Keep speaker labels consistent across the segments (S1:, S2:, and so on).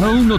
S1: Ah, no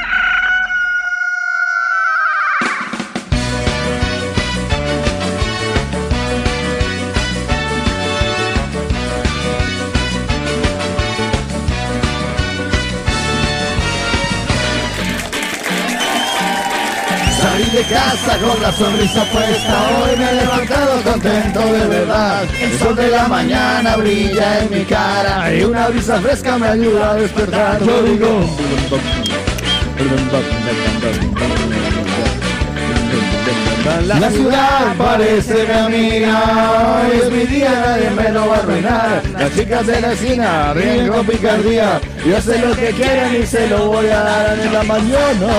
S2: Salí de casa con la sonrisa puesta, hoy me he levantado contento de verdad. El sol de la mañana brilla en mi cara y una brisa fresca me ayuda a despertar. Ah, Yo digo. La ciudad parece mi amiga, hoy es mi día, nadie me lo va a arruinar. Las chicas de la esquina ríen con picardía, yo sé lo que quieren y se lo voy a dar en la mañana.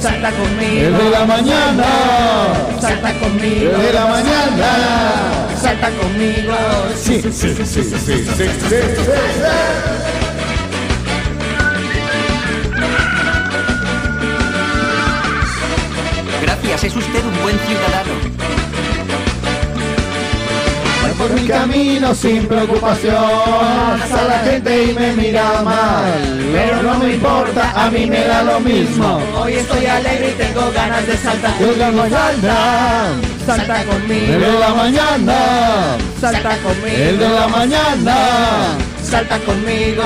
S3: Salta
S2: El
S3: conmigo,
S2: de la mañana,
S3: salta
S2: el
S3: conmigo,
S2: de la mañana.
S3: salta conmigo.
S2: Sí, sí, sí, sí, sí, sí, sí, sí, sí.
S4: Gracias, es usted un buen ciudadano.
S2: Voy por mi camino sin preocupación. A la gente y me mira mal, pero no me importa, a mí me da lo mismo.
S3: Hoy estoy alegre y tengo ganas de saltar.
S2: El de la mañana,
S3: Salta
S2: el
S3: conmigo,
S2: de la mañana,
S3: salta
S2: el de
S3: conmigo,
S2: la mañana.
S3: salta conmigo.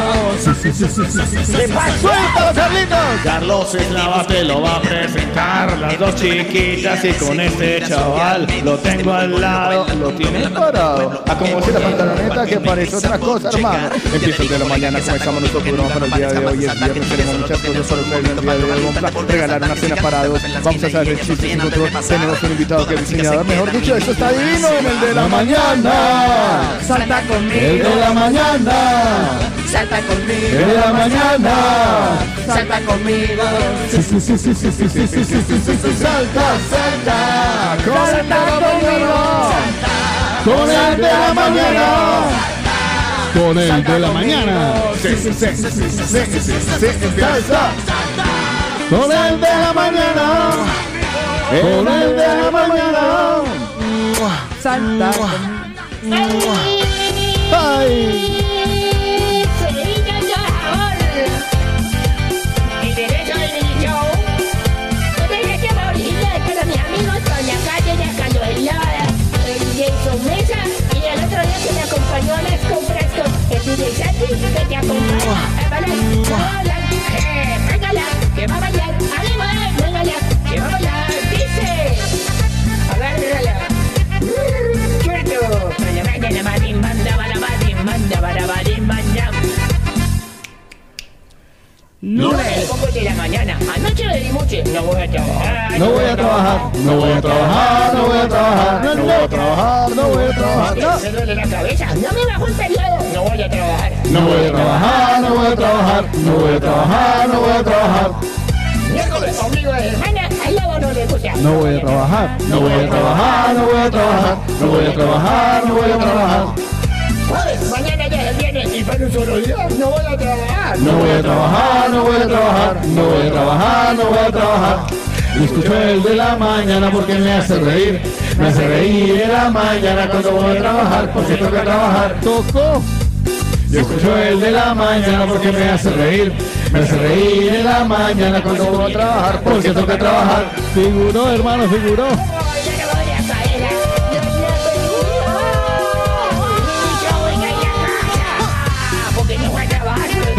S2: ¡Suéltalo, Carlitos!
S5: Carlos Eslava te lo va a presentar Las dos chiquitas y con este chaval Lo tengo al lado
S2: Lo tienes parado. A como si la pantaloneta que parece otra cosa, hermano. Empieza el de la mañana, comenzamos nuestro programa para el día de hoy. Es viernes, tenemos muchas cosas para hacer en el día de hoy. Vamos a regalar una cena para dos. Vamos a hacer el chiste sin control. Tenemos un invitado que es diseñador. Mejor dicho, eso está divino en el de la mañana.
S3: Salta
S2: El de
S3: conmigo,
S2: la mañana.
S3: salta
S2: El
S3: conmigo,
S2: de la mañana.
S3: salta conmigo.
S2: Sí, sí, sí, sí, sí, sí, sí, sí, sí, sí, sí, sí. Salta, salta. Con el de la mañana. Con el de la mañana.
S6: Con el de la mañana.
S2: Salsa. Con el de la mañana.
S7: Eh.
S2: Con el de la mañana.
S3: Salta,
S2: Ay.
S7: Mi derecho de yo. Yo tenía que va original para mis amigos con la calle de Canuelada. El Jason Mesa y el otro día que me acompañó a las compras con el DJ Santi que te acompaña a bailar. Hola, eh, Véngala, que va a bailar. Alemán, véngala, que va a bailar. Dice. Agárrala. Chueto. Badin, manda, bala, badin, manda, bala, badin, manda.
S3: lunes,
S7: Pongo de la mañana. Anoche le di mucho. No voy a trabajar.
S2: No voy a trabajar, no voy a trabajar, no voy a trabajar, no voy a trabajar, no voy a trabajar, no.
S7: Me duele la cabeza. No me bajo el periodo. No voy a trabajar.
S2: No voy a trabajar, no voy a trabajar, no voy a trabajar, no voy a trabajar,
S7: Miércoles conmigo de hermana. Al lado no le gusta.
S2: no voy a trabajar, no voy a trabajar, no voy a trabajar, no voy a trabajar, no voy a trabajar,
S7: Jueves, mañana ya se viene. Y para un solo día no voy a trabajar.
S2: no voy a trabajar, Ah, no voy a trabajar, no voy a trabajar, no voy a trabajar. Y escucho el de la mañana porque me hace reír, me hace reír en la mañana cuando voy a trabajar, porque toca trabajar, toco. Y escucho el de la mañana porque me hace reír, me hace reír en la mañana cuando voy a trabajar, porque toca trabajar. Figuró, hermano, figuró.
S7: ¿Cómo bailar ahora, Paela? No, no, no. Y yo voy a ir a casa, porque no voy a trabajar. no voy a trabajar.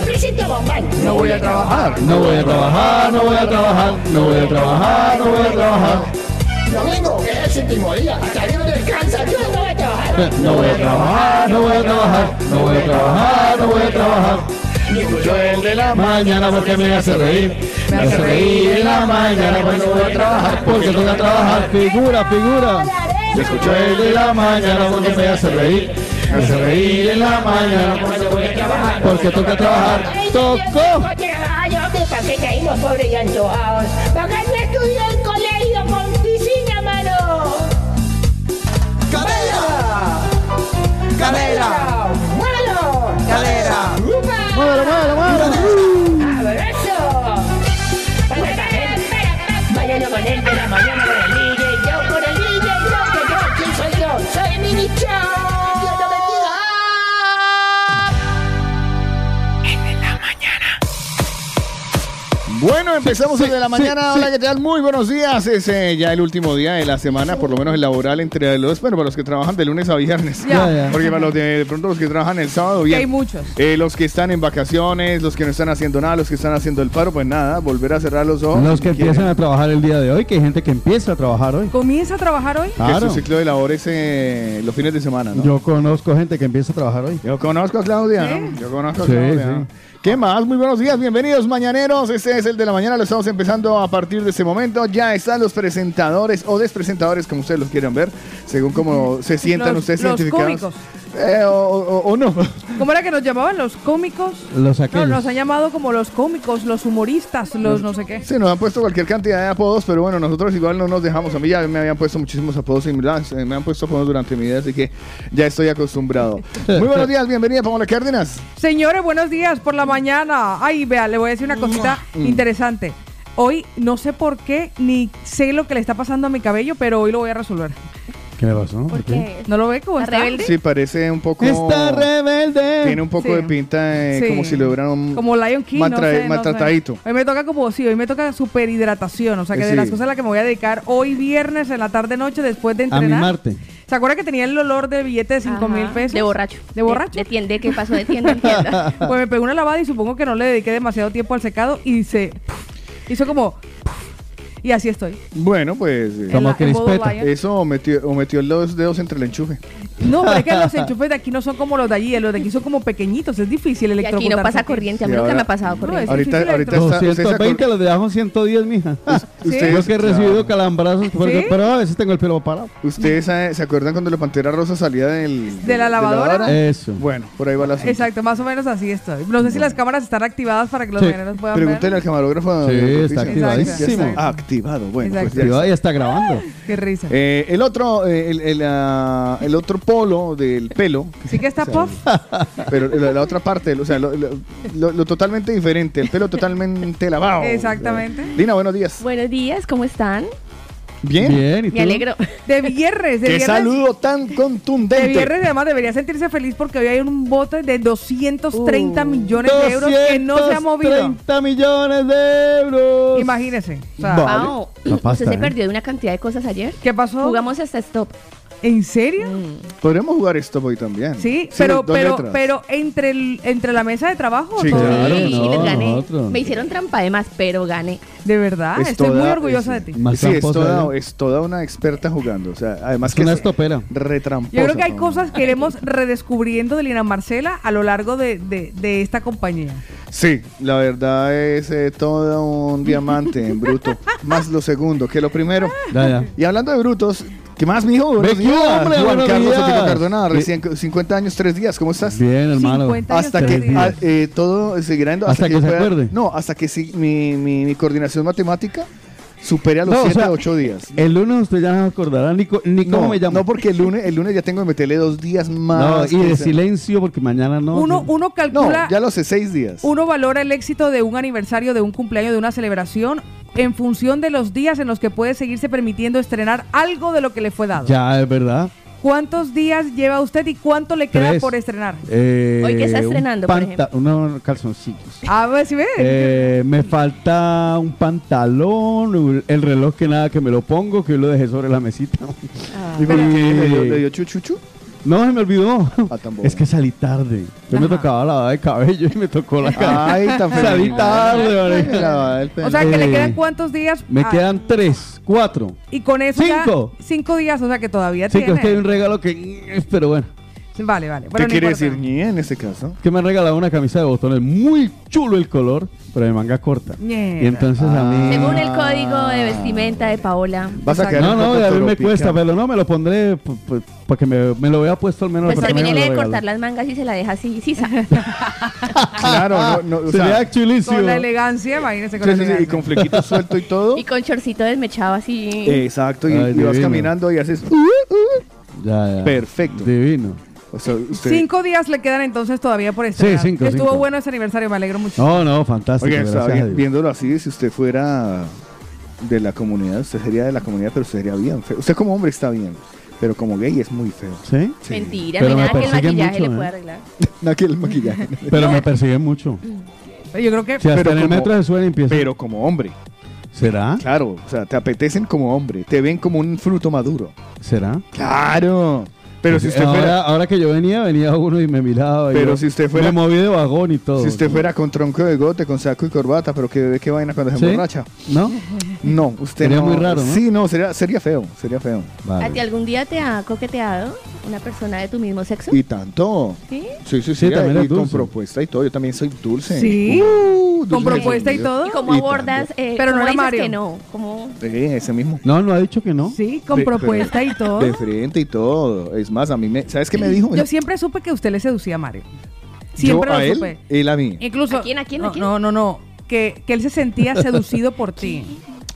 S7: presenta Bombán.
S2: No voy a trabajar, no voy a trabajar, no voy a trabajar, no voy a trabajar, no voy a trabajar,
S7: Domingo, que es el último día. Hasta que no descansa, yo no voy a trabajar.
S2: no voy a trabajar, no voy a trabajar, no voy a trabajar, no voy a trabajar.
S7: Ni
S5: escucho el de la mañana.
S2: mañana porque me hace reír. Me hace reír en la mañana cuando voy a trabajar porque tengo que trabajar.
S6: Figura, figura.
S2: Yo escucho el de la mañana porque me hace reír. Me hace reír en la mañana cuando voy a trabajar porque tengo que trabajar.
S7: ¡Tocó! que caímos pobres y antojados. Ah, Porque no estudió en colegio con piscina, mano.
S3: Cadera, cadera,
S7: ¡Muévelo! ¡Muévelo!
S3: cadera.
S7: ¡Upa!
S6: Muévelo, muévelo, muévelo.
S7: ¡Abrazo! Bailando con él de la mañana con el DJ yo, con el DJ yo, que yo, ¿quién soy yo? ¡Soy Mini Chao! ¡Dios lo bendiga!
S6: Bueno, empezamos el de la mañana.
S2: sí,
S6: Hola,
S2: sí.
S6: ¿qué tal? Muy buenos días. Es eh, ya el último día de la semana, por lo menos el laboral entre los, bueno, para los que trabajan de lunes a viernes.
S3: Ya.
S2: Ya, ya.
S6: Porque para los de, de pronto los que trabajan el sábado,
S3: Que
S6: bien.
S3: hay muchos.
S6: Eh, los que están en vacaciones, los que no están haciendo nada, los que están haciendo el paro, pues nada, volver a cerrar los ojos.
S2: Los que
S6: si quieren.
S2: empiezan a trabajar el día de hoy, que hay gente que empieza a trabajar hoy.
S3: ¿Comienza a trabajar hoy?
S6: Que
S2: Claro.
S6: su ciclo de labor es eh, los fines de semana, ¿no?
S2: Yo conozco gente que empieza a trabajar hoy.
S6: Yo conozco a Claudia, ¿no? Yo conozco a
S2: Sí,
S6: Claudia. ¿Qué más? Muy buenos días, bienvenidos mañaneros. Este es el de la mañana, lo estamos empezando a partir de este momento. Ya están los presentadores o despresentadores, como ustedes los quieran ver, según como se sientan
S3: Los-
S6: ustedes
S3: los
S6: identificados.
S3: cómicos.
S6: Eh, o, o- o no.
S3: ¿Cómo era que nos llamaban los cómicos?
S2: Los
S3: No,
S2: aquellos.
S3: nos han llamado como los cómicos, los humoristas, los no sé qué.
S6: Sí, nos han puesto cualquier cantidad de apodos, pero bueno, nosotros igual no nos dejamos. A mí ya me habían puesto muchísimos apodos y me me han puesto apodos durante mi vida, así que ya estoy acostumbrado. Muy buenos días, bienvenida, Paola Cárdenas.
S3: Señores, buenos días por la mañana. Ay, vea, le voy a decir una cosita
S6: Mm.
S3: interesante. Hoy no sé por qué, ni sé lo que le está pasando a mi cabello, pero hoy lo voy a resolver.
S2: ¿Qué le pasó?
S8: ¿Por qué?
S3: ¿No lo ve como
S8: ¿Está
S3: está?
S8: rebelde?
S6: Sí, parece un poco.
S2: Está rebelde.
S6: Tiene un poco
S3: Eh, Sí.
S6: de pinta de
S3: Sí.
S6: como si lo hubieran
S3: Como Lion King, no
S6: maltra-
S3: sé, Eh, no sé.
S6: maltratadito.
S3: Hoy me toca como, sí, hoy me toca superhidratación. O sea, que
S6: Eh,
S3: de
S6: sí.
S3: las cosas a las que me voy a dedicar hoy viernes en la tarde-noche después de
S2: A
S3: entrenar.
S2: mimarte.
S3: ¿Se acuerda que tenía el olor de billete de 5 mil
S8: Ajá,
S3: pesos?
S8: De borracho.
S3: ¿De borracho?
S8: De, de tienda, ¿qué pasó? De tienda en tienda.
S3: Pues me pegó una lavada y supongo que no le dediqué demasiado tiempo al secado y se hizo como y así estoy.
S6: Bueno, pues. eh,
S2: Como
S3: En la- en modo
S2: crispeta.
S3: lion.
S6: Eso o metió, o metió los dedos entre el enchufe.
S3: No, pero es que los enchufes de aquí no son como los de allí, los de aquí son como pequeñitos, es difícil
S8: Y aquí no
S3: electrocutarse.
S8: pasa corriente. A mí
S6: Y
S8: nunca
S6: ahora-
S8: me ha pasado
S3: No,
S8: corriente.
S3: es-
S6: ahorita
S3: difícil
S6: ahorita está. usted se
S2: 220,
S6: acor-
S2: los de abajo 110, mija.
S6: ustedes-
S2: Yo que he recibido calambrazos, porque-
S3: ¿Sí?
S2: pero Ah, a veces tengo el pelo parado.
S6: ¿Ustedes eh, se acuerdan cuando la pantera rosa salía del,
S3: ¿De la lavadora?
S2: Eso.
S6: Bueno, por ahí va la
S3: Exacto, más o menos así estoy. No sé si las cámaras están activadas para que los
S2: Sí.
S3: venenos puedan
S6: Pregúntale al camarógrafo.
S2: Sí,
S6: doctor
S2: está
S6: Pisa.
S2: activadísimo.
S6: Ya está Activado, bueno. pues ya
S3: Exacto.
S6: está.
S2: Privada y está grabando.
S3: ver. Qué risa.
S6: Eh, el otro, eh, el, el, ah, el otro polo del pelo,
S3: Sí que está puff.
S6: pero la, la otra parte, o sea, lo, lo- lo- lo totalmente diferente, el pelo totalmente lavado.
S3: Exactamente.
S6: Lina, buenos días.
S8: Buenos días, ¿cómo están?
S6: Bien.
S2: Bien, ¿y tú?
S8: Me alegro.
S3: De viernes, de
S6: Qué
S3: viernes.
S6: saludo tan
S3: De
S6: contundente.
S3: viernes además debería sentirse feliz porque hoy hay un bote de 230
S2: Uh.
S3: millones de euros que no se ha movido.
S2: 230 millones de euros.
S3: Imagínese. O sea,
S2: Vale.
S8: Pau,
S2: La pasta,
S8: usted se
S2: ¿eh?
S8: perdió de una cantidad de cosas ayer.
S3: ¿Qué pasó?
S8: Jugamos hasta stop. Mm.
S3: ¿En serio?
S6: Podríamos jugar esto hoy también.
S3: Sí, pero,
S6: dos
S3: pero,
S6: letras.
S3: pero entre, el- entre la mesa de trabajo.
S6: Sí,
S3: todo?
S6: claro,
S8: Sí,
S2: no,
S8: les gané.
S2: nosotros.
S8: Me hicieron trampa además, pero gané.
S3: De verdad,
S6: Es
S3: ah, estoy
S6: toda-
S3: muy orgullosa
S6: es-
S3: de ti.
S2: Más
S6: sí, es
S2: tramposa,
S6: toda,
S2: ¿eh?
S6: es toda una experta jugando. O sea, además
S2: Es
S6: que
S2: una
S6: es
S2: estopera.
S6: retramposa.
S3: Yo creo que hay
S6: ¿no?
S3: cosas que iremos redescubriendo de Lina Marcela a lo largo de, de- de esta compañía.
S6: Sí, la verdad es eh, todo un diamante en bruto. Más lo segundo que lo primero.
S2: Ya, ya.
S6: Y hablando de brutos, ¿qué más, mijo? Buenos
S2: Ve,
S6: días. Eh,
S2: ¿qué, hombre?
S6: Juan
S2: Buenos
S6: Carlos
S2: días.
S6: Otico Cardona,
S2: Ve-
S6: recién 50 años, 3 días. ¿Cómo estás?
S2: Bien, hermano.
S3: 50 años,
S6: Hasta que
S3: tres días.
S6: a- eh, todo seguirá en-
S2: Hasta que se acuerde.
S6: No, hasta que sí, mi, mi- mi coordinación matemática supere a los
S2: No, o
S6: 7
S2: sea,
S6: a 8 días.
S2: El lunes usted ya no se acordará ni, co- ni
S6: No,
S2: cómo me llamó.
S6: no, porque el lunes, el lunes ya tengo que meterle dos días más.
S2: No, y
S6: que
S2: de
S6: sea-
S2: silencio porque mañana no.
S3: Uno, uno
S6: No,
S3: calcula,
S6: ya lo sé, seis días.
S3: uno valora el éxito de un aniversario, de un cumpleaños, de una celebración en función de los días en los que puede seguirse permitiendo estrenar algo de lo que le fue dado.
S2: Ya, es verdad.
S3: ¿Cuántos días lleva usted y cuánto le queda
S2: Tres.
S3: por estrenar?
S2: Eh,
S8: Hoy que está
S2: un
S8: estrenando, por
S2: panta- Unos calzoncillos.
S3: A ver si Ah, pues, ve.
S2: Eh, me falta un pantalón, un- el reloj que nada que me lo pongo, que yo lo dejé sobre la mesita.
S8: Ah.
S6: ¿Y por
S2: Pero-
S6: qué? ¿Le dio- le dio chuchuchu?
S2: No, se me olvidó.
S6: Ah, tampoco.
S2: Es que salí tarde. Yo me
S3: Ajá.
S2: tocaba lavar de cabello y me tocó la cara.
S6: Ay, tan feliz.
S2: Salí tarde, marica.
S6: La- el pelo.
S3: o sea, que le
S2: eh,
S3: quedan cuántos días.
S2: Me
S3: Ah,
S2: quedan tres, cuatro.
S3: Y con eso ya-
S2: cinco.
S3: cinco días, o sea que todavía
S2: Sí, que
S3: tiene.
S2: es que hay un regalo que... Pero bueno.
S3: Vale, vale. Bueno,
S6: ¿Qué
S3: no
S6: quiere
S3: importa.
S6: decir ñe en este caso?
S2: que me han regalado una camisa de botones muy chulo el color, pero de manga corta.
S3: Mierda.
S2: Y entonces a mí.
S8: Según el código de vestimenta de Paola.
S6: Vas a
S3: Exacto.
S6: quedar
S2: No,
S6: un
S2: no,
S6: poco
S2: a mí me
S6: tropical.
S2: cuesta, pero no, me lo pondré p- p- para que me, me lo vea puesto al menos.
S8: Pues
S2: porque a mí me
S8: terminé de
S2: lo
S8: cortar las
S2: regaló.
S8: mangas y se la deja así, sisa.
S6: Ah, Claro, no, no, o
S2: Sería
S6: sea,
S2: chulísimo.
S3: Con la elegancia, imagínense con
S6: sí,
S3: la
S6: sí, sí, y
S3: elegancia.
S6: con flequito suelto y todo.
S8: Y con chorcito desmechado así.
S6: Exacto, y,
S2: Ay,
S6: y vas
S2: divino.
S6: caminando y haces.
S2: Ya, ya.
S6: Perfecto.
S2: Divino.
S6: O sea, usted-
S3: Cinco días le quedan entonces todavía por estrenar.
S2: cinco,
S3: Estuvo
S2: cinco.
S3: bueno ese aniversario, me alegro mucho.
S2: No, no, fantástico.
S6: Oye,
S2: gracias
S6: estaba
S2: a
S6: vi-
S2: Dios.
S6: viéndolo así, si usted fuera de la comunidad, usted sería de la comunidad, pero usted sería bien feo. Usted como hombre está bien, pero como gay es muy feo.
S2: ¿Sí?
S6: Sí.
S8: Mentira,
S2: Pero
S8: no hay
S2: me
S8: nada que el
S2: persiguen
S8: maquillaje
S2: mucho,
S8: le pueda
S2: ¿eh?
S8: arreglar.
S6: No, que el maquillaje.
S2: Pero me persiguen mucho.
S3: Yo creo que
S2: Si hasta
S6: Pero
S2: en el
S6: como-
S2: metro se suena y empieza.
S6: Pero como hombre,
S2: ¿Será?
S6: claro. O sea, te apetecen como hombre, te ven como un fruto maduro.
S2: ¿Será?
S6: Claro. Pero si usted
S2: ahora,
S6: fuera,
S2: ahora que yo venía, venía uno y me miraba. y
S6: Pero
S2: yo
S6: si usted fuera-
S2: Me moví de vagón y todo.
S6: si usted fuera con tronco de gote, con saco y corbata, pero que bebé, qué vaina cuando se
S2: ¿Sí?
S6: emborracha.
S2: ¿No?
S6: No, usted
S2: Sería
S6: no-
S2: muy raro, ¿no?
S6: Sí, no, sería, sería feo, sería feo.
S8: ¿A ti algún día te ha coqueteado una persona de tu mismo sexo?
S6: Y tanto.
S8: ¿Sí?
S6: Sí, sí, sí.
S2: Sí, también
S6: y
S2: es
S6: con
S2: dulce.
S6: propuesta y todo. Yo también soy dulce.
S3: Sí.
S6: Uh, dulce
S3: con propuesta y
S6: sentido.
S3: todo.
S8: ¿Y cómo
S6: Y
S8: abordas?
S6: tanto.
S8: eh,
S3: Pero no
S8: ¿cómo
S3: era
S8: dices
S3: Mario.
S8: que no? ¿Cómo?
S6: Sí, ese mismo.
S2: No, no ha dicho que no.
S3: Sí, con
S6: De-
S3: propuesta y todo.
S6: De frente y todo. Es más, a mí me. ¿Sabes qué me dijo?
S3: Yo siempre supe que usted le seducía a Mario.
S6: Yo
S3: Siempre
S6: a
S3: lo
S6: él,
S3: supe.
S6: él a mí.
S3: Incluso.
S8: ¿A quién, a quién,
S3: no,
S8: a quién?
S3: No, no, no. Que, que él se sentía seducido por ti.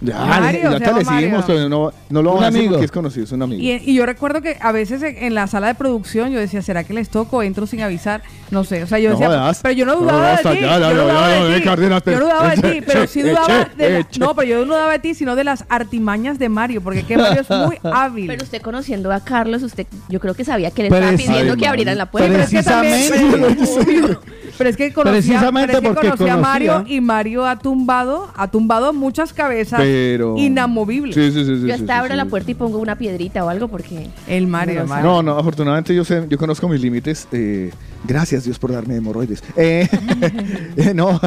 S6: Ya,
S3: Mario,
S6: ya
S3: se
S6: hasta
S3: llama
S6: le seguimos,
S3: Mario.
S6: pero no, no lo
S2: Un
S6: vamos a decir
S2: amigo.
S6: porque es conocido, es un amigo.
S3: Y, y yo recuerdo que a veces en, en la sala de producción yo decía, ¿será que les toco? Entro sin avisar. No sé. O sea, yo
S6: No
S3: decía,
S6: jodas.
S3: pero yo no
S6: No,
S3: dudaba
S6: basta,
S3: de ti.
S6: ya, ya,
S3: yo no
S6: ya,
S3: dudaba
S6: ya,
S3: de
S6: ya,
S3: ti.
S6: Cárdenas,
S3: Yo no dudaba de
S6: eh,
S3: ti, pero
S6: eh,
S3: sí
S6: eh,
S3: dudaba
S6: che,
S3: de la-
S6: eh, che.
S3: No, pero yo no dudaba de ti, sino de las artimañas de Mario, porque que Mario es muy hábil.
S8: Pero usted conociendo a Carlos, usted yo creo que sabía que le
S2: Pero
S8: estaba
S2: es-
S8: pidiendo
S6: Ay,
S8: que
S6: Mario.
S8: abrieran la
S3: Sí,
S8: puerta.
S3: pero es que también-
S2: Precisamente.
S3: Pero es que conocía,
S2: Precisamente
S3: pero es que
S2: porque
S3: conocía a
S2: conocía.
S3: Mario y Mario ha tumbado, ha tumbado muchas cabezas
S6: pero.
S3: inamovibles.
S6: Sí, sí, sí. sí,
S8: Yo
S6: sí,
S8: hasta
S6: sí,
S8: abro
S6: sí,
S8: la
S6: sí.
S8: puerta y pongo una piedrita o algo porque
S3: El Mario, el Mario.
S6: No, no, afortunadamente yo sé, yo conozco mis límites. eh, gracias Dios por darme hemorroides. Eh, eh, no.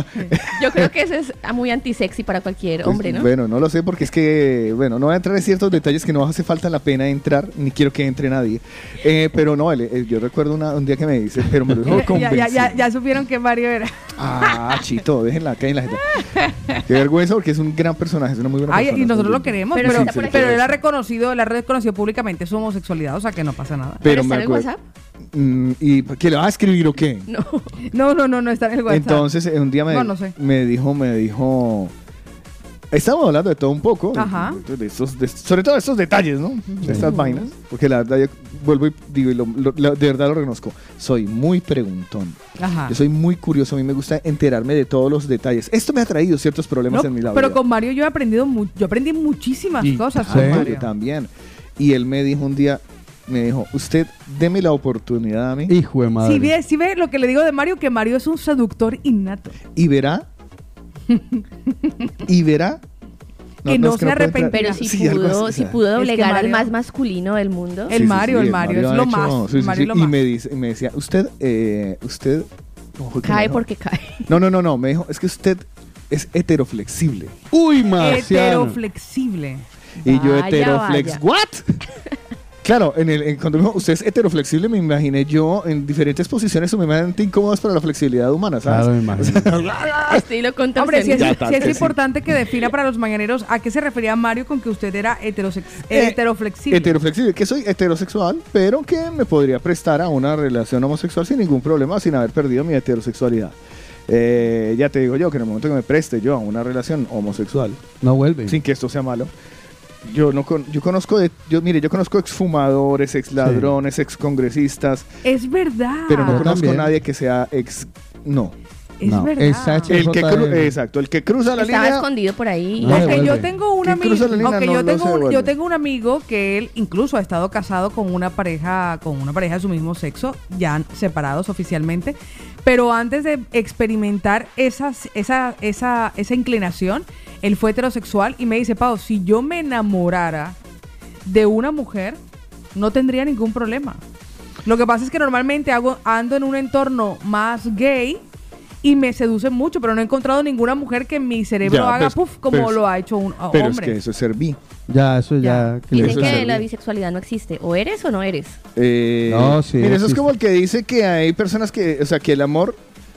S8: yo creo que eso es muy antisexy para cualquier
S6: Pues,
S8: hombre, ¿no?
S6: Bueno, no lo sé porque es que, bueno, no voy a entrar en ciertos detalles que no hace falta la pena entrar, ni quiero que entre nadie. Eh, pero no, él, eh, yo recuerdo una- un día que me dice, pero me lo dijo
S3: Ya, ya, ya,
S6: convencido.
S3: ya supieron que Mario era.
S6: Ah, chito, déjenla, caen la gente. Qué vergüenza porque es un gran personaje, es una muy buena
S3: Ay,
S6: persona.
S3: y nosotros lo queremos,
S8: Pero
S3: pero,
S8: está por
S3: pero,
S8: aquí.
S3: él ha reconocido, él ha reconocido públicamente su homosexualidad, o sea que no pasa nada.
S8: ¿Pero
S6: me
S8: está en el
S6: acuerdo-
S8: WhatsApp?
S6: Mm, ¿Y qué le vas a escribir o qué?
S8: No.
S3: No, no, no, no está en el WhatsApp.
S6: Entonces, eh, un día me,
S3: No, no sé.
S6: me dijo, me dijo. Estamos hablando de todo un poco.
S3: Ajá.
S6: De esos, de- sobre todo de estos detalles, ¿no? De estas vainas. Porque la verdad, yo vuelvo y digo, y lo- lo- lo- de verdad lo reconozco. Soy muy preguntón.
S3: Ajá.
S6: Yo soy muy curioso. A mí me gusta enterarme de todos los detalles. Esto me ha traído ciertos
S3: No,
S6: problemas en mi labor.
S3: pero con Mario yo he aprendido mu- yo aprendí muchísimas
S2: Y
S3: cosas
S2: tanto,
S3: con
S2: ¿Sí?
S6: yo
S3: Mario.
S6: también. Y él me dijo un día, me dijo, usted deme la oportunidad a mí
S2: Hijo de madre.
S3: Si ve, si ve lo que le digo de Mario, que Mario es un seductor innato.
S6: y verá. y verá.
S3: Que no
S6: es
S3: se
S6: puede
S3: arrepentirá.
S8: Pero
S6: entrar.
S8: si
S6: Sí, algo
S8: pudo,
S6: así,
S8: si
S6: o sea.
S8: pudo
S3: Es que
S8: doblegar al
S3: Mario-
S8: más masculino del mundo.
S3: El Mario, el Mario, es
S6: ha
S3: lo
S6: hecho-
S3: más,
S6: sí, sí,
S3: el Mario
S6: sí,
S3: es lo
S6: y
S3: más.
S6: me dice, y me decía, usted, eh, usted. ¿cómo fue que me
S8: Cae
S6: dijo?
S8: porque cae.
S6: No, no, no, no. Me dijo, es que usted es heteroflexible.
S2: Uy, marciano.
S3: Heteroflexible.
S6: Y yo
S8: Ah, Vaya,
S6: heteroflex.
S8: vaya.
S6: ¿What? Claro, en el, en- cuando me dijo, usted es heteroflexible, me imaginé yo en diferentes posiciones sumamente incómodas para la flexibilidad humana, ¿sabes?
S2: Claro, me imagino.
S8: Estilo contra
S3: Hombre, si es,
S8: usted.
S6: Ya,
S3: sí es
S6: sí.
S3: importante que defina para los mañaneros a qué se refería Mario con que usted era heterosex-
S6: Eh,
S3: heteroflexible.
S6: Heteroflexible, que soy heterosexual, pero que me podría prestar a una relación homosexual sin ningún problema, sin haber perdido mi heterosexualidad. Eh, ya te digo yo que en el momento que me preste yo a una relación homosexual,
S2: No vuelve.
S6: sin que esto sea malo. Yo no con- yo conozco de- yo mire, yo conozco exfumadores, ex ladrones, ex congresistas,
S3: es verdad.
S6: pero no
S2: Yo
S6: conozco a
S2: también.
S6: nadie que sea ex no.
S3: Ah. es
S2: No,
S3: verdad.
S2: esa ch- Sí,
S6: El que
S2: eso
S6: cru-
S2: está bien.
S6: exacto, el que cruza la
S8: Estaba
S6: línea
S8: escondido por ahí.
S2: No,
S3: Aunque yo
S2: devuelve.
S3: tengo un
S6: Que
S3: amigo,
S6: cruza la línea,
S3: aunque
S6: no
S3: yo
S6: lo se
S3: tengo un, yo
S6: devuelve.
S3: tengo un amigo que él incluso ha estado casado con una pareja, con una pareja de su mismo sexo, ya separados oficialmente, pero antes de experimentar esas, esa, esa, esa inclinación, él fue heterosexual y me dice, Pau, si yo me enamorara de una mujer, no tendría ningún problema. Lo que pasa es que normalmente hago, ando en un entorno más gay y me seducen mucho, pero no he encontrado ninguna mujer que mi cerebro
S6: Ya,
S3: haga
S6: pues,
S3: puff como
S6: pues,
S3: lo ha hecho un oh. a-
S6: Pero
S3: hombre.
S6: es que eso es ser bi.
S2: Ya, eso ya. que
S6: Dice
S2: le-
S8: Dicen
S6: Eso es
S8: que
S6: el-
S8: la bisexualidad no existe. O eres o no eres.
S6: Eh,
S2: No, sí,
S6: mira, eso es
S2: existe.
S6: como el que dice que hay personas que, o sea, que el amor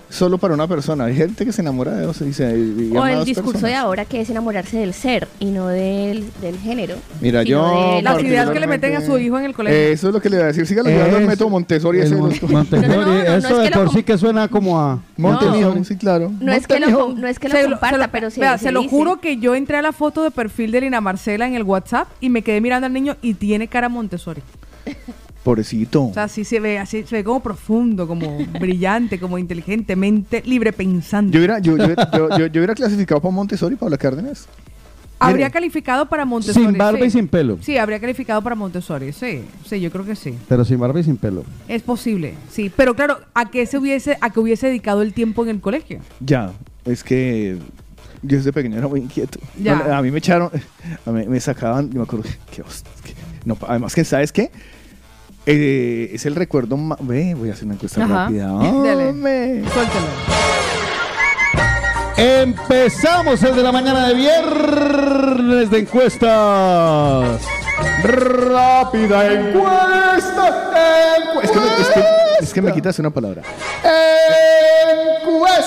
S6: solo para una persona. Hay gente que se enamora de dos y se y
S8: O
S6: ama a
S8: el
S6: dos
S8: discurso de
S6: personas.
S8: ahora que es enamorarse del ser y no del, del género.
S6: Mira,
S8: sino
S6: yo
S8: de eh,
S3: Las
S8: la-
S3: ideas que le meten a su hijo en el colegio.
S6: Eso es lo que le voy a decir. Sígalo llevando al
S2: Eso,
S6: método Montessori.
S2: el
S6: ese de
S2: Mon-
S6: los-
S2: Montessori,
S8: No, no, no, no,
S2: eso
S8: es que
S2: de
S8: lo
S2: por sí
S8: com-
S2: que suena como a.
S6: Montessori,
S8: No.
S6: Mm, sí, claro.
S8: No es, que lo,
S6: Montemijo.
S8: com- no es que lo
S3: Se lo-
S8: comparta,
S3: se lo-
S8: pero sí.
S3: vea, se lo juro que yo entré a la foto de perfil de Lina Marcela en el WhatsApp y me quedé mirando al niño y tiene cara Montessori.
S6: Pobrecito.
S3: O sea, así se ve, así se ve como profundo, como brillante, como inteligentemente, libre pensante.
S6: Yo hubiera, yo, yo, yo- yo- yo hubiera clasificado para Montessori, Paula Cárdenas.
S3: habría
S6: mire.
S3: calificado para Montessori.
S2: Sin barba
S3: sí.
S2: y sin pelo.
S3: Sí, habría calificado para Montessori, sí, sí, yo creo que sí.
S2: Pero sin barba y sin pelo.
S3: Es posible, sí. Pero claro, ¿a qué se hubiese, a qué hubiese dedicado el tiempo en el colegio?
S6: Ya, es que yo desde pequeño era muy inquieto.
S3: Ya.
S6: No, a mí me echaron, a mí me sacaban, yo me acuerdo, que, host- que- no, además que, ¿sabes qué? Eh, es el recuerdo más... Ve, voy a hacer una encuesta
S3: Ajá.
S6: rápida.
S3: Dale.
S6: Hombre.
S3: Suéltalo.
S2: Empezamos el de la mañana de viernes de encuestas. Rápida encuesta.
S6: Es que, me, es que- es que me quitas una palabra.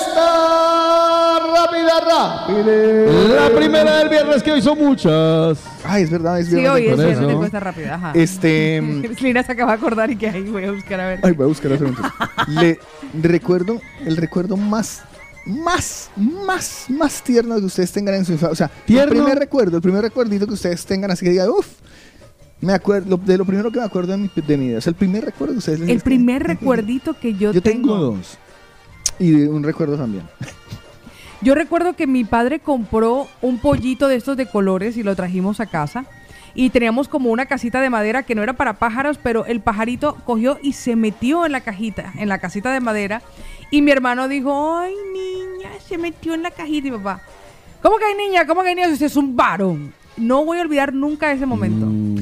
S2: Encuesta rápida, rápida. La primera del viernes que hoy son muchas.
S6: Ay, es verdad, es
S3: Sí,
S6: verdad.
S3: oye, es
S2: por
S3: viernes de
S2: eso.
S3: cuesta rápida, ajá.
S6: Este... mm,
S3: Lina se acaba de acordar y que ahí voy a buscar a ver.
S6: Ay, voy a buscar las preguntas. Le recuerdo el recuerdo más, más, más, más tierno que ustedes tengan en su infancia. O sea,
S2: ¿Tierno?
S6: el primer recuerdo, el primer recuerdito que ustedes tengan, así que digan, uff, me acuerdo, de lo primero que me acuerdo de mi, de mi vida. O sea, el primer recuerdo que ustedes les-
S3: El primer recuerdito que yo,
S6: Yo tengo dos. Y de un recuerdo también.
S3: Yo recuerdo que mi padre compró un pollito de estos de colores y lo trajimos a casa. Y teníamos como una casita de madera que no era para pájaros, pero el pajarito cogió y se metió en la cajita, en la casita de madera. Y mi hermano dijo, ay niña, se metió en la cajita. Y mi papá, ¿cómo que hay niña? ¿Cómo que hay niña? Si usted es un varón. No voy a olvidar nunca ese momento.
S6: Mm.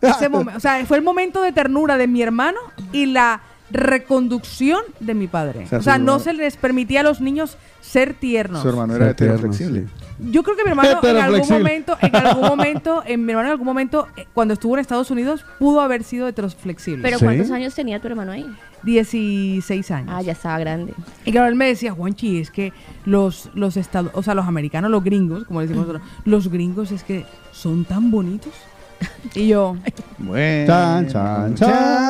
S3: Ese momen- o sea, fue el momento de ternura de mi hermano y la reconducción de mi padre.
S6: O sea,
S3: o sea,
S6: su
S3: no
S6: hermano-
S3: se les permitía a los niños ser tiernos.
S6: Su hermano era
S2: Ser tierno,
S6: heteroflexible.
S3: Yo creo que mi hermano en algún
S2: Heteroflexible.
S3: momento, en algún momento, en mi hermano en algún momento, eh, cuando estuvo en Estados Unidos, pudo haber sido heteroflexible.
S8: Pero
S2: Sí.
S8: ¿cuántos años tenía tu hermano ahí?
S3: 16 años.
S8: Ah, ya estaba grande.
S3: Y claro, él me decía, Juanchi, es que los, los estados, o sea, los americanos, los gringos, como le decimos nosotros, los gringos es que son tan bonitos. Y yo,
S6: Bueno.
S2: Chan, chan,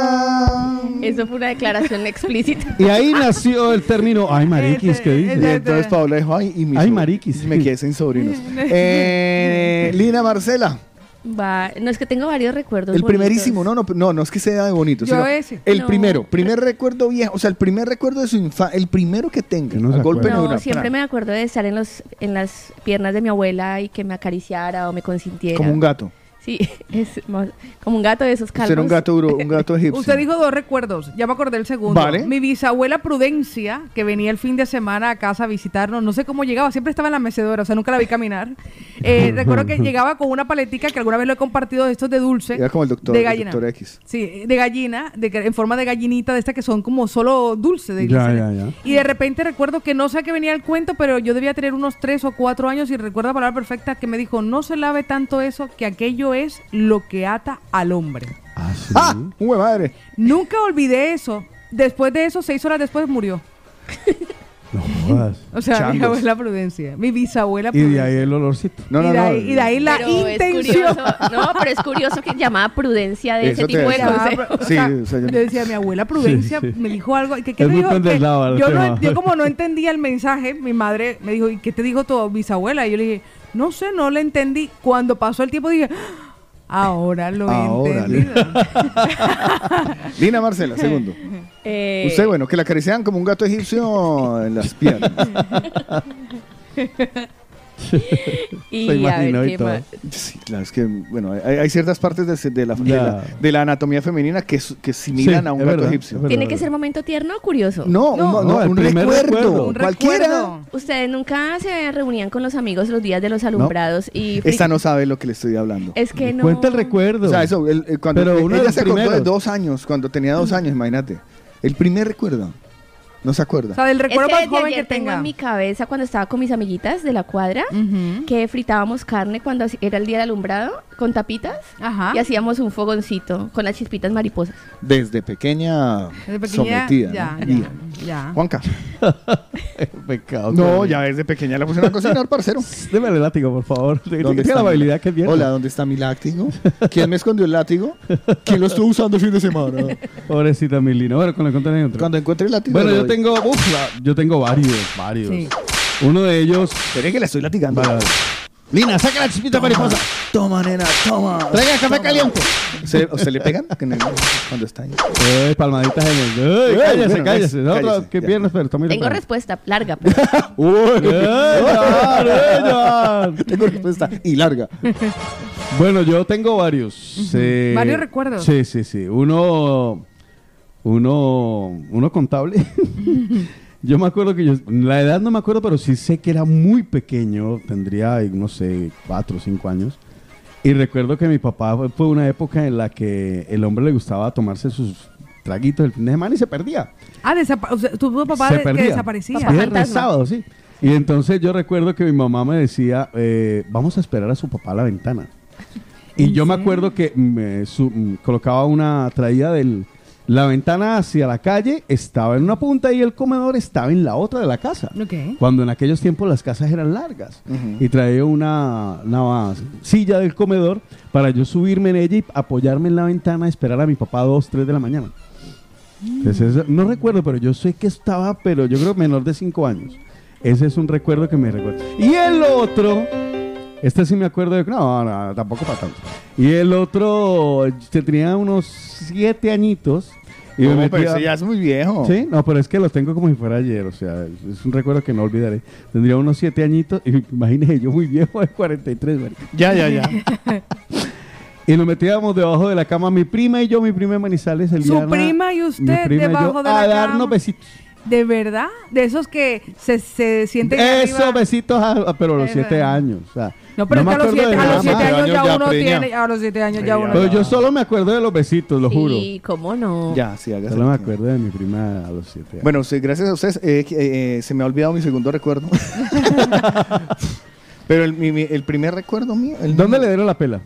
S2: chan.
S8: Eso fue una declaración explícita.
S2: Y ahí nació el término. Ay, mariquis, ¿qué
S3: Este,
S6: Y
S2: dices?
S6: entonces Paula dijo, ay, y mis
S2: Ay,
S6: sobrinos".
S2: mariquis.
S6: Me quedé sin sobrinos. Eh, Lina Marcela.
S8: Va- No es que tengo varios recuerdos.
S6: El
S8: bonitos.
S6: primerísimo, no, no, no, no es que sea de bonito.
S3: Yo
S6: sino
S3: ese.
S6: El
S8: No.
S6: primero, primer recuerdo viejo, o sea, el primer recuerdo de su infancia, el primero que tenga.
S2: Que no se
S6: a golpe
S2: acuerda.
S6: de
S8: No,
S6: una-
S8: siempre me acuerdo de estar en los en las piernas de mi abuela y que me acariciara o me consintiera.
S6: Como un gato.
S8: Sí, es más- como un gato de esos calvos.
S6: Usted era un gato duro, un gato egipcio.
S3: Usted dijo dos recuerdos, ya me acordé el segundo.
S6: Vale.
S3: Mi bisabuela Prudencia, que venía el fin de semana a casa a visitarnos, no sé cómo llegaba, siempre estaba en la mecedora, o sea, nunca la vi caminar. Eh, recuerdo que llegaba con una paletica que alguna vez lo he compartido de estos de dulce.
S6: Era como el doctor,
S3: de
S6: el
S3: gallina.
S6: doctor X.
S3: Sí, de gallina, de, que- en forma de gallinita, de estas que son como solo dulce. De
S2: Ya,
S3: glicina.
S2: ya, ya.
S3: Y de repente recuerdo que no sé a qué venía el cuento, pero yo debía tener unos tres o cuatro años y recuerdo la palabra perfecta que me dijo, no se lave tanto eso, que aquello es lo que ata al hombre.
S2: Ah, sí.
S6: ¡Ah! ¡Hue madre!
S3: Nunca olvidé eso. Después de eso, seis horas después murió.
S2: No jodas.
S3: O sea, mi
S6: Changos.
S3: abuela Prudencia. Mi bisabuela
S2: Y de
S3: Prudencia.
S2: ahí el olorcito.
S6: No,
S3: y,
S6: no,
S3: de
S6: no.
S3: ahí, y de ahí la
S8: Pero es
S3: intención.
S8: curioso- no, pero es curioso que llamaba prudencia de ese
S6: Eso te
S8: tipo de
S6: decía.
S3: Ah,
S8: consejos.
S3: pero, o
S6: Sí,
S3: sea,
S6: o sea, yo-
S3: yo decía, mi abuela Prudencia
S2: Sí, sí.
S3: me dijo algo. ¿y ¿Qué, qué
S2: Es
S3: te
S2: muy
S3: dijo? Que
S2: pendeslava el
S3: yo, no-
S2: tema.
S3: yo como no entendía el mensaje, mi madre me dijo, ¿y qué te dijo tu bisabuela? Y yo le dije, no sé, no le entendí. Cuando pasó el tiempo dije, "Ah, ahora lo
S2: Ah,
S3: he
S6: Ahora,
S3: entendido.
S6: Lina Marcela, segundo.
S8: Eh,
S6: Usted, bueno, que la acariciaban como un gato egipcio en las piernas.
S8: y
S2: Se
S8: a ver,
S2: imaginó y
S8: ¿qué
S2: todo.
S8: más?
S6: Sí, claro, es que, bueno, hay, hay ciertas partes de, de la, de
S2: Ya.
S6: la- de la anatomía femenina que, su- que similan
S2: Sí,
S6: a un
S2: es
S6: gato
S2: verdad,
S6: egipcio.
S2: es verdad.
S8: ¿Tiene que ser momento tierno o curioso?
S6: No,
S3: No,
S6: un,
S2: no, el
S6: un
S2: primer
S6: recuerdo,
S2: recuerdo.
S3: Un
S6: cualquiera.
S3: recuerdo.
S8: ¿Ustedes nunca se reunían con los amigos los días de los alumbrados? y fri-
S6: Esta no sabe lo que le estoy hablando.
S8: Es que no...
S2: Cuenta el recuerdo.
S6: O sea, eso, el- el- cuando
S2: Pero
S6: el-
S2: uno de
S6: ella
S2: los
S6: se acordó de
S2: primeros.
S6: dos años, cuando tenía dos años, imagínate. El primer recuerdo. No se
S3: O
S6: acuerda.
S3: sea, del
S8: es
S3: recuerdo
S8: que
S3: más
S8: desde
S3: joven
S8: ayer
S3: que
S8: tengo
S3: tenga.
S8: en mi cabeza cuando estaba con mis amiguitas de la cuadra
S3: Ujú.
S8: que fritábamos carne cuando así- era el día del alumbrado con tapitas
S3: Ajá.
S8: y hacíamos un fogoncito con las chispitas mariposas.
S6: Desde pequeña,
S3: Desde pequeña,
S6: sometida.
S3: ya,
S6: ¿no?
S3: ya,
S6: Ida.
S3: ya.
S6: Juanca.
S9: Pecado.
S6: No, ya desde pequeña la pusieron a cocinar, parcero.
S9: Deme el látigo, por favor.
S6: ¿Dónde
S9: Tiene
S6: está
S9: la
S6: mi-
S9: habilidad que viene.
S6: Hola, ¿dónde está mi látigo? ¿Quién me escondió el látigo? ¿Quién lo estuvo usando el fin de semana?
S9: Pobrecita Milina. Bueno, con la contaré en otro.
S6: Cuando encuentre el látigo.
S9: Bueno,
S6: lo
S9: yo
S6: doy.
S9: tengo, uf, la- yo tengo varios, varios.
S3: Sí.
S9: Uno de ellos.
S6: Pero es que la estoy latigando.
S9: Vale, vale. Lina, saca la chispita mariposa.
S6: Toma, nena, toma.
S9: Traiga café caliente.
S6: ¿Se, o se le pegan? Que no- Cuando está ahí.
S9: Ey, Eh, palmaditas en el. Ey, cállese,
S6: Ey, bueno,
S9: cállese.
S6: cállese,
S9: Otro,
S6: cállese,
S9: qué
S6: ya.
S9: piernas, pero está muy
S8: Tengo
S9: larga.
S8: respuesta larga. pues.
S9: Uy, Joan, ey, Joan.
S6: Tengo respuesta y larga.
S9: Bueno, yo tengo varios. eh,
S3: Varios recuerdos.
S9: Sí, sí, sí. Uno, uno, uno contable. yo me acuerdo que yo, la edad no me acuerdo, pero sí sé que era muy pequeño. Tendría, eh, no sé, cuatro o cinco años. Y recuerdo que mi papá fue, fue una época en la que el hombre le gustaba tomarse sus traguitos el fin de semana y se perdía.
S3: Ah, desapa- o sea, tu tu papá
S9: se
S3: de- que
S9: perdía.
S3: desaparecía.
S8: Papá
S9: Viernes,
S8: fantasma.
S9: sábado, sí. Y entonces yo recuerdo que mi mamá me decía, eh, vamos a esperar a su papá a la ventana. Y yo me acuerdo que me su- mm, colocaba una traída del... La ventana hacia la calle estaba en una punta y el comedor estaba en la otra de la casa.
S3: Ok.
S9: Cuando en aquellos tiempos las casas eran largas. Y traía una, una silla del comedor para yo subirme en ella y apoyarme en la ventana a esperar a mi papá a 2, 3 de la mañana. Entonces, eso- no recuerdo, pero yo sé que estaba, pero yo creo menor de 5 años. Ese es un recuerdo que me recuerdo. Y el otro, este sí me acuerdo de... No, no, tampoco para tanto. Y el otro se tenía unos 7 añitos. Y me
S6: No,
S9: metía-
S6: pero ese ya es muy viejo.
S9: Sí, no, pero es que lo tengo como si fuera ayer, o sea, es un recuerdo que no olvidaré. Tendría unos siete añitos, y imagínese yo muy viejo de 43, marica.
S6: Ya, ya, ya.
S9: Y nos metíamos debajo de la cama, mi prima y yo, mi prima de Manizales, el
S3: Su prima y usted debajo de la
S9: A darnos
S3: cama.
S9: besitos.
S3: ¿De verdad? De esos que se, se sienten
S9: Eso,
S3: arriba.
S9: besitos, a- a- pero a los
S3: Eso.
S9: siete años. O sea,
S3: No, pero
S9: me
S3: es que a los
S9: acuerdo
S3: siete,
S9: de
S3: a
S9: nada
S3: los siete
S9: más.
S6: Pero
S3: años ya,
S6: años ya
S3: uno
S6: preña.
S3: tiene... Ah. A los siete años
S6: Sí,
S3: ya
S6: ya.
S3: uno...
S9: Pero yo solo me acuerdo de los besitos, lo juro.
S8: Sí, cómo no.
S6: Ya, sí, hágase.
S9: Solo me acuerdo de mi prima a los siete años.
S6: Bueno, sí, gracias a ustedes. eh, eh, eh, se me ha olvidado mi segundo recuerdo. Pero el, mi- mi- el primer recuerdo mío. el
S9: ¿dónde
S6: mío-
S9: le dieron la pela?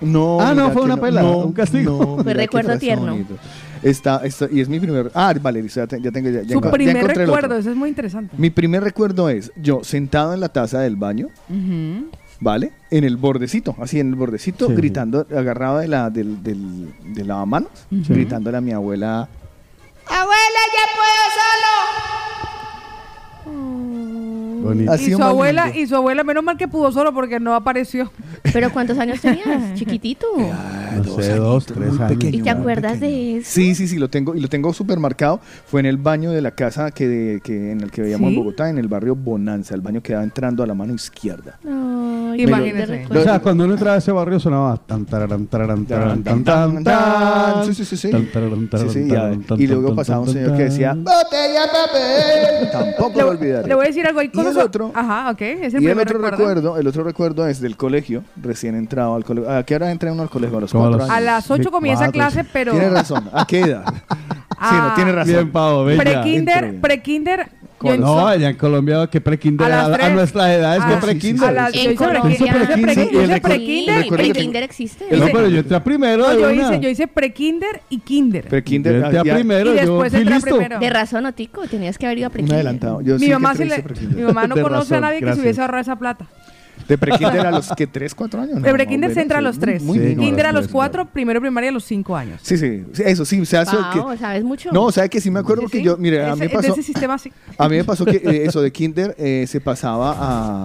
S6: No.
S9: Ah, no,
S6: mira
S9: fue
S6: que
S9: una pela, un castigo.
S6: mira
S8: Fue
S6: qué
S8: recuerdo
S6: razón,
S8: tierno.
S6: bonito. Está, está, y es mi primer. Ah, vale, listo, ya, te- ya tengo. Ya, ya
S3: Su
S6: enco- ya
S3: primer
S6: encontré el otro.
S3: recuerdo, eso es muy interesante.
S6: Mi primer recuerdo es yo sentado en la taza del baño,
S3: Ujú.
S6: ¿vale? En el bordecito, así en el bordecito,
S9: Sí.
S6: gritando, agarrado de la, del, del, del lavamanos, gritándole a mi abuela.
S9: Bonito.
S6: Ha
S3: Y
S6: sido
S3: su
S6: más
S3: abuela,
S6: lindo.
S3: y su abuela, menos mal que pudo solo porque no apareció.
S8: Pero ¿cuántos años tenías? Chiquitito.
S9: No sé, Ah, dos, tres
S6: muy
S9: años.
S6: pequeño,
S8: ¿Y te acuerdas de eso?
S6: Sí, sí, sí, lo tengo, y lo tengo súper marcado. Fue en el baño de la casa que, que en el que veíamos
S3: ¿Sí?
S6: en Bogotá, en el barrio Bonanza. El baño quedaba entrando a la mano izquierda.
S8: Ay,
S3: Imagínese.
S8: de
S9: O
S8: recuerdo.
S9: sea, cuando uno entraba a ese barrio sonaba tan tararán, tararán, tararán, tan tan tan.
S6: Sí, sí, sí, sí.
S9: Tan, tararán,
S6: Sí,
S9: tararán,
S6: sí, ya.
S9: tararán, tan,
S6: Y
S9: tan,
S6: luego
S9: tan,
S6: pasaba un
S9: tan,
S6: señor
S9: tan.
S6: que decía, ¡Botella papel! Tampoco lo olvidaré.
S3: Le voy a decir algo. Hay
S6: Y
S3: cosas
S6: el otro,
S3: Ajá, ok. Es el
S6: y el
S3: primer
S6: otro recuerdo? el otro recuerdo es del colegio, recién entrado al colegio. ¿A qué hora entra uno al colegio? A los
S9: Como a
S6: cuatro
S9: los-
S3: A
S6: años.
S3: las 8
S9: Sí,
S3: comienza
S9: cuatro,
S3: clase,
S9: sí.
S3: pero...
S6: Tiene razón, ¿a qué edad? sí, no,
S3: Ah.
S6: tiene razón.
S9: Bien, pavo, bella.
S6: Entra.
S3: Prekinder, prekinder, yo
S9: No,
S3: hice-
S9: allá en Colombia, que prekinder, a, a
S3: tres.
S9: nuestras edades,
S3: Ah,
S9: que
S6: sí, sí,
S9: prekinder.
S3: a
S8: En
S3: las- yo hice pre-
S8: Colombia.
S3: yo hice
S8: Sí,
S3: pre- yo
S6: el
S3: hice
S6: recuerdo-
S3: prekinder,
S8: Sí,
S6: recuerdo que-
S8: Kinder existe.
S6: el
S9: No,
S3: hice-
S9: pero yo entré primero.
S3: No,
S9: de
S3: yo
S9: una.
S3: hice, yo hice prekinder y kinder.
S9: Yo
S6: Prekinder,
S9: entré
S6: ah,
S9: a
S6: ya,
S9: primero,
S3: Y
S9: yo
S3: después
S9: fui
S3: entra
S9: listo.
S3: primero.
S8: pues. De razón, Otico, tenías que haber ido a
S6: un
S8: prekinder.
S6: adeantado. Yo sí
S3: mi,
S6: que
S3: mamá sí
S6: entré
S3: le-
S6: de
S3: mi
S6: prekinder.
S3: mamá no
S9: De
S3: conoce
S9: razón,
S3: a nadie que se
S9: gracias.
S3: hubiese ahorrado esa plata.
S6: De prekinder a los que tres, cuatro años.
S3: De prekinder se entra a los tres.
S6: tres. Muy
S9: Sí,
S6: bien.
S9: no,
S3: kinder a
S9: ahora
S3: los
S9: sí,
S3: cuatro, primero primaria a los cinco años.
S6: Sí, sí, sí, eso sí, se hace que-
S8: Pao, ¿sabes mucho?
S6: No, o sea que sí me acuerdo
S3: Sí,
S6: que
S3: sí.
S6: yo, mire, a
S3: Ese-
S6: mí me pasó
S3: De ese sistema sí.
S6: A mí me pasó que eh, eso de kinder eh, se pasaba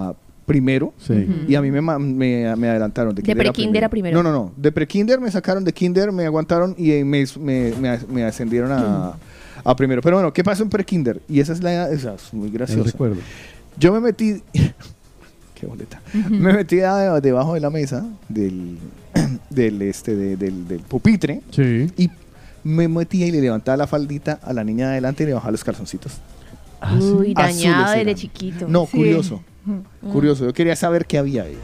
S6: a primero
S9: Sí.
S6: y a mí me, ma- me, me adelantaron. De,
S8: De
S6: kinder a
S8: prekinder a primero.
S6: No, no, no. De prekinder me sacaron de kinder, me aguantaron y eh, me, me, me as- me ascendieron a, a primero. Pero bueno, ¿qué pasó en prekinder? Y esa es la esa es muy
S9: Yo
S6: graciosa.
S9: recuerdo.
S6: Yo me metí... qué boleta. Me metí a- debajo de la mesa del, del, este, de- del, del pupitre
S9: Sí.
S6: y me metía y le levantaba la faldita a la niña de adelante y le bajaba los calzoncitos.
S8: Uy,
S6: Azules
S8: dañado desde
S6: eran.
S8: chiquito. Mm.
S6: No,
S3: Sí.
S6: curioso. Curioso, yo quería saber qué había ahí.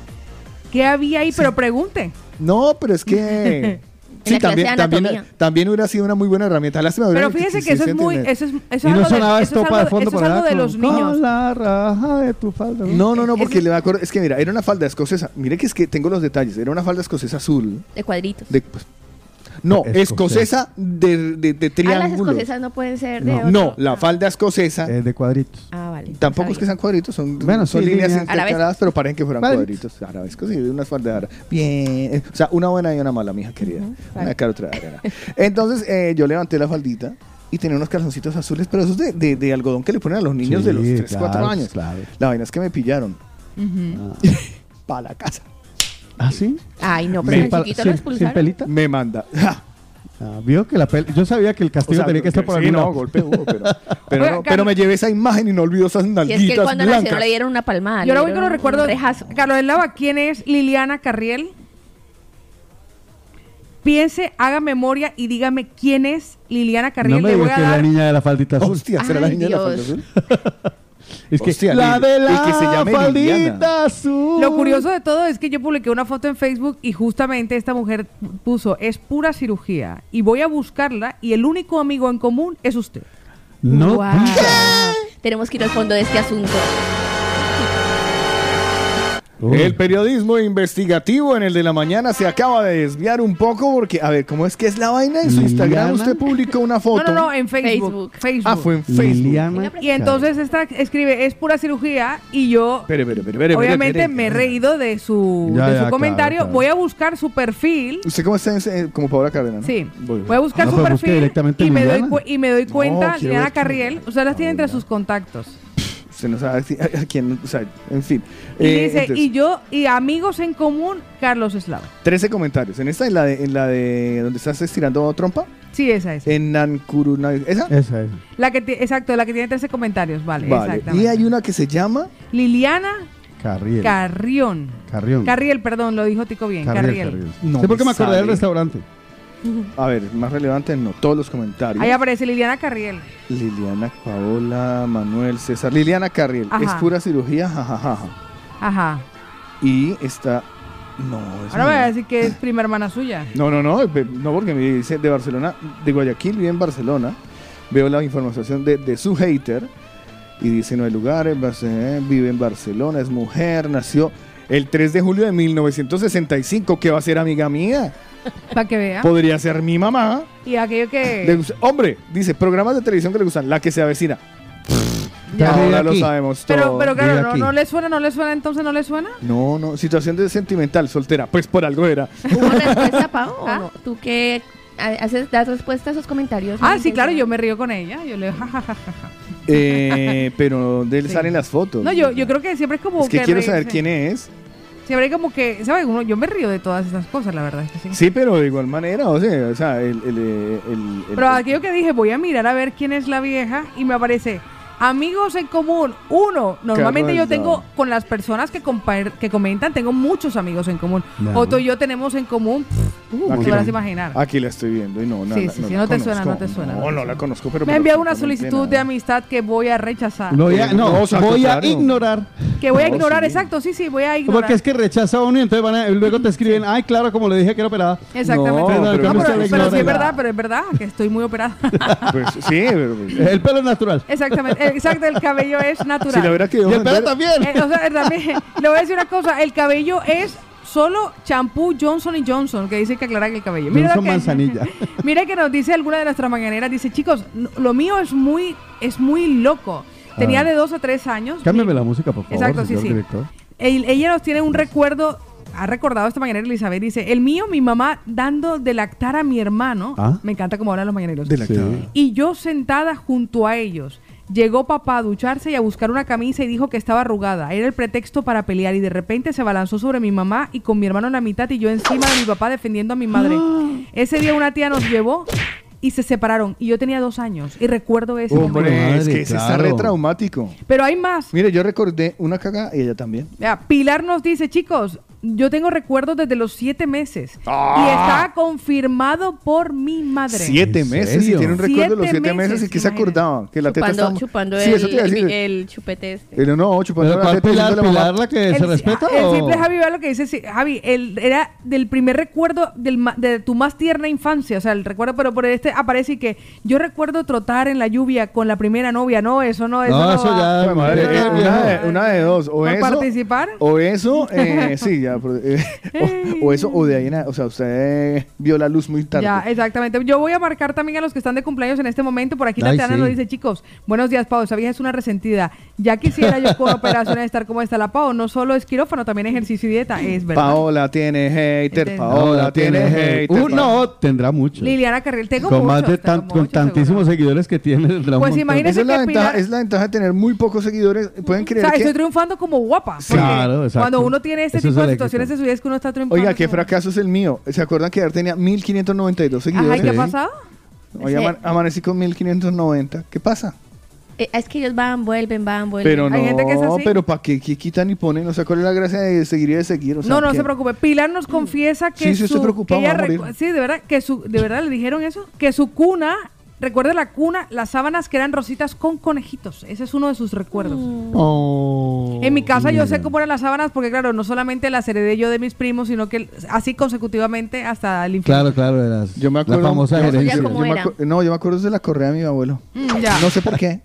S3: ¿Qué había ahí? Pero pregunte.
S6: No, pero es que
S8: En la clase
S6: también,
S8: de
S6: también,
S8: anatomía.
S6: también hubiera sido una muy buena herramienta. Lástima,
S3: Pero
S6: hubiera
S3: fíjese que
S6: existido
S3: eso es muy,
S6: internet.
S3: eso es, eso
S9: Y
S3: es
S9: no
S3: algo de-
S9: sonaba
S3: eso es
S9: estopa de
S3: algo de-
S9: fondo
S3: eso es
S9: por allá
S3: algo de
S9: con-
S3: los niños.
S9: Con la raja de tu falda.
S6: No, no, no, porque
S3: es-
S6: le me acuerdo. Es que mira, era una falda escocesa. Mire que es que tengo los detalles. Era una falda escocesa azul.
S8: de cuadritos.
S6: De, pues, no,
S9: Escocesa.
S6: escocesa de, de,
S8: ah,
S6: de
S8: las
S6: triángulos.
S8: escocesas no pueden ser de
S9: No.
S8: otro-
S6: No, la
S8: ah.
S6: falda escocesa.
S9: Eh, de cuadritos.
S8: Ah, vale. no
S6: Tampoco es que
S8: sabía.
S6: sean cuadritos, son,
S9: Bueno,
S6: son
S9: sí,
S6: líneas
S9: líneas.
S6: intercaladas, pero parecen que fueran
S9: Cuadritos.
S6: cuadritos. Arabescos, sí, unas faldas árabes. Bien. O sea, una buena y una mala, mija querida. Una
S8: vale.
S6: cara, otra arena. Entonces, eh, yo levanté la faldita y tenía unos calzoncitos azules, pero esos de, de- de algodón que le ponen a los niños de los
S9: Sí,
S6: 3, 4
S9: claro,
S6: años.
S9: claro.
S6: La vaina es que me pillaron.
S9: Ah.
S6: Para la casa.
S9: ¿Ah, sí?
S8: Ay, no, pero
S9: Sin
S8: el
S9: pal-
S8: chiquito lo
S9: sin- sin
S8: expulsaron.
S9: pelita.
S6: Me manda. Ja.
S9: Ah, Vio que la pel- Yo sabía que el
S6: O
S9: castigo
S6: sea,
S9: tenía que estar por
S6: sí,
S9: algún
S6: no,
S9: lado.
S6: golpe hubo, pero, pero,
S3: Oiga,
S6: no, pero me llevé esa imagen y no olvido esas
S8: Si es que él
S6: nalguitas
S8: cuando nació
S6: blancas.
S8: no le dieron una palmada.
S3: Yo
S8: le
S3: ahora voy con los
S8: dieron un
S3: recuerdos.
S8: rejazo.
S3: Carlos del Lava, ¿quién es Liliana Carriel? Piense, haga memoria y dígame quién es Liliana
S9: No
S3: Carriel.
S9: me
S3: Le
S9: digas
S3: voy a
S9: que es la
S3: dar.
S9: niña de la faldita azul.
S6: Hostia, ¿será la
S8: Ay,
S6: niña de la falda
S8: Dios.
S6: azul?
S9: Es que
S6: Hostia,
S9: la
S6: y- y
S9: de
S6: que
S9: la
S6: se llame
S9: faldita
S6: Liliana.
S9: azul.
S3: Lo curioso de todo es que yo publiqué una foto en Facebook y justamente esta mujer puso, es pura cirugía y voy a buscarla y el único amigo en común es usted.
S9: No.
S8: Guau.
S3: Ah,
S8: Tenemos que ir al fondo de este asunto.
S9: Uy.
S6: El periodismo investigativo en el de la mañana se acaba de desviar un poco porque, a ver, ¿cómo es que es la vaina? En su Instagram
S9: Liliana.
S6: usted publicó una
S3: No,
S6: foto.
S3: no, no, en Facebook.
S8: Facebook.
S3: Facebook.
S6: Ah, fue en Facebook.
S9: Liliana.
S3: Y entonces esta escribe, es pura cirugía y yo
S6: Espere, espere, espere, espere,
S3: obviamente
S6: espere.
S3: me he reído de su,
S9: Ya,
S3: de su
S9: ya, claro,
S3: comentario.
S9: claro.
S3: Voy a buscar su perfil.
S6: ¿Usted cómo está? en ese- eh, como Paola Cárdenas, ¿no?
S3: Sí,
S6: Voy.
S3: voy a buscar
S9: Ah,
S3: su
S9: pero busque
S3: perfil
S9: directamente
S3: y me, doy
S9: Liliana.
S3: cu- y me doy cuenta,
S6: quiero
S3: Liliana
S6: ver-
S3: Carriel, usted las tiene entre
S6: Ahora.
S3: sus contactos.
S6: Usted no sabe si- a, a quién, o sea, en fin.
S3: Y
S6: Eh,
S3: dice,
S6: entonces,
S3: y yo, y amigos en común, Carlos Eslava.
S6: 13 comentarios. En esta, en la de, en la de donde estás estirando trompa,
S3: Sí, esa es.
S6: en Nancuruna. ¿Esa?
S9: Esa es.
S3: La que ti- exacto, la que tiene 13 comentarios, vale,
S6: Vale.
S3: exactamente.
S6: Y hay una que se llama
S3: Liliana
S9: Carriel.
S3: Carrión.
S9: Carrión.
S3: Carriel, perdón, lo dijo Tico bien, Carriel.
S6: No
S9: No sé por qué
S6: me
S9: me acordé del
S6: sale.
S9: restaurante.
S6: A ver, más relevante, no. Todos los comentarios.
S3: Ahí aparece Liliana Carriel.
S6: Liliana, Paola, Manuel, César. Liliana Carriel.
S3: Ajá.
S6: Es pura cirugía, jajajaja.
S3: Ajá.
S6: Y está. No, es
S3: Ahora voy a
S6: muy-
S3: decir que es prima hermana suya.
S6: No, no, no. eh, No, porque me dice de Barcelona, de Guayaquil, vive en Barcelona. Veo la información de, de su hater. Y dice: No hay lugar, en Barce- eh, vive en Barcelona, es mujer, nació el 3 de julio de 1965. ¿Qué va a ser amiga mía?
S3: Para que vea.
S6: Podría ser mi mamá.
S3: Y aquello
S6: Le
S3: que.
S6: gusta- hombre, dice: programas de televisión que le gustan, la que se avecina.
S9: Ya.
S6: Ahora
S9: Vive
S6: lo
S9: aquí.
S6: sabemos todo.
S3: Pero, pero
S9: vive
S3: claro, no,
S9: aquí.
S3: no le suena, no le suena, entonces no le suena.
S6: No, no, situación de sentimental, soltera, pues por algo era.
S8: ¿Hubo respuesta, Pau? o
S3: ¿Ah?
S8: no? ¿Tú qué ha- haces, das respuesta a esos comentarios?
S3: Ah,
S8: muy
S3: sí, claro, yo
S8: intensos?
S3: me río con ella. Yo le digo, ja, ja, ja, ja, ja.
S6: Eh, pero de él
S3: Sí.
S6: salen las fotos.
S3: No, yo, yo creo que siempre es como.
S6: Es que quiero
S3: reírse.
S6: saber quién es.
S3: Siempre hay como que. ¿Sabes? Uno, yo me río de todas esas cosas, la verdad. es que sí.
S6: Sí, pero de igual manera, o sea, o sea, el, el, eh, el- el-
S3: Pero aquello que dije, voy a mirar a ver quién es la vieja y me aparece. Amigos en común, uno. Normalmente
S6: Carlos
S3: yo tengo
S6: Eslava.
S3: con las personas que, compar- que comentan, tengo muchos amigos en común.
S9: Ya.
S3: Otto y yo tenemos en común, pff, uh,
S6: Aquí
S3: te
S6: no.
S3: vas a imaginar.
S6: Aquí la estoy viendo y no, no,
S3: Sí,
S6: no,
S3: sí,
S6: no
S3: sí,
S6: la
S3: no te
S6: conozco.
S3: suena, no te suena, no
S6: No, no
S3: te
S6: la
S3: suena.
S6: conozco, pero
S3: Me
S6: ha
S3: ha enviado una solicitud de amistad que voy a rechazar.
S9: Lo voy a- no,
S6: No, saco,
S9: voy a
S6: claro.
S9: ignorar.
S3: Que voy a
S6: No,
S3: ignorar,
S6: sí.
S3: exacto, sí, sí, voy a ignorar.
S9: Porque es que rechaza a uno y entonces van a- luego te escriben, ay, claro, como le dije que era operada.
S3: Exactamente.
S6: No,
S3: No,
S6: pero
S3: pero,
S6: ¿cómo se
S3: pero
S6: le
S3: sí
S6: ignora?
S3: es verdad, pero es verdad que estoy muy operada.
S6: Pues sí, pero pues,
S9: El pelo es natural.
S3: Exactamente, eh, exacto, el cabello es natural.
S6: si la verdad que yo
S9: Y el pelo también.
S3: Eh, o sea, también, le voy a decir una cosa, el cabello es solo champú Johnson y Johnson, que dice que aclarar el cabello. Mira
S9: Johnson
S3: que,
S9: Manzanilla.
S3: Mira que nos dice alguna de nuestras mañaneras, dice, chicos, n- lo mío es muy, es muy loco. Tenía
S9: Ah.
S3: de dos a tres años.
S9: Cámbiame la música, por favor.
S3: Exacto, sí,
S9: señor
S3: sí.
S9: director.
S3: El- ella nos tiene un recuerdo, ha recordado esta mañanera Elizabeth, dice, el mío, mi mamá dando de lactar a mi hermano.
S9: Ah.
S3: Me encanta cómo hablan los mañaneros.
S6: de la
S9: Sí.
S6: cara.
S3: Y yo sentada junto a ellos. Llegó papá a ducharse y a buscar una camisa y dijo que estaba arrugada. Era el pretexto para pelear y de repente se balanzó sobre mi mamá y con mi hermano en la mitad y yo encima de mi papá defendiendo a mi madre. Ese día una tía nos llevó y se separaron y yo tenía dos años y recuerdo eso.
S6: Hombre,
S9: Madre,
S6: es que ese está
S9: claro.
S6: re traumático.
S3: Pero hay más.
S6: Mire, yo recordé una caga y ella también.
S3: Vea, Pilar nos dice, chicos, Yo tengo recuerdos desde los siete meses. Y
S6: ¡Ah!
S3: está confirmado por mi madre.
S6: Siete
S9: ¿En
S6: meses, y
S9: serio?
S6: tiene un recuerdo de los
S3: Siete
S6: siete meses,
S3: meses,
S6: y que se
S3: imagínate.
S6: acordaban que la teta
S8: chupando
S6: está...
S8: chupando
S6: sí,
S8: el,
S6: eso te iba a decir.
S8: el chupete este.
S6: El, no, chupando
S9: ¿Pero
S6: la
S9: cuál
S6: teta y
S9: Pilar?
S6: diciendo a la
S9: ¿Pilar la
S6: mamá,
S9: que
S3: El
S9: se
S3: si-
S9: respeta?
S3: El
S9: o-
S3: simple Javi Vea lo que dice, sí, Javi, el, era del primer recuerdo del, ma- de tu más tierna infancia, o sea, el recuerdo, pero por este aparece y que yo recuerdo trotar en la lluvia con la primera novia, no, eso no, eso no,
S9: No, eso
S3: va.
S9: ya.
S6: Ay, madre,
S9: ya-
S6: eh, una, de,
S3: no.
S6: una de dos. O
S3: ¿Por
S6: eso,
S3: participar?
S6: O eso, eh, sí, ya. por- eh, o, o eso, o de ahí, en a- o sea, usted vio la luz muy tarde.
S3: Ya, exactamente. Yo voy a marcar también a los que están de cumpleaños en este momento. Por aquí
S9: Ay,
S3: Tatiana
S9: sí.
S3: nos dice, chicos, buenos días, Pau. Esa vieja es una resentida. Ya quisiera yo con operaciones estar como está la Pau. No solo es quirófano, también ejercicio y dieta. Es verdad.
S6: Paola tiene hater,
S3: Entiendo. Pues
S6: Paola tiene hater.
S9: Uh,
S6: Pa-
S9: no, tendrá mucho.
S3: Liliana Carril, tengo
S9: con más
S3: muchos,
S9: de tan-
S3: tengo
S9: con
S3: muchos,
S9: tantísimos
S3: seguro.
S9: seguidores que tiene. tendrá un
S3: Pues
S9: montón.
S6: Esa
S3: imagínese
S6: es la,
S3: que
S6: ventaja,
S3: Pilar-
S6: es la ventaja de tener muy pocos seguidores. Pueden
S3: O
S6: creer
S3: sea,
S6: que...
S3: estoy triunfando como guapa.
S9: Sí.
S3: porque
S9: Claro, exacto.
S3: Cuando uno tiene este
S9: Eso es
S3: tipo
S9: el
S3: de situaciones
S9: éxito.
S3: en su vida es que uno está triunfando.
S6: Oiga, qué
S3: como-
S6: fracaso es el mío. ¿Se acuerdan que ayer tenía 1592 seguidores?
S3: Ajá, ¿y qué
S9: Sí.
S3: ha pasado?
S6: Hoy ama- amanecí con 1590. ¿Qué pasa?
S8: Eh, es que ellos van, vuelven, van, vuelven.
S6: Pero no,
S3: Hay gente que es así.
S6: pero ¿para qué, qué quitan y ponen? O sea, ¿cuál es la gracia de seguir y de seguir? O sea,
S3: no, no
S6: ¿qué?
S3: se preocupe. Pilar nos confiesa que
S6: Sí, sí, estoy
S3: su-
S6: preocupado,
S3: que ella
S6: me voy a
S3: recu-
S6: morir.
S3: sí, de verdad que su de verdad le dijeron eso, que su cuna, recuerda la cuna, las sábanas que eran rositas con conejitos. Ese es uno de sus recuerdos.
S9: Oh,
S3: En mi casa yo sé
S6: Mm.
S9: mira.
S3: cómo eran las sábanas porque claro, no solamente las heredé yo de mis primos, sino que así consecutivamente hasta el
S9: Claro,
S3: infinito.
S9: claro, de las-
S6: Yo me acuerdo.
S9: La famosa
S6: yo-
S9: gerencia.
S8: Ya como
S6: yo me
S8: era.
S6: acu- no, yo me acuerdo de la correa de mi abuelo.
S3: Mm, ya.
S6: No sé por qué.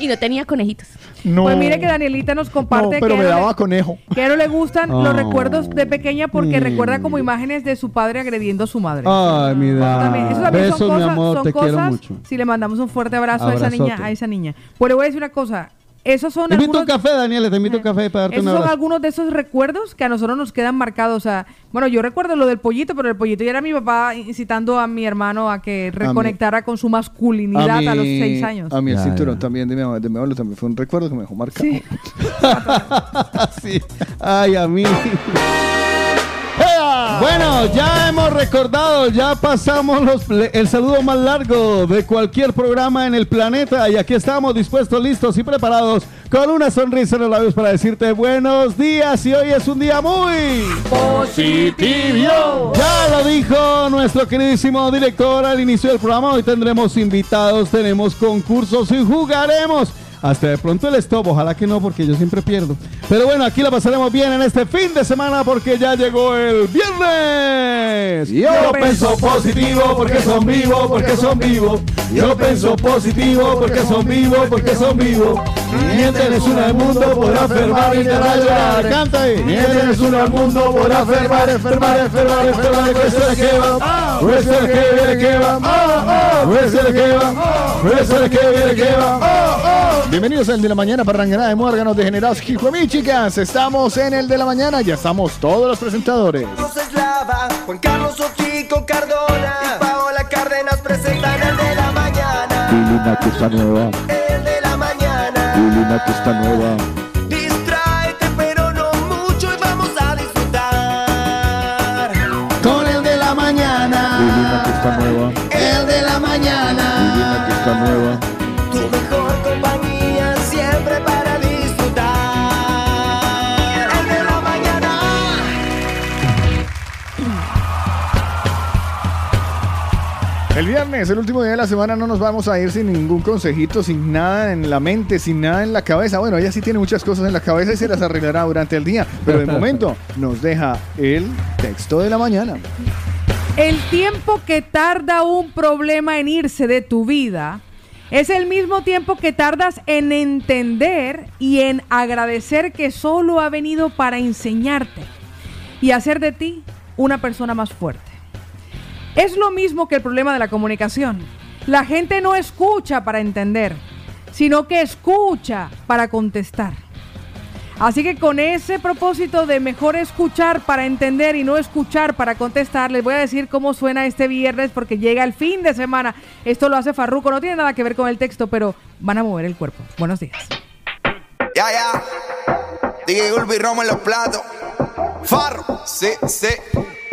S8: Y no tenía conejitos.
S6: No.
S3: Pues mire que Danielita nos
S6: No,
S3: comparte
S6: pero me
S3: que ella no le-
S6: daba Ah. conejo.
S3: que no le gustan
S9: Oh.
S3: los recuerdos de pequeña porque
S9: Mm.
S3: recuerda como imágenes de su padre agrediendo a su madre.
S6: Ah.
S9: Ay,
S3: Eso Pues también,
S9: mira.
S3: eso también
S9: Besos,
S3: son cosas,
S9: mi amor,
S3: son
S9: te quiero
S3: cosas-
S9: mucho.
S3: Si le mandamos un fuerte abrazo a esa
S9: Abrazote.
S3: niña, a esa niña. Pero le voy a decir una cosa, esos son
S9: Te invito un
S3: algunos,
S9: café, Daniel, te invito un café para darte
S3: Eh, esos
S9: un
S3: son
S9: abrazo.
S3: algunos de esos recuerdos que a nosotros nos quedan marcados. O sea, bueno, yo recuerdo lo del pollito, pero el pollito ya era mi papá incitando a mi hermano a que reconectara con su masculinidad a,
S6: mí-
S3: los seis años.
S6: A mí el
S9: Ya,
S6: cinturón
S9: ya.
S6: también de mi, abue- de mi abuelo también fue un recuerdo que me dejó marcado.
S3: Sí.
S9: Sí. Ay, a mí. ¡Ea! Bueno, ya hemos recordado, ya pasamos los ple- el saludo más largo de cualquier programa en el planeta y aquí estamos dispuestos, listos y preparados con una sonrisa en los labios para decirte buenos días y hoy es un día muy... Ya lo dijo nuestro queridísimo director al inicio del programa. Hoy tendremos invitados, tenemos concursos y jugaremos. Hasta de pronto el stop, ojalá que no, porque yo siempre pierdo. Pero bueno, aquí la pasaremos bien en este fin de semana porque ya llegó el viernes.
S6: Yo
S9: pienso positivo porque son vivos, porque son vivos. Yo pienso positivo porque son vivos, porque son vivos. Mientras una del mundo podrá enfermar y te hará llorar. Canta ahí. Mientras una del mundo podrá enfermar, enfermar, enfermar, enfermar. Por eso es que va, por eso es que viene que va, por eso es que va, por eso es que viene que va.
S6: Bienvenidos al de la mañana, Parrangará de Muérganos Degenerados, Jijuemí, chicas. Estamos en el de la mañana, ya estamos todos los presentadores.
S10: Carlos Eslava, Juan Carlos Ochico Cardona y Paola Cárdenas presentan el de la mañana. El de la mañana. Distráete, pero no mucho y vamos a disfrutar.
S6: Con el de la mañana.
S10: El de la mañana. Tu mejor compañía siempre para disfrutar. El de la mañana.
S6: El viernes, el último día de la semana, no nos vamos a ir sin ningún consejito, sin nada en la mente, sin nada en la cabeza. Bueno, ella sí tiene muchas cosas en la cabeza y se las arreglará durante el día. Pero de momento nos deja el texto de la mañana.
S3: El tiempo que tarda un problema en irse de tu vida es el mismo tiempo que tardas en entender y en agradecer que solo ha venido para enseñarte y hacer de ti una persona más fuerte. Es lo mismo que el problema de la comunicación. La gente no escucha para entender, sino que escucha para contestar. Así que con ese propósito de mejor escuchar para entender y no escuchar para contestar, les voy a decir cómo suena este viernes porque llega el fin de semana. Esto lo hace Farruco, no tiene nada que ver con el texto, pero van a mover el cuerpo. Buenos días.
S10: Ya, ya. DJ Ulvi Romo en los platos. Farro, sí, sí.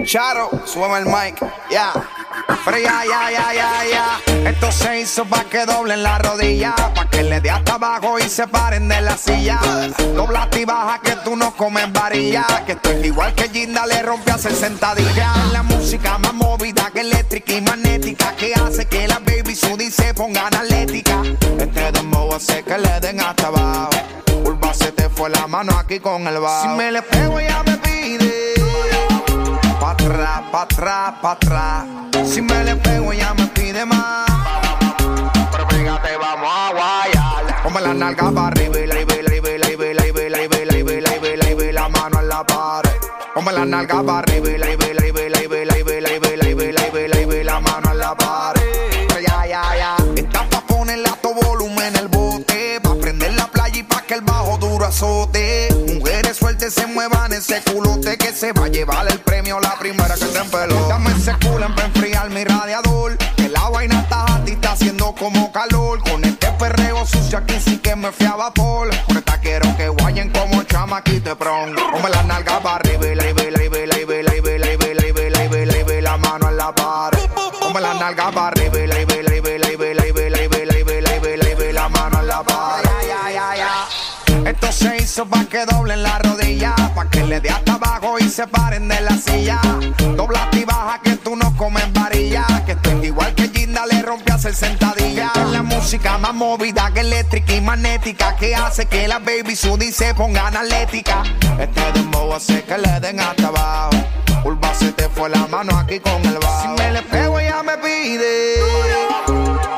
S10: Charo, súbame el mic. Ya. Pero ya, ya, ya, ya, ya.
S11: Esto se hizo pa' que doblen la rodilla, pa' que le dé hasta abajo y se paren de la silla. Doblate y baja que tú no comes varilla, que estoy igual que Ginda le rompe a hacer sentadilla. La música más movida que eléctrica y magnética, que hace que la baby sudi se ponga analética. Este dembow hace que le den hasta abajo. Pulpa se te fue la mano aquí con el bajo. Si me le pego ya me pide. Pa' atrás, pa' atrás, pa' atrás. Si me le pego ya me pide más. Pero pégate, vamos a guayar. Ponme la nalga para arriba y la arriba y la arriba y la arriba y la arriba y la arriba y la arriba y la arriba y la arriba y la mano en la pared. Ponme la nalga para arriba y la arriba y la arriba y la arriba y la arriba y la arriba y la arriba y la arriba y la arriba y la mano en la pared. Ya, ya, ya. Estás pa' ponerle a tu volumen en el bote. Pa' prender la playa y pa' que el bajo duro azote. Mujeres sueltes se muevan ese culote que se va a llevar el premio la primera que se empeló. Dame ese culo para enfriar mi radiador. Que la vaina está a ti, está haciendo como calor. Con este perreo sucio aquí sí que me fui a vapor. Con esta quiero que guayen como chamaquito de prom. Ponme la nalga para arriba y la arriba y la arriba y la arriba y la arriba y la arriba y la arriba y la arriba y la arriba y la mano en la pared. Ponme la nalga para arriba y la arriba y la arriba y la arriba y la arriba y la arriba y la arriba y la arriba y la arriba y la mano en la pared. Ay, ay, ay, ay. Esto se hizo pa' que doblen la rodilla, pa' que le dé hasta abajo y se paren de la silla. Doblate y baja que tú no comes varilla, que estoy igual que Ginda le rompe a hacer sentadilla. Esta es la música más movida que eléctrica y magnética, que hace que la baby sudi se ponga analética. Este dembow hace que le den hasta abajo. Urba se te fue la mano aquí con el bajo. Si me le pego ella me pide.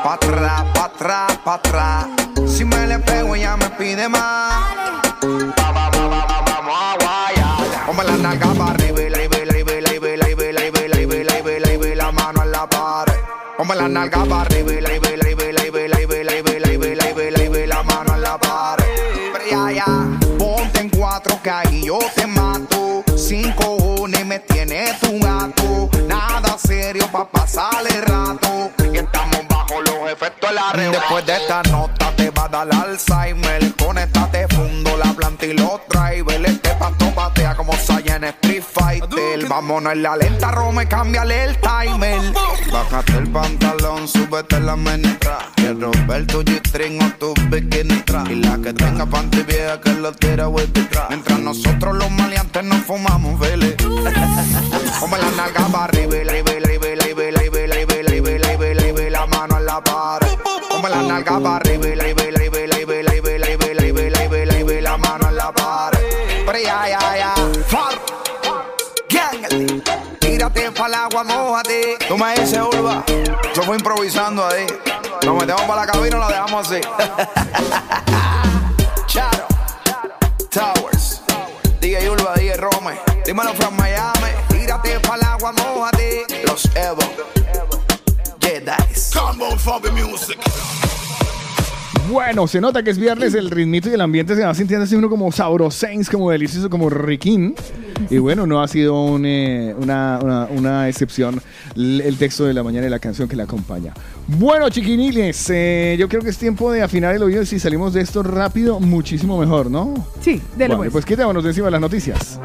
S11: Pa' atrás, pa' atrás, pa' atrás. Si me le pego ella me pide más. Va, va, va, va, va, vamos a guayar. Ponme la nalga para arriba y la arriba y la arriba y la arriba y la arriba y la arriba y la arriba y la arriba y la arriba y la mano en la pared. Ponme la nalga para arriba y la arriba y la arriba y la arriba y la arriba y la arriba y la arriba y la arriba y la arriba y la mano en la pared. Pero ya, ya. Ponte en cuatro que ahí yo te mato. Cinco cojones me tienes tu gato. Nada serio pa' pasar el rato. Y estamos bajo los efectos de la red. Después de esta nota te va a dar Alzheimer. Con esta te fundo la planta y los drivers. Este pato batea como Saiyan en Street Fighter. Vámonos en la lenta, Rome, cámbiale el timer. Bájate el pantalón, súbete la menestra. Quiero ver tu G-string o tu bikini tra. Y la que tenga panty vieja que lo tira with the tra. Mientras nosotros los maleantes nos fumamos, vele. Como la nalga para arriba, y la arriba, y la arriba, y la arriba, y la arriba, y la arriba, y la arriba, y la arriba, y la arriba, y la mano en la pared. Como la nalga para arriba, y la arriba, y la arriba, y la arriba, y la arriba, y la arriba, y la arriba, y la arriba, y la arriba, y la mano en la pared. Pero ya, ya, ya. Fuck. Gang. Tírate pa'l agua, mojate. Toma ese, Urba. Yo fui improvisando ahí. Nos metemos para la cabina y la dejamos así. Charo. Towers. DJ Urba, DJ Rome. Dímelo from Miami. Tírate pa'l agua, mojate. Los Evo. Jedi's. Combo Fobby Music.
S6: Bueno, se nota que es viernes, el ritmito y el ambiente se va sintiendo así uno como sabrosens, como delicioso, como riquín. Y bueno, no ha sido un, eh, una, una- una excepción l- el texto de la mañana y la canción que la acompaña. Bueno, chiquinines, eh, yo creo que es tiempo de afinar el oído y si salimos de esto rápido, muchísimo mejor, ¿no?
S3: Sí, de
S6: Bueno, pues quitémonos de encima las noticias.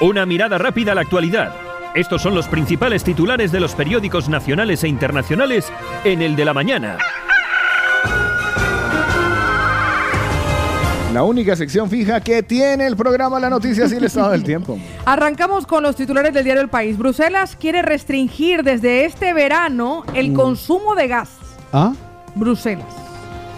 S1: Una mirada rápida a la actualidad. Estos son los principales titulares de los periódicos nacionales e internacionales en el de la mañana.
S6: La única sección fija que tiene el programa La Noticia y el estado del tiempo.
S3: Arrancamos con los titulares del diario El País. Bruselas quiere restringir desde este verano
S9: Mm.
S3: el consumo de gas.
S9: ¿Ah?
S3: Bruselas.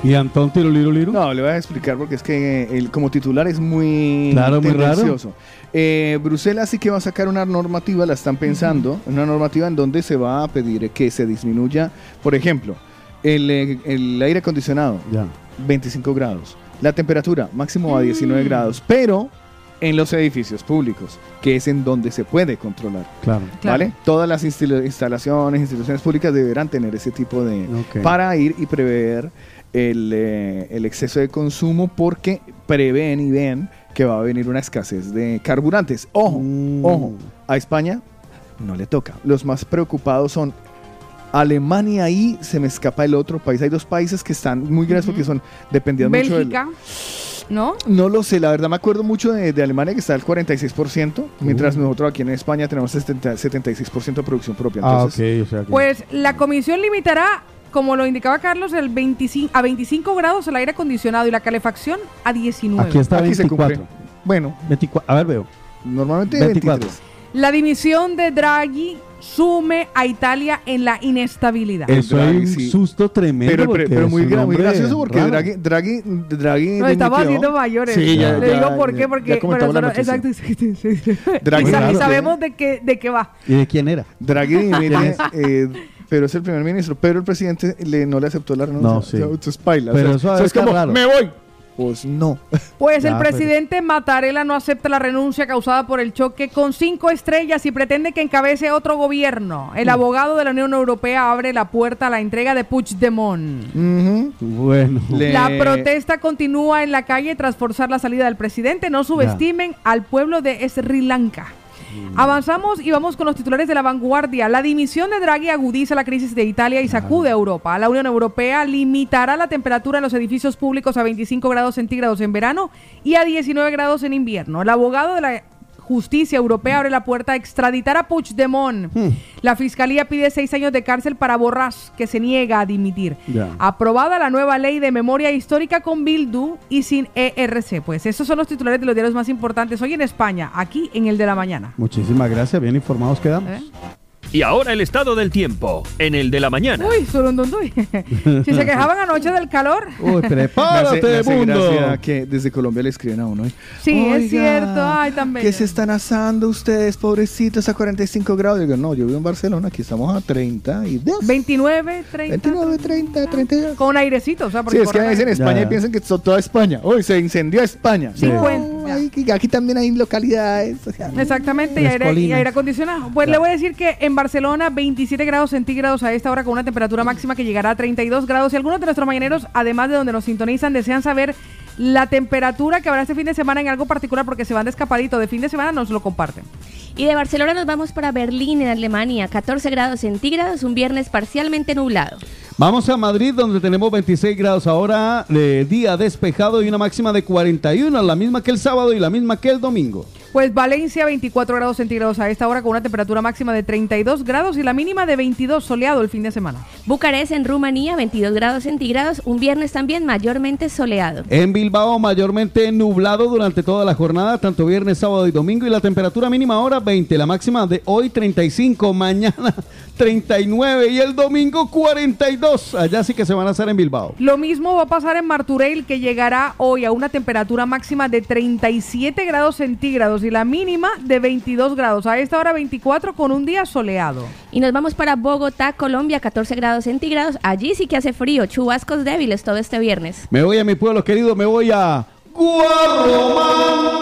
S9: ¿Y Antón Tiro Liro Liro?
S6: No, le voy a explicar porque es que eh, el, como titular es muy
S9: Claro, muy raro.
S6: tendencioso. Eh, Bruselas sí que va a sacar una normativa, la están pensando, una normativa en donde se va a pedir que se disminuya, por ejemplo, el, eh, el aire acondicionado,
S9: Ya.
S6: 25 grados, la temperatura máximo a
S9: Mm.
S6: 19 grados, pero en los edificios públicos, que es en donde se puede controlar.
S9: Claro.
S3: Claro.
S6: ¿Vale? Todas las instil- instalaciones, instituciones públicas deberán tener ese tipo de...
S9: Ok.
S6: Para ir y prever el, eh, el exceso de consumo porque prevén y ven que va a venir una escasez de carburantes. Ojo,
S9: Mm.
S6: ojo, a España no le toca. Los más preocupados son Alemania y se me escapa el otro país. Hay dos países que están muy graves porque son dependían mucho del...
S3: Bélgica, ¿no?
S6: No lo sé, la verdad me acuerdo mucho de, de Alemania que está al 46%,
S9: Uh.
S6: mientras nosotros aquí en España tenemos 70 76% de producción propia.
S9: Ah,
S6: Entonces,
S9: ok. O sea que-
S3: Pues la comisión limitará como lo indicaba Carlos, el 25, a 25 grados el aire acondicionado y la calefacción a 19.
S9: Aquí está
S6: Aquí se
S9: 24.
S6: cumple. Bueno.
S9: a ver, veo.
S6: Normalmente
S9: 24.
S3: La dimisión de Draghi sume a Italia en la inestabilidad.
S9: Eso
S6: Draghi,
S9: hay un
S6: sí.
S9: susto tremendo.
S6: Pero,
S9: porque
S6: pero, pero muy,
S9: es un
S6: gra- muy
S9: hombre
S6: gracioso porque
S9: raro.
S6: Draghi, Draghi, Draghi
S3: Nos estamos
S6: dimitió.
S3: haciendo mayores.
S6: Sí, ya,
S3: Le
S6: ya,
S3: digo por
S6: ya-
S3: qué, porque
S6: ya comentamos
S3: bueno,
S6: la
S3: eso no-
S6: noticia.
S3: exacto, exacto, exacto.
S6: Draghi,
S3: Y sa- y
S6: claro.
S3: sabemos de qué, de qué va.
S9: ¿Y de quién era?
S6: Draghi dimite,
S9: ¿Quién
S6: eh, pero es el primer ministro. Pero el presidente le, no le aceptó la renuncia.
S9: No, sí.
S6: O sea, entonces baila.
S9: Pero
S6: o sea,
S9: eso
S6: o sea, es
S9: está
S6: como,
S9: raro.
S6: me voy. Pues no.
S3: Pues
S9: Ya,
S3: el
S9: pero-
S3: presidente Mattarella no acepta la renuncia causada por el choque con cinco estrellas y pretende que encabece otro gobierno. El abogado de la Unión Europea abre la puerta a la entrega de Puigdemont.
S6: Ujú.
S9: Bueno.
S6: Le-
S3: La protesta continúa en la calle tras forzar la salida del presidente. No subestimen al pueblo de Sri Lanka.
S6: Mm.
S3: Avanzamos y vamos con los titulares de la vanguardia. La dimisión de Draghi agudiza la crisis de Italia y sacude a Europa. La Unión Europea limitará la temperatura en los edificios públicos a 25 grados centígrados en verano y a 19 grados en invierno. El abogado de la Justicia Europea abre la puerta a extraditar a Puigdemont.
S6: Hmm.
S3: La Fiscalía pide seis años de cárcel para Borrás, que se niega a dimitir.
S9: Ya.
S3: Aprobada la nueva ley de memoria histórica con Bildu y sin ERC. Pues esos son los titulares de los diarios más importantes hoy en España, aquí en el de la mañana.
S9: Muchísimas gracias, bien informados quedamos.
S3: ¿Eh?
S1: Y ahora el estado del tiempo, en el de la mañana.
S3: Uy, surundunduy. si se quejaban anoche del calor.
S9: Uy,
S6: Me
S9: prepárate,
S6: hace- me hace
S9: mundo.
S6: gracia que desde Colombia le escriben a uno. ¿eh?
S3: Sí,
S6: Oiga,
S3: es cierto. Ay, también.
S6: ¿Qué se están asando ustedes, pobrecitos, a 45 grados? Yo digo, no, yo vivo en Barcelona, aquí estamos a 30 y 10.
S3: 29, 30.
S6: 29, 30, 32.
S3: Con airecito, o sea,
S6: Sí,
S3: porque
S6: es que
S3: corre-
S6: dicen España y
S9: Ya.
S6: piensan que es toda España. Hoy se incendió España.
S9: Sí.
S3: pues,
S6: No, hay- aquí también hay localidades. o sea,
S3: Exactamente, y
S9: Las
S3: aire, y
S9: colinas.
S3: aire acondicionado. Pues le voy a decir que en Barcelona 27 grados centígrados a esta hora con una temperatura máxima que llegará a 32 grados. Y algunos de nuestros mañaneros, además de donde nos sintonizan, desean saber la temperatura que habrá este fin de semana en algo particular porque se van de escapadito de fin de semana, nos lo comparten.
S8: Y de Barcelona nos vamos para Berlín, en Alemania, 14 grados centígrados, un viernes parcialmente nublado.
S9: Vamos a Madrid, donde tenemos 26 grados ahora, eh, día despejado y una máxima de 41, la misma que el sábado y la misma que el domingo.
S3: Pues Valencia 24 grados centígrados a esta hora con una temperatura máxima de 32 grados y la mínima de 22 soleado el fin de semana.
S8: Bucarest, en Rumanía, 22 grados centígrados, un viernes también mayormente soleado.
S9: En Bilbao, mayormente nublado durante toda la jornada, tanto viernes, sábado y domingo, y la temperatura mínima ahora 20, la máxima de hoy 35, mañana 39 y el domingo 42. Allá sí que se van a hacer en Bilbao.
S3: Lo mismo va a pasar en Marturell, que llegará hoy a una temperatura máxima de 37 grados centígrados y la mínima de 22 grados. A esta hora 24 con un día soleado.
S8: Y nos vamos para Bogotá, Colombia, 14 grados centígrados. Allí sí que hace frío, chubascos débiles todo este viernes.
S9: Me voy a mi pueblo querido, me voy a Guarromán.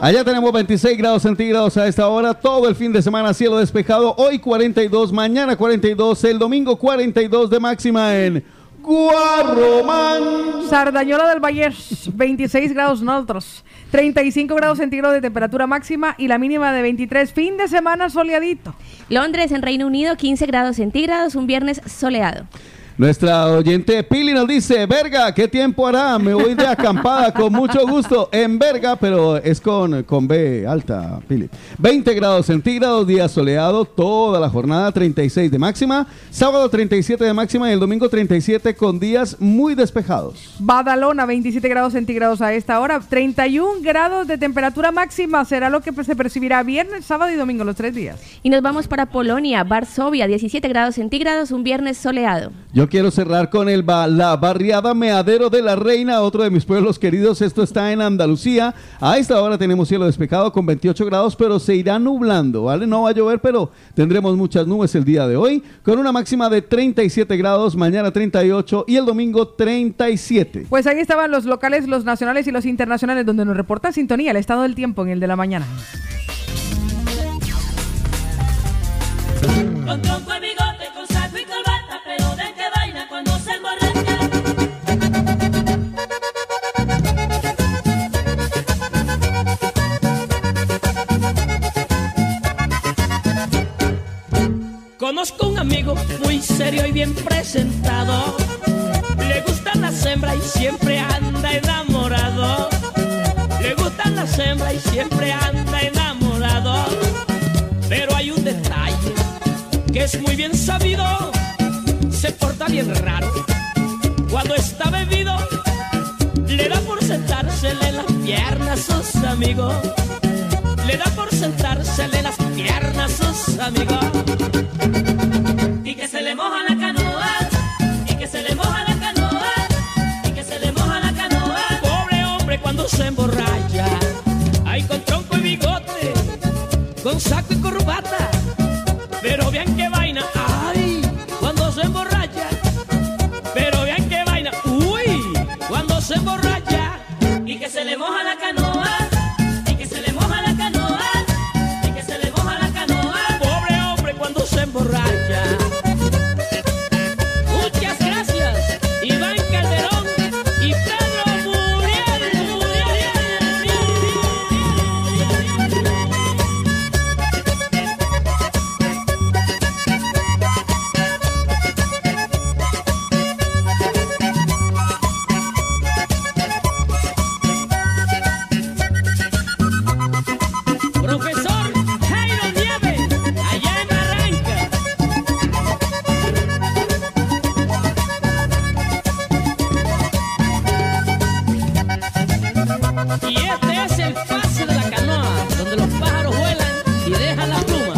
S9: Allá tenemos 26 grados centígrados a esta hora, todo el fin de semana cielo despejado, hoy 42, mañana 42, el domingo 42 de máxima en Guarromán.
S3: Sardañola del Valle, 26 grados nosotros, 35 grados centígrados de temperatura máxima y la mínima de 23. Fin de semana soleadito.
S8: Londres, en Reino Unido, 15 grados centígrados, un viernes soleado.
S9: Nuestra oyente Pili nos dice, verga, ¿qué tiempo hará? Me voy de acampada con mucho gusto en verga, pero es con, con B alta, Pili. 20 grados centígrados, día soleado, toda la jornada 36 de máxima, sábado 37 de máxima y el domingo 37 con días muy despejados.
S3: Badalona, 27 grados centígrados a esta hora, 31 grados de temperatura máxima será lo que se percibirá viernes, sábado y domingo, los tres días.
S8: Y nos vamos para Polonia, Varsovia, 17 grados centígrados, un viernes soleado.
S9: Yo quiero cerrar con el ba- la barriada Meadero de la Reina, otro de mis pueblos queridos. Esto está en Andalucía. A esta hora tenemos cielo despejado con 28 grados, pero se irá nublando, ¿vale? No va a llover, pero tendremos muchas nubes el día de hoy, con una máxima de 37 grados, mañana 38 y el domingo 37.
S3: Pues ahí estaban los locales, los nacionales y los internacionales, donde nos reporta sintonía el estado del tiempo en el de la mañana.
S12: Con tronco y bigote, con saco y corbata, pero de qué vaina cuando se emborracha. Conozco un amigo muy serio y bien presentado. Le gustan las hembras y siempre anda enamorado. Le gustan las hembras y siempre anda enamorado. Pero hay un detalle que es muy bien sabido. Se porta comporta bien raro. Cuando está bebido, le da por sentársele en las piernas a sus amigos. Le da por sentársele en las piernas a sus amigos.
S13: Y que se le moja la canoa. Y que se le moja la canoa. Y que se le moja la canoa.
S12: Pobre hombre cuando se emborracha. Ahí con tronco y bigote, con saco y corbata. Pero vean qué vaina, ay, cuando se emborracha. Pero vean qué vaina, uy, cuando se emborracha.
S13: Y que se le moja la canoa. Y que se le moja la canoa. Y que se le moja la canoa.
S12: Pobre hombre cuando se emborracha. Muchas gracias, Iván Calderón y Pedro Muriel. Profesor Jairo Nieves, allá en Barranca. Y este es el pase de la canoa, donde los pájaros vuelan y dejan la pluma.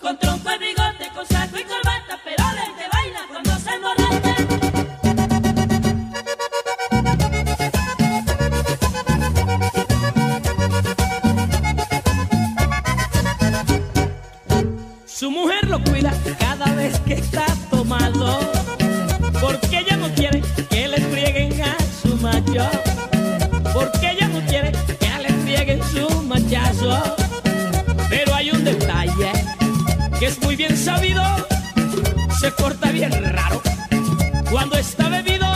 S13: Con tronco y bigote, con saco y corbata. Pero él te baila cuando se emborracha.
S12: Su mujer lo cuida cada vez que está tomado, porque ella no quiere que le frieguen a su macho, porque ella no quiere que le frieguen su machazo. Pero hay un detalle que es muy bien sabido, se porta bien raro. Cuando está bebido,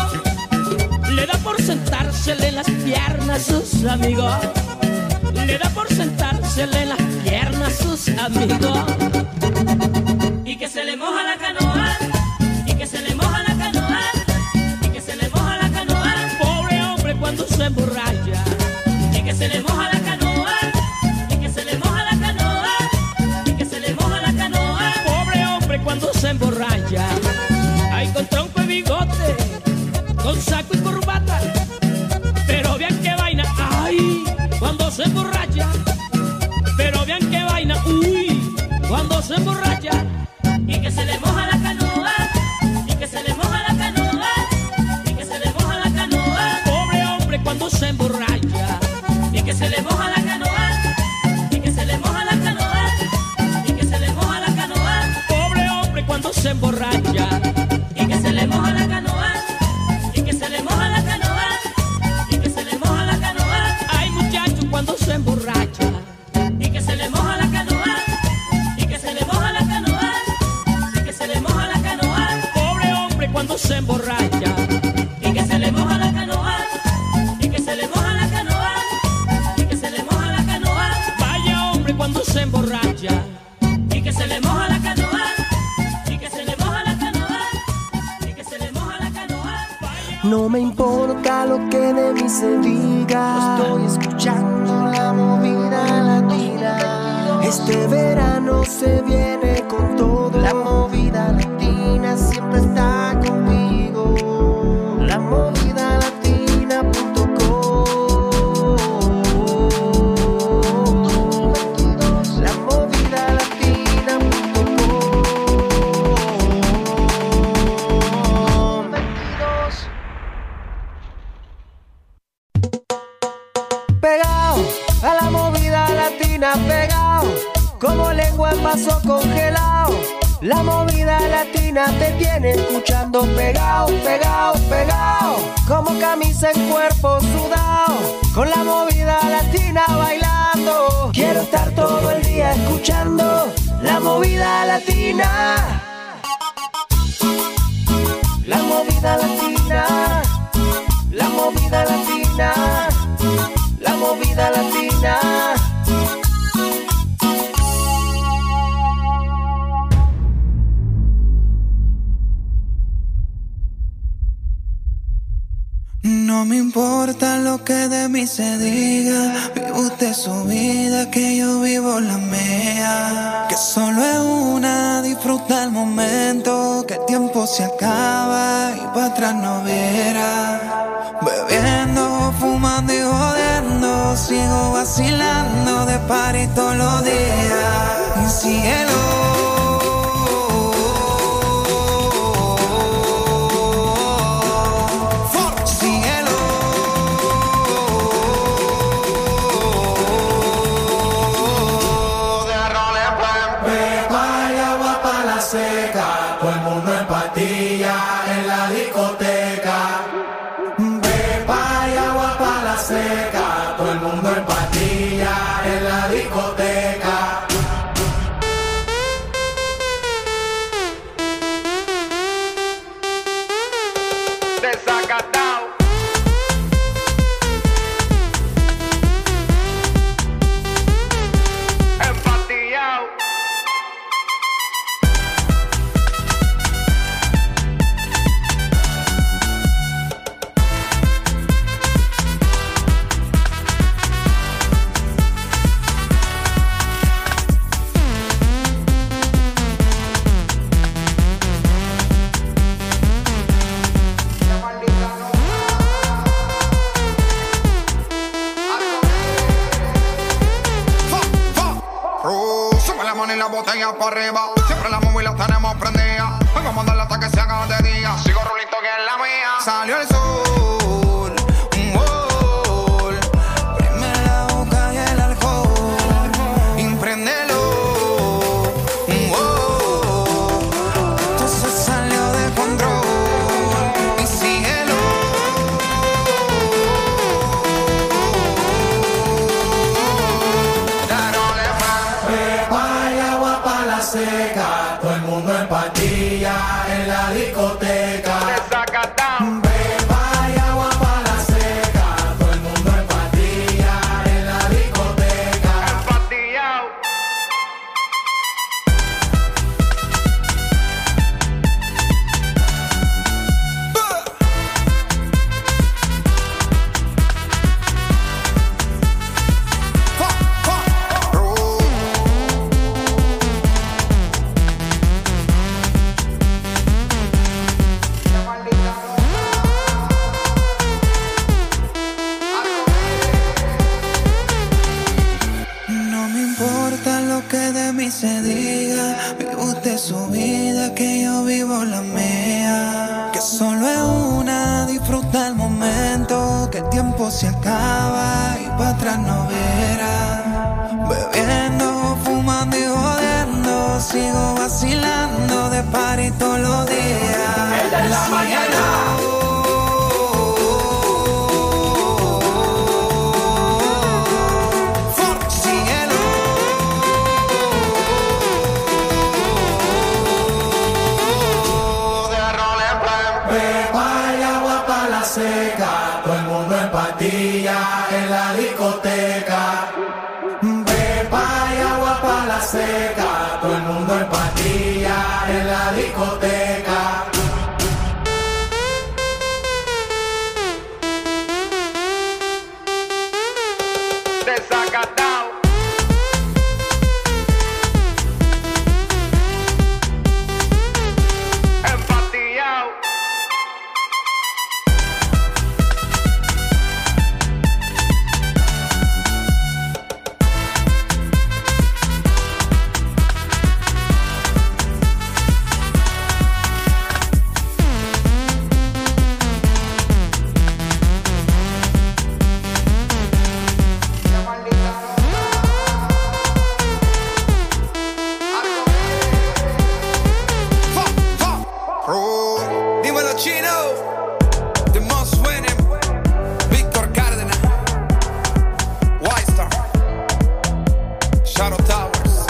S12: le da por sentársele en las piernas a sus amigos. Le da por sentársele en las piernas a sus amigos.
S13: Y que se le moja la canoa. Y que se le moja la canoa. Y que se le moja la canoa.
S12: Pobre hombre cuando se emborracha.
S13: Y que se le moja la canoa. Y que se le moja la canoa. Y que se le moja la canoa.
S12: Pobre hombre cuando se emborracha. Ay, con tronco y bigote, con saco y corbata. Pero vean qué vaina, ay, cuando se emborracha. Pero vean qué vaina, uy, cuando se emborracha.
S13: Y que se le moja la canoa. Y que se le moja la canoa. Y que se le moja la canoa.
S12: Pobre hombre cuando se emborracha.
S13: Y que se le moja la canoa. Y que se le moja la canoa. Y que se le moja la canoa.
S12: Pobre hombre cuando se emborracha.
S13: Y que se le moja la canoa. Y que se le moja la canoa. Y que se le moja la canoa.
S12: Ay, muchacho cuando se emborracha.
S13: Y que se le moja la canoa. Y que se le moja la canoa. Y que se le moja la canoa.
S12: Pobre hombre cuando se emborracha.
S13: Y que se le moja la canoa. Y que se le moja la canoa. Y que se le moja la canoa.
S12: Vaya hombre cuando se emborracha.
S13: Y que se le moja la canoa. Y que se le moja la canoa. Y que se le moja la canoa.
S10: No me importa lo que de mí se diga. Estoy escuchando la movida latina. Este verano se viene con todo. La movida latina siempre está conmigo. La movida latina.com. La movida latina.com.
S14: pegado a la movida latina, pegado como lengua en vaso congelado. La movida latina te tiene escuchando pegado, pegado, pegado, como camisa en cuerpo sudado, con la movida latina bailando. Quiero estar todo el día escuchando la movida latina. La movida latina, la movida latina la movida latina.
S15: No
S16: No me importa lo que de mí se diga, vive usted su vida, que yo vivo la mía. Que solo es una, disfruta el momento, que el tiempo se acaba y para atrás no verá. Bebiendo, fumando y jodiendo, sigo vacilando de par y todos los días. Mi cielo. Cielo, de roles pempe, hay agua para la seca, todo el mundo en patilla en la discoteca. Pepa hay agua para la seca, todo el mundo en patilla en la discoteca.
S11: Desacatado. Empatillao. Uh, sube la mano y la botella para arriba. Siempre la móvil la tenemos prendida. Hoy vamos a darle hasta que se haga de día. Sigo rulito que es la mía. Salió el sol, un gol. Prime la boca y el alcohol. Impréndelo, un gol. Esto se salió de control. Y síguelo.
S16: Pepa y agua para la seca, todo el mundo en patilla en la discoteca. Pepa y agua para la seca, todo el mundo en patilla en la discoteca. No me importa lo que de mí se diga, vive usted su vida, que yo vivo la mía. Que solo es una, disfruta el momento, que el tiempo se acaba y para atrás no verá. Bebiendo, fumando y jodiendo, sigo vacilando de par y todos los días.
S11: de la
S16: Sí,
S11: mañana.
S16: For cielo.
S11: Beba
S16: y agua para la seca, todo el mundo en patilla en la discoteca. Beba y agua para la seca, todo el mundo en patilla en la discoteca.
S11: Desacatado. Empatillao.
S16: Rule. Dímelo chino. The most winning. Víctor Cárdenas. White Star. Shadow Towers.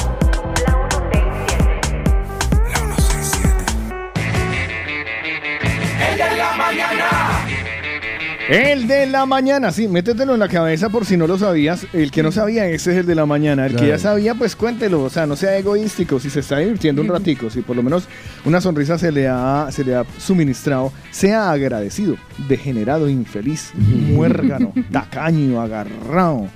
S11: El de la mañana.
S6: El de la mañana, sí, métetelo en la cabeza por si no lo sabías. El que no sabía, ese es el de la mañana. El que
S9: Claro.
S6: ya sabía, pues cuéntelo. O sea, no sea egoístico. Si se está divirtiendo un ratico, si por lo menos una sonrisa se le ha, se le ha suministrado, sea agradecido, degenerado, infeliz, muérgano, tacaño, agarrado.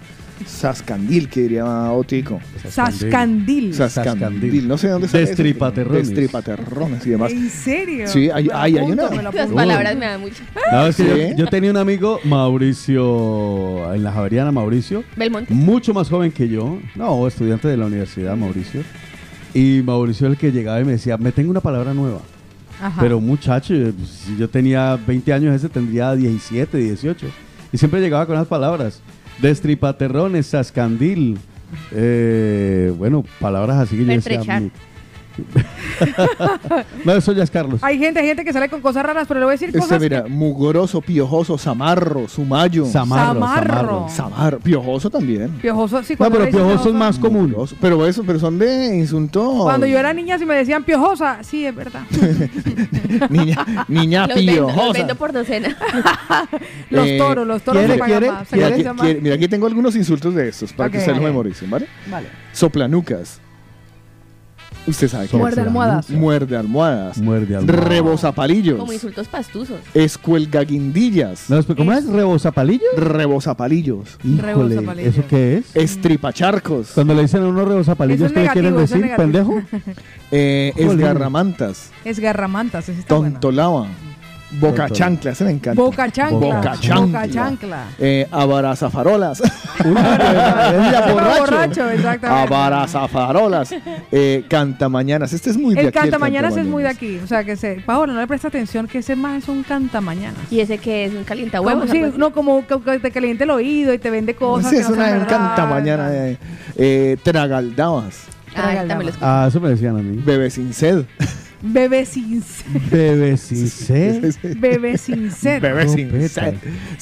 S6: Sascandil, que diría Otico.
S3: Sascandil.
S6: Sascandil. No sé de dónde sale eso.
S9: Destripaterrones.
S6: Destripaterrones y demás.
S3: ¿En serio?
S6: Sí, hay-
S3: Me lo
S6: hay- hay
S3: apunto,
S6: una-
S3: me lo
S8: Las
S3: apunto.
S8: palabras me dan mucho.
S9: No, es que yo-
S6: ¿Sí?
S9: yo, tenía un amigo, Mauricio, en la Javeriana, Mauricio.
S8: Belmonte.
S9: Mucho más joven que yo. No, estudiante de la universidad, Mauricio. Y Mauricio el que llegaba y me decía, me tengo una palabra nueva.
S3: Ajá.
S9: Pero muchacho, eh, si yo tenía 20 años, ese tendría 17, 18. Y siempre llegaba con las palabras. Destripaterrones, sascandil. eh, bueno, palabras así que yo decía...
S3: Pertrechar.
S9: "Mi-". no, eso ya es Carlos.
S3: Hay gente, hay gente que sale con cosas raras, pero le voy a decir
S6: Este,
S3: cosas.
S6: mira, mugroso, piojoso, zamarro, sumayo.
S3: Zamarro, Zamarro. zamarro.
S6: Zamarro. Piojoso también.
S3: Piojoso, sí, cuando le dicen piojoso-
S6: más común. Pero eso, pero son de insulto.
S3: Cuando yo era niña, si me decían piojosa, sí, es verdad.
S6: niña, niña
S8: Los vendo, los
S6: piojosa.
S8: vendo por docena.
S3: Los
S6: Eh,
S3: toros, los toros
S6: ¿quiere,
S3: no pagan
S6: quiere?
S3: más, se
S6: Mira,
S3: parecen
S6: aquí-
S3: más.
S6: quiere- mira, aquí tengo algunos insultos de estos para que
S3: Ok,
S6: ustedes lo
S3: vale.
S6: memoricen, ¿vale?
S3: Vale.
S6: Soplanucas. Usted sabe qué
S3: Muerde
S6: es.
S3: almohadas.
S6: Muerde almohadas.
S9: Muerde
S6: almohadas.
S8: Como
S6: Rebozapalillos.
S8: insultos pastuzos.
S6: Escuelgaguindillas.
S9: ¿Cómo es? ¿Rebozapalillos?
S6: Rebozapalillos.
S9: Híjole,
S8: Rebozapalillos.
S9: ¿eso qué es?
S6: Estripacharcos.
S9: Cuando le dicen a uno rebozapalillos, ¿qué le quieren decir, pendejo?
S6: Eh,
S9: Jolín.
S6: esgarramantas.
S3: Es garramantas, ese está bueno.
S6: Tontolaba. Boca chancla, ese me encanta.
S3: Boca chancla.
S6: Boca chancla.
S3: Boca chancla.
S6: Eh, abarazafarolas.
S3: Ese fue borracho, exactamente.
S6: Abarazafarolas. Eh, cantamañanas. Este es muy de
S3: El
S6: aquí,
S3: cantamañanas es muy de
S6: cantamañanas.
S3: aquí. O sea, que se. Paola, no le presta atención que ese más es un cantamañanas.
S8: Y ese que es un
S3: Como-
S8: calientahuevos.
S3: sí,
S8: algo así.
S3: no, como que- que te caliente el oído y te vende cosas.
S6: Sí,
S3: que
S6: es
S3: no
S6: una
S3: sean
S6: un
S3: verdad.
S6: cantamañana. Eh, eh, tragaldabas.
S8: Ah, también lo
S9: Ah, eso me decían a mí.
S6: Bebé sin sed.
S3: Bebé sin sed.
S9: Bebé sin sed.
S3: Bebé sin sed.
S6: Bebé sin sed.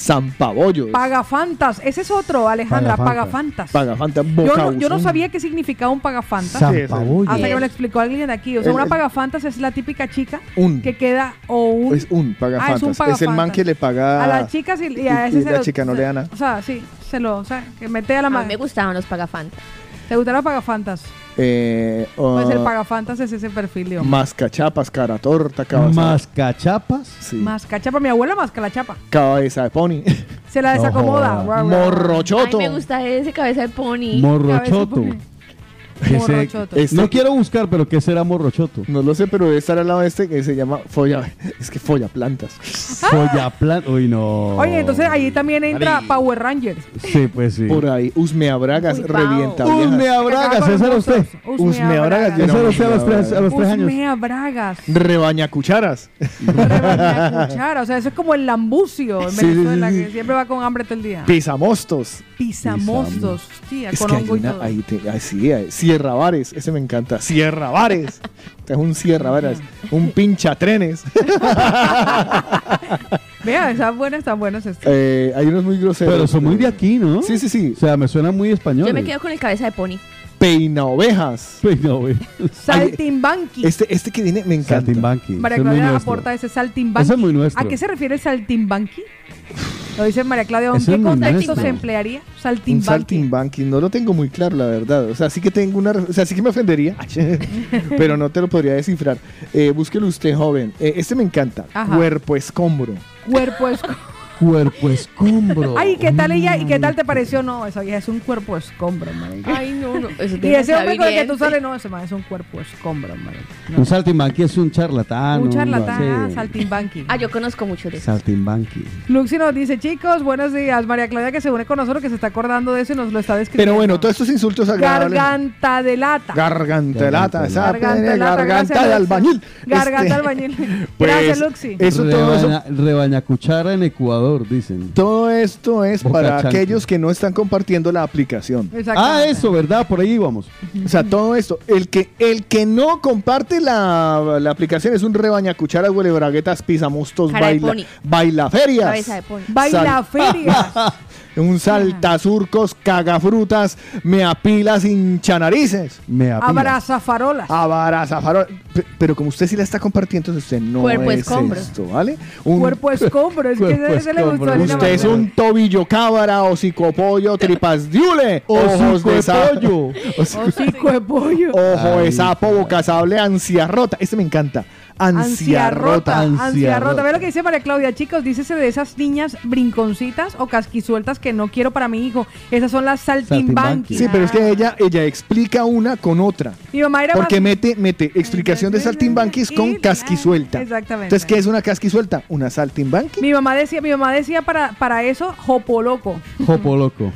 S6: Zampabollos.
S3: Pagafantas. Ese es otro, Alejandra.
S6: Pagafantas. Pagafantas.
S3: Pagafantas. Yo
S6: boca
S3: no, yo no
S6: usón.
S3: sabía qué significaba un pagafantas.
S6: Sí, ese.
S9: Zampabollos.
S3: Hasta que me lo explicó alguien de aquí. O sea,
S6: Es-
S3: una
S6: es-
S3: pagafantas es la típica chica
S6: Un.
S3: que queda o un.
S6: Es un
S3: Ah, es
S6: pagafantas.
S3: un
S6: es, el man
S3: pagafantas.
S6: que le paga
S3: a las chicas y, y a
S6: y-
S3: ese
S6: y
S3: se
S6: la
S3: lo-
S6: chica no
S3: se-
S6: le da nada.
S3: O sea, sí, se lo, o sea, que mete a la
S8: A
S3: mano.
S8: mí me gustaban los pagafantas.
S3: ¿Te gustan los pagafantas?
S6: Eh,
S3: Pues el
S6: ah,
S3: pagafantas es ese perfil, digamos.
S6: Mascachapas, caratorta, cabeza.
S9: ¿Mascachapas?
S6: Sí.
S3: Masca chapa, mi abuela masca la chapa.
S6: cabeza de pony.
S3: Se la
S6: No
S3: desacomoda.
S6: joda.
S3: Guau, guau.
S6: Morrochoto.
S8: Ay, me gusta ese cabeza de pony. Cabeza
S9: Morrochoto.
S8: de pony.
S9: Que se-
S8: Morrochoto.
S9: Este- No
S6: Este-
S9: quiero buscar, pero ¿qué será morrochoto?
S6: No lo sé, pero debe estar al lado de este que se llama folla. Es que folla plantas.
S3: Ah.
S9: Soyaplan. Uy, no.
S3: Oye, entonces ahí también entra
S9: Ari.
S3: Power Rangers.
S9: Sí, pues sí.
S6: Por ahí, usmeabragas, revienta
S9: Usmea
S6: viejas.
S9: bragas, ese era usted.
S6: Usmeabragas. yo era
S9: Ese era
S6: muy
S9: usted a los tres, a los tres años.
S3: Usmea bragas.
S6: Rebaña cucharas.
S3: La cuchara. O sea, eso es como el lambucio en
S6: Sí,
S3: Venezuela,
S6: sí, sí, sí.
S3: que siempre va con hambre todo el día.
S6: Pisamostos.
S3: Pisamostos. Hostia,
S6: Es
S3: con
S6: que hay
S3: hongo y
S6: una,
S3: todo.
S6: ahí te- ahí sí, ahí- Sierra Bares, ese me encanta. Sierra Bares. es un Sierra Bares, un pincha trenes.
S3: Vea, están buenos, están buenos estos.
S6: Eh, hay unos muy groseros.
S9: Pero son muy de aquí, ¿no?
S6: Sí, sí, sí.
S9: O sea, me suena muy español.
S8: Yo me quedo con el cabeza de pony.
S6: Peina ovejas.
S9: Peina ovejas.
S3: Saltimbanqui.
S6: Este, este que viene me encanta.
S9: Saltimbanqui.
S3: María
S9: Ese es muy
S3: Claudia
S9: nuestro.
S3: aporta ese saltimbanqui.
S9: Ese es muy nuestro.
S3: ¿A qué se refiere el saltimbanqui? Lo dice María Claudia. ¿En
S6: Ese
S3: qué
S6: es muy
S3: contexto
S6: nuestro.
S3: se emplearía
S6: Un
S3: saltimbanqui?
S6: saltimbanqui, no lo tengo muy claro, la verdad. O sea, sí que tengo una. O sea, sí que me ofendería, pero no te lo podría descifrar. Eh, búsquelo usted, joven. Eh, este me encanta.
S3: Ajá.
S6: Cuerpo escombro.
S3: Cuerpo esco-
S9: Cuerpo escombro.
S3: Ay, ¿qué tal ella? ¿Y qué tal te pareció? No, eso ya es un cuerpo escombro, marica.
S8: Ay, no, no. Eso
S3: Y ese hombre con el que
S8: desabriente.
S3: tú sales, no, ese man es un cuerpo escombro, marica.
S9: Un saltimbanqui es un
S6: Ah,
S9: charlatán.
S3: un
S9: no
S3: charlatán,
S9: sé.
S3: saltimbanqui.
S8: Ah, yo conozco mucho de eso.
S9: Saltimbanqui.
S3: Luxi nos dice, chicos, buenos días. María Claudia que se une con nosotros, que se está acordando de eso y nos lo está describiendo.
S6: Pero bueno, todos estos insultos agradables.
S3: Garganta de lata.
S6: Garganta de lata, esa
S3: Garganta de
S6: tiene
S3: lata,
S6: garganta
S3: gracias,
S6: de
S3: Luxi.
S6: albañil.
S3: Garganta
S6: Este,
S3: de albañil.
S6: pues,
S3: Gracias, Luxi.
S6: Eso todo eso-
S9: Rebaña- Rebañacuchara en Ecuador, dicen.
S6: Todo esto es
S9: Boca
S6: para
S9: chanqui.
S6: aquellos que no están compartiendo la aplicación.
S9: Ah, eso, ¿verdad? Por ahí íbamos.
S6: O sea, todo esto. El que, el que no comparte la, la aplicación es un rebaña cucharas, huele braguetas, pisamostos,
S8: Cara de
S6: baila,
S8: pony.
S6: baila
S8: Cabeza de
S6: ferias.
S8: pony.
S3: Baila
S6: Sal-
S3: feria.
S6: un saltasurcos, cagafrutas, me apilas hinchanarices. Me
S3: Abraza farolas.
S6: Abaraza farol. Ah, Pe- Pero como usted sí la está compartiendo, entonces usted no
S3: Cuerpo
S6: es
S3: escombro.
S6: esto, ¿vale? Un-
S3: Cuerpo escombro, es que
S6: Cuerpo
S3: ese le gustó a
S6: escombro.
S3: Lina
S6: Usted es
S3: Manuela.
S6: un tobillo cábara, hocicopollo, tripas diule, ojos
S9: Hocico
S6: de
S9: de
S6: sapo.
S9: pollo.
S3: Hocico de pollo.
S6: Ojo de
S9: Ay,
S6: sapo, boca sable, ansiarrota. Este me encanta. Ansiarrota.
S3: Ansiarrota, ansiarrota. Ve lo que dice María Claudia, chicos, dícese de esas niñas brinconcitas o casquisueltas que no quiero para mi hijo. Esas son las saltimbanquis. Ah,
S6: Sí, pero es que ella, ella explica una con otra.
S3: Mi mamá era
S6: Porque
S3: más-
S6: mete, mete explicación de saltimbanquis con casquisuelta.
S3: Exactamente.
S6: Entonces, ¿qué es una casquisuelta? Una saltimbanqui.
S3: Mi mamá decía, mi mamá decía para, para eso, jopoloco.
S9: Jopo loco.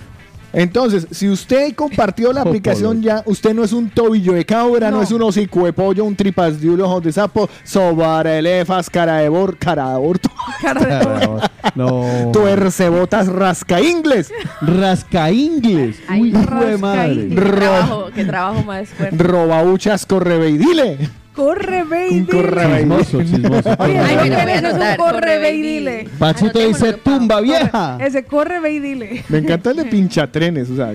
S6: Entonces, si usted compartió la
S9: Ojo,
S6: aplicación ya, usted no es un tobillo de cabra, no,
S3: No.
S6: es un hocico de pollo, un tripas de ojos de sapo, sobarelefas, cara de bor, cara de aborto,
S9: No.
S6: tuercebotas, rasca inglés.
S9: Rasca inglés. Uy, hijo de madre.
S8: Qué trabajo, qué trabajo más fuerte.
S6: Robauchas, correveidile.
S3: Corre, baby.
S9: Chismoso, chismoso.
S3: Oye,
S8: Ay,
S3: ¿sabes
S8: me lo
S3: qué
S8: voy a
S3: es un
S8: anotar,
S3: corre,
S8: corre,
S3: ve y
S8: ve y
S3: dile?
S8: dile.
S9: Pachito dice tumba
S6: Ah.
S9: vieja.
S3: Ese corre, ve y dile.
S6: Me encanta el de pinchatrenes, o sea.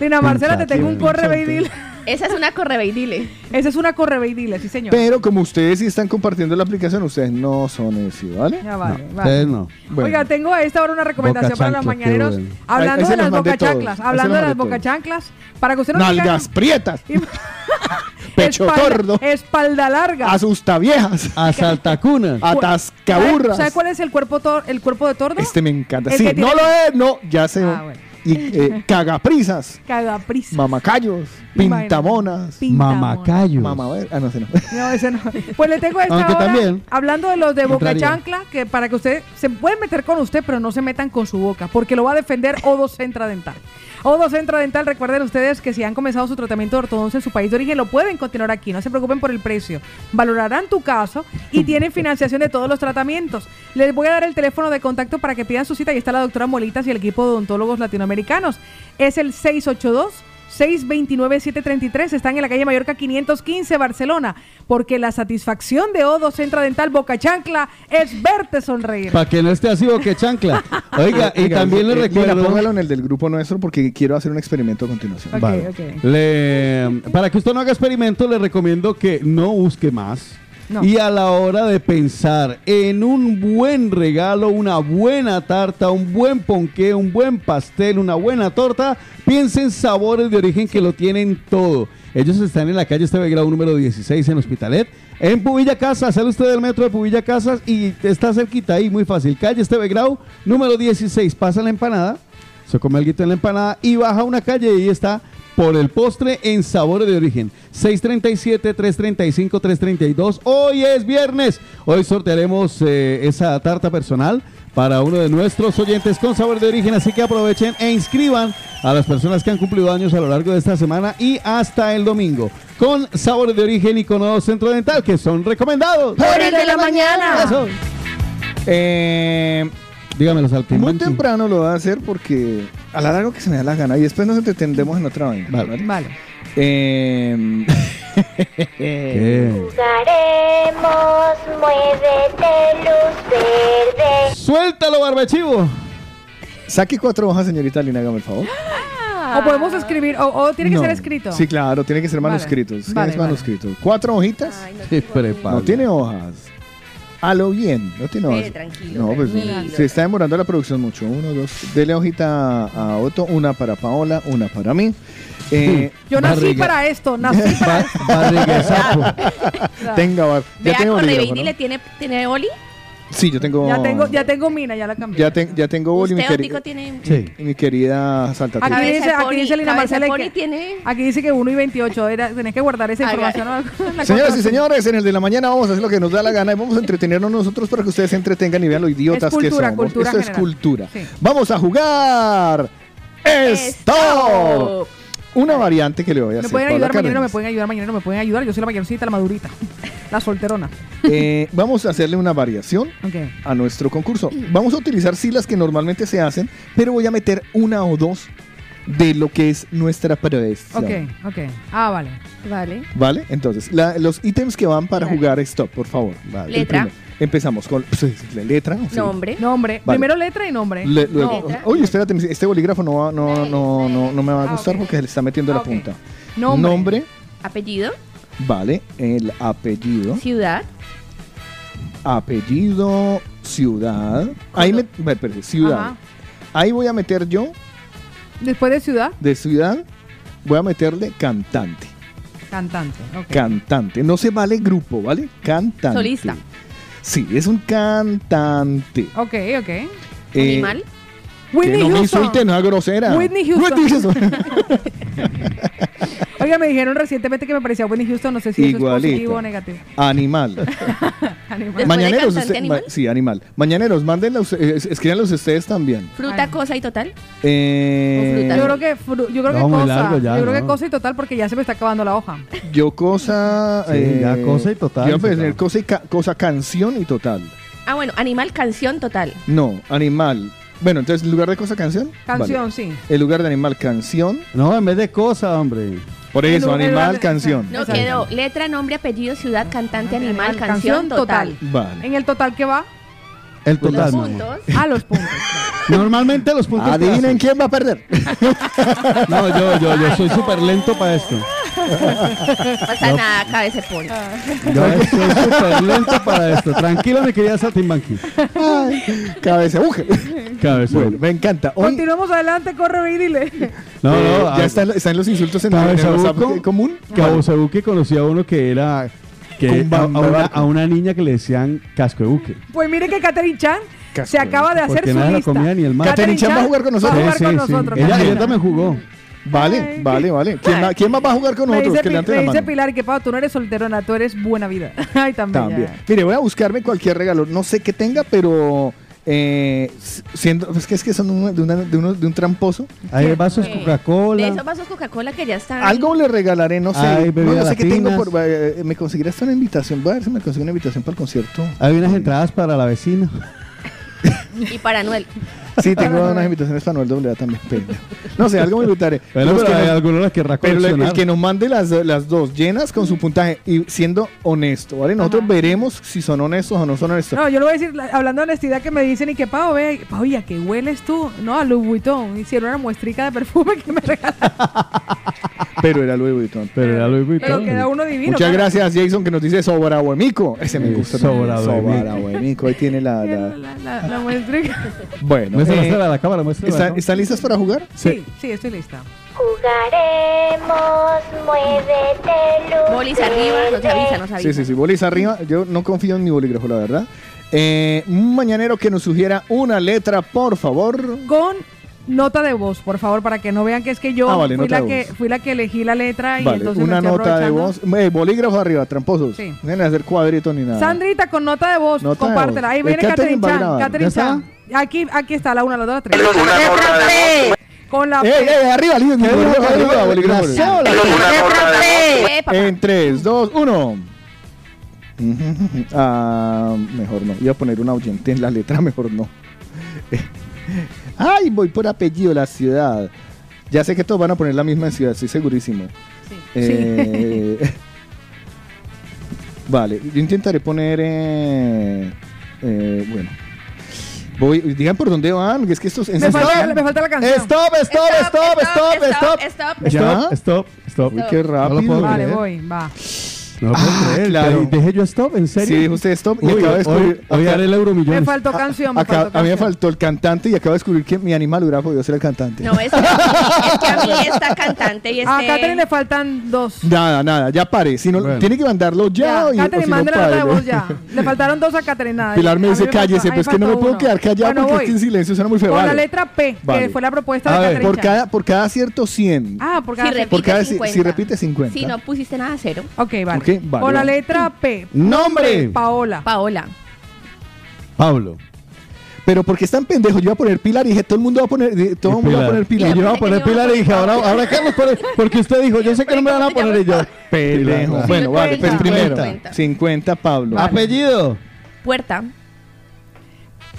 S3: Dina Marcela, te tengo un corre, ve y dile.
S8: Esa es una correveidile.
S3: Esa es una corre, ve y dile, sí, señor.
S6: Pero como ustedes sí están compartiendo la aplicación, ustedes no son eso, ¿vale?
S3: Ya vale, vale.
S9: Ustedes no.
S6: Bueno.
S3: Oiga, tengo a esta hora una recomendación para los
S6: Bocachanclas, qué
S3: mañaneros.
S6: bueno. Ahí- ahí
S3: Hablando
S6: se
S3: de
S6: los
S3: las
S6: mandé todos,
S3: bocachanclas,
S6: ahí se
S3: hablando
S6: los
S3: de las
S6: mandé todos.
S3: bocachanclas, para que usted no diga-
S6: Nalgas prietas, pecho
S3: espalda,
S6: tordo,
S3: Espalda larga.
S6: asustaviejas,
S9: asaltacunas,
S6: atascaburras.
S3: ¿Sabe cuál es el cuerpo, tor- el cuerpo de tordo?
S6: Este me encanta.
S3: El
S6: Sí,
S3: que tiene-
S6: no lo es, no, ya sé.
S3: Ah, bueno.
S6: Y eh, cagaprisas,
S3: Cagaprisas.
S6: mamacayos, pintamonas,
S3: Pintamonas.
S9: Mamacayos.
S6: mamaver- Ah, no, ese no.
S3: No, ese no. Pues le tengo a esta
S9: Aunque
S3: hora,
S9: también.
S3: hablando de los de Boca
S9: Entraría.
S3: Chancla, que para que usted se pueden meter con usted, pero no se metan con su boca, porque lo va a defender Odo Centra Dental. Odo Centra Dental, recuerden ustedes que si han comenzado su tratamiento de ortodoncia en su país de origen, lo pueden continuar aquí, no se preocupen por el precio. Valorarán tu caso y tienen financiación de todos los tratamientos. Les voy a dar el teléfono de contacto para que pidan su cita. Ahí está la doctora Molitas y el equipo de odontólogos latinoamericanos. Es el 682 629-733. Están en la calle Mallorca 515, Barcelona. Porque la satisfacción de Odo Centra Dental Boca Chancla es verte sonreír.
S9: Para que no esté así que chancla. Oiga, y
S6: Oiga,
S9: también le
S6: eh, Lina, póngalo
S9: recuerdo.
S6: en el del grupo nuestro porque quiero hacer un experimento a continuación.
S3: Ok,
S9: Vale.
S3: ok.
S9: Le- para que usted no haga experimento, le recomiendo que no busque más.
S3: No.
S9: Y a la hora de pensar en un buen regalo, una buena tarta, un buen ponqué, un buen pastel, una buena torta, piensen en sabores de origen que lo tienen todo. Ellos están en la calle Esteve Grau número 16 en Hospitalet, en Pubilla Casas. Sale usted del metro de Pubilla Casas y está cerquita ahí, muy fácil. Calle Esteve Grau número 16. Pasa la empanada, se come alguito en la empanada y baja una calle y ahí está por el postre en sabores de origen. 637-335-332. Hoy es viernes. Hoy sortearemos eh, esa tarta personal para uno de nuestros oyentes con sabor de origen. Así que aprovechen e inscriban a las personas que han cumplido años a lo largo de esta semana y hasta el domingo. Con sabor de origen y con Odo Centro Dental, que son recomendados.
S3: Por el de la mañana.
S9: Eso.
S6: Eh,
S9: Dígamelo,
S6: muy
S9: Saltimbanqui.
S6: temprano lo voy a hacer porque a la largo que se me da la gana y después nos entendemos en otra vaina.
S9: Vale.
S3: Vale.
S6: Em,
S9: ¿Qué?
S7: Jugaremos, muévete, luz verde.
S9: Suéltalo, barbachivo.
S6: Saque cuatro hojas, señorita Lina, hágame el favor.
S3: O podemos escribir, o, o tiene que
S6: No.
S3: ser escrito.
S6: Sí, claro, tiene que ser
S3: Vale.
S6: manuscritos. ¿Qué
S3: Vale,
S6: es
S3: vale.
S6: manuscrito? ¿Cuatro hojitas?
S9: Sí, preparo.
S6: No tiene hojas. A lo bien, no tiene
S8: Espere,
S6: hojas.
S8: tranquilo,
S6: No, pues
S8: tranquilo,
S6: se está demorando la producción mucho. Uno, dos. Dele hojita a Otto, una para Paola, una para mí. Eh,
S3: Yo nací
S9: Hmm. Barriga.
S3: para esto, nací para esto.
S9: Barriga de sapo.
S6: tenga, bar- ya
S8: Vea,
S6: tengo bolígrafo,
S8: correveidile,
S6: ¿no?
S8: ¿tiene, ¿tiene Oli?
S6: Sí, yo tengo.
S3: Ya tengo, ya tengo mina, ya la cambié.
S6: ya ten- ya tengo boli, mi,
S8: Usted,
S6: queri-
S8: Otico, tiene...
S9: Sí.
S6: mi querida Salta.
S3: Aquí
S8: Cabeza
S3: dice,
S8: de
S3: aquí
S8: pony,
S3: dice Lina
S8: cabeza
S3: Marcela
S8: de
S3: que-
S8: pony tiene-
S3: Aquí dice que 1 y 28. Era, tenés que guardar esa
S8: Haga-
S3: información. o algo. La
S6: Señoras
S3: cosa-
S6: y señores, en el de la mañana vamos a hacer lo que nos da la gana y vamos a entretenernos nosotros para que ustedes se entretengan y vean lo idiotas
S3: Es cultura,
S6: que somos.
S3: cultura
S6: Esto es
S3: general.
S6: cultura.
S3: Sí.
S6: Vamos a jugar esto.
S8: Stop.
S6: Una variante que le voy a
S3: Me
S6: hacer.
S3: pueden
S6: Paola
S3: ayudar mañana, me
S6: Cárdenas.
S3: pueden ayudar mañana, me pueden ayudar. Yo soy la mayorcita, la madurita, la solterona.
S6: Eh, vamos a hacerle una variación
S3: Ok.
S6: a nuestro concurso. Vamos a utilizar sí las que normalmente se hacen, pero voy a meter una o dos de lo que es nuestra predestina.
S3: Ok, ok. Ah, vale.
S8: Vale.
S6: ¿Vale? Entonces, la- los ítems que van para jugar stop, por favor.
S9: Vale.
S8: Letra.
S6: El primero. Empezamos con la letra. ¿sí?
S3: Nombre. Nombre.
S6: Vale.
S3: Primero letra y nombre.
S6: Le- luego-
S3: No.
S6: Oye, espérate, este bolígrafo no, va- no, no, no, no me va a gustar porque se le está metiendo la punta.
S8: Nombre.
S6: Nombre,
S8: Apellido,
S6: vale, el apellido.
S8: ciudad,
S6: Apellido, ciudad. Ahí me, ve, espérate, ciudad.
S3: Ajá.
S6: Ahí voy a meter yo,
S3: Después de ciudad,
S6: de ciudad, voy a meterle cantante.
S3: cantante. ok.
S6: Cantante. No se vale grupo, ¿vale? Cantante.
S3: Solista.
S6: Sí, es un cantante.
S3: Ok, ok.
S6: Eh, que
S3: Whitney
S6: no me
S3: Houston.
S6: insulte, no sea grosera.
S3: Whitney Houston. Oiga, me dijeron recientemente que me parecía Whitney Houston. No sé si eso es
S6: Igualito.
S3: positivo o negativo.
S6: Animal.
S3: Animal.
S6: Mañaneros, usted- ma- sí, animal. Mañaneros, mándenla, us- eh, es- escríbanlos ustedes también.
S8: fruta, cosa y total.
S6: Eh,
S3: Yo creo que, fru- yo creo que
S6: No, muy
S3: cosa.
S6: largo ya,
S3: yo creo que
S6: ¿no?
S3: cosa y total porque ya se me está acabando la hoja.
S6: Yo cosa. eh,
S9: Sí, ya cosa y total,
S6: Yo voy a
S9: total.
S6: poner cosa, y ca- cosa, canción y total.
S8: Ah, bueno, animal, canción, total.
S6: No, animal. Bueno, entonces, ¿en lugar de cosa, canción? Vale.
S8: sí.
S6: En lugar de animal, canción.
S9: No, en vez de cosa, hombre.
S6: Por eso, animal, canción.
S8: No quedó letra, nombre, apellido, ciudad, cantante, animal, canción, total.
S6: Vale.
S3: En el total que va
S9: El total. mi amor.
S8: puntos.
S3: a los puntos.
S9: Normalmente los puntos.
S3: Adivinen
S6: quién va a perder.
S9: no, yo, yo, yo soy súper lento para esto.
S8: No pasa
S9: No.
S8: nada, cabe ese punto.
S3: Ah.
S9: Yo soy súper lento para esto. Tranquila, mi querida Satimbanqui.
S6: Cabeza, buje.
S9: Cabeza.
S6: Bueno, me encanta. Hoy,
S3: Continuamos adelante, corre y dile.
S9: No,
S6: eh,
S9: no,
S6: ya
S9: ah,
S6: están, están los insultos en, el- en el WhatsApp
S9: Cabezabuco,
S6: común.
S9: Cabezabuque conocía a uno que era que a, a
S6: Cumbamba
S9: una,
S6: barco.
S9: a una niña que le decían casco de buque.
S3: Pues mire que Katherine Chan se acaba de hacer
S9: Porque
S3: su
S9: nadie la
S3: lista.
S9: comía ni el mar.
S3: Katherine Chan Va a jugar
S9: Sí,
S3: con
S9: sí, sí.
S3: nosotros.
S9: Ella,
S3: Katherine.
S9: ella también jugó.
S6: Vale, vale, vale. ¿Quién, más- quién más va a jugar con
S3: me
S6: nosotros?
S3: dice,
S6: Que
S3: Pi-
S6: levante
S3: me
S6: la
S3: dice
S6: mano.
S3: Pilar que Pau, tú no eres solterona, tú eres buena vida. Ay, también.
S6: También. Mire, voy a buscarme cualquier regalo. No sé qué tenga, pero eh, s- siendo, es que es que son un- de, una- de uno- de un tramposo.
S9: Hay vasos
S8: Eh, De esos
S9: Coca-Cola.
S8: vasos Coca-Cola que ya están.
S6: Algo le regalaré, no sé.
S9: Hay
S6: no, no
S9: bebidas
S6: sé qué tengo.
S9: latinas.
S6: Por, eh, me conseguirá hasta una invitación. Voy a ver si me consigo una invitación para el concierto.
S9: Hay unas entradas para la vecina.
S8: Y para Noel.
S6: Sí, tengo unas invitaciones para Noel Doblea también. pena. No sé, algo me invitaré.
S9: Bueno,
S6: Los
S9: pero
S6: que
S9: hay
S6: nos-
S9: algunos las querrá
S6: Pero el- el
S9: coleccionar.
S6: que nos mande las, las dos llenas con su puntaje y siendo honesto, ¿vale? Nosotros veremos si son honestos o no son honestos.
S3: No, yo le voy a decir, la- hablando de honestidad, que me dicen y que Pau, ve, Pau, ¿y a qué hueles tú? No, a Louis Vuitton. Hicieron una muestrica de perfume que me regalaron.
S6: Pero era Louis Vuitton.
S9: Pero era Louis Vuitton.
S3: Pero queda uno divino.
S6: Muchas
S3: claro.
S6: gracias, Jason, que nos dice Sobrahuemico. Ese me
S9: Eh,
S6: gusta. también.
S9: Sobrahuemico.
S6: Sobrahuemico. Ahí tiene la. la-
S3: La, la- la muestrica.
S6: Bueno,
S9: Muéstrala,
S6: eh,
S9: muéstrala a la cámara, muéstrala a la
S6: ¿están-
S9: cámara.
S6: ¿Están listas para jugar?
S3: Sí, sí, estoy lista.
S7: Jugaremos, muévete, luz.
S8: Bolis arriba, nos avisa, nos
S6: Sí,
S8: avisa.
S6: sí, sí. Bolis arriba. Yo no confío en mi bolígrafo, la verdad. Eh, un mañanero que nos sugiera una letra, por favor.
S3: Con nota de voz, por favor, para que no vean que es que yo
S6: Ah, vale,
S3: fui,
S6: nota
S3: la
S6: de
S3: que,
S6: voz.
S3: fui la que elegí la letra y
S6: Vale,
S3: entonces me
S6: una
S3: estoy
S6: nota de
S3: aprovechando.
S6: voz. Eh, bolígrafo arriba, tramposos.
S3: Sí.
S6: No deben hacer cuadritos ni nada.
S3: Sandrita, con nota de voz,
S6: Nota de
S3: compártela.
S6: voz.
S3: Ahí
S6: Eh,
S3: viene Catherine
S6: Catherine va a
S3: Chan.
S6: grabar.
S3: Catherine
S6: ¿Ya
S3: Chan. Aquí, aquí está, la una, la dos, la tres. Con la
S6: ¡Ey, ey, Eh, arriba, líder! mi bolígrafo arriba, Eh, bolígrafo arriba. En 3, 2, 1. Ah, mejor no. Iba a poner una oyente en la letra, mejor no. Ay, voy por apellido, la ciudad. Ya sé que todos van a poner la misma ciudad, estoy segurísimo. Eh, vale, yo intentaré poner. eh, eh, bueno. Voy, digan por dónde van, que es que estos.
S3: Me falta, me falta la canción.
S6: Stop, stop, stop, stop, stop.
S9: Stop, stop, stop.
S6: Uy,
S9: No
S6: qué
S9: lo
S6: rápido.
S9: puedo
S3: Vale,
S9: creer.
S3: voy, va.
S9: No lo puedo creer.
S6: Ah, claro.
S9: Pero Dije yo stop, ¿en serio?
S6: Sí, dijo usted stop y
S9: Uy,
S6: acaba de
S9: hoy,
S6: descubrir.
S9: hoy haré el
S3: Me
S9: Euromillones.
S3: faltó canción, me
S6: Acá-
S3: faltó
S6: a mí me
S3: canción.
S6: faltado el cantante y acabo de descubrir que mi animal hubiera podido ser el cantante.
S3: eh.
S8: No, es que, es que a mí esta cantante y este.
S3: A Catherine le faltan dos.
S6: Nada, nada, ya pare. Si no, Tiene que mandarlo ya.
S3: Ya,
S6: y- o
S3: Catherine,
S6: si no,
S3: mande la nota de
S6: pare.
S3: voz ya. Le faltaron dos a Catherine. nada.
S6: Pilar me
S3: A mí
S6: dice,
S3: faltó-
S6: cállese,
S3: ahí
S6: pero es que no me
S3: faltó
S6: puedo
S3: uno.
S6: quedar callado
S3: Bueno,
S6: porque es que en
S3: voy.
S6: silencio suena muy feo.
S3: Con la
S6: Vale.
S3: letra P,
S6: Vale.
S3: que fue la propuesta
S6: A
S3: de
S6: ver,
S3: Catherine.
S6: por
S3: Chan.
S6: cada, por cada acierto 100.
S3: Ah, por cada
S8: Si
S3: letra.
S6: por cada si-
S8: 50.
S6: si repite 50.
S8: Si no pusiste nada, cero.
S3: Ok, vale.
S6: Ok, vale,
S3: Con la
S6: vale.
S3: letra P.
S6: ¡Nombre!
S3: Paola.
S8: Paola.
S9: Pablo.
S6: Pero porque están pendejos, yo iba a poner Pilar y dije, todo el mundo va a poner, di- todo el mundo va a poner Pilar.
S9: Y yo iba a poner Pilar y dije, ahora, ahora Carlos pone, porque usted dijo, yo sé que no me van a poner y yo.
S6: Pendejo.
S9: Pilar.
S6: Bueno, vale, pues
S8: 50.
S6: primero.
S8: 50.
S6: 50, Pablo.
S9: Vale. Apellido.
S8: Puerta.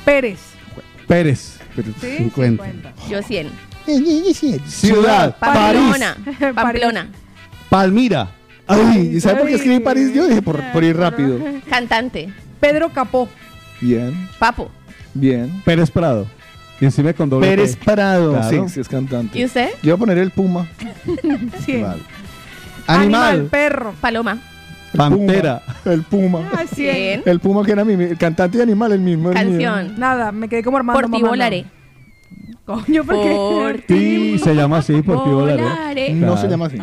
S3: Pérez.
S9: Pérez.
S3: Sí,
S9: 50.
S8: Yo 100.
S9: Ciudad. París.
S8: Pamplona. Pamplona.
S9: Palmira.
S6: Ay, ¿y sabe por qué escribí París? Yo dije, por, por ir rápido.
S8: Cantante.
S3: Pedro Capó.
S6: Bien,
S8: Papo.
S6: bien.
S9: Pérez Prado. Y encima con doble
S6: Pérez
S9: P.
S6: Prado.
S9: Claro.
S6: Sí, sí, es cantante.
S8: ¿Y usted?
S6: Yo voy a poner el puma.
S3: Sí.
S9: Vale. Animal.
S3: perro. Ah,
S8: Paloma. Eh,
S9: Pantera.
S6: El puma.
S3: Así
S8: Bien.
S6: El puma que era mi, el cantante de animal, el mismo. el mismo.
S8: Canción.
S3: Nada, me quedé como armando
S8: Por ti
S3: mamá, no.
S8: volaré.
S3: Coño, ¿por qué?
S8: Por
S9: Sí, se llama así por ti volaré.
S8: Volaré.
S6: No
S9: Claro.
S6: se llama así.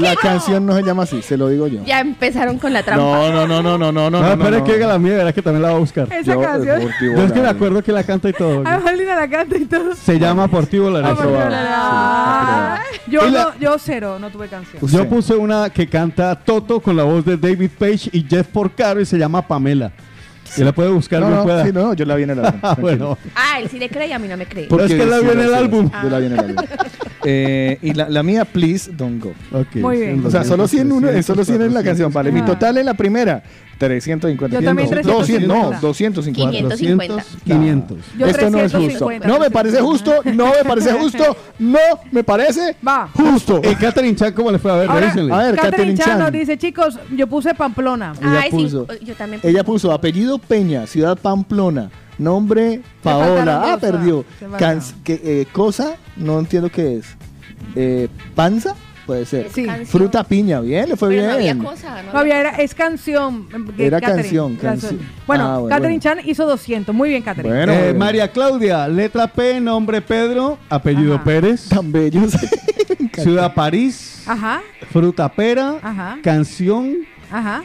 S6: La canción no se llama así, se lo digo yo.
S8: Ya empezaron con la trampa.
S6: No, no, no, no, no, no, no.
S9: No,
S6: no,
S9: espera
S6: no. eh,
S9: que oiga la mía, verás que también la va a buscar.
S3: Esa canción.
S9: Yo es que me acuerdo que la canta y todo.
S3: Ah, Malena la canta y todo.
S9: Se llama Por ti volaré.
S3: Ah, porque- Ah, Yo,
S9: Y la-
S3: no- yo cero, no tuve canción.
S9: Yo puse una que canta Toto con la voz de David Page y Jeff Porcaro y se llama Pamela. Y la puede buscar
S6: No,
S9: no,
S6: no,
S9: pueda.
S6: sí, no, no, yo la vi en el álbum.
S9: bueno,
S8: Ah, él sí le cree y a mí no me cree. Ah.
S9: Pero es que la
S6: sí,
S9: vi en el
S6: sí,
S9: álbum.
S6: Yo la vi en el álbum. Eh, y la, la mía, please don't go.
S9: ok.
S3: Muy bien.
S6: O sea, solo 100, uno, eh, solo 100 en la canción, vale. Mi
S3: Ah.
S6: total en la primera, 350.
S3: Yo también
S6: 200, no,
S3: 350.
S6: 250.
S8: 550.
S9: 500.
S3: Yo
S6: Esto no es justo.
S3: 350,
S6: No me parece justo, no me parece justo, no me parece
S3: Va.
S6: justo.
S9: ¿Y Katherine Eh, Chan cómo le fue? A ver,
S3: Ahora-
S9: revísenle.
S6: A ver,
S3: Catherine
S6: Catherine
S3: Chan nos
S6: Chan.
S3: dice, chicos, yo puse Pamplona.
S6: Ella
S8: Ay,
S6: puso.
S8: sí. Yo también
S6: Ella puso apellido Peña, ciudad Pamplona, nombre
S3: faltaron
S6: Paola. Ah,
S3: dos,
S6: perdió.
S3: ah, se faltaron.
S6: Cans- que, eh, cosa, no entiendo qué es. Eh, panza, puede ser.
S3: Sí.
S8: Canción.
S6: Fruta piña, bien, le fue
S9: Pues
S8: Pero no había
S6: bien.
S8: cosa. No
S3: No había, era, es canción. eh,
S6: Era
S3: Catherine.
S6: canción,
S3: La-
S6: canción.
S3: Bueno,
S6: Ah, bueno,
S3: Catherine
S6: bueno.
S3: Chan hizo 200. Muy bien, Catherine.
S6: Bueno,
S9: Eh,
S6: bueno.
S9: María Claudia, letra P, nombre Pedro, apellido
S3: Ajá.
S9: Pérez,
S6: tan bellos.
S9: ciudad París,
S3: Ajá,
S9: fruta pera,
S3: Ajá.
S9: canción
S3: ajá.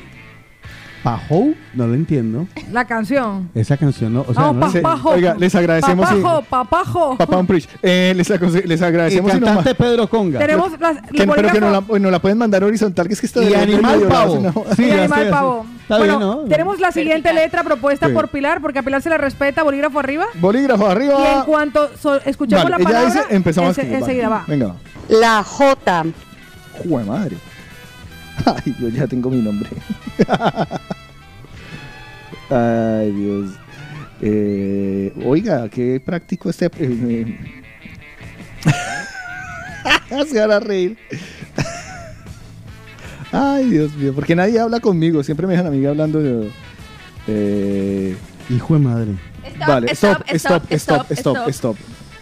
S9: Pajou, no lo entiendo.
S3: La canción.
S9: Esa canción no, o sea,
S3: Vamos,
S9: no la
S3: pa-
S9: entiendo.
S3: papajo.
S6: Oiga, les agradecemos y-
S3: Papajo, papajo.
S6: Papá Amprich, eh, les, aconse- les
S9: Y
S6: agradecemos. y nomás-
S9: cantante Pedro Conga.
S3: Tenemos las,
S6: que,
S3: los
S6: pero que no la,
S3: bolígrafos-
S6: uy, no la pueden mandar horizontal, que es que está
S9: Y
S6: derecho
S9: animal
S6: medio
S9: pavo.
S6: lado, si no-
S9: Sí,
S3: Y
S9: ya
S3: animal
S9: sé,
S3: pavo.
S9: sí. Está
S3: bueno,
S9: bien, ¿no?
S3: tenemos la siguiente
S8: Vertical.
S3: letra propuesta
S6: Sí.
S3: por Pilar, porque a Pilar se la respeta, bolígrafo arriba.
S6: Bolígrafo
S3: Y en
S6: arriba.
S3: cuanto so- escuchamos
S6: Vale,
S3: la
S6: ella
S3: palabra,
S6: dice, empezamos
S3: ense-
S6: a escribir,
S3: enseguida
S6: vale.
S3: va.
S6: Venga.
S17: La J.
S6: Jue madre. Ay, yo ya tengo mi nombre. Ay, Dios. Eh, oiga, qué práctico este. eh, eh.
S9: Ah,
S6: Se van a reír. Ay, Dios mío, porque nadie habla conmigo. Siempre me dejan a mí hablando. de- Eh,
S9: Hijo de madre.
S8: Stop,
S6: vale, stop, stop, stop, stop, stop.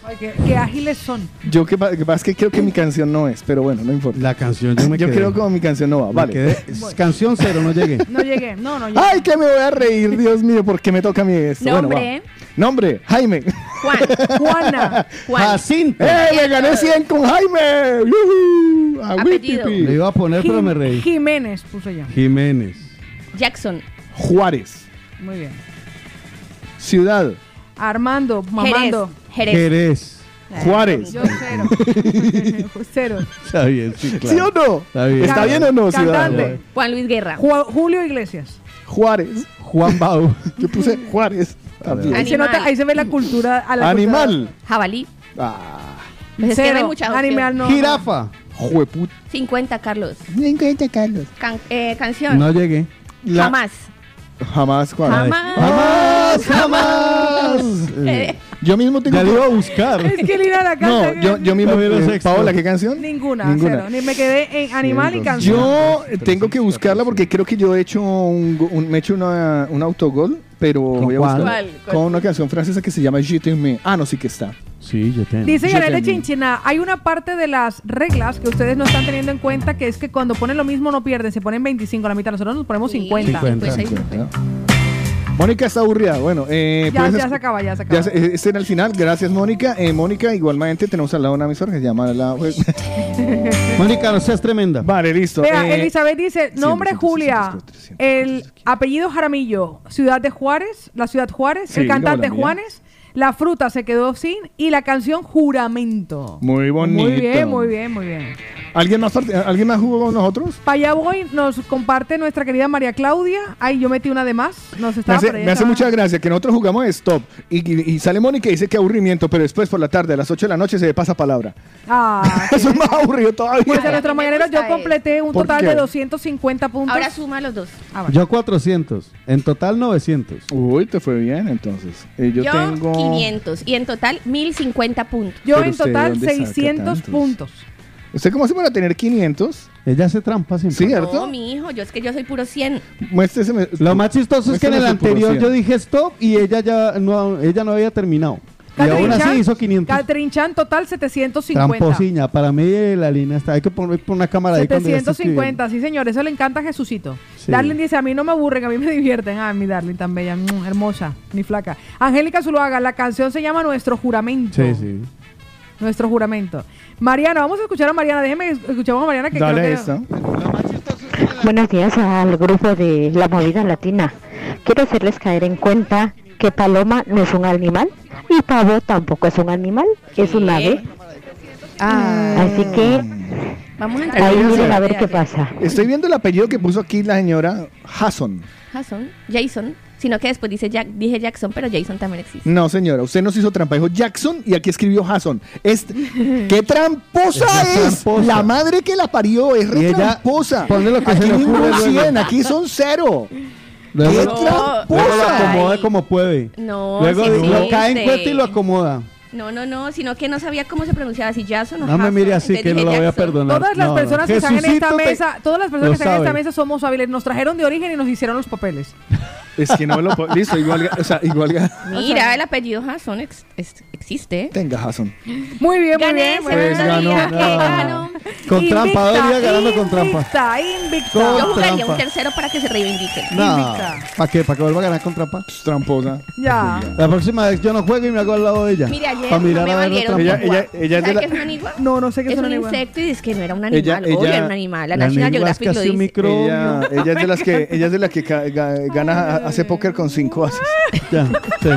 S3: Ay, qué, qué ágiles son.
S6: Yo que pa- que pasa es que creo que mi canción no es, pero bueno, no importa.
S9: La canción yo me
S6: Yo
S9: quedé.
S6: creo que mi canción no va,
S9: me
S6: vale.
S9: quedé- Canción cero, no llegué.
S3: No llegué. No, no llegué.
S6: Ay, que me voy a reír, Dios mío, porque me toca a mí esto.
S8: Nombre.
S3: ¿eh?
S6: Bueno, va. Nombre, Jaime.
S8: Juan.
S3: Juana.
S8: Juan.
S9: Jacinto.
S6: ¡Eh, me gané 100 con Jaime! ¡Yujú! ¡A
S8: Apellido.
S9: Le
S6: Wipipi!
S9: iba a poner, pero me
S3: Jim-
S9: reí.
S3: Jiménez puse yo.
S9: Jiménez.
S8: Jackson.
S6: Juárez.
S3: Muy bien.
S6: Ciudad,
S3: Armando, mamando. Eh,
S8: Jerez. Jerez.
S9: Jerez.
S6: Juárez.
S3: Yo cero. cero.
S9: Está bien, sí,
S6: ¿Sí
S9: claro.
S6: o no?
S9: Está bien.
S6: ¿Está bien o no, ciudad?
S3: Cantante.
S8: Juan Luis Guerra.
S3: Ju- Julio Iglesias.
S6: Juárez.
S9: Juan Bau.
S6: Yo puse Juárez. también.
S3: Ahí se,
S8: Animal.
S3: nota, ahí se ve la cultura. A la
S6: Animal.
S8: Jabalí.
S6: Ah,
S8: Pues es que no hay
S3: Cero.
S8: mucha opción.
S3: Animal no.
S9: Jirafa.
S6: jueput.
S8: 50, Carlos.
S6: Carlos.
S8: Can- eh, canción.
S9: No llegué.
S6: La-
S8: Jamás.
S6: Jamás, Juan.
S8: Jamás.
S6: Jamás, jamás.
S8: Eh,
S6: Yo mismo tengo
S9: Ya
S6: que-
S9: le iba a buscar.
S3: Es que Lina la canta.
S6: No, yo, yo mismo.
S9: Todavía los
S6: eh,
S9: extras.
S6: Paola, ¿qué canción?
S3: Ninguna,
S6: Ninguna.
S3: cero. Ni me quedé en animal y canción.
S6: Yo tengo que buscarla porque creo que yo he hecho un, go- un- me he hecho una- un autogol, pero voy a
S9: cuál?
S6: buscarla.
S8: ¿Cuál? ¿Cuál?
S6: con una canción francesa que se llama Je t'aime. Ah, no, sí que está.
S9: Sí, yo tengo.
S3: Dice
S6: Yo
S3: Yarel de
S6: también.
S3: Chinchina, hay una parte de las reglas que ustedes no están teniendo en cuenta, que es que cuando ponen lo mismo no pierden, se ponen 25 a la mitad, nosotros nos ponemos
S8: Sí.
S3: 50.
S9: 50.
S8: Pues ahí-
S6: Mónica está aburrida. Bueno, eh,
S3: Ya,
S6: puedes-
S3: ya se acaba, ya se acaba.
S6: ya se- eh, este era el final. Gracias, Mónica. Eh, Mónica, igualmente tenemos al lado una emisora que se llama la.
S9: Mónica, no seas tremenda.
S6: vale, listo.
S3: Vea,
S6: Eh,
S3: Elizabeth dice, nombre
S6: 100,
S3: Julia,
S6: 100, 100,
S3: el apellido Jaramillo, ciudad de Juárez, la ciudad Juárez,
S6: Sí,
S3: el cantante
S6: dígame la mía.
S3: Juanes, la fruta se quedó sin y la canción Juramento.
S6: Muy bonito.
S3: Muy bien, muy bien, muy bien.
S6: ¿Alguien más, parte- ¿Alguien más jugó con nosotros?
S3: Para allá voy, nos comparte nuestra querida María Claudia. Ay, yo metí una de más. Nos
S6: Me
S3: estaba
S6: hace,
S3: por ahí,
S6: me hace
S3: estaba-
S6: mucha gracia que nosotros jugamos stop y, y- y sale Mónica y dice que aburrimiento, pero después por la tarde, a las 8 de la noche, se le pasa palabra.
S3: Ah,
S6: Eso es más aburrido
S3: Pues a
S6: todavía.
S3: nuestro
S8: me
S3: mañanero
S8: gusta
S3: yo completé un
S6: ¿Por
S3: total
S6: qué?
S3: de 250 puntos.
S8: Ahora suma los dos.
S3: Ah, bueno.
S9: Yo 400. En total 900.
S6: Uy, te fue bien entonces. Eh, yo,
S8: Yo,
S6: tengo
S8: 500. Y en total, 1050 puntos.
S3: Yo
S6: Pero
S3: en
S6: usted,
S3: total
S6: ¿dónde saca
S3: 600
S6: tantos?
S3: puntos.
S6: ¿Usted cómo hace para tener 500?
S9: Ella hace trampa siempre.
S8: No,
S6: ¿Cierto?
S8: mi hijo, yo es que yo soy puro 100.
S6: Muéstrese.
S9: Lo más chistoso es que en el anterior yo dije stop y ella ya no, ella no había terminado. Y aún así hizo 500.
S3: Catherine Chan, total 750.
S9: Tramposiña, para mí la línea está. Hay que poner, poner una cámara ahí cuando ella está escribiendo.
S3: 750, sí señor, eso le encanta a Jesucito.
S9: Sí.
S3: Darling dice, a mí no me aburren, a mí me divierten. Ah, mi Darling tan bella, mm, hermosa, ni flaca. Angélica Zuluaga, la canción se llama Nuestro Juramento.
S9: Sí, sí.
S3: Nuestro Juramento. Mariana, vamos a escuchar a Mariana, déjeme escuchamos a Mariana que creo que...
S17: Buenos días al grupo de La Movida Latina. Quiero hacerles caer en cuenta que paloma no es un animal y pavo tampoco es un animal, es un ave. Así que
S6: Mm.
S8: Vamos a entrar
S17: ahí
S8: en
S17: miren
S8: una
S17: a ver qué pasa.
S6: Estoy viendo el apellido que puso aquí la señora Hasson.
S8: Jason, Jason, sino que después dice Jack, dije Jackson, pero Jason también existe.
S6: No, señora, usted nos hizo trampa. Dijo Jackson y aquí escribió Hasson. Es, ¡Qué tramposa
S9: Es una
S6: es!
S9: tramposa.
S6: La madre que la parió es
S9: Y
S6: re
S9: ella-
S6: tramposa.
S9: ponle lo que se
S6: aquí
S9: le ocurre
S6: ningún
S9: luego.
S6: 100, aquí son cero.
S9: Luego,
S6: ¡Qué
S9: lo-
S6: tramposa!
S9: luego lo acomoda como puede.
S8: No,
S9: luego
S8: sí
S9: di- lo
S8: existe.
S9: cae en cuenta y lo acomoda.
S8: No, no, no, sino que no sabía cómo se pronunciaba, si Jason o
S9: No me
S8: Jason.
S9: mire así
S8: Entonces
S9: que no
S8: dije
S9: la voy a
S8: Jackson.
S9: perdonar.
S3: Todas las
S9: No, no.
S3: personas que están en
S9: Jesucito
S3: esta
S9: te-
S3: mesa, todas las personas
S9: lo
S3: que están en esta
S9: sabe.
S3: mesa somos hábiles, nos trajeron de origen y nos hicieron los papeles.
S6: Es que no lo puedo. Listo, igual. O sea, igual.
S8: Mira, el apellido Jason ex- ex- existe.
S6: Tenga, Hasson.
S3: Muy bien, muy
S8: Gané,
S3: bien. muy
S8: segundo
S6: Pues
S3: bien.
S6: ganó.
S8: día,
S6: No.
S8: ganó.
S6: Con trampa, Doria ganando con
S3: Invicta, invicta.
S8: Yo
S9: Con
S8: jugaría
S9: trampa.
S8: un tercero para que se reivindiquen.
S9: No. ¿Para qué? ¿Para que vuelva a ganar con trampa?
S6: Pues, Tramposa.
S3: Ya.
S9: La próxima vez yo no juego y me hago al lado de ella.
S8: Mire, ayer
S9: Pa'
S8: no me
S9: a ver la
S8: valieron.
S9: trampa.
S8: Ella- ella- ella es de ¿Sabes
S9: la-
S8: qué es una anigua?
S3: No, no sé qué
S8: es
S3: son
S8: un
S3: anigua.
S8: insecto y dice que no era un animal.
S6: Ella-
S8: Obvio,
S6: ella-
S8: era un animal. La
S9: la
S8: National
S9: anigua es
S8: Geographic lo
S9: casi un
S8: dice.
S9: microbio.
S6: Ella, ella es de las que, ella es de las que ca- ga- gana, a- hace póker con cinco ases.
S9: Ya, sí.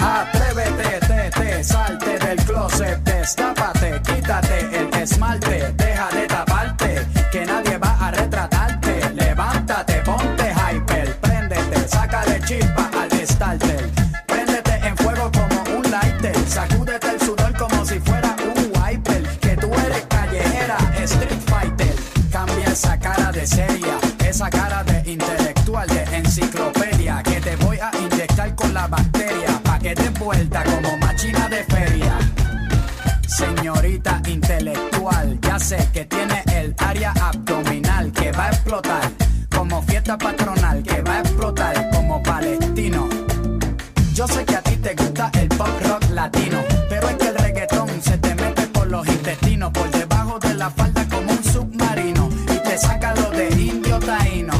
S18: Atrévete, te, te, salte del closet, destápate, quítate el esmalte, deja de taparte, que nadie va a retratarte. Levántate, ponte hyper, préndete, sácale chispa al starter. Préndete en fuego como un lighter, sacúdete el sudor como si fuera un wiper, que tú eres callejera, street fighter. Cambia esa cara de seria, esa cara de intelectual de enciclopedia, que te voy a inyectar con la bacteria, pa' que te vuelta como máquina de feria. Señorita intelectual, ya sé que tiene el área abdominal que va a explotar, como fiesta patronal que va a explotar como palestino. Yo sé que a ti te gusta el pop rock latino, pero es que el reggaetón se te mete por los intestinos, por debajo de la falda como un submarino, y te saca lo de indio taíno.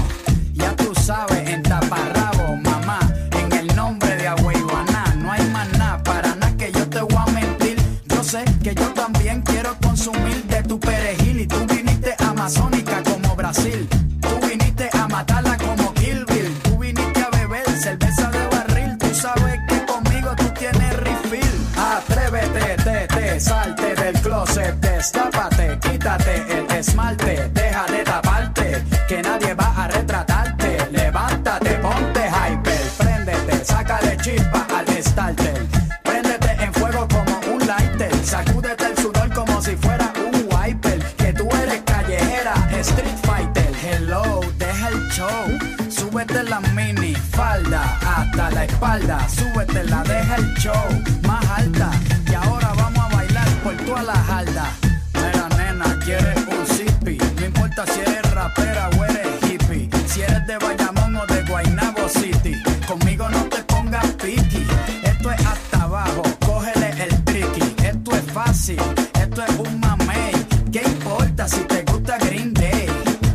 S18: Ya tú sabes, en taparrabo, mamá, en el nombre de Agüeyuaná, no hay más nada, para nada que yo te voy a mentir. Yo sé que yo también quiero consumir de tu perejil, y tú viniste amazónica como Brasil, tú viniste a matarla como Kill Bill, tú viniste a beber cerveza de barril, tú sabes que conmigo tú tienes refill. Atrévete, te, te, salte del closet, destápate, quítate el esmalte, deja de taparte, que nadie va a retratarte. Levántate, ponte hyper, préndete, sácale chispa al starter. Préndete en fuego como un lighter, sacúdete el sudor como si fuera un wiper, que tú eres callejera, street fighter. Hello, deja el show, súbete la mini falda hasta la espalda, súbete la deja el show más alta y ahora vamos a bailar por toda la jalda. Mira nena, quieres un zippy, no importa si eres rapera o eres hippie, si eres de Bayamón o de Guaynabo City, conmigo no te pongas piqui, esto es hasta abajo, cógele el tricky, esto es fácil, esto es un mamey, ¿qué importa si te gusta Green Day?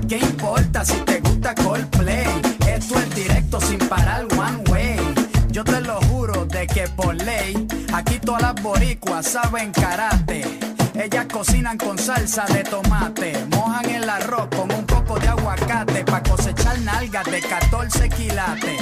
S18: ¿Qué importa si te gusta Coldplay? Esto es directo sin parar one way. Yo te lo juro de que por ley, aquí todas las boricuas saben karate. Ellas cocinan con salsa de tomate, mojan el arroz con un poco de aguacate para cosechar nalgas de 14 quilates.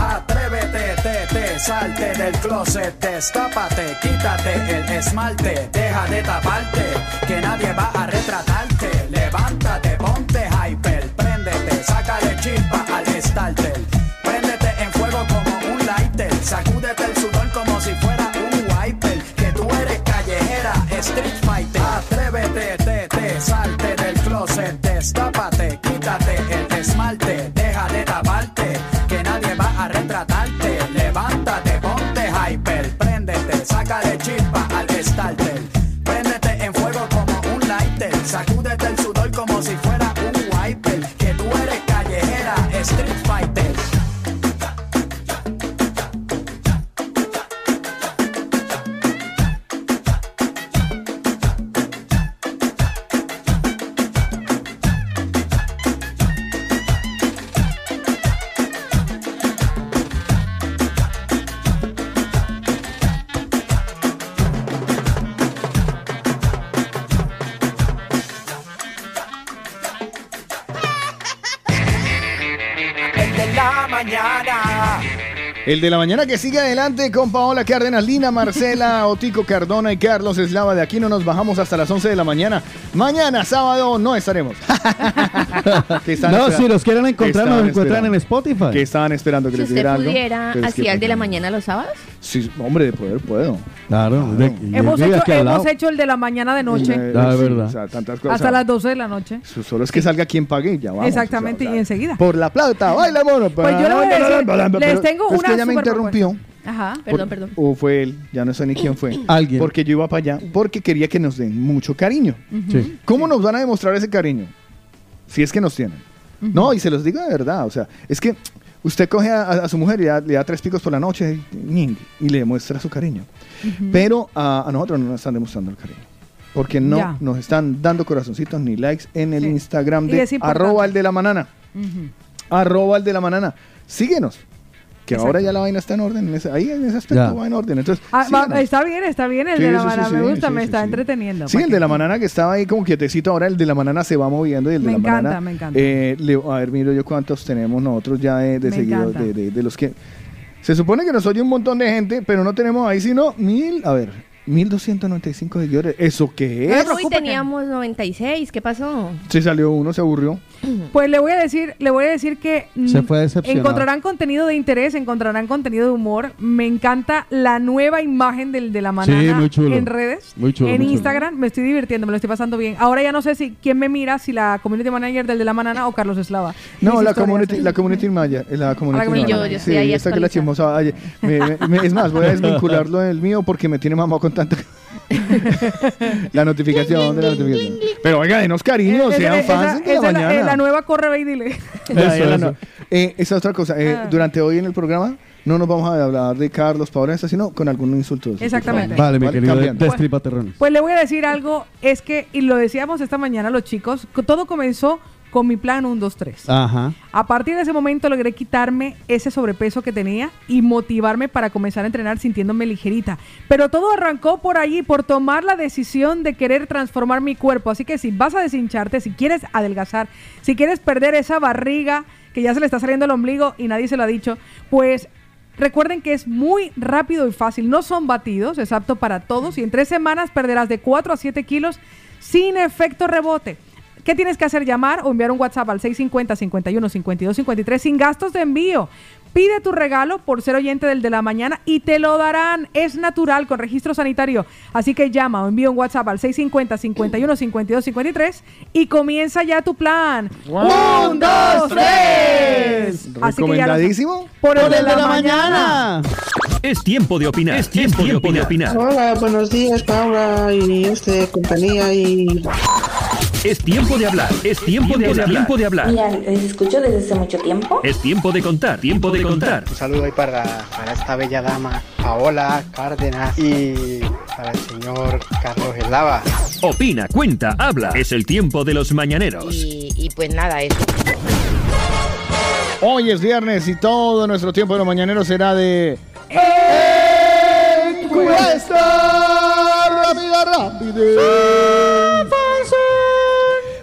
S18: Atrévete, te, te, salte del closet, destápate, quítate el esmalte, deja de taparte, que nadie va a retratarte. Levántate, ponte hyper, préndete, sácale chispa al starter. Préndete en fuego como un lighter, sacúdete el sudor como si fuera un wiper, que tú eres callejera, street fighter. Atrévete, te, te, salte del closet, destápate, quítate el esmalte, deja de taparte, que nadie va a retratarte. Levántate, ponte sacúdete el sudor como si fuera un wiper. Que tú eres callejera, street fighter.
S11: El de la mañana.
S6: El de la mañana que sigue adelante con Paola Cárdenas, Lina, Marcela, Otico Cardona y Carlos Eslava. De aquí no nos bajamos hasta las 11 de la mañana. Mañana, sábado, no estaremos. Que estaban
S9: No,
S6: esperando.
S9: si los quieren encontrar,
S6: Estaban
S9: nos encuentran en Spotify.
S6: Que estaban esperando que
S8: Si
S6: les
S8: usted
S6: diera algo.
S8: pudiera,
S6: Pero es que,
S8: hacía el de la
S6: pues,
S8: mañana los sábados.
S6: Sí, hombre, de poder puedo.
S9: Claro.
S3: Hemos, hecho, hemos hecho el de la mañana de noche.
S6: Eh, sí, o sea, tantas cosas.
S3: Hasta las 12 de la noche.
S6: Solo es que salga quien pague y ya vamos.
S3: Exactamente, y enseguida.
S6: Por la plata, baila mono.
S3: Pues yo les voy a decir, les tengo
S6: es
S3: una
S6: que ella me
S3: super
S6: interrumpió.
S3: propuesta. Ajá,
S6: Por- O fue él, ya no sé ni quién fue.
S9: Alguien.
S6: Porque yo iba para allá, porque quería que nos den mucho cariño.
S9: Ujú. Sí.
S6: ¿Cómo nos van a demostrar ese cariño? Si es que nos tienen. No, y se los digo de verdad, o sea, es que usted coge a, a- a su mujer y da- le da tres picos por la noche ñing, y, le demuestra su cariño. Pero a, a nosotros no nos están demostrando el cariño. Porque no
S3: Ya.
S6: nos están dando corazoncitos ni likes en el Instagram
S3: Y
S6: de
S3: es importante.
S6: arroba el de la manana.
S3: Ujú.
S6: Arroba el de la manana. Síguenos. Que
S3: Exacto.
S6: ahora ya la vaina está en orden. en ese- ahí en ese aspecto
S9: Ya.
S6: va en orden. Entonces,
S3: Ah, va-
S6: síguenos.
S3: está bien, está bien el
S6: Sí,
S3: de la
S6: sí, sí,
S3: banana.
S6: sí,
S3: me gusta,
S6: sí,
S3: me
S6: sí,
S3: está
S6: sí.
S3: entreteniendo. pues.
S6: Sí, el de la manana que estaba ahí como quietecito, ahora el de la manana se va moviendo y el de
S3: Me
S6: la
S3: encanta,
S6: manana.
S3: me encanta.
S6: eh, le- a ver, miro yo cuántos tenemos nosotros ya de, de
S3: Me
S6: seguidos,
S3: encanta.
S6: de, de- de los que. Se supone que nos oye un montón de gente, pero no tenemos ahí sino mil, a ver, 1295 seguidores. ¿Eso qué
S3: Eh,
S6: es?
S8: Uy, teníamos 96. ¿Qué pasó?
S6: Se salió uno, se aburrió.
S3: Pues le voy a decir, le voy a decir que mm,
S6: Se fue decepcionado.
S3: encontrarán contenido de interés, encontrarán contenido de humor. Me encanta la nueva imagen del de la manana
S9: muy chulo.
S3: en redes,
S9: Muy chulo,
S3: en
S9: muy chulo.
S3: Instagram. Me estoy divirtiendo, me lo estoy pasando bien. Ahora ya no sé si quién me mira, si la community manager del de la manana o Carlos Eslava.
S6: No,
S3: Mis
S6: la
S3: historias.
S6: community, la community maya, eh, la community
S3: Ah, community
S6: maya.
S3: yo- yo
S6: sí,
S3: estoy ahí
S6: esta que es la chismosa. Ay, me- me- me- es más, voy a desvincularlo del mío porque me tiene mamado con tanta la notificación de la notificación. Pero oiga, denos cariño,
S3: Esa-
S6: sean
S3: esa-
S6: fans de la
S3: esa es
S6: mañana.
S3: eh, la nueva corre ve y dile.
S6: La- la- no. Eh, esa otra cosa, eh,
S3: Ah.
S6: durante hoy en el programa no nos vamos a hablar de Carlos Paola, sino con algún insulto.
S3: Exactamente.
S9: Vale, mi querido
S6: cambiando.
S9: destripaterrones.
S3: Pues le voy a decir algo, es que, y lo decíamos esta mañana los chicos, que todo comenzó con mi plan 1, 2, 3.
S9: Ajá.
S3: A partir de ese momento logré quitarme ese sobrepeso que tenía y motivarme para comenzar a entrenar sintiéndome ligerita. Pero todo arrancó por allí, por tomar la decisión de querer transformar mi cuerpo. Así que si vas a deshincharte, si quieres adelgazar, si quieres perder esa barriga que ya se le está saliendo el ombligo y nadie se lo ha dicho, pues Recuerden que es muy rápido y fácil, no son batidos, es apto para todos y en tres semanas perderás de 4 a 7 kilos sin efecto rebote. ¿Qué tienes que hacer? Llamar o enviar un WhatsApp al 650-51-52-53 sin gastos de envío. Pide tu regalo por ser oyente del de la mañana y te lo darán. Es natural con registro sanitario. Así que llama o envía un WhatsApp al 650-51-52-53 y comienza ya tu plan.
S10: ¡Un, dos, tres!
S3: Así que ya lo-
S6: Recomendadísimo.
S3: Por el de la mañana.
S1: Es tiempo de opinar. Es tiempo, de opinar.
S19: Hola, buenos días, Paula y este compañía y
S1: Es tiempo de hablar. Es tiempo, de, hablar. tiempo de hablar.
S19: les escucho desde hace mucho tiempo.
S1: Es tiempo de contar. Tiempo de contar.
S20: Un saludo ahí para, para esta bella dama, Paola Cárdenas, y para el señor Carlos Eslava.
S1: Opina, cuenta, habla. Es el tiempo de los mañaneros.
S21: Y, y pues nada, eso.
S6: Hoy es viernes y todo nuestro tiempo de los mañaneros será de
S10: Encuesta
S6: rápida, rápida.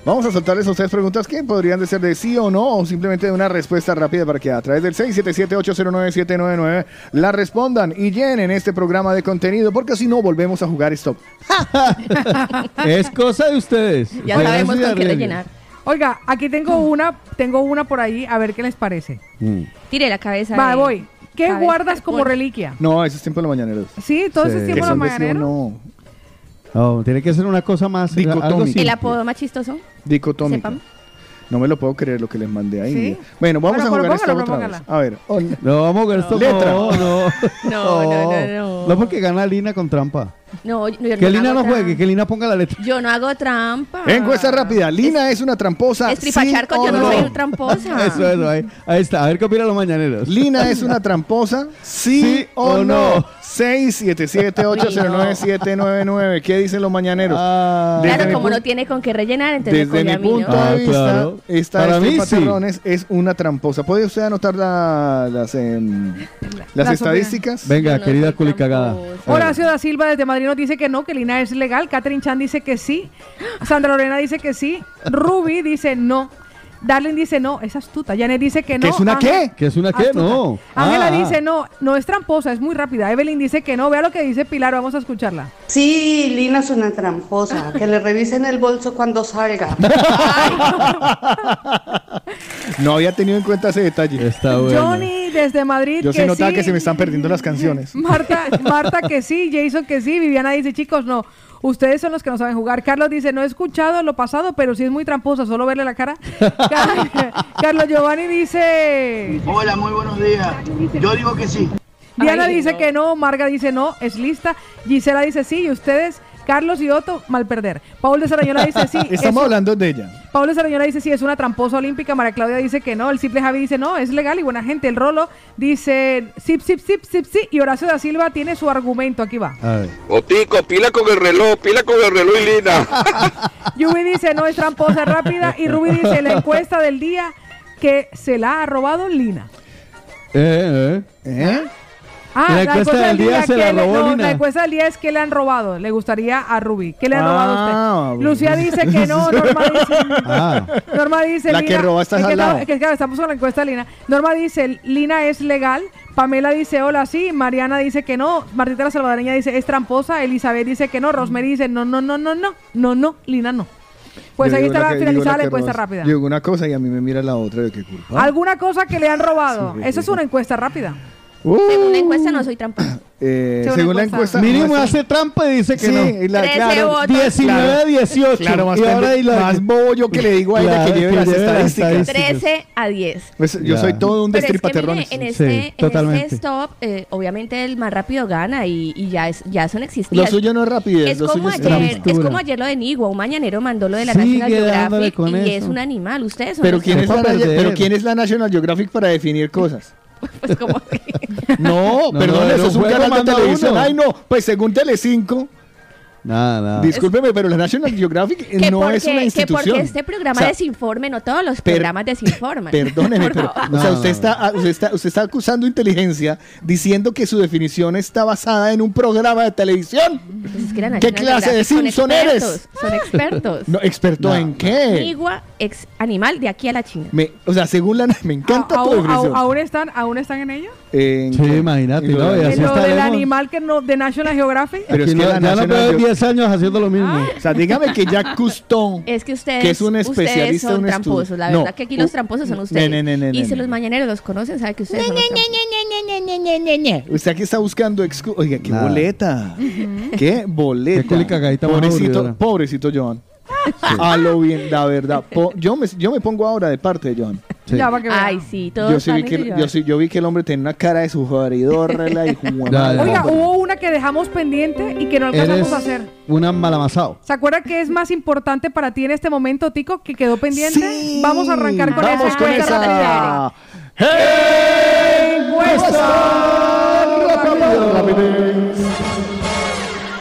S6: Vamos a soltarles a ustedes preguntas que podrían de ser de sí o no, o simplemente de una respuesta rápida para que a través del 677-809-799 la respondan y llenen este programa de contenido, porque si no volvemos a jugar stop.
S9: es cosa de ustedes.
S3: Ya
S9: Ustedes
S3: sabemos
S9: se
S3: con qué
S9: arreglen.
S8: rellenar.
S3: Oiga, aquí tengo una, tengo una por ahí, a ver qué les parece.
S9: Mm.
S8: Tire la cabeza.
S3: Va,
S8: de-
S3: voy. ¿Qué
S8: cabeza
S3: guardas
S8: de
S3: como
S8: pollo.
S3: reliquia?
S6: No, eso es tiempo de los mañaneros.
S3: Sí, todo ese
S9: Sí.
S3: tiempo
S9: Que
S3: los
S9: son de sí o
S3: mañaneros.
S6: No,
S9: No, tiene que ser una cosa más. Algo
S8: El
S9: simple.
S8: apodo más chistoso.
S6: dicotómico.
S8: Sepan.
S6: No me lo puedo creer lo que les mandé ahí.
S8: Sí.
S6: Bueno, vamos
S8: Bueno,
S6: a jugar
S8: pero
S6: stop
S8: póngalo,
S6: otra
S8: pero
S6: vez. A ver. hola.
S9: No, vamos a jugar esto.
S6: Letra.
S9: No, no.
S8: No, no, no, no.
S9: No, porque gana Lina con trampa.
S8: No, yo no
S9: Que Lina
S8: hago
S9: no
S8: trampa.
S9: juegue, que Lina ponga la letra.
S8: Yo no hago trampa.
S6: Encuesta rápida. Lina es, una tramposa.
S8: Estripacharco,
S6: sí
S8: yo
S6: o
S8: no,
S6: no.
S8: soy tramposa.
S9: Eso, eso, ahí, ahí está. A ver qué opinan los mañaneros.
S6: Lina es una tramposa, sí, o
S9: o
S6: no.
S9: no.
S6: 677-809-799. ¿Qué dicen los mañaneros? Desde
S8: Claro,
S6: mi
S8: como
S6: pu-
S8: no tiene con qué rellenar, entonces
S6: Desde
S8: me coge a
S6: mi
S8: mí,
S6: punto
S8: ¿no?
S9: Ah,
S6: de vista,
S9: claro.
S6: esta
S9: Para mí,
S6: Estefa
S9: sí.
S6: este Terrones es una tramposa. ¿Puede usted anotar la- las, em, las
S3: Las
S6: estadísticas?
S9: Venga, querida culicagada.
S3: Horacio da Silva desde Madrid nos dice que no, que Lina es legal. Catherine Chan dice que sí. Sandra Lorena dice que sí. Ruby dice no. Darlene dice no, es astuta. Janet dice que no.
S9: ¿Que es una
S3: Ángel-
S9: qué? ¿Que es una qué?
S3: Astuta.
S9: No.
S3: Ángela
S9: Ah,
S3: dice
S9: ah.
S3: no, no es tramposa, es muy rápida. Evelyn dice que no. Vea lo que dice Pilar, vamos a escucharla.
S21: Sí, Lina es una tramposa. Que le revisen el bolso cuando salga.
S6: No había tenido en cuenta ese detalle.
S9: Está
S3: Johnny desde Madrid
S6: Yo
S3: que
S6: se notaba
S3: sí.
S6: que se me están perdiendo las canciones.
S3: Marta, Marta que sí, Jason que sí, Viviana dice, chicos, no, ustedes son los que no saben jugar. Carlos dice, no he escuchado lo pasado, pero sí es muy tramposa, solo verle la cara. Car- Carlos Giovanni dice...
S22: Hola, muy buenos días. Yo digo que sí.
S3: Diana dice que no, Marga dice no, es lista, Gisela dice sí, y ustedes, Carlos y Otto, mal perder. Paul de Sarañola dice sí. es
S6: Estamos hablando de ella.
S3: Pablo Sarañola dice, sí, es una tramposa olímpica. María Claudia dice que no. El simple Javi dice, no, es legal y buena gente. El Rolo dice, sip, sip, sip, sip, sí. Y Horacio da Silva tiene su argumento. Aquí va.
S23: Otico, pila con el reloj, pila con el reloj y Lina.
S3: Yubi dice, no, es tramposa rápida. Y Rubi dice, la encuesta del día que se la ha robado Lina. Ah,
S9: Eh, eh. La encuesta del día se
S3: que
S9: la
S3: le-
S9: robó
S3: no,
S9: Lina.
S3: la encuesta del día es que le han robado. Le gustaría a Rubi. ¿Qué le han robado
S6: Ah,
S3: a usted? Lucía dice que no, Norma dice, Norma dice
S6: La que
S3: Lina-
S6: roba estás
S3: es que
S6: al
S3: no,
S6: lado.
S3: es que, claro, estamos con la encuesta de Lina. Norma dice, Lina es legal. Pamela dice, hola, sí. Mariana dice que no. Martita la salvadoreña dice, es tramposa. Elizabeth dice que no. Rosemary dice, no, no, no, no, no. No, no, Lina no. Pues
S6: Yo
S3: ahí
S6: digo
S3: está
S6: que-
S3: la
S6: digo
S3: finalizada la
S6: que
S3: encuesta
S6: no-
S3: rápida.
S6: Digo una cosa y a mí me mira la otra. de ¿Qué culpa?
S3: ¿Alguna cosa que le han robado?
S6: Sí.
S3: Eso es una encuesta rápida.
S6: Uh,
S8: Según la encuesta no soy tramposa.
S6: eh,
S3: Sí, una
S6: según la
S3: encuesta.
S6: encuesta.
S9: Mínimo
S6: nuestra-
S9: hace trampa y dice que
S6: Sí,
S9: no.
S6: y la-
S8: Trece
S6: claro.
S8: votos.
S9: 19 a 18.
S6: Claro, más,
S9: y ahora
S6: pende-
S9: y la-
S6: más bobo yo que le digo a ella
S9: Claro,
S6: que lleve
S9: que
S6: las
S9: lleve las
S6: estadísticas.
S8: 13 a 10.
S6: Pues, yo
S9: Ya.
S6: soy todo un
S8: Pero es que mire,
S6: destripaterrones.
S8: en este, en este stop, eh, obviamente el más rápido gana y, y ya, es, ya son
S6: Lo
S8: existidas.
S6: suyo no es rapidez,
S8: Es
S6: lo
S8: como,
S6: suyo es
S8: ayer, es
S6: trampa.
S8: como ayer lo de Nigua, un mañanero mandó lo de la
S6: Sigue
S8: National
S6: dándole
S8: Geographic
S6: con
S8: y
S6: eso.
S8: es un animal. Ustedes son
S6: Pero
S8: los
S6: ¿quién, es
S8: tramposos.
S6: la,
S9: perder.
S6: pero quién es la National Geographic para definir cosas?
S8: Pues como
S6: No,
S9: No,
S6: perdón,
S9: era
S6: eso
S9: un
S6: es un
S9: juego,
S6: canal de
S9: manda
S6: televisión.
S9: uno.
S6: Ay, no, pues según Telecinco,
S9: Nada, nada.
S6: discúlpeme, pero la National Geographic eh,
S8: que
S6: no
S8: porque,
S6: es una
S8: que
S6: institución.
S8: porque este programa
S6: O sea,
S8: desinforme, no todos los
S6: per-
S8: programas desinforman.
S6: Perdóneme,
S8: Por
S6: pero
S8: favor.
S6: o sea,
S9: No,
S6: usted,
S9: no,
S6: está, ah, usted, está, usted está acusando inteligencia diciendo que su definición está basada en un programa de televisión.
S8: Pues es que la
S6: ¿Qué
S8: National
S6: clase de
S8: Geographic son
S6: Simpson
S8: expertos,
S6: eres?
S8: Son expertos.
S6: No, ¿Experto
S8: No.
S6: en qué?
S8: Nigua, ex animal de aquí a la China.
S6: Me- o sea, según la... Me encanta tu
S3: ¿Aún,
S6: definición.
S3: aún- aún están, ¿Aún están en ello?
S6: En-
S9: Sí, imagínate,
S6: en-
S9: ¿no? Y así
S3: ¿En lo del
S9: estaremos.
S3: animal que no, de National Geographic?
S6: Pero
S9: Aquí
S6: es que
S9: no-
S6: la
S9: ya no
S6: National
S9: veo
S6: Geo-
S9: 10 años haciendo lo mismo.
S6: O sea, dígame que Jack Cousteau,
S8: Es que ustedes,
S6: que es un
S8: ustedes
S6: especialista en
S8: son
S6: un estudio.
S8: tramposos. La
S6: No,
S8: verdad que aquí los
S6: u-
S8: tramposos son
S6: ne,
S8: ustedes.
S6: ne, ne, ne,
S8: y
S6: ne,
S8: si
S6: ne.
S8: los mañaneros los conocen, sabe que ustedes son los
S6: usted aquí está buscando excu- Oiga, qué boleta. Qué boleta.
S9: Qué culicagadita más
S6: pobrecito,
S9: aburridora.
S6: pobrecito Joan. A lo bien, la verdad. Po- yo, me, yo me pongo ahora de parte de Joan.
S8: Ya, para que vean. Ay, sí, todos
S6: Yo, sí vi
S8: fans
S6: que,
S8: de
S6: yo,
S8: Joan.
S6: sí- yo vi que el hombre tenía una cara de su la pues. y
S9: Ya, ya.
S3: Oiga, hubo una que dejamos pendiente y que no alcanzamos
S9: Eres
S3: a hacer.
S9: un amamasado.
S3: ¿Se acuerda que es más importante para ti en este momento, Tico, que quedó pendiente? Vamos a arrancar con
S6: Vamos
S3: esa
S6: con
S3: encuesta rápida.
S6: esa.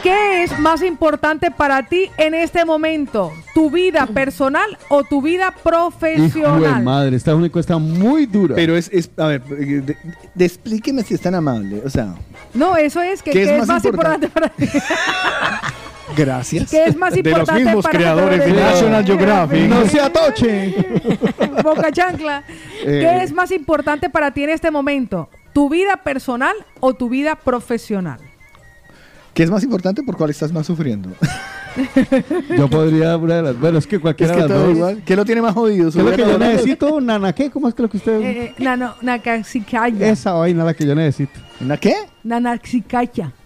S3: ¿Qué es más importante para ti en este momento? ¿Tu vida personal o tu vida
S9: Hijo de
S3: profesional?
S9: madre, esta es una encuesta muy dura.
S6: Pero es, es- a ver, de- de- de- explíqueme si es tan amable. O sea,
S3: No, eso es que
S6: ¿Qué
S3: ¿qué
S6: es
S3: es,
S6: más
S3: más importante, para ti?
S6: gracias.
S3: ¿Qué es más importante para
S9: No se atoche.
S3: Boca chancla.
S6: Eh.
S3: ¿Qué es más importante para ti en este momento? ¿Tu vida personal o tu vida profesional?
S6: ¿Qué es más importante por cuál estás más sufriendo?
S9: Yo podría una de las. Bueno, es que
S6: Es
S9: cualquiera
S6: que
S9: de las
S6: todo
S9: dos.
S6: igual. ¿Qué lo tiene más jodido?
S9: ¿Qué es lo que yo
S6: Subiera-
S9: necesito? ¿Nana qué? ¿Cómo es que lo que usted.?
S3: Eh, eh, nano- nacaxicaya.
S6: Eh.
S9: Esa vaina es la que yo necesito.
S6: ¿Una qué?
S3: Nanaxicaya.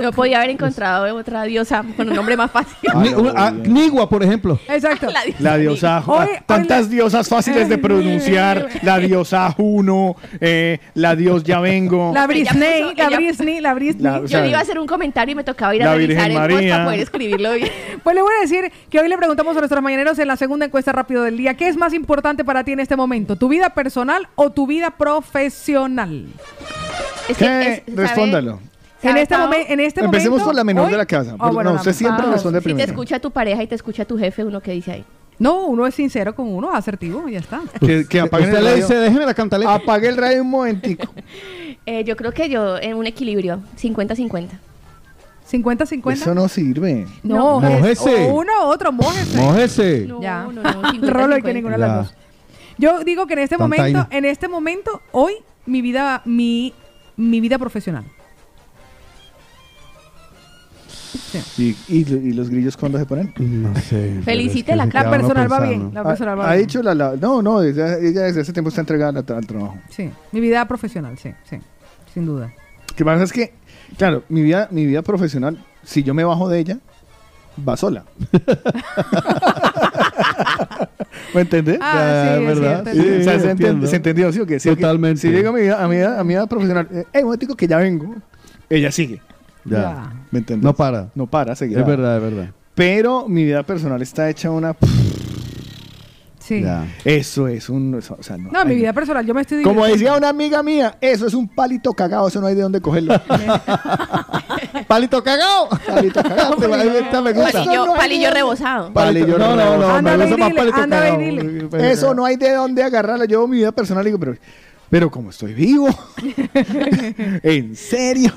S8: No podía haber encontrado otra diosa con un nombre más fácil.
S9: Ni- una- ah, Nigua, por ejemplo.
S3: Exacto.
S6: La diosa.
S3: Hoy-
S6: ah, tantas diosas fáciles de pronunciar. la diosa Juno, eh, la dios ya vengo.
S3: La Brisney,
S8: puso-
S3: la
S8: ella-
S3: Brisney, la Brisney.
S6: La- o
S8: Yo
S6: sea,
S8: le iba a hacer un comentario y me tocaba ir a
S6: la
S8: revisar
S6: Virgen
S8: el post
S6: María.
S8: para poder escribirlo bien.
S3: Pues le voy a decir que hoy le preguntamos a nuestros mañaneros en la segunda encuesta rápido del día, ¿qué es más importante para ti en este momento? ¿Tu vida personal o tu vida profesional?
S8: Es
S6: ¿Qué? Eh, Respóndalo.
S3: En
S8: ¿Sabe,
S3: este,
S8: Pao?
S3: momen- en este momento...
S6: Empecemos por la menor
S3: hoy-
S6: de la casa.
S3: Ah, bueno,
S6: no,
S3: la-
S6: usted siempre
S3: ah,
S6: responde
S8: Si te
S6: primero.
S8: escucha tu pareja y te escucha tu jefe, uno que dice ahí.
S3: No, uno es sincero con uno, asertivo, y ya está.
S6: Que, que apaguen
S9: Usted
S6: el
S9: le
S6: radio.
S9: dice, déjeme la cantaleta.
S6: Apague el radio un momentico.
S8: Eh, yo creo que yo en un equilibrio, 50-50.
S3: 50-50.
S6: Eso no sirve.
S3: No,
S9: No,
S3: es
S9: mójese.
S3: o uno o otro, mójese.
S9: Mójese.
S3: ya.
S8: no, no,
S3: Rolo hay que ninguna de las
S9: La-
S3: dos. Yo digo que en este
S9: Tantaina.
S3: momento, en este momento, hoy, mi vida, mi, mi vida profesional.
S6: ¿Y, y, y los grillos cuándo se ponen?
S9: No sé.
S3: Felicite la
S9: cara
S3: cara personal va bien. La
S6: Ha-
S3: personal va
S6: ha
S3: bien.
S6: hecho la, la- No, no, desde- ella desde hace tiempo está entregada al, al trabajo.
S3: Sí, mi vida profesional, sí, sí, sin duda.
S6: que pasa es que, claro, mi vida, mi vida profesional, si yo me bajo de ella, va sola. ¿Me entendés?
S3: Ah, sí, es
S9: ¿verdad?
S3: cierto, es
S9: Sí,
S3: cierto.
S6: O sea, se, enten-
S9: entiendo.
S6: se entendió, ¿sí o qué? Si alguien-
S9: Totalmente.
S6: si llego a mi vida, a mi vida, a mi vida profesional, eh, hey, momentico que ya vengo, ella sigue.
S9: Ya.
S6: ¿Me entendés?
S9: No para.
S6: No para, seguirá.
S9: Es verdad, es verdad.
S6: Pero mi vida personal está hecha una...
S3: Sí.
S9: Ya.
S6: Eso es un... eso- o sea, no,
S3: No, mi
S6: ay,
S3: vida personal, yo me estoy
S6: Como
S3: divirtiendo.
S6: decía una amiga mía, eso es un palito cagado, eso no hay de dónde cogerlo.
S9: ¡Palito cagado!
S6: palito cagado. te va- esta me
S8: Palillo,
S6: gusta. Eso no hay
S8: palillo
S6: de-
S8: rebozado.
S6: Palillo
S9: No, no, no. me
S3: Anda, ve y
S9: gusta más
S3: dile,
S9: palito Pues,
S3: anda, ve y
S9: cagado.
S3: dile.
S6: Eso no hay de dónde agarrarla. Yo mi vida personal digo, pero, pero como estoy vivo, en serio,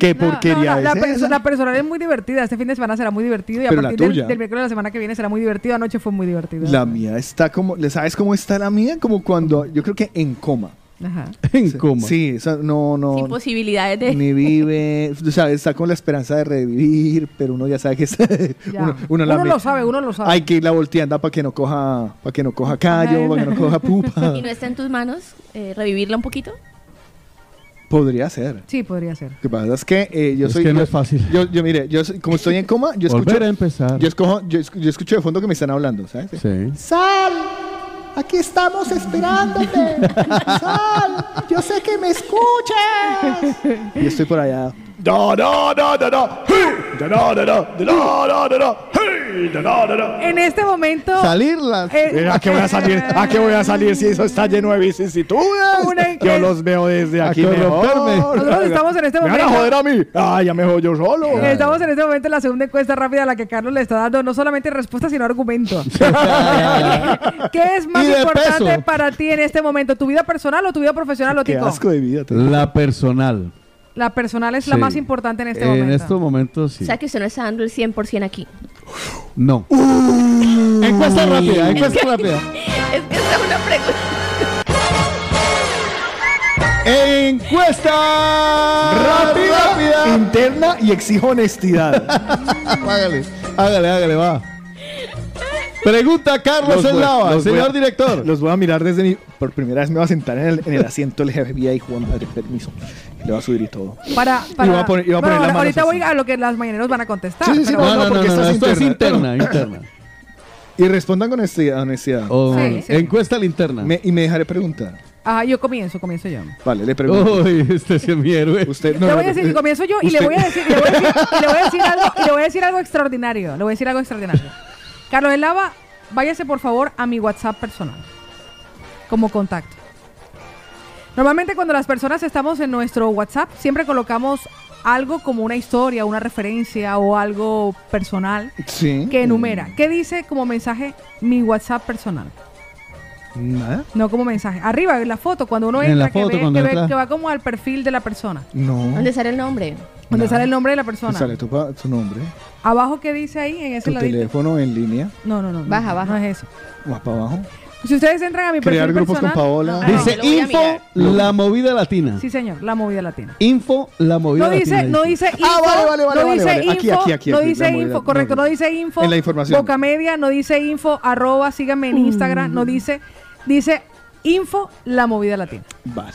S6: qué
S3: No, no,
S6: porquería
S3: no, la,
S6: es
S3: perso-
S6: esa?
S3: la personal es muy divertida. Este fin de semana será muy divertido y a
S6: Pero la
S3: partir del,
S6: tuya.
S3: del miércoles de la semana que viene será muy divertido. Anoche fue muy divertido.
S6: La mía está como, ¿le sabes cómo está la mía? Como cuando, yo creo que en coma.
S3: Ajá.
S9: En coma.
S6: Sí, esa- no,
S8: Sin
S6: no.
S8: posibilidades de.
S6: Ni vive, o sea, está con la esperanza de revivir, pero uno ya sabe que es,
S3: Ya.
S6: uno,
S3: Uno,
S6: uno la
S3: lo
S6: me-
S3: sabe, uno lo sabe.
S6: Hay que ir la volteando para que no coja, para que no coja callo, para que no coja pupa.
S8: ¿Y no está en tus manos eh, revivirla un poquito?
S6: Podría ser.
S3: Sí, podría ser.
S6: Lo que pasa es que eh, yo
S9: Es
S6: soy.
S9: que no
S6: yo-
S9: es fácil.
S6: Yo, yo, mire, yo soy- como estoy en coma, yo escucho.
S9: Volver a empezar.
S6: Yo, escojo, yo, esc- yo escucho de fondo que me están hablando, ¿sabes?
S9: Sí.
S10: Sal, aquí estamos esperándote. Sal, yo sé que me escuchas.
S6: Yo estoy por allá.
S23: No, no, no, no, no. Hey, no, no, no, no, no, no, no, no. Hey, no, no, no, no.
S3: En este momento.
S9: Salirla.
S3: eh,
S23: ¿A qué voy a salir? ¿A qué voy a salir si eso está lleno de
S3: Una
S23: vicisitudes? Yo
S3: en que-
S23: los veo desde aquí
S9: corromperme.
S23: mejor.
S3: Nosotros estamos en este
S23: ¿Me van a
S3: momento-
S23: joder a mí? Ah, ya me jodo yo solo.
S3: Estamos en este momento en la segunda encuesta rápida a la que Carlos le está dando no solamente respuesta, sino argumento. ¿Qué es más
S9: Y de
S3: importante
S9: peso.
S3: para ti en este momento? ¿Tu vida personal o tu vida profesional,
S6: Qué
S3: Otico?
S6: asco de vida. te-
S9: La personal.
S3: La personal es la
S9: Sí.
S3: más importante en este
S9: En
S3: momento.
S9: estos momentos sí.
S8: O sea que usted no está dando el 100% aquí.
S9: No. Encuesta rápida, encuesta rápida.
S8: Es que esta es una pregunta.
S9: Encuesta rápida.
S6: Rápida, interna y exijo honestidad.
S9: Hágale, hágale, hágale, va. Pregunta Carlos
S6: voy-
S9: Eslava,
S6: los voy
S9: señor
S6: a-
S9: director.
S6: Los voy a mirar desde mi. Por primera vez me va a sentar en el, en el asiento del jefe y Juan Padre Permiso. Y Le va a subir y todo.
S3: Para, para-
S6: Y voy a poner- y voy a poner las
S3: No, ahora-
S6: manos
S3: ahorita voy
S6: así.
S3: a lo que las mañaneros van a contestar.
S6: Sí, sí, sí,
S3: pero-
S6: no, no, porque esta es
S9: esto es
S6: interna.
S9: interna, interna.
S6: Y respondan con honestidad. honestidad.
S9: O-
S3: Sí, sí.
S9: Encuesta la interna.
S6: Me- y me dejaré preguntar.
S3: Ah, yo comienzo, comienzo yo.
S6: Vale, le pregunto.
S9: Uy, este sí es mi héroe.
S6: Usted
S3: le voy a decir, comienzo yo y le
S6: eh, usted-
S3: voy a decir, y le voy a decir, y le voy a decir algo, y le voy a decir algo extraordinario. Le voy a decir algo extraordinario. Carlos Elava, váyase por favor a mi WhatsApp personal. Como contacto. Normalmente cuando las personas estamos en nuestro WhatsApp, siempre colocamos algo como una historia, una referencia o algo personal
S6: Sí.
S3: que enumera. ¿Qué dice como mensaje mi WhatsApp personal?
S9: ¿Eh?
S6: Nada.
S3: No como mensaje. Arriba en la foto, cuando uno
S9: En
S3: entra,
S9: la
S3: que,
S9: foto,
S3: ve-
S9: cuando
S3: que ve-
S9: entra.
S3: que va como al perfil de la persona.
S6: No.
S8: ¿Dónde sale el nombre?
S3: Donde
S6: No.
S3: sale el nombre de la
S6: Te
S3: persona.
S6: Sale tu, pa- tu nombre,
S3: Abajo, ¿qué dice ahí? En ese
S6: tu
S3: ladito.
S6: teléfono en línea,
S3: No, no, no. no,
S8: Baja,
S3: no,
S8: baja.
S3: No es eso.
S6: más para abajo.
S3: Si ustedes entran a mi
S6: Crear
S3: perfil
S6: grupos
S3: personal,
S6: con Paola.
S3: no, no,
S9: Dice
S8: lo voy a
S9: info
S8: mirar.
S9: la movida latina.
S3: Sí, señor, la movida latina.
S9: Info la movida
S3: No dice,
S9: latina.
S3: no dice info,
S6: Ah, vale, vale, vale,
S3: no
S6: vale,
S3: dice
S6: vale.
S3: info,
S6: Aquí, aquí, aquí,
S3: no
S6: aquí,
S3: dice
S6: la movida,
S3: info, correcto,
S6: no,
S3: no dice info.
S6: en la información.
S3: Boca Media, no dice info, arroba, síganme
S6: Mm.
S3: en Instagram, no dice, dice info, la movida latina.
S6: Vale.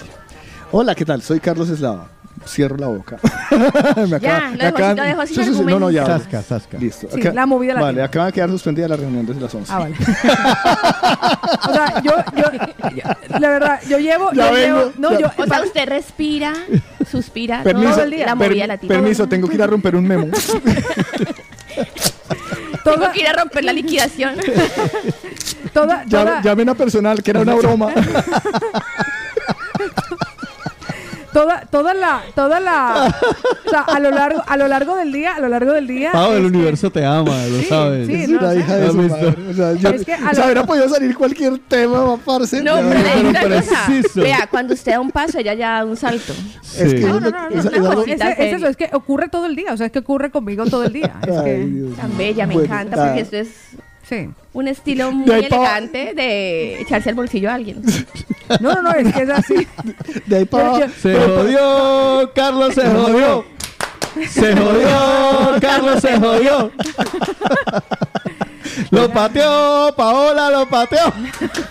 S6: Hola, ¿qué tal? Soy Carlos Eslava. cierro la boca. Me
S8: Ya, lo
S6: me
S8: dejo así, lo dejo así
S6: Sí,
S8: de
S6: sí, sí, no, no, ya.
S9: argumento. Zasca,
S6: vale.
S9: zasca.
S6: Listo.
S3: Sí, la movida latina.
S6: Vale, acaba de quedar suspendida la reunión desde las 11.
S3: Ah, vale. o sea, yo, yo, la verdad, yo llevo,
S6: Ya
S3: yo
S6: vengo,
S3: llevo, no,
S6: ya.
S3: yo,
S8: O sea, usted respira, suspira todo el día. Ah, La
S6: per-
S8: movida latina.
S6: permiso, tengo que ir a romper un memo.
S8: Tengo que ir a romper la liquidación.
S3: toda,
S6: Ya-
S3: toda,
S6: Llamen a personal, que era una broma.
S3: toda, toda la, toda la, o sea, a lo largo, a lo largo del día, a lo largo del día,
S6: Ah,
S9: Pau, el
S3: es-
S9: universo te ama, lo sabes.
S3: este. sí, no,
S6: La
S3: o sea,
S6: hija de su
S9: Listo.
S6: madre. O sea, yo-
S8: Es que a
S6: o sea,
S8: lo-
S6: hubiera podido salir cualquier tema, parce.
S8: No, pero le digo una cosa.
S6: preciso.
S8: Vea, cuando usted da un paso, ella ya da un salto.
S6: Es que
S3: No, no, no, no,
S6: esa-
S3: no,
S6: esa-
S3: es, es eso, es que ocurre todo el día, o sea, es que ocurre conmigo todo el día. Es
S6: Ay,
S3: que,
S6: Dios
S8: Tan bella, me
S6: Bueno,
S8: encanta,
S6: ah.
S8: porque esto es
S3: sí.
S8: un estilo muy
S6: De ahí pa-
S8: elegante de echarse al bolsillo a alguien.
S3: No, no, no, es que es así.
S6: De ahí para
S3: Yo- yo-
S9: Se jodió, Carlos se jodió. Se jodió, Carlos se jodió. Lo pateó, Paola lo pateó.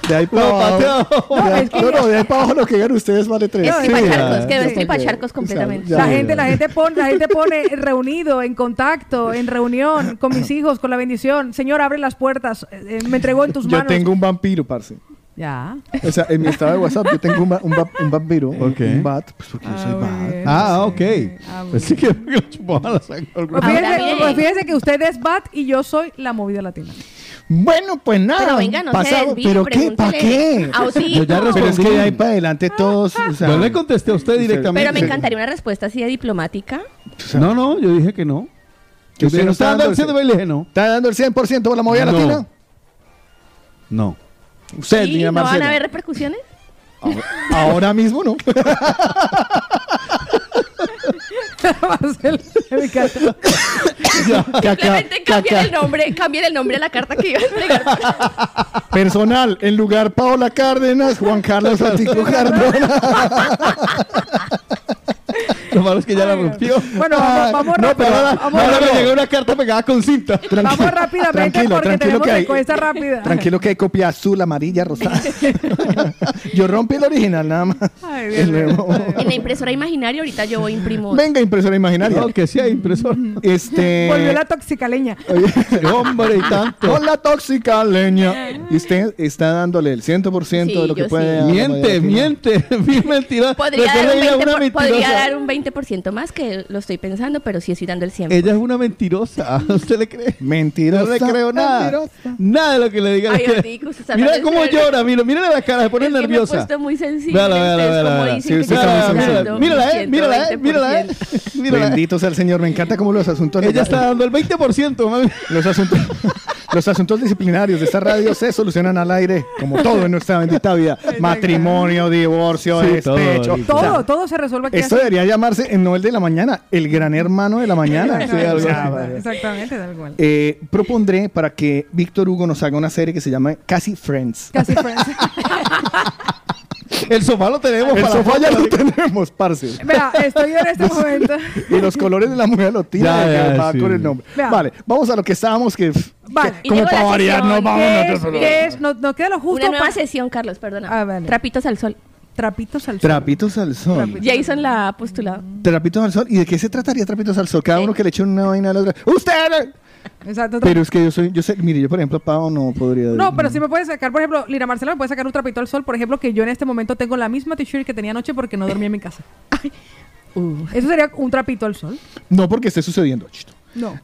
S6: De ahí para
S9: Lo
S6: abajo.
S9: pateó.
S6: De ahí- No, no, de ahí para abajo lo que hagan ustedes vale tres.
S8: Es tripacharcos,
S9: ya,
S8: quedó es
S6: ya,
S8: tripacharcos
S6: ya,
S8: completamente.
S6: ya.
S3: La gente, la gente pone, la gente pone reunido, en contacto, en reunión, con mis hijos, con la bendición. Señor, abre las puertas, eh, eh, me entregó en tus
S6: Yo
S3: manos.
S6: tengo un vampiro, parce.
S3: Ya.
S6: O sea, en mi estado de WhatsApp yo tengo un, va- un, va- un vampiro, un-
S9: Ok.
S6: un bat, pues porque yo soy bat.
S9: Ah, ok.
S3: Ah,
S9: Así que lo chupó a la sangre.
S3: Pues
S8: Ahora
S3: fíjense,
S8: bien.
S3: pues fíjense que usted es Bat y yo soy la movida latina.
S6: Bueno, pues nada.
S8: Pero venga, no se
S6: pasamos.
S8: desvíe,
S6: ¿Pero qué? ¿Para
S8: pregúntele
S6: qué?
S8: a Osito.
S9: Yo ya
S6: Pero es que
S9: respondí.
S6: de ahí para adelante todos. O sea,
S9: Yo le contesté a usted directamente.
S8: Pero me encantaría una respuesta así de diplomática.
S9: No, no, yo dije que no.
S6: Que
S9: Yo dije,
S6: usted no
S9: no está
S6: está
S9: dando el
S6: dándose.
S9: 100 de baile, dije, no.
S6: ¿Está dando el 100% por la movida
S9: No.
S6: latina?
S9: No.
S6: Usted,
S8: ¿Y
S6: niña
S8: no van
S6: Marcela.
S8: a haber repercusiones?
S6: Ahora mismo no.
S3: Marcelo, me encanta.
S6: Que acá-
S8: Simplemente
S6: que acá-
S8: cambien el nombre, cambien el nombre a la carta que iba a entregar.
S6: Personal, en lugar Paola Cárdenas, Juan Carlos Francisco Cardona.
S9: Lo malo es que ya la rompió.
S3: Bueno,
S6: Ah,
S3: vamos, vamos
S9: No,
S3: rápido.
S9: pero ahora,
S3: vamos,
S9: ahora me
S3: rápido.
S9: llegó una carta pegada con cinta.
S3: Vamos rápidamente
S6: tranquilo,
S3: porque
S6: tranquilo
S3: tenemos
S6: que hay-
S3: encuesta rápida.
S6: Tranquilo que hay copia azul, amarilla, rosada. Yo rompí el original nada más.
S3: Ay,
S6: El
S3: Dios mío.
S6: nuevo.
S8: En la impresora imaginaria ahorita yo imprimo. otra.
S6: Venga, impresora imaginaria.
S9: No, que sí hay impresor.
S6: Este.
S3: Volvió la toxicaleña.
S9: Hombre, y tanto.
S6: Con la tóxica leña. Y usted está dándole el 100% de
S8: Sí,
S6: lo que
S8: yo sí.
S6: puede. a la
S9: Miente,
S6: moneda latina.
S9: miente, mil mentiras.
S8: Podría dar, un
S9: Recuerda, ella es
S8: 20 por- podría
S9: Pues mentirosa.
S8: dar un 20% más que lo estoy pensando, pero sí estoy dando el 100%.
S9: Ella es una mentirosa. ¿A ¿Usted le cree?
S6: Mentirosa.
S9: No le creo nada. Nada de lo que le diga.
S8: Ay,
S9: le cree.
S8: Ortico, se está
S9: mira
S8: hablando
S9: cómo
S8: en serio.
S9: llora, mira, mírale la cara, se pone
S8: es que me he
S9: nerviosa.
S8: puesto muy sensible.
S9: Véala, véala,
S8: ustedes
S9: véala,
S8: como
S9: véala.
S8: dicen
S6: Sí,
S8: que
S6: usted
S8: yo
S6: está
S8: estoy
S6: muy sensible.
S8: dando
S9: Mírala, eh,
S8: un
S9: mírala, eh,
S8: 120%.
S9: mírala, eh. Mírala. eh.
S6: Bendito sea el Señor. Me encanta cómo los asuntos.
S9: Ella
S6: legales-
S9: está dando el 20%, mami.
S6: Los asuntos, los asuntos disciplinarios de esta radio se solucionan al aire, como todo en nuestra bendita vida. Matrimonio, divorcio,
S9: Sí, todo,
S6: despecho.
S9: ahorita.
S3: Todo,
S6: O sea,
S3: todo se resuelve aquí.
S6: esto
S3: así.
S6: debería llamarse en Noel de la Mañana, el gran hermano de la mañana.
S3: Exactamente,
S6: O sea,
S3: exactamente, exactamente, tal cual.
S6: eh, propondré para que Víctor Hugo nos haga una serie que se llama Casi Friends.
S3: Casi friends.
S9: El sofá lo tenemos
S6: El
S9: para
S6: sofá ya lo tenemos, parce.
S3: Mira, estoy en este momento.
S6: Y los colores de la mujer lo
S9: Ya,
S6: tiran
S9: ya,
S6: va
S9: sí.
S6: con el nombre.
S3: Vea.
S6: Vale, vamos a lo que estábamos que pff,
S3: Vale.
S8: Y
S6: como
S8: llegó la
S6: para variar,
S8: sección,
S6: no vamos
S3: ¿Qué es?
S6: nosotros.
S3: ¿Qué es? Nos, nos queda lo justo
S8: Una nueva
S3: para
S8: sesión, Carlos, perdona.
S3: Ah, vale.
S8: Trapitos al sol.
S3: trapitos al sol.
S6: Trapitos al sol.
S3: Trapitos.
S8: Jason la ha postulado.
S6: Trapitos al sol. ¿Y de qué se trataría Trapitos al sol? Cada uno que le eche una vaina a la otra. ¡Usted!
S3: Exacto.
S6: Pero mm. es que yo soy, yo sé, mire, yo por ejemplo, Pau no podría.
S3: No, pero si me puedes sacar, por ejemplo, Lina Marcela me puede sacar un trapito al sol, por ejemplo, que yo en este momento tengo la misma t-shirt que tenía anoche porque no dormí en mi casa.
S8: Uh.
S3: Eso sería un trapito al sol.
S6: No porque esté sucediendo, chito.
S3: No.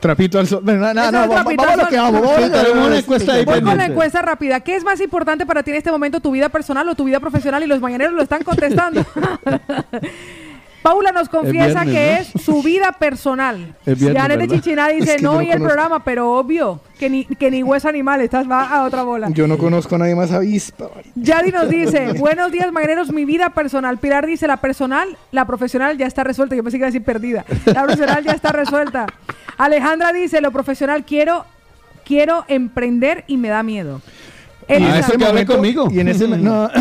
S6: Trapito al sol. Bueno, nada,
S3: Eso
S6: nada,
S3: es
S6: va-
S3: trapito
S6: vamos a
S3: al
S6: lo que
S3: sol.
S6: vamos. Vamos a lo que
S9: Tenemos una
S6: vamos.
S9: encuesta ahí
S3: Voy con la
S9: pendiente.
S3: encuesta rápida. ¿Qué es más importante para ti en este momento, tu vida personal o tu vida profesional? Y los mañaneros lo están contestando. Paula nos confiesa
S9: viernes,
S3: que
S9: ¿no?
S3: es su vida personal.
S9: Es viernes,
S3: Janet de
S9: ¿verdad?
S3: Chichiná dice,
S6: Es que yo
S3: no
S6: no
S3: vi el
S6: conozco.
S3: programa, pero obvio, que ni, que ni hueso animal, estás va a otra bola.
S6: Yo no conozco a nadie más avispa. vale.
S3: Yadi nos dice, buenos días, mañaneros, mi vida personal. Pilar dice, la personal, la profesional ya está resuelta. Yo pensé que iba a decir perdida. La profesional ya está resuelta. Alejandra dice, lo profesional quiero, quiero emprender y me da miedo.
S9: Ah,
S3: Elisa,
S9: eso que hablé conmigo.
S6: Y en ese momento.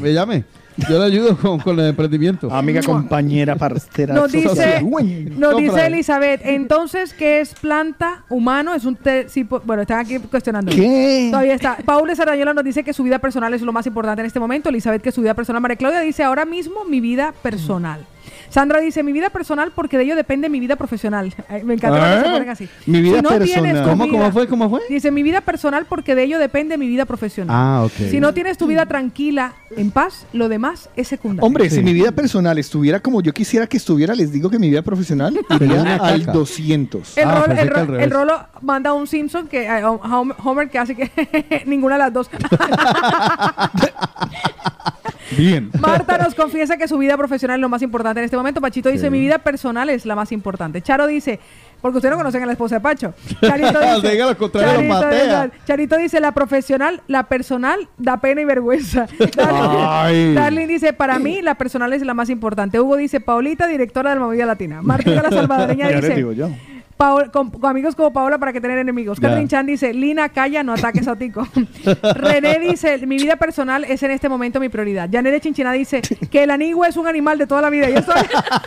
S9: Me llame. Yo le ayudo con, con el emprendimiento.
S6: Amiga, compañera, parcera.
S3: Nos dice,
S6: Uy,
S3: nos
S6: compra.
S3: dice Elizabeth, entonces, ¿qué es planta humano? Es un te- tipo- Bueno, están aquí cuestionando.
S6: ¿Qué?
S3: Todavía está. Paula Sarayola nos dice que su vida personal es lo más importante en este momento. Elizabeth, que su vida personal. María Claudia dice, ahora mismo mi vida personal. Sandra dice, mi vida personal porque de ello depende mi vida profesional. Ay, Me encanta cuando se
S9: ¿Eh?
S3: ponen así.
S9: Mi vida
S3: Si no tienes
S9: personal.
S3: tu
S9: ¿Cómo-
S3: vida-
S9: cómo fue? ¿Cómo fue?
S3: Dice, mi vida personal porque de ello depende mi vida profesional.
S9: Ah, ok.
S3: Si no tienes tu vida tranquila, en paz, lo demás es secundario.
S6: Hombre, si mi vida personal estuviera como yo quisiera que estuviera, les digo que mi vida profesional
S9: Sería
S6: iría
S9: una
S6: al
S9: caca.
S6: 200.
S9: Ah,
S3: El, rol- el, rol- el rolo manda un Simpson que eh, Hom- Homer que hace que ninguna de las dos.
S9: Bien.
S3: Marta nos confiesa que su vida profesional es lo más importante en este momento. Pachito dice,
S9: Sí.
S3: mi vida personal es la más importante. Charo dice, porque ustedes no conocen a la esposa de Pacho. Charito dice,
S9: Diga lo contrario, lo
S3: Charito
S9: patea.
S3: dice- Charito dice, la profesional, la personal da pena y vergüenza.
S9: Ay.
S3: Darlene dice, para mí la personal es la más importante. Hugo dice, Paulita, directora de la movida latina. Martina la salvadoreña
S6: Ya les
S3: dice,
S6: digo yo.
S3: Paol- con, con amigos como Paola para que tener enemigos.
S6: Ya.
S3: Catherine Chan dice, Lina, calla, no ataques a Tico. René dice, mi vida personal es en este momento mi prioridad. Janere Chinchina dice, que el anigua es un animal de toda la vida. Y eso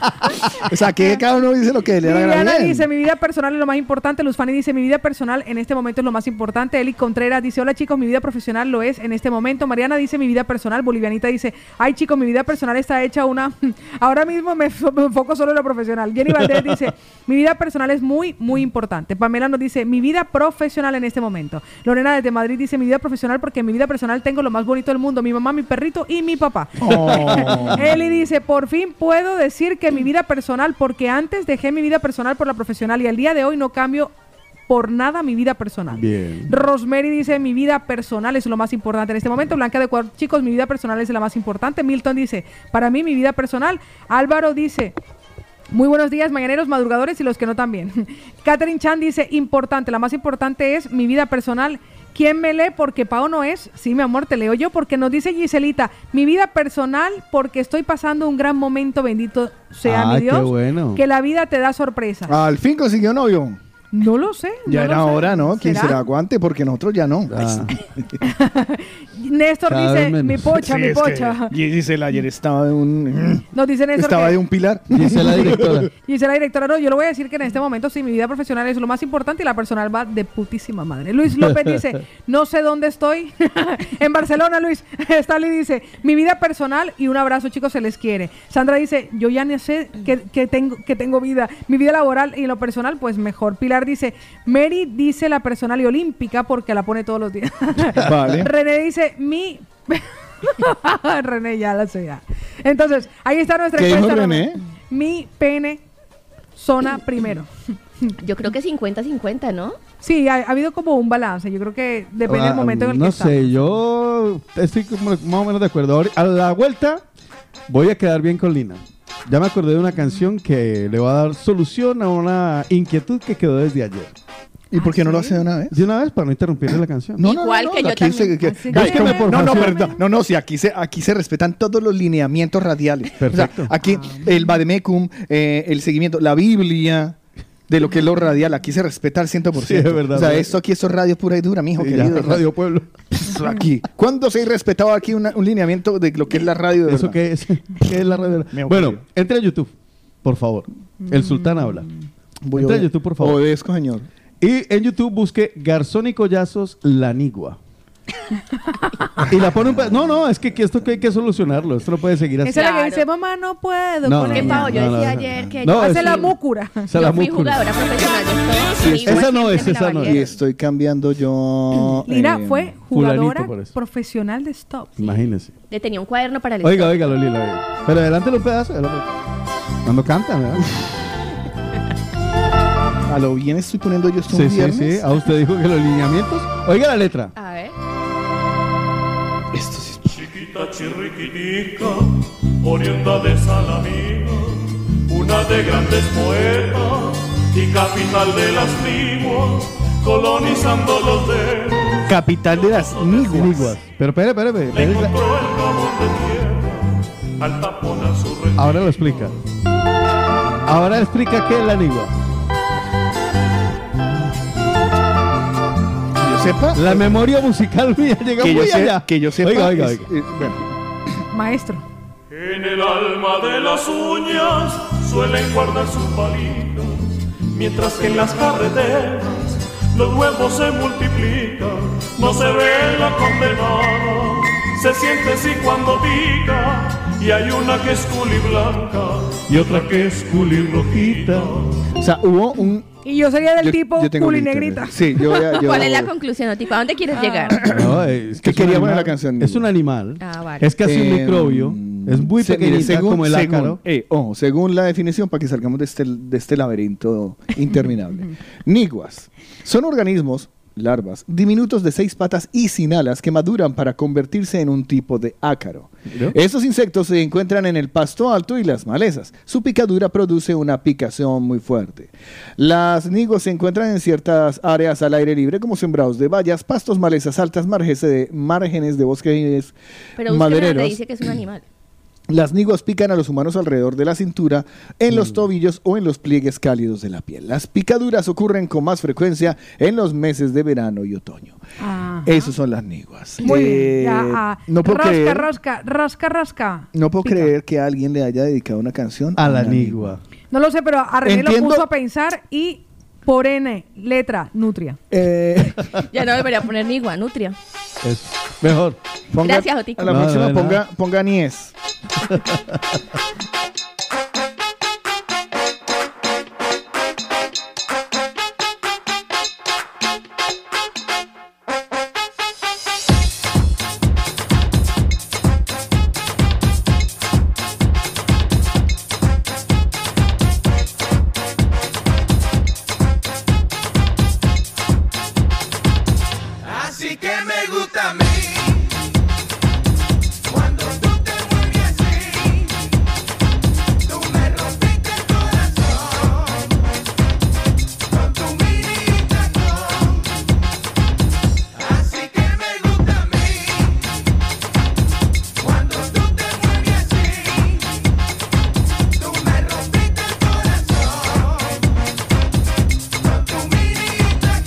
S6: O sea, que cada uno dice lo que le da
S3: Liliana
S6: la
S3: dice, mi vida personal es lo más importante. Luz Fanny dice, mi vida personal en este momento es lo más importante. Eli Contreras dice, hola chicos, mi vida profesional lo es en este momento. Mariana dice, mi vida personal. Bolivianita dice, ay chicos, mi vida personal está hecha una... Ahora mismo me, fo- me enfoco solo en lo profesional. Jenny Valdés dice, mi vida personal es muy, muy importante. Pamela nos dice, mi vida profesional en este momento. Lorena desde Madrid dice, mi vida profesional porque en mi vida personal tengo lo más bonito del mundo, mi mamá, mi perrito y mi papá.
S6: Oh.
S3: Eli dice, por fin puedo decir que mi vida personal, porque antes dejé mi vida personal por la profesional y al día de hoy no cambio por nada mi vida personal.
S9: Bien.
S3: Rosemary dice, mi vida personal es lo más importante en este momento. Blanca de Cuadro, chicos, mi vida personal es la más importante. Milton dice, para mí mi vida personal. Álvaro dice, muy buenos días, mañaneros, madrugadores y los que no también. Catherine Chan dice, importante, la más importante es mi vida personal. ¿Quién me lee? Porque Pau no es. Sí, mi amor, te leo yo. Porque nos dice Giselita, mi vida personal porque estoy pasando un gran momento, bendito sea
S6: Ah,
S3: mi
S6: qué
S3: Dios.
S6: bueno.
S3: Que la vida te da sorpresa.
S6: Al fin consiguió novio.
S3: No lo sé.
S6: Ya
S3: no lo
S6: era
S3: sé.
S6: hora, ¿no? Que se
S3: ¿Será?
S6: la aguante porque nosotros ya no.
S3: Néstor dice, mi pocha, mi pocha.
S6: Y Gisela ayer estaba de un...
S3: Nos dice Néstor
S6: Estaba
S3: que-
S6: de un pilar.
S9: Gisela, directora.
S3: Gisela, directora, no, yo le voy a decir que en este momento sí, mi vida profesional es lo más importante y la personal va de putísima madre. Luis López dice, no sé dónde estoy. en Barcelona, Luis. Stanley dice, mi vida personal y un abrazo, chicos, se les quiere. Sandra dice, yo ya no sé que, que tengo, que tengo vida. Mi vida laboral y lo personal, pues mejor. Pilar dice, Mary dice la personal y olímpica porque la pone todos los días.
S6: Vale.
S3: René dice, mi... René, ya la sé ya. Entonces, ahí está nuestra
S6: ¿Qué dijo
S3: encuesta.
S6: René?
S3: Mi pene zona primero.
S8: Yo creo que 50-50, ¿no?
S3: Sí, ha, ha habido como un balance. Yo creo que depende
S9: Ah,
S3: del momento en el
S9: No
S3: que
S9: sé,
S3: estamos.
S9: yo estoy como más o menos de acuerdo. Ahora- A la vuelta voy a quedar bien con Lina. Ya me acordé de una canción que le va a dar solución a una inquietud que quedó desde ayer.
S6: ¿Y por
S3: ¿Ah,
S6: qué no lo hace de una vez?
S9: De una vez, para no interrumpirle la canción.
S6: No, no, no, no, aquí se-
S3: Ah,
S6: que- búsqueme,
S9: Búsqueme, por
S6: no, no,
S9: favor.
S6: perdón. No, no, sí, aquí se, aquí se respetan todos los lineamientos radiales. Perfecto.
S3: Ah,
S6: aquí el vademecum, eh, el seguimiento, la Biblia, de lo que es lo radial, aquí se respeta al 100%.
S9: Sí, es verdad,
S6: O sea,
S9: verdad.
S6: esto aquí esto es radio pura y dura, mijo,
S9: Sí, ya,
S6: querido.
S9: Radio Pueblo.
S6: Aquí. ¿Cuándo se ha respetado aquí una- un lineamiento de lo que es la radio?
S9: ¿Eso qué es? ¿Qué es la radio? Bueno,
S6: pues
S9: entre a YouTube, por favor.
S3: Mm.
S9: El Sultán habla. Entra a
S6: obede-
S9: YouTube, por favor.
S6: Obedezco, señor.
S9: Y en YouTube busque Garzón y Collazos La Nigua. y la pone un pe- No, no, es que, que esto que hay que solucionarlo. Esto no puede seguir así.
S3: Esa es la que dice, mamá, no puedo.
S9: No,
S3: con
S9: no,
S3: el
S9: no,
S3: pavo".
S9: no, no, no, no. No,
S3: Hace
S9: es-
S3: la múcura.
S9: Esa es la múcula.
S8: profesional.
S9: Esa no es, esa no
S6: Y
S9: es.
S6: estoy cambiando yo.
S3: Lina
S6: eh,
S3: fue jugadora profesional de stop.
S9: Imagínese.
S8: Le tenía un cuaderno para el
S9: Oiga, oiga, Lolila. oiga. Pero adelántelo un pedazo. adelántelo. Cuando cantan, ¿verdad?
S6: A lo bien estoy poniendo yo esto
S9: Sí,
S6: un
S9: sí,
S6: viernes.
S9: sí. A usted dijo que los lineamientos. Oiga la letra.
S8: A ver.
S6: Esto sí.
S4: Chiquita chirriquitica, oriunda de Salamina, una de grandes poetas y capital de las liguas, colonizando los dedos,
S3: Ah.
S6: Capital de las Niguas.
S9: Pero espere, espere, espere,
S4: le
S9: espere.
S4: encontró el jabón de tierra, al taponar su red.
S9: Ahora lo explica. Ahora explica qué es la nigua.
S6: yo sepa. eh,
S9: La memoria musical mía llega
S6: Que yo
S9: muy
S6: se-
S9: allá.
S6: que yo sepa
S9: Oiga, oiga,
S6: es- eh,
S9: oiga.
S6: Bueno.
S3: Maestro.
S4: En el alma de las uñas suelen guardar sus palitos, mientras que en las carreteras los huevos se multiplican. No se ve la condenada, se siente así cuando pica. Y hay una que es culi blanca y otra que es culi rojita.
S6: O sea, hubo un.
S3: Y yo sería del
S6: Yo-
S3: tipo
S6: yo tengo mi
S3: culinegrita. Ah.
S6: internet. Sí, yo voy a- yo-
S8: ¿Cuál es la conclusión, Otico? ¿A dónde quieres llegar?
S9: No, es
S6: Que
S9: es un
S6: quería
S9: animal-
S6: poner la canción.
S9: Es un animal.
S8: Ah, vale.
S9: Es casi un
S6: Eh,
S9: microbio. Es muy
S6: Se- mire,
S9: pequeñita como el ácaro.
S6: Según, eh, ojo, según la definición, para que salgamos de este, de este laberinto interminable. Niguas. Son organismos, larvas, diminutos de seis patas y sin alas que maduran para convertirse en un tipo de ácaro. Estos insectos se encuentran en el pasto alto y las malezas. Su picadura produce una picación muy fuerte. Las niguas se encuentran en ciertas áreas al aire libre, como sembrados de vallas, pastos, malezas altas, marges de- márgenes de bosques
S8: Pero búsquela donde
S6: madereros.
S8: dice que es un animal.
S6: Las niguas pican a los humanos alrededor de la cintura, en los tobillos o en los pliegues cálidos de la piel. Las picaduras ocurren con más frecuencia en los meses de verano y otoño.
S9: Eh,
S3: Ajá.
S6: Esos son las niguas.
S3: Muy
S6: Eh,
S3: bien. ya, ah,
S6: no puedo
S3: rasca,
S6: creer,
S3: rasca, rasca, rasca.
S6: no puedo creer que alguien le haya dedicado una canción a, la nigua.
S3: No lo sé, pero a René lo
S6: Entiendo.
S3: puso a pensar y por N, letra, nutria.
S8: Ya no debería poner ni guanutria.
S9: Mejor.
S8: Ponga- Gracias, Otico.
S6: A la
S8: No, no,
S6: próxima
S8: no.
S6: ponga, ponga Nies.
S2: Así que me gusta a mí. Cuando tú te mueves así, tú me rompiste el corazón. Con tu mini tacón. Así que me gusta a mí. Cuando tú te mueves así, tú me rompiste el corazón. Con tu mini tacón.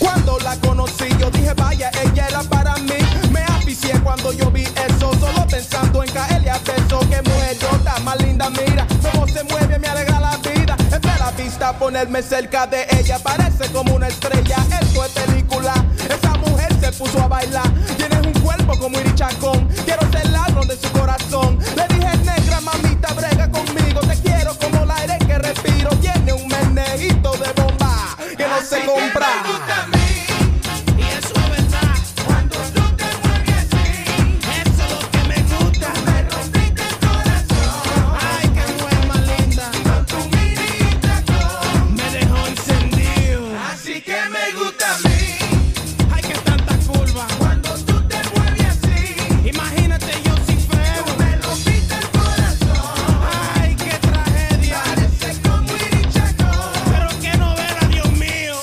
S5: Cuando la conocí yo dije vaya ella era para mí Me aficié cuando yo vi eso Solo pensando en caerle a beso Que mujer tan más linda mira Cómo se mueve me alegra la vida Espera la vista ponerme cerca de ella Parece como una estrella Esto es película Esa mujer se puso a bailar Tienes un cuerpo como Iri Chacón Quiero ser ladrón de su corazón Le dije negra mamita brega conmigo Te quiero como el aire que respiro Tiene un menejito de bomba Que no se compra
S2: Y eso es verdad, cuando tú te mueves así, eso es lo que me gusta, me rompiste el corazón, ay que mujer más linda, con tu mirita me dejó encendido, así que me gusta a mí, ay que tanta curva, cuando tú te mueves así, imagínate yo sin feo, me rompiste el corazón, ay que tragedia, parece como Iri Chacón, pero que novela Dios mío.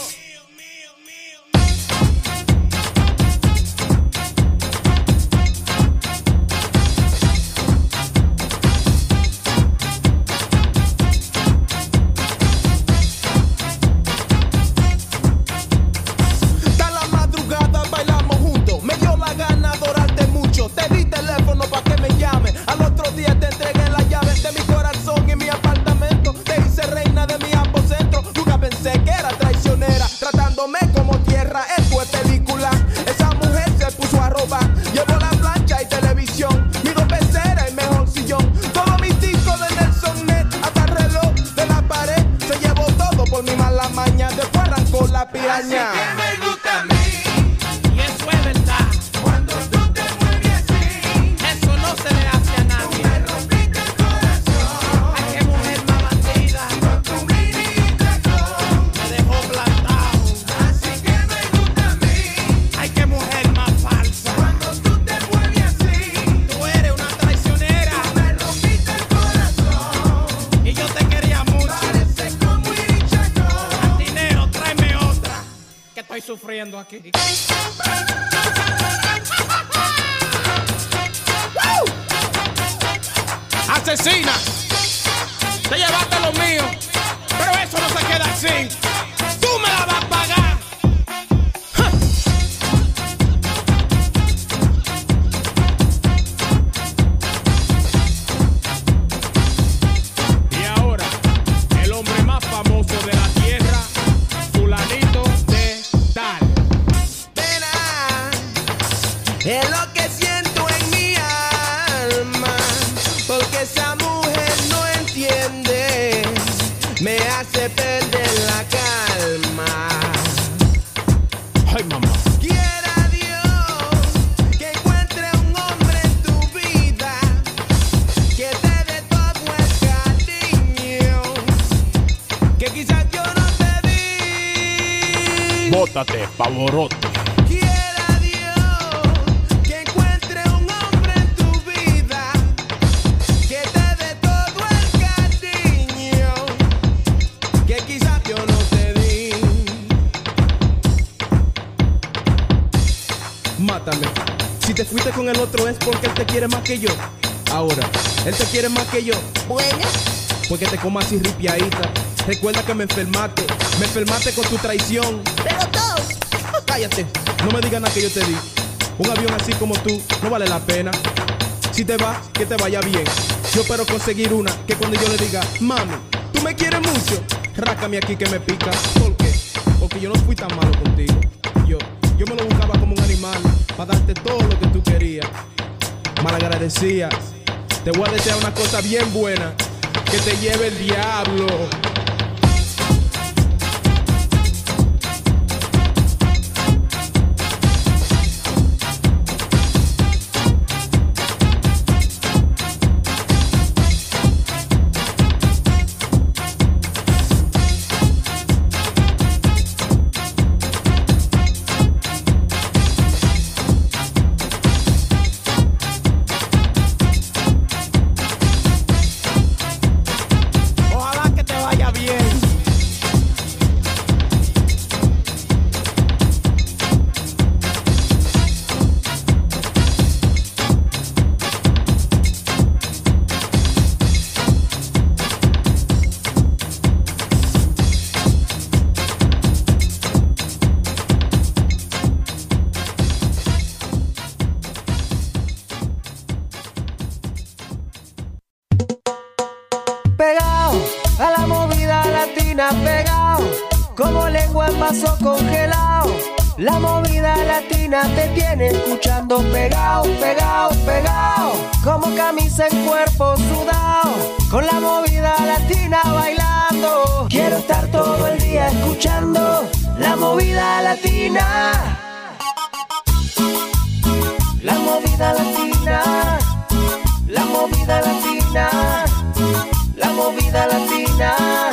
S5: Hasta la madrugada bailamos juntos. Me dio la gana adorarte mucho. Te di teléfono para que me llame. Al otro día te entregué las llaves de mi corazón y mi apartamento. Te hice reina de mi aposento. Nunca pensé que era traicionera. Tratándome como tierra, esto es película. Esa mujer se puso a robar. Llevo la plancha y televisión. Mi pecera y mejor sillón. Todos mis discos de Nelson Net. Hasta el reloj de la pared. Se llevó todo por mi mala maña. Después arrancó la piraña.
S2: Así que me gusta a mí, y eso es verdad. Cuando tú te mueves así, eso no se le hace a nadie. Tú me rompiste el corazón, a qué mujer más bandida. Con tu mirita con, me dejó plantado. Así que me gusta a mí, ay qué mujer más falsa. Cuando tú te mueves así, tú eres una traicionera. Tú me rompiste el corazón, y yo te quería mucho. Parece como Iri Chacón. Dinero, tráeme otro
S5: que estoy sufriendo aquí.
S2: Asesina, te llevaste lo mío, pero eso no se queda así. Tú me la vas a pagar. ¡Ja! se pierde la calma.
S24: Ay, mamá.
S2: Quiera Dios que encuentre un hombre en tu vida que te dé todo el cariño que quizás yo no te di.
S24: Bótate, pavorote.
S2: Quiera Dios que encuentre un hombre en tu vida que te dé todo el cariño que quizás yo no te di.
S5: Mátame. Si te fuiste con el otro es porque él te quiere más que yo. Ahora, él te quiere más que yo. Bueno. Porque te comas así ripiadita. Recuerda que me enfermaste. Me enfermaste con tu traición. Pero tú. Cállate. No me digas nada que yo te di. Un avión así como tú no vale la pena. Si te vas, que te vaya bien. Yo espero conseguir una que cuando yo le diga, mami, tú me quieres mucho. Rácame aquí que me pica. ¿Por qué? Porque yo no fui tan malo contigo. Yo, yo me lo buscaba como un animal para darte todo lo que tú querías. Malagradecía. Te voy a desear una cosa bien buena que te lleve el diablo.
S2: Ojalá que te vaya bien.
S14: pegado a la movida latina, pegado como lengua en vaso congelado. La movida latina te tiene escuchando pegado, pegado, pegado, como camisa en cuerpo sudado, con la movida latina bailando. Quiero estar todo el día escuchando la movida latina. La movida latina, la movida latina la movida latina.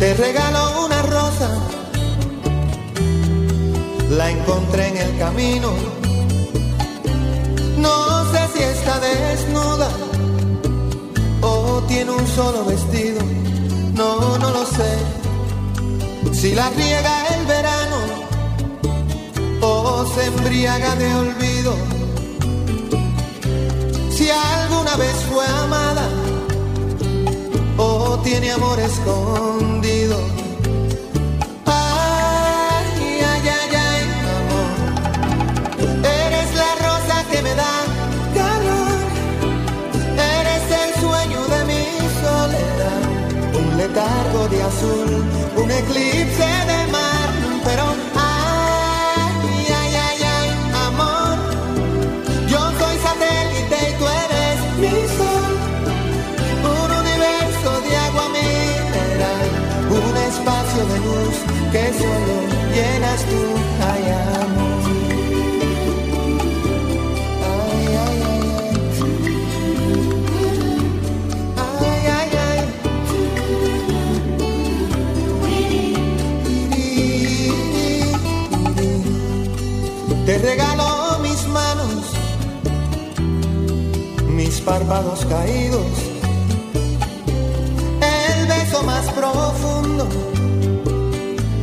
S2: Te regalo una rosa, la encontré en el camino.
S10: No sé si está desnuda o tiene un solo vestido. No, no lo sé. Si la riega el verano o se embriaga de olvido. Si alguna vez fue amada o Oh, tiene amor escondido. Ay, ay, ay, ay, amor. Eres la rosa que me da calor. Eres el sueño de mi soledad. Un letargo de azul, un eclipse de mar. Pero ay, ay, ay, ay, amor. Yo soy satélite y tú eres mi sol. Un universo de agua mineral. Un espacio de luz que solo llenas tú. Ay, amor. Ay, ay, ay. Te regalo mis manos, mis párpados caídos, el beso más profundo,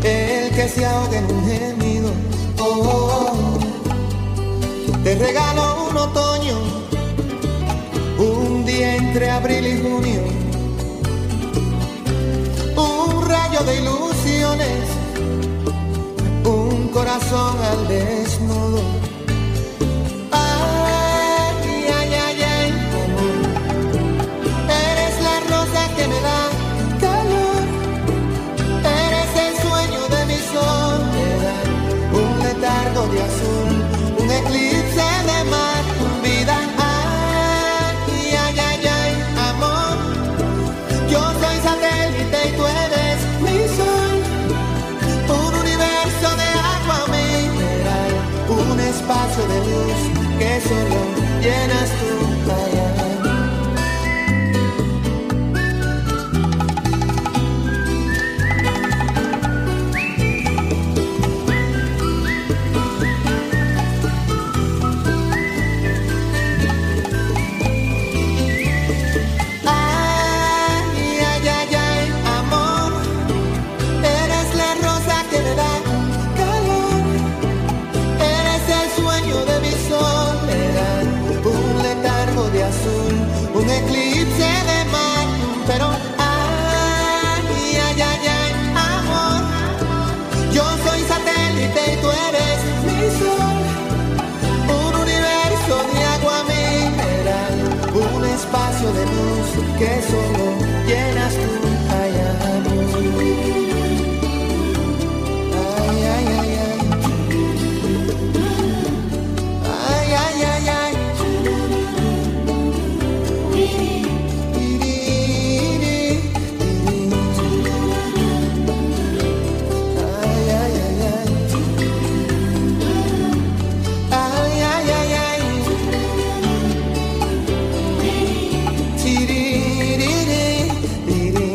S10: el que se ahoga en un gemido. Oh, oh, oh. Te regalo un otoño, un día entre abril y junio, un rayo de ilusiones, un corazón al desnudo. Ay, ay, ay, ay, amor. que solo llenas tu cara.
S7: Ay, ay, ay, ay, amor, eres la rosa que me da calor,
S10: Eres el sueño de mi soledad, un letargo de azul, un eclipse de mar, pero
S7: ay, ay, ay, ay, amor, yo soy satélite y tú eres mi sol,
S10: un universo de agua mineral, un espacio de luz que solo llenas tú allá. Ay, ay, ay, ay. Ay, ay, ay, ay. Ay, ay, ay, ay. Ay, ay, ay, ay. Tiririririri.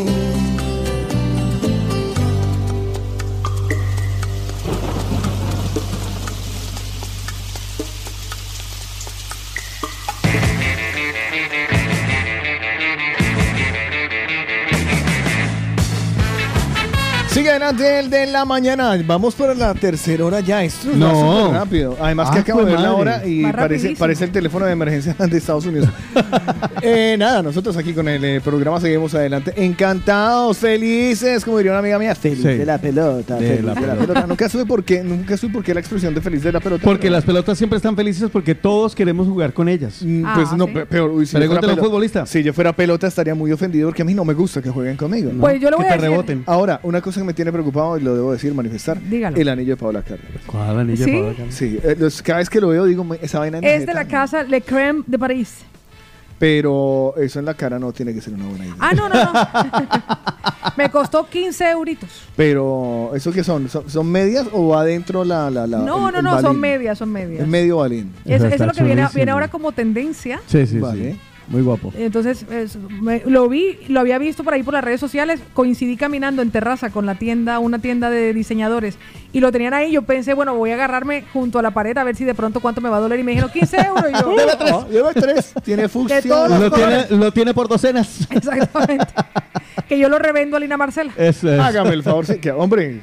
S6: Sigue adelante el de la mañana. Vamos por la tercera hora ya. Esto va
S9: No.
S6: súper rápido. Además que
S9: Ah,
S6: acabo de
S9: pues
S6: ver la
S9: madre.
S6: hora y
S9: Va
S6: parece,
S9: rapidísimo.
S6: parece el teléfono de emergencia de Estados Unidos. Eh, nada, nosotros aquí con el eh, programa seguimos adelante. Encantados, felices, como diría una amiga mía, feliz
S9: Sí.
S6: de la pelota.
S9: De
S6: feliz
S9: la
S6: de la
S9: pelota.
S6: pelota. Nunca supe por qué, nunca supe por qué la expresión de feliz de la pelota.
S9: Porque las pelotas siempre están felices porque todos queremos jugar con ellas.
S6: Mm, Pues no, pe- peor. uy, si yo fuera
S9: Pregúntale a un
S6: pelo-
S9: futbolista.
S6: Si yo fuera pelota estaría muy ofendido porque a mí no me gusta que jueguen conmigo.
S9: Pues yo le Que voy a te decir-
S6: reboten.
S9: reboten.
S6: Ahora, una cosa que me tiene preocupado y lo debo decir, manifestar, el anillo de Paola Cárdenas.
S9: ¿Cuál anillo de ¿Sí? Paola Cárdenas?
S6: Sí, eh, los- cada vez que lo veo digo, "Me- esa vaina
S3: Es de
S6: neta".
S3: la casa Le Creme de París.
S6: Pero eso en la cara no tiene que ser una buena idea.
S3: Ah, no, no, no. Me costó 15 euritos.
S6: Pero, ¿eso qué son? ¿Son, son medias o va adentro la... la, la
S3: No,
S6: el-
S3: no,
S6: el
S3: no, son
S6: balín?
S3: medias, son medias.
S6: Es medio balín.
S3: Eso, eso es lo que viene, viene ahora como tendencia.
S9: Sí, sí,
S6: Vale.
S9: sí. Muy guapo.
S3: Entonces, es- me- lo vi, lo había visto por ahí por las redes sociales, coincidí caminando en terraza con la tienda, una tienda de diseñadores, y lo tenían ahí, yo pensé, bueno, voy a agarrarme junto a la pared a ver si de pronto cuánto me va a doler, y me dijeron 15 euros, y yo,
S6: Lleva tres, lleva tres. Tiene fucsia.
S3: todos los
S9: Lo tiene,
S3: colores.
S9: lo tiene por docenas.
S3: que yo lo revendo a Lina Marcela.
S9: Eso es.
S6: Hágame el favor, sí, que, hombre,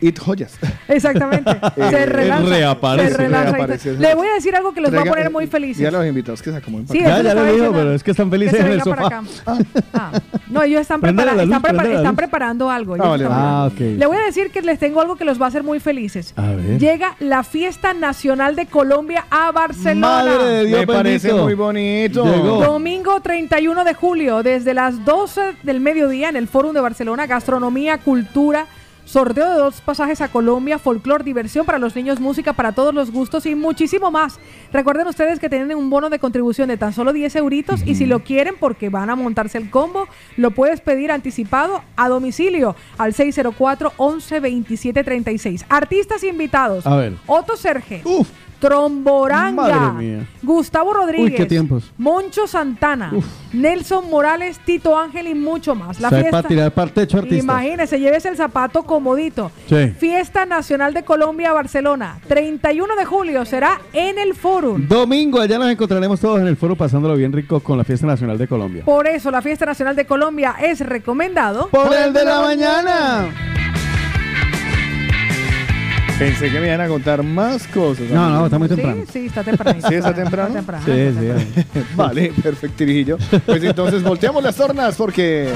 S6: it joyas.
S3: Exactamente. se
S6: Eh,
S3: relanza.
S9: reaparece.
S3: Se relanza.
S6: Reaparece.
S3: Le voy a decir algo que los va a
S6: Traiga- eh,
S3: poner muy felices.
S6: Ya los invitados que sacó muy
S3: Sí,
S9: ya,
S3: eso
S9: ya
S3: estaba
S9: lo dijo,
S3: diciendo.
S9: pero es que están
S3: Que
S9: felices
S3: se
S9: en el
S3: venga para
S9: sofá.
S3: acá. Ah, No, ellos están,
S9: Prenda la
S3: prepara-
S9: luz,
S3: están, prepara-
S9: prenda la
S3: están
S9: luz.
S3: preparando algo.
S9: Ah,
S3: ellos
S9: vale,
S3: están
S9: vale.
S3: preparando.
S9: Ah, ok.
S3: Le voy a decir que les tengo algo que los va a hacer muy felices.
S9: A ver.
S3: Llega la Fiesta Nacional de Colombia a Barcelona.
S9: Madre de Dios,
S6: Me parece
S9: bendito.
S6: muy bonito.
S9: Llegó.
S3: Domingo 31 de julio, desde las 12 del mediodía en el Fórum de Barcelona, gastronomía, cultura, sorteo de dos pasajes a Colombia, folclor, diversión para los niños, música para todos los gustos y muchísimo más. Recuerden ustedes que tienen un bono de contribución de tan solo 10 euritos y si lo quieren, porque van a montarse el combo, lo puedes pedir anticipado a domicilio al 604 11 27 36. Artistas invitados.
S9: A ver.
S3: Otto Serge. Tromboranga.
S9: Madre mía.
S3: Gustavo Rodríguez.
S9: Uy, qué tiempos.
S3: Moncho Santana, Nelson Morales, Tito Ángel y mucho más. La
S9: O sea, es
S3: fiesta.
S9: para tirar para el techo artistas.
S3: Imagínese, llévese el zapato comodito.
S9: Sí.
S3: Fiesta Nacional de Colombia, Barcelona. 31 de julio será en el Forum.
S9: Domingo, allá nos encontraremos todos en el foro pasándolo bien rico con la Fiesta Nacional de Colombia.
S3: Por eso la Fiesta Nacional de Colombia es recomendado
S9: Por el de la mañana.
S6: Pensé que me iban a contar más cosas.
S9: No, no, está muy
S6: Sí,
S9: temprano.
S3: Sí, está temprano.
S6: ¿Sí está temprano?
S9: Sí, sí.
S6: vale, perfecto, Irijillo. Pues entonces volteamos las tornas porque...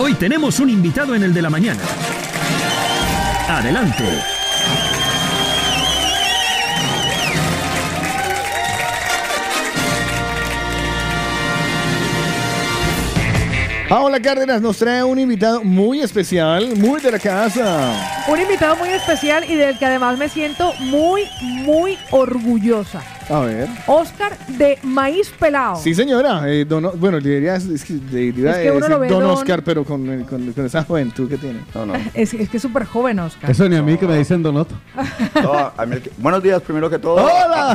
S1: Hoy tenemos un invitado en el de la mañana. Adelante.
S6: Paola Ah, Cárdenas nos trae un invitado muy especial, muy de la casa.
S3: Un invitado muy especial y del que además me siento muy, muy orgullosa.
S6: A ver.
S3: Oscar de Maíz Pelado.
S6: Sí, señora. eh, don O- bueno, le diría, es, es que, le diría
S3: Oh. Es que uno
S6: decir
S3: lo ve
S6: don
S3: don-
S6: Oscar, pero con, eh, con- con esa juventud que tiene. No, no.
S3: Es, es que es súper joven, Oscar.
S9: Eso ni a mí que me dicen Donoto.
S15: No, a mí el que- buenos días, primero que todo. A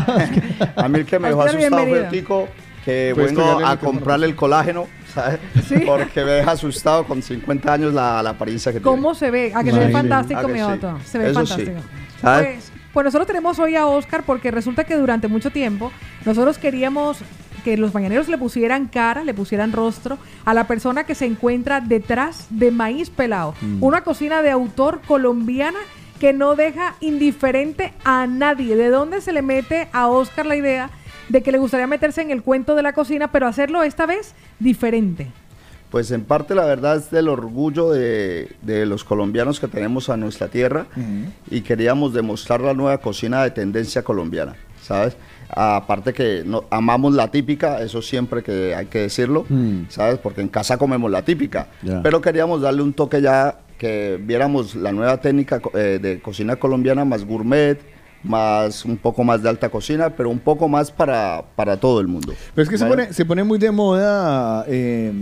S15: mí el que Este me dejó
S3: Oh. Oscar,
S15: asustado fue
S3: bienvenido.
S15: el tico que
S6: Puedes
S15: vengo
S6: pegarle el
S15: a
S6: micrófono.
S15: comprarle el colágeno, ¿sabes? Porque me deja asustado con 50 años la, la apariencia que
S3: ¿Cómo se ve? A que se ve
S15: Imagínate.
S3: fantástico,
S15: Ah, que
S3: mi
S15: sí.
S3: otro. Se ve
S15: Eso sí.
S3: fantástico.
S15: ¿Sabe?
S3: Pues, pues nosotros tenemos hoy a Oscar porque resulta que durante mucho tiempo nosotros queríamos que los mañaneros le pusieran cara, le pusieran rostro a la persona que se encuentra detrás de Maíz Pelado.
S17: Mm.
S3: Una cocina de autor colombiana que no deja indiferente a nadie. ¿De dónde se le mete a Oscar la idea de que le gustaría meterse en el cuento de la cocina, pero hacerlo esta vez diferente?
S15: Pues en parte la verdad es del orgullo de, de los colombianos que tenemos a nuestra tierra y queríamos demostrar la nueva cocina de tendencia colombiana, ¿sabes? Aparte que no, amamos la típica, eso siempre que hay que decirlo,
S9: Mm.
S15: ¿sabes? Porque en casa comemos la típica,
S9: Ya.
S15: pero queríamos darle un toque ya que viéramos la nueva técnica co- eh, de cocina colombiana más gourmet, más un poco más de alta cocina, pero un poco más para, para todo el mundo.
S6: Pero es que se
S15: Bueno.
S6: pone, se pone muy de moda. eh,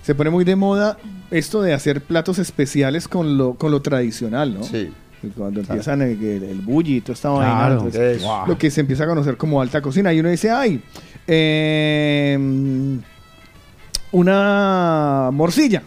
S6: se pone muy de moda esto de hacer platos especiales con lo, con lo tradicional, ¿no? Sí. Cuando empiezan el, el, el bulli y toda esta vaina,
S9: Claro.
S6: entonces,
S9: Eso. Wow.
S6: lo que se empieza a conocer como alta cocina. Y uno dice, ay, eh, una morcilla.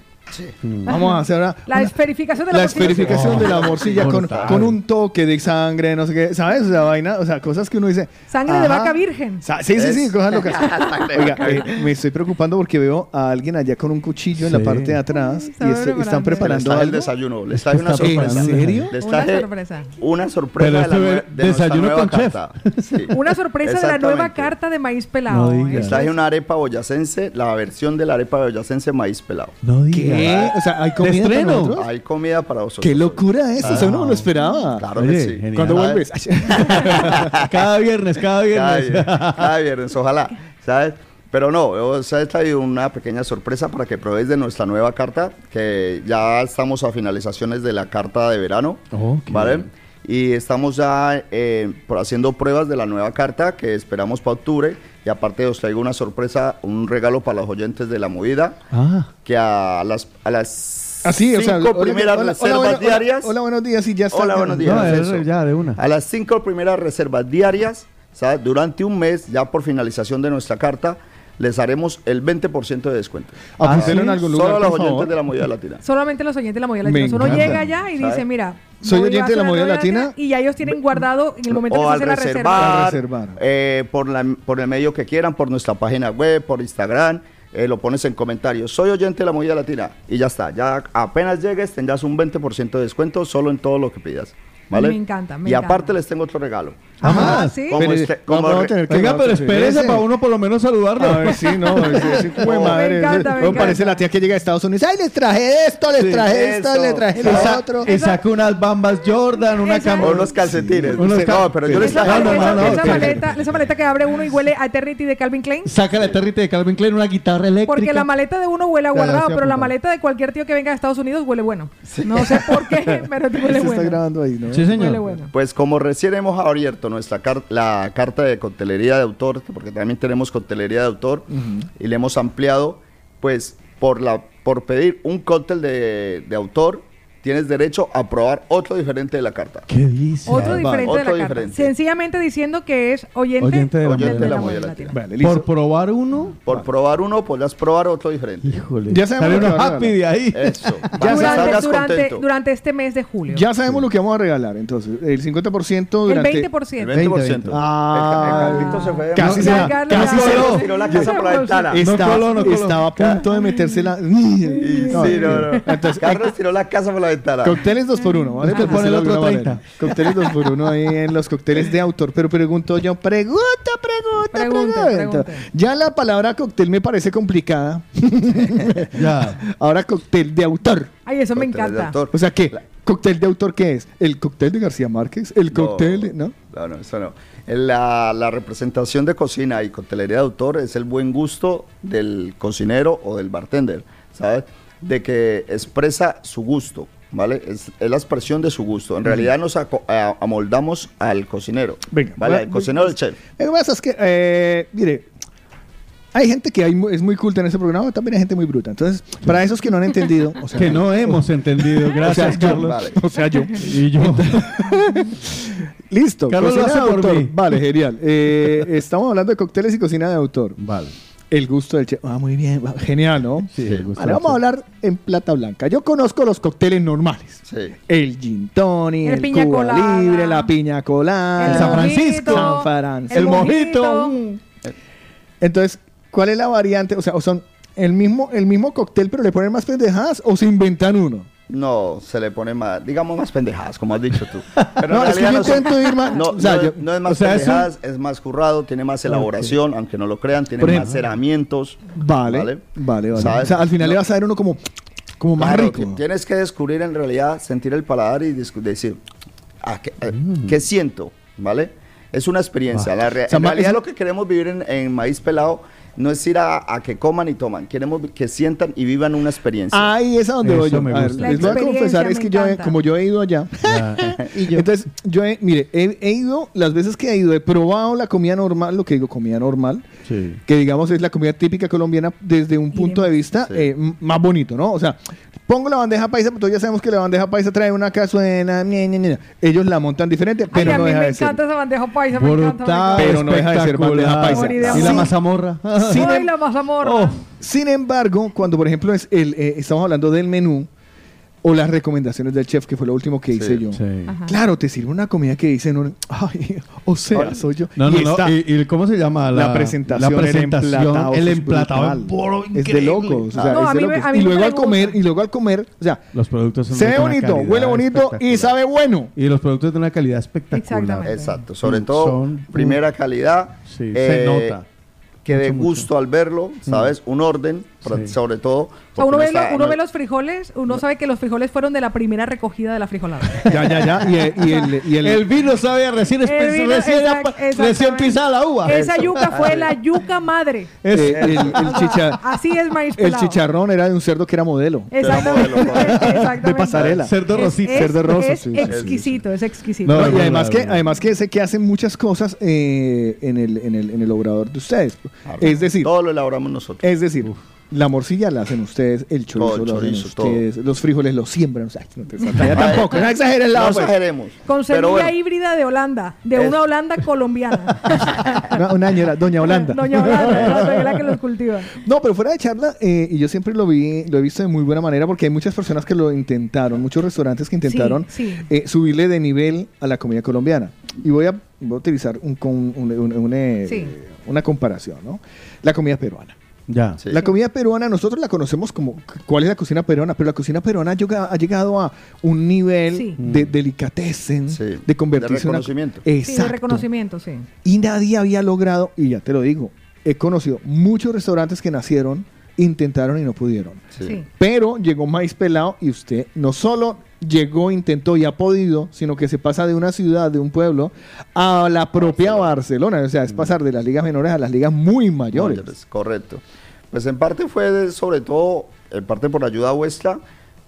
S6: Mm. Vamos a hacer ahora
S3: La esferificación de la
S6: la
S3: morcilla.
S6: esferificación de
S15: Oh.
S6: la morcilla con,
S9: Mortal.
S6: con un toque de sangre, no sé qué, ¿sabes? O sea, vaina, o sea, cosas que uno dice.
S3: Sangre de
S6: "Ajá".
S3: vaca virgen.
S6: Sa- Sí, sí, sí, cosas locas.
S15: Sangre de
S6: Oiga,
S15: vaca
S6: eh, me estoy preocupando porque veo a alguien allá con un cuchillo en la
S15: Sí.
S6: parte de atrás y est- están
S15: Les
S6: preparando
S15: traje el
S6: algo.
S15: desayuno, les traje una
S6: ¿Está
S15: sorpresa.
S6: preparando? ¿En serio?
S15: Les
S3: Una
S15: traje
S3: sorpresa.
S15: una sorpresa
S9: Pero
S15: de, la
S9: esto
S15: nue-
S9: es
S15: de nuestra
S9: desayuno
S15: nueva
S9: con chef.
S15: carta.
S3: Una sorpresa de la nueva
S15: Exactamente.
S3: carta de Maíz Pelado. ¿eh?
S15: Les traje una arepa boyacense, la versión de la arepa boyacense maíz pelado.
S9: No
S6: digas. ¿Qué? O sea, ¿hay comida para nosotros?
S15: Hay comida para vosotros.
S6: ¡Qué locura eso! Eso no me lo esperaba.
S15: Claro que sí.
S6: ¿Cuándo
S15: ¿Sabes?
S6: vuelves?
S9: Cada viernes, cada
S15: Cada
S9: viernes.
S15: viernes, cada viernes, ojalá, ¿sabes? Pero no, os he traído una pequeña sorpresa para que probéis de nuestra nueva carta, que ya estamos a finalizaciones de la carta de verano,
S9: Oh, qué
S15: ¿vale?
S9: bien.
S15: Y estamos ya eh, por- haciendo pruebas de la nueva carta que esperamos para octubre. Y aparte os traigo una sorpresa, un regalo para los oyentes de la movida,
S9: Ah.
S15: que a las, a las
S6: Así, Ah, o sea,
S15: cinco
S6: hola,
S15: primeras
S6: hola, hola,
S15: reservas
S6: bueno, hola,
S15: diarias...
S6: Hola, buenos días y ya está.
S15: Hola, buenos días.
S9: No,
S15: eso.
S9: es ya de una.
S15: A las cinco primeras reservas diarias, ¿sabes? durante un mes, ya por finalización de nuestra carta, les haremos el 20% de descuento.
S6: Apúntelo Ah, pues, en algún lugar,
S15: Solo a los
S6: por
S15: oyentes
S6: favor.
S15: de la movida latina.
S3: Solamente los oyentes de la Movida
S15: Me
S3: Latina. Pues Uno
S15: encanta.
S3: llega allá y
S15: ¿Sabe?
S3: dice, mira,
S15: Soy
S3: voy a
S15: oyente
S3: hacer
S15: de la
S3: nueva
S15: Movida Latina.
S3: Y ya ellos tienen guardado en el momento
S15: O
S3: que se
S15: al
S3: hace la
S15: reservar,
S3: reserva.
S15: eh, por, la- por el medio que quieran, por nuestra página web, por Instagram, eh, lo pones en comentarios. Soy oyente de la movida latina y ya está. Ya apenas llegues tendrás un 20% de descuento solo en todo lo que pidas. ¿vale?
S3: Me encanta, me
S15: Y
S3: encanta.
S15: aparte les tengo otro regalo.
S3: Ah, sí.
S15: Como
S6: Pero-
S15: este- como
S6: vamos a
S15: re-
S6: tener que-
S9: Oiga,
S6: vamos a
S9: pero
S6: tener-
S9: espérese
S6: Ese.
S9: para uno por lo menos saludarlo.
S6: A ver, sí, no, es, es, es-
S3: Oh,
S6: jue
S9: Me
S6: madre,
S9: encanta,
S6: es-
S9: me
S6: luego parece la tía que llega a Estados Unidos. ¡Ay, les traje esto, les
S9: Sí.
S6: traje esto,
S9: Eso.
S6: les traje
S9: Y sa-
S6: lo otro!
S9: Y saca unas bambas Jordan, una
S15: Esa-
S9: camisa.
S15: O unos calcetines. Sí, no, pero yo les
S3: Esa,
S9: No, no,
S3: esa-
S9: no, no,
S3: esa
S9: ok.
S3: maleta, esa maleta que abre uno y huele a Eternity de Calvin Klein.
S9: Saca la territa de Calvin Klein, una guitarra eléctrica.
S3: Porque la maleta de uno huele a
S9: Ya, ya
S3: guardado,
S9: estoy
S3: pero la
S9: apuntando.
S3: maleta de cualquier tío que venga de Estados Unidos huele bueno. No sé por qué, pero huele
S15: está
S3: bueno.
S6: grabando ahí, ¿no?
S15: Sí, señor.
S3: Huele bueno.
S15: Pues como recién hemos abierto nuestra car- la carta de coctelería de autor, porque también tenemos coctelería de autor, y le hemos ampliado, pues por, la, por pedir un cóctel de, de autor, tienes derecho a probar otro diferente de la carta.
S9: ¿Qué dice?
S3: Otro diferente de
S15: Otro
S3: la carta.
S15: diferente.
S3: Sencillamente diciendo que es oyente,
S15: Oyente de la Movida
S3: de la
S15: Latina.
S3: Movida
S15: Vale,
S3: Latina.
S15: listo.
S9: Por probar uno.
S15: Por probar uno, podrás probar otro diferente.
S9: Híjole.
S6: Ya sabemos
S9: Sale
S6: lo que
S9: uno
S6: va a
S9: happy de
S6: regalar.
S9: ahí.
S15: Eso.
S3: Durante, durante, durante este mes de julio.
S6: Ya sabemos lo que vamos a regalar, entonces. El 50% durante...
S3: 20%.
S15: El 20%.
S6: Ah.
S15: El Carlito se fue.
S6: Casi se
S15: Ya,
S6: la,
S15: Carlos,
S6: casi
S15: ya.
S6: se
S15: Coló, tiró la casa por la ventana. No
S6: Estaba,
S15: coló, no coló.
S6: estaba a punto de meterse la. No,
S15: Sí, no, no.
S6: Entonces,
S15: Carlos tiró la casa por la ventana. Ah,
S6: Cócteles 2 por 1 ¿vale? Pues
S15: Te
S6: Por
S15: pone el
S6: decirlo de
S15: otro
S6: alguna
S15: 30.
S6: manera. Cócteles 2 por 1 ahí en los cócteles de autor. Pero pregunto yo, pregunta, pregunta, pregunta. Ya la palabra cóctel me parece complicada.
S9: ya.
S6: Ahora cóctel de autor.
S3: Ay, eso me encanta.
S6: O sea, ¿qué? ¿Cóctel de autor qué es? ¿El cóctel de García Márquez? ¿El cóctel? de- ¿No?
S15: No, no, eso no. La, la representación de cocina y coctelería de autor es el buen gusto del cocinero o del bartender, ¿sabes? De que expresa su gusto, ¿Vale? Es, es la expresión de su gusto. En realidad nos aco- a- amoldamos al cocinero.
S6: Venga,
S15: ¿Vale?
S6: va-
S15: Al cocinero del chef.
S6: Lo que pasa es que, eh, mire, hay gente que hay mu- es muy culta en este programa, también hay gente muy bruta. Entonces, para esos que no han entendido, o sea,
S9: que no hemos entendido. Gracias,
S6: yo,
S9: Carlos.
S6: vale. o sea, yo.
S9: Y yo.
S6: Listo,
S9: Carlos lo
S6: cocina
S9: hace
S6: de
S9: por
S6: autor.
S9: mí.
S6: Vale, genial. Eh, estamos hablando de cócteles y cocina de autor.
S9: Vale.
S6: El gusto del chef. Ah, muy bien. va- Genial, ¿no?
S9: Sí, el gusto del
S6: Vale, vamos
S9: chef.
S6: a hablar en plata blanca. Yo conozco los cócteles normales.
S15: Sí.
S6: El gin tonic,
S3: El
S6: el,
S3: piña
S6: Cuba
S3: colada.
S6: libre, la piña colada,
S3: El San Francisco.
S6: San Francisco,
S3: El mojito.
S6: Entonces, ¿cuál es la variante? O sea, o son el mismo el mismo cóctel, pero le ponen más pendejadas o se inventan uno.
S15: No, se le pone más, digamos más pendejadas, como has dicho tú. Pero
S6: No,
S15: en
S6: es que
S15: realidad
S6: yo
S15: no son-
S6: intento ir más-
S15: No,
S6: o sea,
S15: no
S6: yo-
S15: es- no es
S6: o
S15: más
S6: sea, es un-
S15: pendejadas, es, más currado, tiene más elaboración, aunque no lo crean, tiene
S6: Por
S15: más
S6: ejemplo.
S15: herramientos.
S6: Vale, vale, vale.
S15: ¿Sabes?
S6: O sea, al final le vas a ver uno como, como más
S15: Claro,
S6: rico.
S15: ti- Tienes que descubrir en realidad, sentir el paladar y discu- decir, "Ah, ¿qué, eh, qué siento? ¿Vale? Es una experiencia. La
S6: Mm. Ah.
S15: rea-
S6: O sea,
S15: en
S6: ma-
S15: realidad
S6: es-
S15: lo que queremos vivir en, en Maíz Pelado no es ir a, a que coman y toman. Queremos que sientan y vivan una experiencia.
S6: Ahí es a donde
S9: Eso
S6: voy yo.
S9: me
S6: A ver,
S9: gusta.
S3: La
S6: les voy a
S3: experiencia
S6: confesar, es
S3: me
S6: que yo, he-
S3: encanta.
S6: como yo he ido allá, entonces yo he, mire, he, he ido, las veces que he ido, he probado la comida normal, lo que digo comida normal,
S9: Sí.
S6: que digamos es la comida típica colombiana desde un punto de vista eh, m- más bonito, ¿no? O sea, pongo la bandeja paisa, pero todos ya sabemos que la bandeja paisa trae una cazuela, ñe, ñe, ñe. ellos la montan diferente,
S3: Ay,
S6: pero
S3: a
S6: no
S3: mí
S6: deja
S3: me
S6: de ser.
S3: encanta esa bandeja paisa, me encanta. me
S9: Brutal.
S3: encanta.
S6: Pero no deja de ser bandeja paisa.
S9: espectacular. Y la
S3: Sí.
S9: mazamorra.
S6: Sin
S3: Ay,
S6: em-
S3: la mazamorra.
S9: Oh.
S6: Sin embargo, cuando por ejemplo es el, eh, estamos hablando del menú o las recomendaciones del chef, que fue lo último que hice yo.
S9: Sí.
S6: Claro, te sirve una comida que dicen, uno, ay, o sea,
S9: Ahora-
S6: soy yo.
S9: No, no,
S6: Y
S9: no.
S6: está
S9: ¿Y, y cómo se llama?
S6: la, presentación,
S9: La presentación,
S6: el emplatado.
S9: el
S6: es
S9: emplatado
S6: brutal.
S9: en poro
S6: Es de
S9: increíble.
S6: locos. o sea,
S3: No,
S6: es de
S3: a mí me-
S6: locos.
S3: a mí
S6: y
S3: me
S6: luego al
S3: gusta.
S6: comer, y luego al comer, o sea,
S9: Los productos son
S6: se
S9: de
S6: ve
S9: una
S6: bonito,
S9: calidad
S6: huele bonito y
S9: espectacular.
S6: sabe bueno.
S9: Y los productos de una calidad espectacular.
S3: Exactamente.
S15: Exacto. Sobre
S9: Mm,
S15: todo,
S9: son-
S15: primera calidad. eh,
S9: Sí, se nota.
S15: Que
S9: Mucho,
S15: dé
S9: mucho.
S15: gusto al verlo, ¿sabes?
S6: Mm.
S15: Un orden, pro-
S9: Sí.
S15: sobre todo.
S3: O sea,
S15: porque
S3: uno,
S15: no
S3: ve,
S15: está-
S3: lo- uno
S15: no-
S3: ve los frijoles, uno sabe que los frijoles fueron de la primera recogida de la frijolada.
S6: Ya, ya, ya. Y, eh, y el, y el-
S9: El vino sabe a recién,
S3: El vino,
S9: recién,
S3: exact-
S9: recién
S3: exactamente.
S9: pisada la uva.
S3: Esa yuca fue la yuca madre.
S6: eh, el- el
S3: O sea,
S6: chicha-
S3: Así es maíz
S6: el
S3: pelado.
S6: chicharrón era de un cerdo que era modelo.
S3: Exactamente.
S15: Era modelo,
S3: Exactamente.
S6: De pasarela.
S9: Cerdo
S3: Es-
S9: rosita.
S3: es-
S6: Cerdo rosa,
S3: Es
S6: sí, sí,
S3: exquisito, es exquisito.
S9: No,
S6: No,
S9: es
S6: y
S9: verdad,
S6: además
S9: es
S6: que,
S9: verdad.
S6: además que sé que hacen muchas cosas eh, en, el, en, el, en el obrador de ustedes.
S15: Claro.
S6: Es decir,
S15: Todo lo elaboramos nosotros.
S6: es decir, la morcilla la hacen ustedes, el chorizo
S15: Todo el
S6: lo hacen
S15: chorizo,
S6: ustedes, los frijoles los siembran. O sea, no te salgas.
S15: Ay,
S6: Ya tampoco, no exageren la
S15: No
S6: pues.
S15: exageremos.
S3: Con semilla
S15: pero bueno,
S3: híbrida de Holanda, de
S15: Es-
S3: una Holanda colombiana.
S6: Una, una señora, Doña Holanda.
S3: Doña Holanda, exacto, que es la que los cultiva.
S6: No, pero fuera de charla, eh, y yo siempre lo vi, lo he visto de muy buena manera porque hay muchas personas que lo intentaron, muchos restaurantes que intentaron
S3: Sí, sí.
S6: eh, subirle de nivel a la comida colombiana. Y voy a, voy a utilizar un, con- un- un- un, eh,
S3: Sí.
S6: una comparación, ¿no? La comida peruana.
S9: Ya.
S15: sí.
S6: La comida peruana, nosotros la conocemos como c- cuál es la cocina peruana, pero la cocina peruana ha llega- ha llegado a un nivel
S3: Sí.
S6: de delicatessen,
S15: Sí,
S6: de convertirse
S15: de
S6: en una-
S15: reconocimiento.
S3: Sí,
S6: Exacto.
S3: de reconocimiento, sí.
S6: Y nadie había logrado, y ya te lo digo, he conocido muchos restaurantes que nacieron, intentaron y no pudieron.
S15: Sí.
S3: sí.
S6: Pero llegó Maíz Pelado y usted no solo llegó, intentó y ha podido, sino que se pasa de una ciudad, de un pueblo, a la propia Barcelona. O sea, es pasar de las ligas menores a las ligas muy mayores.
S15: Mayores, correcto. Pues en parte fue de- sobre todo, en parte por la ayuda vuestra,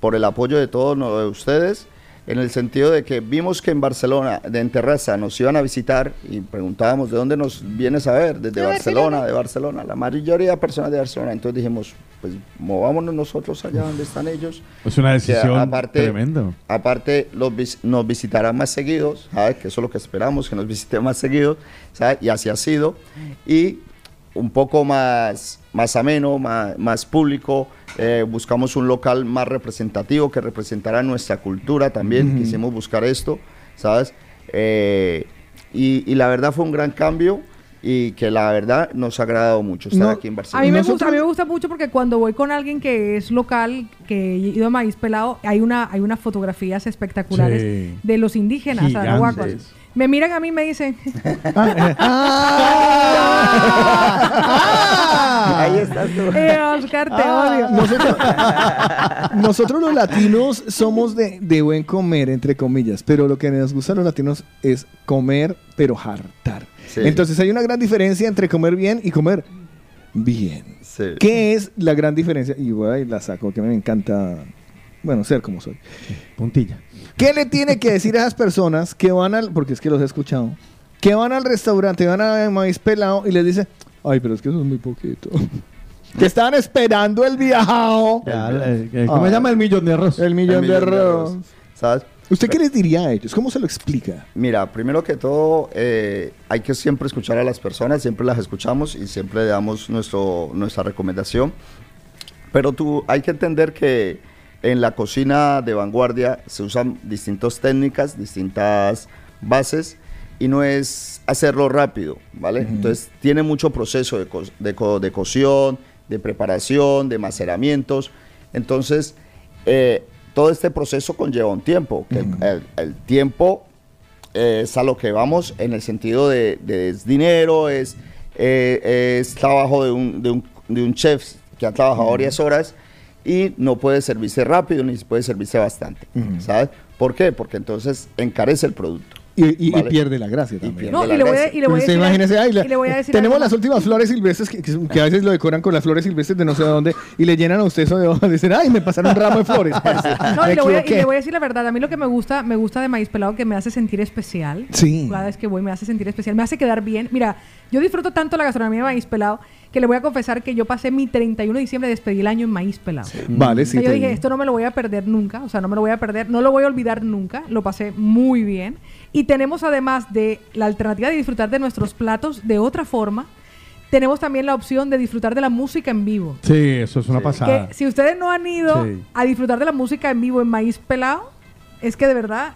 S15: por el apoyo de todos no- de ustedes, en el sentido de que vimos que en Barcelona, de en Terraza, nos iban a visitar y preguntábamos de dónde nos vienes a ver, desde Barcelona, de Barcelona, la mayoría de personas de Barcelona. Entonces dijimos, pues movámonos nosotros allá donde están ellos.
S9: Es una
S15: que
S9: decisión
S15: aparte-
S9: tremenda.
S15: Aparte, los vis- nos visitará más seguidos, ¿sabes? Que eso es lo que esperamos, que nos visite más seguidos, ¿sabes? Y así ha sido. Y un poco más, más ameno, más, más público. eh, buscamos un local más representativo que representara nuestra cultura también. Quisimos buscar esto, ¿sabes? Eh, y, y la verdad fue un gran cambio y que la verdad nos ha agradado mucho estar
S6: No,
S15: aquí en
S3: A
S15: Barcelona.
S3: mí, me
S6: Nosotros-
S3: gusta, a mí me gusta mucho porque cuando voy con alguien que es local, que he ido a Maíz Pelado, hay, una, hay unas fotografías espectaculares
S9: Sí.
S3: de los indígenas
S9: Gigantes.
S3: arahuacos. Me miran a mí y me dicen,
S9: Ah.
S15: Ahí estás tú.
S3: eh, Oscar, te odio.
S6: Nosotros, nosotros los latinos somos de, de buen comer, entre comillas, pero lo que nos gusta a los latinos es comer, pero hartar.
S15: Sí.
S6: Entonces hay una gran diferencia entre comer bien y comer bien.
S15: Sí.
S6: ¿Qué es la gran diferencia? Y voy a la saco, que me encanta Bueno, ser como soy.
S9: Puntilla.
S6: ¿Qué le tiene que decir a esas personas que van al, porque es que los he escuchado, que van al restaurante, van a maíz pelado y les dice, ay, pero es que eso es muy poquito. que estaban esperando el viajado.
S9: Ya, el- el- ¿Cómo se llama? El millón de arroz.
S6: El millón, de arroz.
S15: ¿Sabes?
S6: ¿Usted qué les diría a ellos? ¿Cómo se lo explica?
S15: Mira, primero que todo, eh, hay que siempre escuchar a las personas, siempre las escuchamos y siempre le damos nuestro, nuestra recomendación. Pero tú, hay que entender que en la cocina de vanguardia se usan distintas técnicas, distintas bases y no es hacerlo rápido, ¿vale? Entonces tiene mucho proceso de, co- de co- de cocción, de preparación, de maceramientos. Entonces, eh, todo este proceso conlleva un tiempo. que el- el- el tiempo eh, es a lo que vamos en el sentido de, de es dinero, es, eh, es trabajo de un, de, un, de un chef que ha trabajado varias horas y no puede servirse rápido ni puede servirse bastante, ¿sabes? ¿Por qué? Porque entonces encarece el producto.
S6: Y, y- y
S15: ¿vale?
S6: pierde la gracia también.
S15: pierde No, y la le
S3: voy a- gracia. y le voy a
S6: Pero usted
S3: decir
S6: imagínese,
S3: algo-
S6: ay, la-
S3: y le voy a decir
S6: tenemos
S3: algo
S6: las
S3: más.
S6: últimas flores silvestres que, que- que a veces lo decoran con las flores silvestres de no sé dónde y le llenan a usted eso de hojas. Dicen, ay, me pasaron un ramo de flores. parce".
S3: No,
S6: Me
S3: y le, voy a, y
S6: equivoqué.
S3: le voy a decir la verdad. A mí lo que me gusta, me gusta de maíz pelado que me hace sentir especial.
S6: Sí.
S3: Cada vez que voy me hace sentir especial. Me hace quedar bien. Mira, yo disfruto tanto la gastronomía de maíz pelado que le voy a confesar que yo pasé mi 31 de diciembre despedí el año en maíz pelado.
S6: Vale,
S3: O sea,
S6: sí.
S3: yo
S6: te
S3: dije,
S6: digo.
S3: esto no me lo voy a perder nunca, o sea, no me lo voy a perder, no lo voy a olvidar nunca, lo pasé muy bien. Y tenemos además de la alternativa de disfrutar de nuestros platos de otra forma, tenemos también la opción de disfrutar de la música en vivo.
S9: Sí, eso es una pasada.
S6: Ah.
S3: Que si ustedes no han ido
S9: Sí.
S3: a disfrutar de la música en vivo en Maíz Pelado, es que de verdad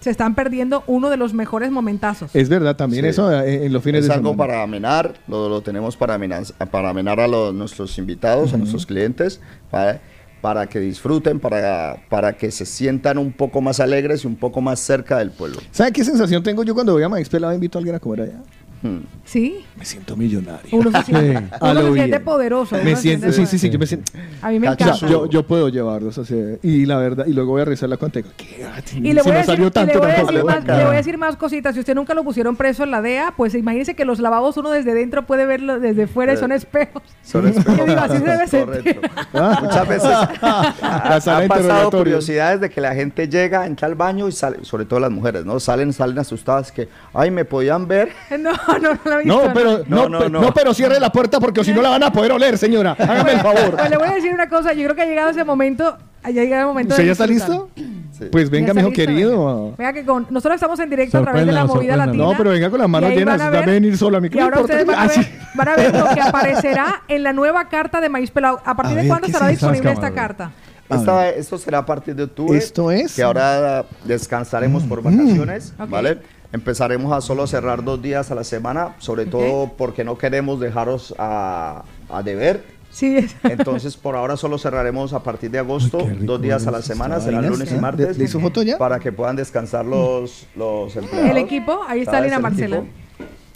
S3: se están perdiendo uno de los mejores momentazos.
S6: Es verdad, también
S15: Sí.
S6: eso eh, en los fines
S15: es
S6: de
S15: algo
S6: semana.
S15: para amenar, lo, lo tenemos para amenar, para amenar a los- nuestros invitados, a nuestros clientes, para, para que disfruten, para, para que se sientan un poco más alegres y un poco más cerca del pueblo.
S6: ¿Sabe qué sensación tengo yo cuando voy a Maíz Pelado e invito a alguien a comer allá?
S15: Hmm.
S3: ¿Sí?
S6: Me siento millonario.
S3: Uno se siente,
S6: Sí.
S3: uno
S6: A
S3: se
S6: lo
S3: siente
S6: bien.
S3: poderoso. uno
S6: Me
S3: se
S6: siento,
S3: siente
S6: sí, sí, sí, yo me siento.
S3: A mí me
S6: O sea,
S3: encanta.
S6: yo, yo puedo llevarlos así. Y la verdad, y luego voy a revisar la cuenta. ¿Qué?
S3: Y
S6: Se
S3: le voy, a
S6: me
S3: decir,
S6: salió
S3: y
S6: tanto,
S3: le voy a
S6: tampoco
S3: decir
S6: le voy a
S3: más,
S6: sacar.
S3: le voy a decir más cositas. Si usted nunca lo pusieron preso en la DEA, pues imagínense que los lavabos uno desde dentro puede verlo desde fuera y son espejos.
S15: Son espejos.
S3: Yo digo, así se debe sentir.
S15: Eh. Correcto. Muchas veces ha,
S6: sala de
S15: ha pasado
S6: interrogatorio.
S15: curiosidades de que la gente llega, entra al baño y sale, sobre todo las mujeres, ¿no? Salen, salen asustadas que, ay, me podían ver.
S3: No, no, no lo he visto.
S6: No, pero, no,
S15: No, no,
S6: pe-
S15: no.
S6: no, pero cierre la puerta porque si no la van a poder oler, señora. Hágame el favor.
S3: Pues le voy a decir una cosa. Yo creo que ha llegado ese momento. Ha llegado el momento
S6: ¿Usted
S3: de
S6: ya está
S3: disfrutar.
S6: listo? Pues venga,
S3: Ya está
S6: mijo
S3: listo,
S6: querido.
S3: Vea que con, nosotros estamos en directo a través de la
S6: Sorpréndanos,
S3: movida
S6: sorpréndanos.
S3: latina.
S6: No, pero venga con las
S3: y
S6: manos
S3: ahí
S6: llenas,
S3: van a
S6: dame
S3: ver-
S6: venir solo a mí, ¿qué
S3: Y
S6: me
S3: ahora
S6: importa?
S3: ustedes van a,
S6: Ah,
S3: ver,
S6: sí.
S3: van a ver lo que aparecerá en la nueva carta de Maíz Pelado. ¿A partir de
S15: A ver,
S3: cuándo
S15: ¿qué
S3: estará
S15: es esa
S3: disponible esta
S15: cámara?
S3: carta?
S15: Esta- esto será a partir de octubre.
S6: Esto es. Mm-hmm.
S15: Que ahora descansaremos por vacaciones, ¿vale? Empezaremos a solo cerrar dos días a la semana, sobre todo porque no queremos dejaros a, a deber.
S3: Sí.
S15: Entonces, por ahora solo cerraremos a partir de agosto, dos días a la semana, serán
S6: vainas,
S15: lunes
S6: ¿eh?
S15: y martes.
S6: ¿Le hizo foto ya?
S15: Para que puedan descansar los, los empleados.
S3: El equipo, ahí está
S15: ¿Sabes?
S3: Lina
S15: El
S3: Marcela.
S15: equipo.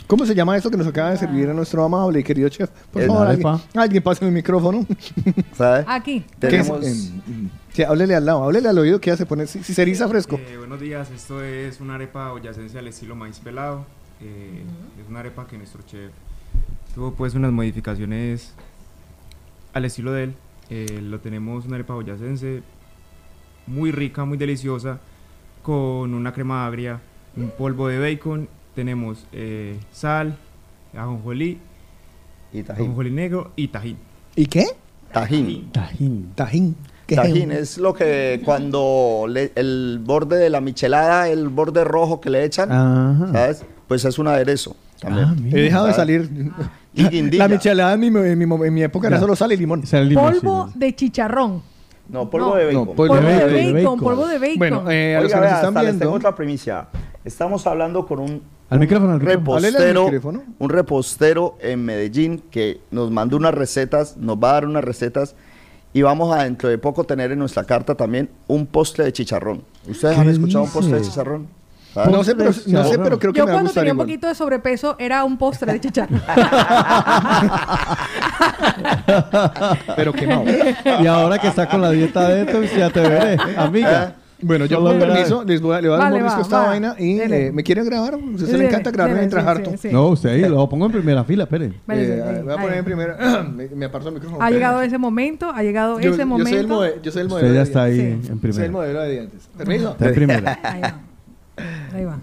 S6: ¿Cómo se llama eso que nos acaba de
S3: Ah.
S6: servir a nuestro amable y querido chef? Por
S15: El
S6: favor, alguien,
S15: arepa.
S6: alguien pásame el micrófono.
S15: ¿Sabes?
S3: Aquí.
S6: ¿Qué es?
S11: Tenemos-
S6: En- en- sí, háblele al lado, háblele al oído que ya se pone, si, si se eriza fresco.
S11: Eh, buenos días, esto es una arepa boyacense al estilo maíz pelado. Eh, Es una arepa que nuestro chef tuvo pues unas modificaciones al estilo de él. Eh, lo tenemos una arepa boyacense muy rica, muy deliciosa, con una crema agria, un polvo de bacon, tenemos eh, sal, ajonjolí,
S15: y
S11: ajonjolí negro y tajín.
S6: ¿Y qué?
S15: Tajín.
S9: Tajín.
S6: Tajín. ¿Qué
S15: Tajín es lo que cuando le- el borde de la michelada, el borde rojo que le echan,
S6: Ajá.
S15: ¿sabes? Pues es un aderezo.
S9: Ah.
S15: también.
S6: He dejado de
S15: ¿Sabes?
S6: salir.
S15: Y guindilla.
S6: La michelada en mi, en mi, mo- en mi época era
S15: Ya.
S6: solo sal y limón.
S3: Polvo de chicharrón.
S15: No, polvo de bacon.
S6: No, polvo
S3: Polvo de de bacon, bacon. polvo de bacon.
S6: Bueno, eh, a los
S15: Oiga,
S6: que nos
S15: vea,
S6: están
S15: hasta les
S6: viendo-
S15: tengo otra primicia. Estamos hablando con un
S9: Al micrófono, al micrófono. Háblele al
S15: repostero,
S9: micrófono.
S15: un repostero en Medellín que nos mandó unas recetas, nos va a dar unas recetas y vamos a dentro de poco tener en nuestra carta también un postre de chicharrón. ¿Ustedes han
S6: ¿Qué
S15: escuchado un postre de
S6: dice?
S15: chicharrón? ¿Saben?
S6: No sé, pero, no sé, pero creo que
S3: Yo
S6: me va a
S3: cuando
S6: gustar
S3: tenía un
S6: igual.
S3: poquito de sobrepeso era un postre de chicharrón.
S6: Pero que no.
S15: Ah.
S9: Y ahora que está con la dieta de Detox, ya te veré, amiga.
S6: Bueno, yo
S9: Solo
S6: con
S9: verá.
S6: permiso les voy a, le voy a dar
S3: Vale,
S6: un mordisco
S3: va,
S6: a esta
S3: va.
S6: vaina y
S3: Dele.
S6: eh, me quieren grabar. A usted
S3: Dele,
S6: le encanta grabar
S3: dele,
S6: mientras
S3: sí,
S6: harto.
S3: sí, sí.
S9: No, usted ahí lo pongo en primera fila, espere.
S3: Vale,
S6: Eh,
S3: sí, sí.
S6: voy a
S3: Ahí.
S6: poner en primera. me, me aparto el micrófono.
S3: Ha
S6: espere.
S3: llegado ese momento, ha llegado
S6: Yo-
S3: ese
S6: Yo soy el,
S3: momento.
S6: mode- yo soy el modelo.
S9: Usted ya
S6: de
S9: está ahí
S6: dientes.
S9: en
S6: Soy
S9: primera.
S6: el modelo de dientes. ¿Permiso?
S9: Está en primera.
S3: Ahí va. Ahí va.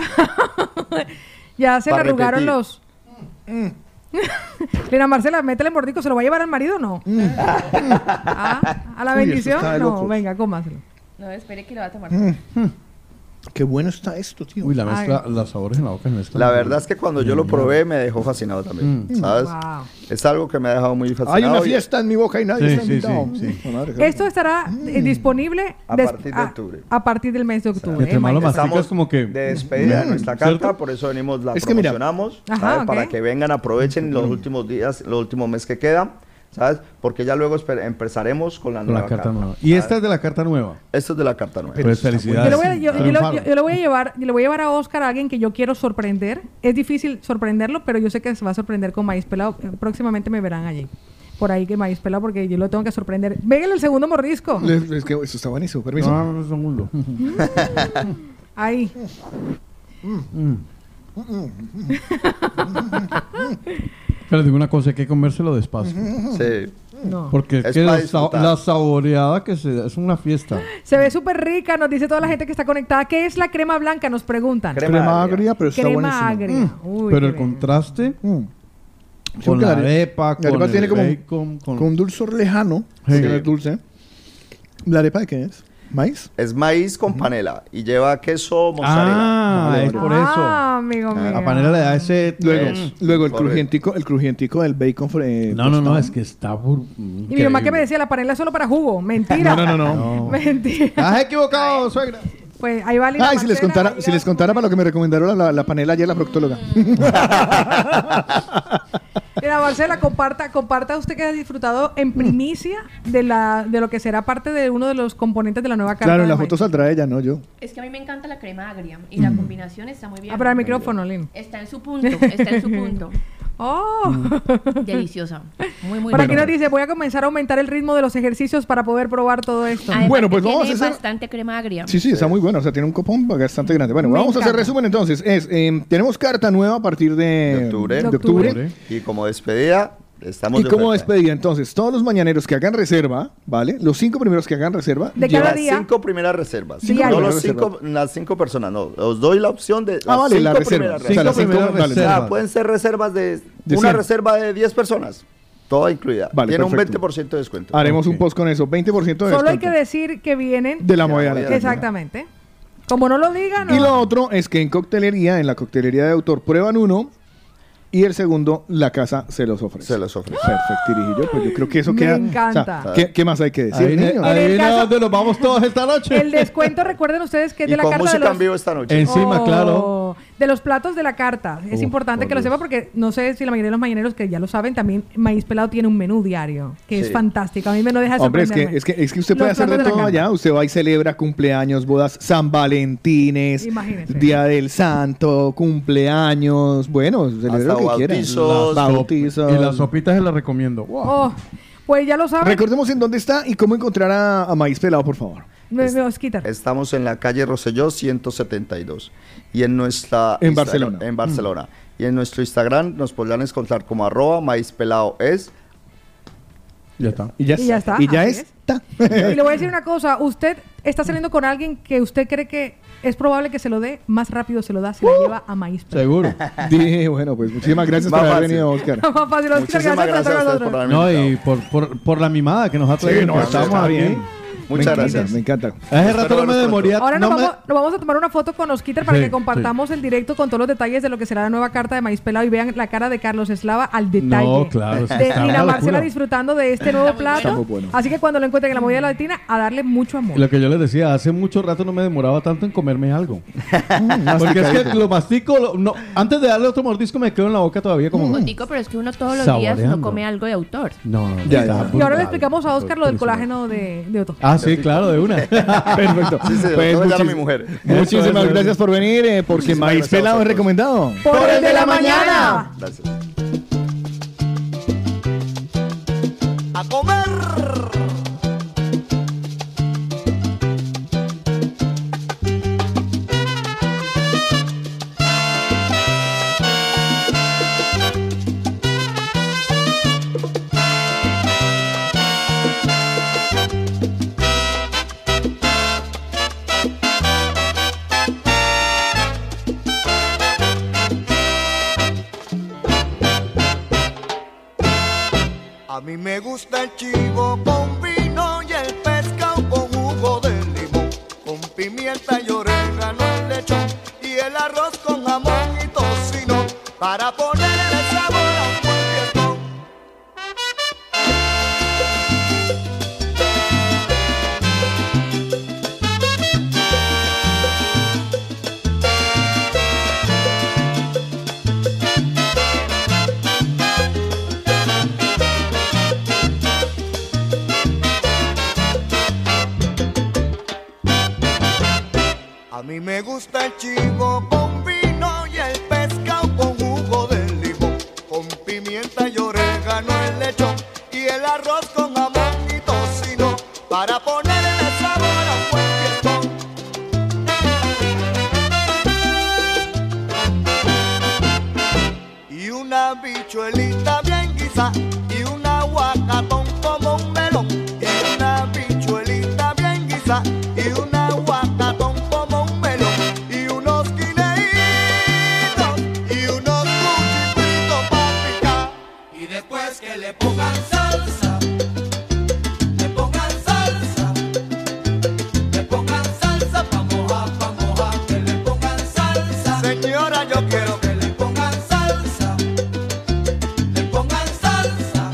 S3: ya se
S6: Pa'
S3: le arrugaron
S6: repetir.
S3: los. Lina Marcela, métele mordico, ¿se lo va a llevar al marido o no? ¿Ah? ¿A la
S6: Mm. Uy, eso
S3: bendición?
S6: está de
S3: No,
S6: locos.
S3: venga, cómaselo.
S8: No, espere que lo va a tomar.
S6: Mm. Qué bueno está esto, tío.
S9: Uy, la
S8: Ay.
S9: mezcla, los sabores en la boca no están.
S15: La verdad es que cuando yo lo probé me dejó fascinado también,
S9: Mm.
S15: ¿sabes?
S3: Wow.
S15: Es algo que me ha dejado muy fascinado.
S6: Hay una
S15: y-
S6: fiesta en mi boca y nadie
S15: Sí,
S6: está
S15: sí,
S6: invitado.
S15: sí, sí.
S6: Oh, madre, qué
S3: Esto estará
S6: Mm.
S3: eh, disponible
S15: A
S3: des-
S15: partir de
S3: a-
S15: octubre.
S3: A, partir del mes de octubre.
S9: Entre
S3: eh,
S9: más lo
S3: Maite.
S9: masticas, como que.
S15: de despedida de
S9: Mm,
S15: nuestra carta,
S9: ¿cierto?
S15: por eso venimos, la
S9: Es que mira-
S15: promocionamos,
S3: Ajá,
S15: ¿sabes?
S3: ok.
S15: Para que vengan, aprovechen los últimos días, los últimos meses que quedan, ¿sabes? Porque ya luego esper- empezaremos con la
S9: Con
S15: nueva
S9: la carta nueva.
S15: ¿sabes?
S9: Y esta es de la carta nueva.
S15: Esto es de la carta nueva.
S9: Pues
S3: Yo
S9: felicidades.
S3: le voy a, yo- yo le-
S9: Triunfaron.
S3: yo- yo le voy a llevar, yo le voy a llevar a Oscar a alguien que yo quiero sorprender. Es difícil sorprenderlo, pero yo sé que se va a sorprender con maíz pelado. Eh, Próximamente me verán allí. Por ahí que maíz pelado, porque yo lo tengo que sorprender. Véngale el segundo morrisco.
S6: Le- Es que eso está buenísimo. Permiso.
S9: No, no, no, son mulo.
S3: Ahí.
S9: Mm. Pero digo una cosa, hay que comérselo despacio.
S15: Sí.
S3: No.
S9: Porque es
S15: Es
S9: que
S15: pa'
S9: la, sa-
S15: disfrutar.
S9: la saboreada que se da es una fiesta.
S3: Se ve súper rica, nos dice toda la gente que está conectada. ¿Qué es la crema blanca? Nos preguntan.
S9: Crema, agria. pero está
S3: Crema
S9: buenísimo.
S3: agria.
S9: Mm.
S3: Uy,
S9: pero
S3: qué
S9: el
S3: bien.
S9: contraste
S6: Creo
S9: con
S6: que
S9: la
S6: are-
S9: arepa,
S6: la
S9: con
S6: arepa
S9: el
S6: tiene como
S9: bacon, con...
S6: con un dulzor lejano.
S9: Sí.
S6: que no es dulce. ¿La arepa de qué es? ¿Maíz?
S15: Es maíz con panela y lleva queso mozzarella.
S9: Ah, es por eso.
S3: Ah, amigo mío.
S9: La panela le da ese...
S6: Luego,
S15: Es.
S6: luego el,
S15: Correcto.
S6: crujientico, el crujientico del bacon. fre-
S9: No, no, no,
S6: tostado.
S9: es que está... bur-
S3: Y mi mamá que
S9: increíble.
S3: me decía, la panela es solo para jugo. Mentira.
S6: No, no, no, no.
S3: Mentira.
S9: Estás equivocado, suegra.
S3: Pues ahí va Lina
S6: Ay, si les
S3: Marcela,
S6: contara,
S3: ahí
S6: si
S3: va.
S6: les contara para lo que me recomendaron la, la panela ayer la proctóloga.
S3: Mm, Mira, Marcela, comparta, comparta usted que ha disfrutado en primicia de, la, de lo que será parte de uno de los componentes de la nueva carta.
S6: claro,
S3: de
S6: en la
S3: Mike.
S6: foto saldrá ella, no yo.
S8: Es que a mí me encanta la crema agria y
S6: Mm.
S8: la combinación está muy bien.
S3: Ah, para el micrófono, Lin.
S8: Está en su punto, está en su punto.
S3: Oh.
S6: Mm.
S8: Deliciosa. Muy, muy
S3: para
S8: buena.
S3: que nos dice, voy a comenzar a aumentar el ritmo de los ejercicios para poder probar todo esto.
S8: Además
S6: Bueno,
S8: que
S6: pues vamos a
S8: tiene
S6: hacer-
S8: bastante crema agria.
S6: Sí, sí, está muy bueno. O sea, tiene un copón bastante grande. Bueno,
S3: Me
S6: vamos a hacer
S3: encanta.
S6: resumen entonces. Es, eh, tenemos carta nueva a partir de,
S15: De octubre.
S6: de
S3: De
S6: octubre.
S9: octubre.
S15: Y como despedida, estamos
S6: Y como
S15: oferta.
S6: despedida, entonces, todos los mañaneros que hagan reserva, ¿vale? Los cinco primeros que hagan reserva.
S3: De
S6: llevan-
S3: cada
S15: Las
S3: día.
S15: cinco primeras reservas.
S3: Cinco
S15: no
S6: primeras
S15: los cinco, las cinco personas, no. Os doy la opción de las
S6: Ah, vale,
S15: cinco
S6: la reserva.
S15: primeras
S6: O sea, las
S15: reservas.
S6: cinco
S9: primeras
S6: vale,
S15: O sea,
S9: reservas.
S15: pueden ser reservas de,
S6: De
S15: una
S6: cien.
S15: reserva de 10 personas, toda incluida.
S6: Vale, perfecto.
S15: Tiene
S6: Ah,
S15: un 20% de descuento.
S6: Haremos un post con eso. 20% de
S3: Solo hay
S6: descuento.
S3: que decir que vienen.
S6: De la moneda. latina.
S3: Exactamente. Como no lo digan, no.
S6: Y lo otro es que en coctelería, en la coctelería de autor, prueban uno y el segundo, la casa se los ofrece.
S15: Se los ofrece.
S6: Perfecto, Irijillo. Pues yo creo que eso
S3: Me
S6: queda.
S3: encanta.
S6: ¿qué, qué más hay que decir,
S9: Ahí
S6: niños?
S3: En el
S9: ahí
S3: caso-
S9: a donde nos vamos todos esta noche.
S3: El descuento, recuerden ustedes que es
S15: Y
S3: de la
S15: con
S3: carta de
S15: música
S3: los...
S15: en vivo esta noche.
S9: Encima,
S3: Oh,
S9: claro.
S3: De los platos de la carta. Es
S9: Uf,
S3: importante
S9: por
S3: que lo
S9: Dios.
S3: sepa porque no sé si la mayoría de los mañaneros que ya lo saben, también Maíz Pelado tiene un menú diario que es
S15: Sí.
S3: fantástico. A mí me no deja de
S6: Hombre, es que,
S3: sorprenderme.
S6: es, que, es que usted puede
S3: Los
S6: hacer de
S3: platos de la
S6: todo
S3: carta.
S6: allá. Usted va y celebra cumpleaños, bodas, San Valentines,
S3: Imagínese.
S6: Día del Santo, cumpleaños. Bueno, celebra
S15: Hasta
S6: lo que quiera.
S15: bautizos.
S6: Las
S9: Y las
S6: bautizos.
S9: sopitas se las recomiendo. Wow.
S3: Oh, pues ya lo saben.
S6: Recordemos en dónde está y cómo encontrar a, a Maíz Pelado, por favor.
S3: Me, Pues me os quitan.
S15: Estamos en la calle Roselló 172. Y en nuestra.
S6: En
S15: Instagram-
S6: Barcelona.
S15: En Barcelona. Y en nuestro Instagram nos podrán encontrar como arroba maíz pelado es.
S9: Ya está.
S6: Y ya,
S3: Y ya está,
S6: Y ya
S3: así es.
S6: está.
S3: Y le voy a decir una cosa. Usted está saliendo con alguien que usted cree que es probable que se lo dé, más rápido se lo da, se lo lleva a Maíz Pelado.
S9: Uh. Seguro.
S6: Dije, bueno, pues muchísimas gracias por
S15: Más
S6: haber
S15: fácil.
S6: venido, Oscar.
S3: Más fácil, Oscar,
S15: Muchísimas
S3: por
S15: gracias
S3: estar
S15: a
S3: con nosotros.
S15: ustedes por haberme
S9: No,
S15: invitado.
S9: y por, por, por la mimada que nos ha traído.
S6: no,
S9: Estamos
S6: está
S9: aquí.
S6: bien.
S15: Muchas
S6: Me encanta,
S15: gracias.
S6: Me encanta.
S9: Hace rato no me
S15: Espero verlos pronto.
S9: demoría.
S3: Ahora
S9: no
S3: nos,
S9: me-
S3: vamos, nos vamos a tomar una foto con Osquitar para
S9: Sí,
S3: que compartamos el directo con todos los detalles de lo que será la nueva carta de Maíz Pelado y vean la cara de Carlos Eslava al detalle.
S9: No, claro, sí,
S3: De
S9: está
S3: Lina
S9: una
S3: Marcela
S9: locura.
S3: disfrutando de este nuevo
S6: Está
S3: plato.
S6: muy bueno.
S3: Así que cuando lo encuentren en la movida latina, a darle mucho amor.
S9: Lo que yo les decía, hace mucho rato no me demoraba tanto en comerme algo. Porque es que lo mastico, lo- no, antes de darle otro mordisco me quedo en la boca todavía como...
S3: Mm.
S8: Un motico, pero es que uno todos los días no
S9: Saboreando.
S8: come algo de autor.
S9: No, no,
S6: Ya,
S9: está
S6: ya. Y
S3: y ahora
S9: brutal.
S3: le explicamos a Oscar lo del
S9: Brutal.
S3: colágeno de, de Otto.
S9: Ah, sí, claro, de una.
S6: Perfecto.
S15: Sí, sí,
S6: Pues
S15: voy a llamar a
S6: muchis-
S15: mi mujer.
S6: Muchísimas gracias por venir, eh, porque
S15: Muchísimas
S6: Maíz
S15: gracias a
S6: Pelado es
S15: vosotros.
S6: recomendado.
S3: ¡Por el de la mañana!
S15: Gracias.
S10: a comer.
S17: A mí me gusta el chivo con vino y el pescado con jugo de limón, con pimienta y orégano el lechón y el arroz con jamón y tocino para ponerle sabor a un buen fiestón. A mí me gusta el chivo con vino y el pescado con jugo de limón, con pimienta y orégano el lechón y el arroz con jamón y tocino para ponerle sabor a un buen fiestón. y una bichuelita bien guisa y un aguacatón como un melón y una bichuelita bien guisa y un aguacatón como un melón y unos guineitos y unos cuchipritos para picar
S2: Y después que le pongan salsa, le pongan salsa, le pongan salsa pa' mojar, pa' mojar, que le pongan salsa.
S17: Señora, yo quiero
S2: que le pongan salsa, le pongan salsa,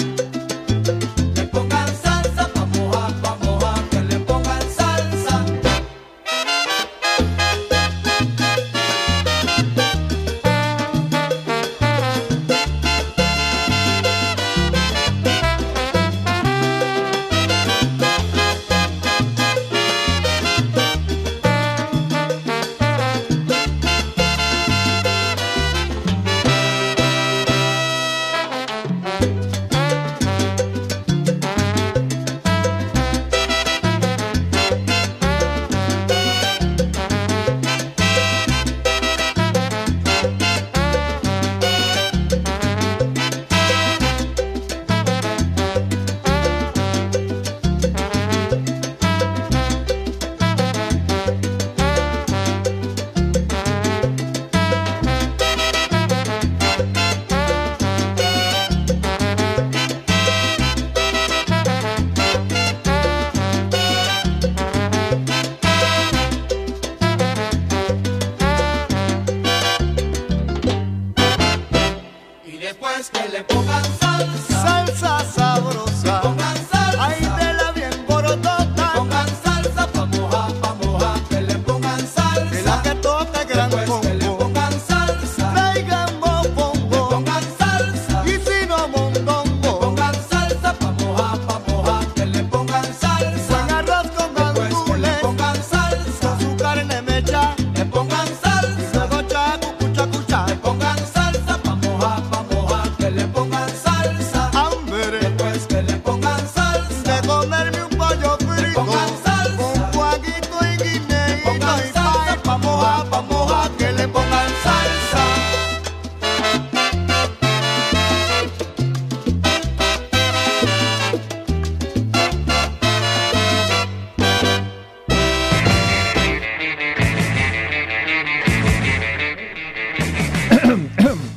S2: le pongan salsa pa' mojar, pa' mojar, que le pongan salsa.
S17: Y después que le pongan salsa. Salsa sabrosa. pongan salsa. Ahí te la bien borotota. pongan salsa pa' mojar, pa' mojar. Que le pongan salsa. De la que toca gran Que le pongan salsa. Traigan mofongo. pongan salsa. Y si no mondongo. pongan salsa pa' mojar, pa' mojar. Que le pongan salsa. Buen arroz con gandules. le pongan salsa. Su carne mecha. Le pongan salsa. Y luego chacu, cucha, cucha. Le pongan salsa pa' mojar, pa' mojar. Que le pongan salsa. Hambre. Después que le pongan salsa. De comerme un pollo frito. Le pongan salsa. Con cuaguito y guineíto. y salsa pa' mojar, pa' mojar. Que le pongan salsa.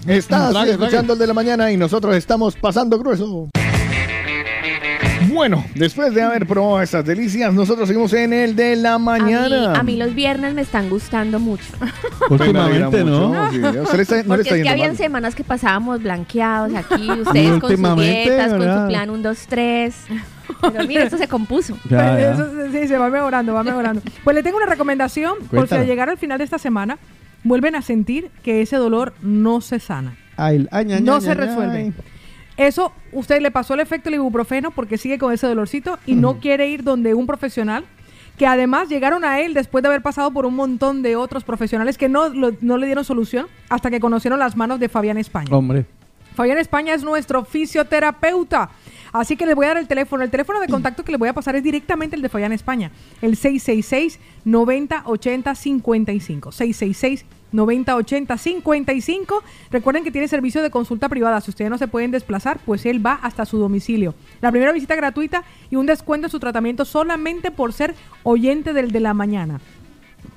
S6: Estás
S9: Trague,
S6: escuchando el de la mañana y nosotros estamos pasando grueso. Bueno, después de haber probado estas delicias, nosotros seguimos en el de la
S8: A mí,
S6: mañana.
S8: a mí los viernes me están gustando mucho.
S9: Últimamente, ¿no?
S6: No, sí, ya. Se le está- no le
S8: Porque
S6: está
S8: es que
S6: yendo
S8: habían
S6: mal.
S8: semanas que pasábamos blanqueados aquí, ustedes con sus
S9: últimamente,
S8: dietas, con
S9: ¿verdad?
S8: su plan 1, 2, 3. Pero mira, esto se compuso.
S9: Ya, ya.
S3: Eso se- sí, se va mejorando, va mejorando. Pues le tengo una recomendación, por si
S9: Cuéntala.
S3: al llegar al final de esta semana vuelven a sentir que ese dolor no se sana.
S9: Ay, ay, ay,
S3: no
S9: ay,
S3: se
S9: ay,
S3: resuelve.
S9: ay.
S3: Eso, usted le pasó el efecto del ibuprofeno porque sigue con ese dolorcito y no quiere ir donde un profesional que además llegaron a él después de haber pasado por un montón de otros profesionales que no, lo- no le dieron solución hasta que conocieron las manos de Fabián España.
S9: Hombre.
S3: Fabián España es nuestro fisioterapeuta. Así que le voy a dar el teléfono. El teléfono de contacto que le voy a pasar es directamente el de Fabián España. El 666 90 80 55. 666 90 80 55. Recuerden que tiene servicio de consulta privada. Si ustedes no se pueden desplazar, pues él va hasta su domicilio. La primera visita gratuita y un descuento en su tratamiento solamente por ser oyente del de la mañana.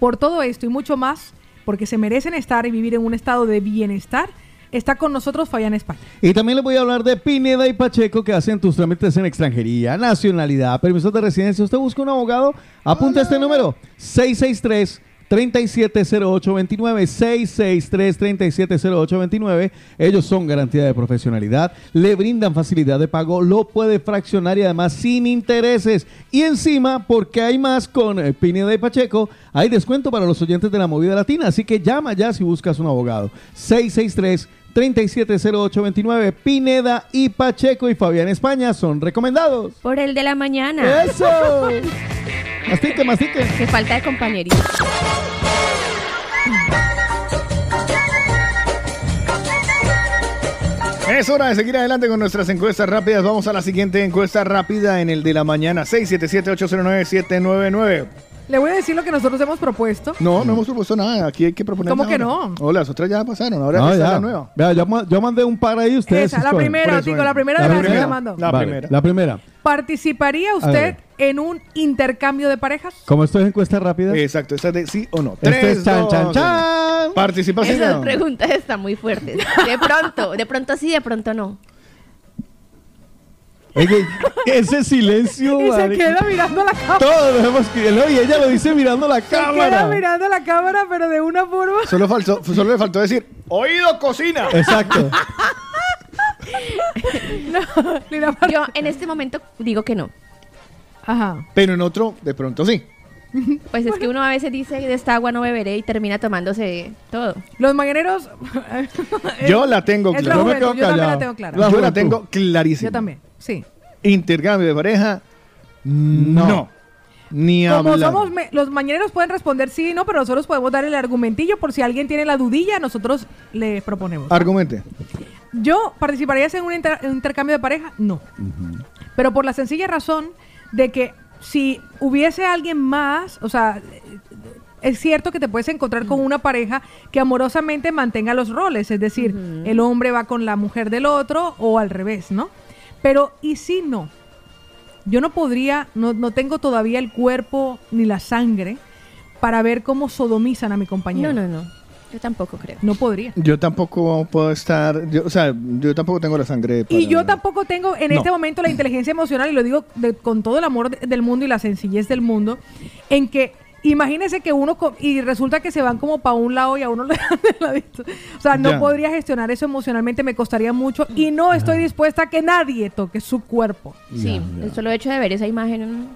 S3: Por todo esto y mucho más, porque se merecen estar y vivir en un estado de bienestar, Está con nosotros Fabián España.
S9: Y también les voy a hablar de Pineda y Pacheco que hacen tus trámites en extranjería, nacionalidad, permisos de residencia. ¿Usted busca un abogado? Apunta este número: 663 370829 663 370829 Ellos son garantía de profesionalidad, le brindan facilidad de pago, lo puede fraccionar y además sin intereses. Y encima, porque hay más con eh, Pineda y Pacheco, hay descuento para los oyentes de la movida latina. Así que llama ya si buscas un abogado. 663 370829 Pineda y Pacheco y Fabián España son recomendados.
S8: Por el de la mañana.
S9: ¡Eso! Mastique, mastique.
S8: Qué falta de compañerismo.
S6: Es hora de seguir adelante con nuestras encuestas rápidas. Vamos a la siguiente encuesta rápida en el de la mañana. 677-809-799.
S3: Le voy a decir lo que nosotros hemos propuesto.
S6: No, no hemos propuesto nada. Aquí hay que proponer.
S3: ¿Cómo que
S6: ahora.
S3: no?
S6: Oh, las otras ya pasaron. Ahora
S9: No,
S6: está
S9: ya.
S6: la nueva.
S9: Vea, yo, ma- yo mandé un par ahí ustedes.
S3: Esa, la
S9: escogen.
S3: primera,
S9: Por eso,
S3: Tico,
S9: eh.
S3: la primera de las que yo mando. La
S9: Vale,
S3: primera.
S9: La primera.
S3: ¿Participaría
S9: A
S3: usted
S9: ver.
S3: en un intercambio de parejas?
S9: Como esto es encuesta rápida.
S6: Exacto, esta es de sí o no.
S9: Este
S6: Tres,
S9: es chan,
S6: dos,
S9: chan,
S6: uno.
S9: chan.
S6: ¿Participación o
S8: Esas
S6: no?
S8: preguntas están muy fuertes. De pronto, de pronto sí, de pronto no.
S9: Oye, ese silencio.
S3: Y se
S9: vale.
S3: queda mirando la cámara.
S9: Todos lo hemos que- no, y ella lo dice mirando la
S3: Se queda
S9: cámara.
S3: mirando la cámara, pero de una forma.
S6: Solo, faltó, solo le faltó decir, oído cocina.
S9: Exacto.
S8: Yo en este momento digo que no.
S3: Ajá.
S6: Pero en otro, de pronto sí.
S8: Pues es que uno a veces dice de esta agua no beberé y termina tomándose todo.
S3: Los mañaneros.
S6: Yo la tengo
S3: es
S6: clara.
S3: la Yo me quedo juventud, yo también la callado. tengo clara. La
S6: Yo la
S3: juventud.
S6: tengo clarísima.
S3: Yo también, sí.
S6: Intercambio de pareja, no. Ni
S3: Como
S6: hablar.
S3: somos me- los mañaneros pueden responder sí y no, pero nosotros podemos dar el argumentillo por si alguien tiene la dudilla, nosotros le proponemos.
S6: Argumente.
S3: Yo participaría en un inter- en un intercambio de pareja, no. Pero por la sencilla razón de que si hubiese alguien más, o sea, es cierto que te puedes encontrar con una pareja que amorosamente mantenga los roles, es decir, el hombre va con la mujer del otro o al revés, ¿no? Pero, ¿y si no? Yo no podría, no, no tengo todavía el cuerpo ni la sangre para ver cómo sodomizan a mi compañero.
S8: No, no, no. Yo tampoco creo.
S3: No podría.
S6: Yo tampoco puedo estar, yo, o sea, yo tampoco tengo la sangre. para-
S3: Y yo tampoco tengo en
S6: No.
S3: este momento la inteligencia emocional, y lo digo de- con todo el amor de- del mundo y la sencillez del mundo, en que imagínese que uno, co- y resulta que se van como para un lado y a uno le dan de ladito. O sea, no
S6: Ya.
S3: podría gestionar eso emocionalmente, me costaría mucho y no estoy dispuesta a que nadie toque su cuerpo.
S8: Sí, el solo hecho de ver esa imagen.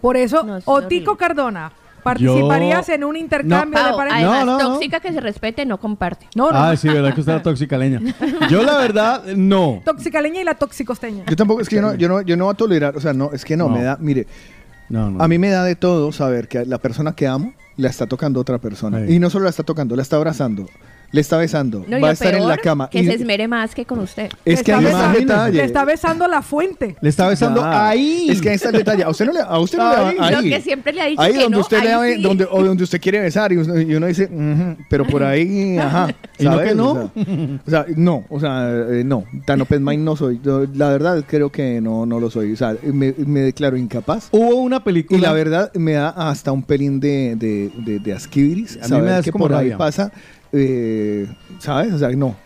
S3: Por eso,
S8: No, es
S3: Otico Cardona, ¿participarías
S9: Yo-
S3: en un intercambio
S8: Pau,
S3: de pareja?
S8: además,
S9: No, no, no.
S8: tóxica que se respete, no comparte.
S3: No, no.
S9: Ah, sí, verdad que usted era toxicaleña. Yo la verdad, no.
S3: Toxicaleña y la toxicosteña.
S6: Yo tampoco, es que yo no, yo, no, yo no voy a tolerar, o sea, no, es que no,
S9: No.
S6: me da, mire,
S9: No, no.
S6: a mí me da de todo saber que la persona que amo la está tocando otra persona. Y no solo la está tocando, la está abrazando, le está besando,
S8: No, y
S6: va
S8: lo
S6: a estar en
S8: peor,
S6: la cama.
S8: Que
S6: Y-
S8: se esmere más que con usted.
S6: Es que ahí está el detalle.
S3: Le está besando la fuente.
S6: Le está besando ahí. Es que ahí está el detalle. A usted no le, a usted no le
S3: Ahí.
S6: va- ahí.
S3: Lo que siempre le ha dicho
S6: Ahí
S3: que
S6: donde
S3: no,
S6: usted le
S3: ahí
S6: da-
S3: sí.
S6: donde, o donde usted quiere besar y uno, y uno dice, "Ujú", pero por ahí, ajá.
S9: ¿Y no
S6: ¿sabes?
S9: que no?
S6: O sea, o sea, no, o sea, eh, no. Tan open mind no soy. Yo, la verdad creo que no, no lo soy. O sea, me, me declaro incapaz.
S9: Hubo una película.
S6: Y la verdad me da hasta un pelín de, de, de, de asquibiris.
S9: A mí
S6: saber
S9: me da
S6: que
S9: como
S6: por ahí
S9: rabia.
S6: pasa, eh, ¿sabes? O sea, no.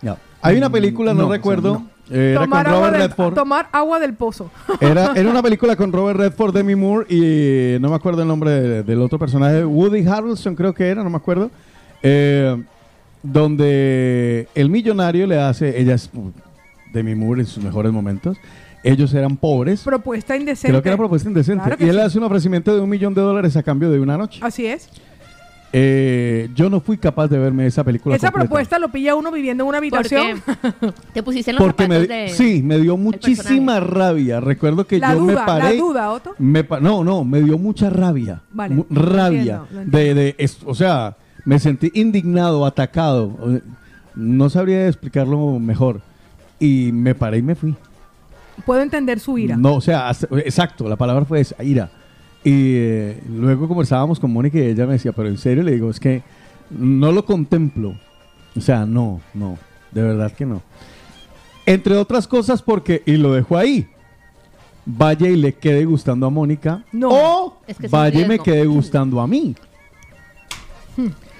S9: Hay una película, no,
S6: No, o sea,
S9: recuerdo.
S6: no.
S9: eh, Era con
S3: Tomar agua,
S9: Robert
S3: del,
S9: Redford.
S3: tomar agua del pozo.
S9: Era, era una película con Robert Redford, Demi Moore y no me acuerdo el nombre de- del otro personaje, Woody Harrelson creo que era, no me acuerdo, eh, donde el millonario le hace, ella es uh, Demi Moore en sus mejores momentos, ellos eran pobres,
S3: Propuesta indecente.
S9: creo que era propuesta indecente,
S3: Claro que
S9: y él
S3: sí.
S9: le hace un ofrecimiento de un millón de dólares a cambio de una noche.
S3: Así es.
S9: Eh, yo no fui capaz de verme esa película.
S3: Esa
S9: completa.
S3: propuesta lo pilla uno viviendo en una habitación.
S8: Te pusiste
S9: Porque me, sí, me dio muchísima rabia. Recuerdo que
S3: La
S9: yo me
S3: duda, la
S9: paré.
S3: duda, Otto.
S9: me pa- no, no, me dio mucha rabia.
S3: Vale,
S9: Mu-
S3: lo
S9: rabia.
S3: entiendo, lo
S9: de, de- es- o sea, me sentí indignado, atacado. O- No sabría explicarlo mejor. Y me paré y me fui.
S3: Puedo entender su ira.
S9: No, o sea, hasta- exacto, la palabra fue esa, ira. Y eh, luego conversábamos con Mónica y ella me decía, pero en serio, le digo, es que no lo contemplo. O sea, no, no, de verdad que no. Entre otras cosas porque, y lo dejo ahí, vaya y le quede gustando a Mónica,
S3: No.
S8: Es que es un
S9: vaya y me
S8: riesgo.
S9: quede gustando a mí.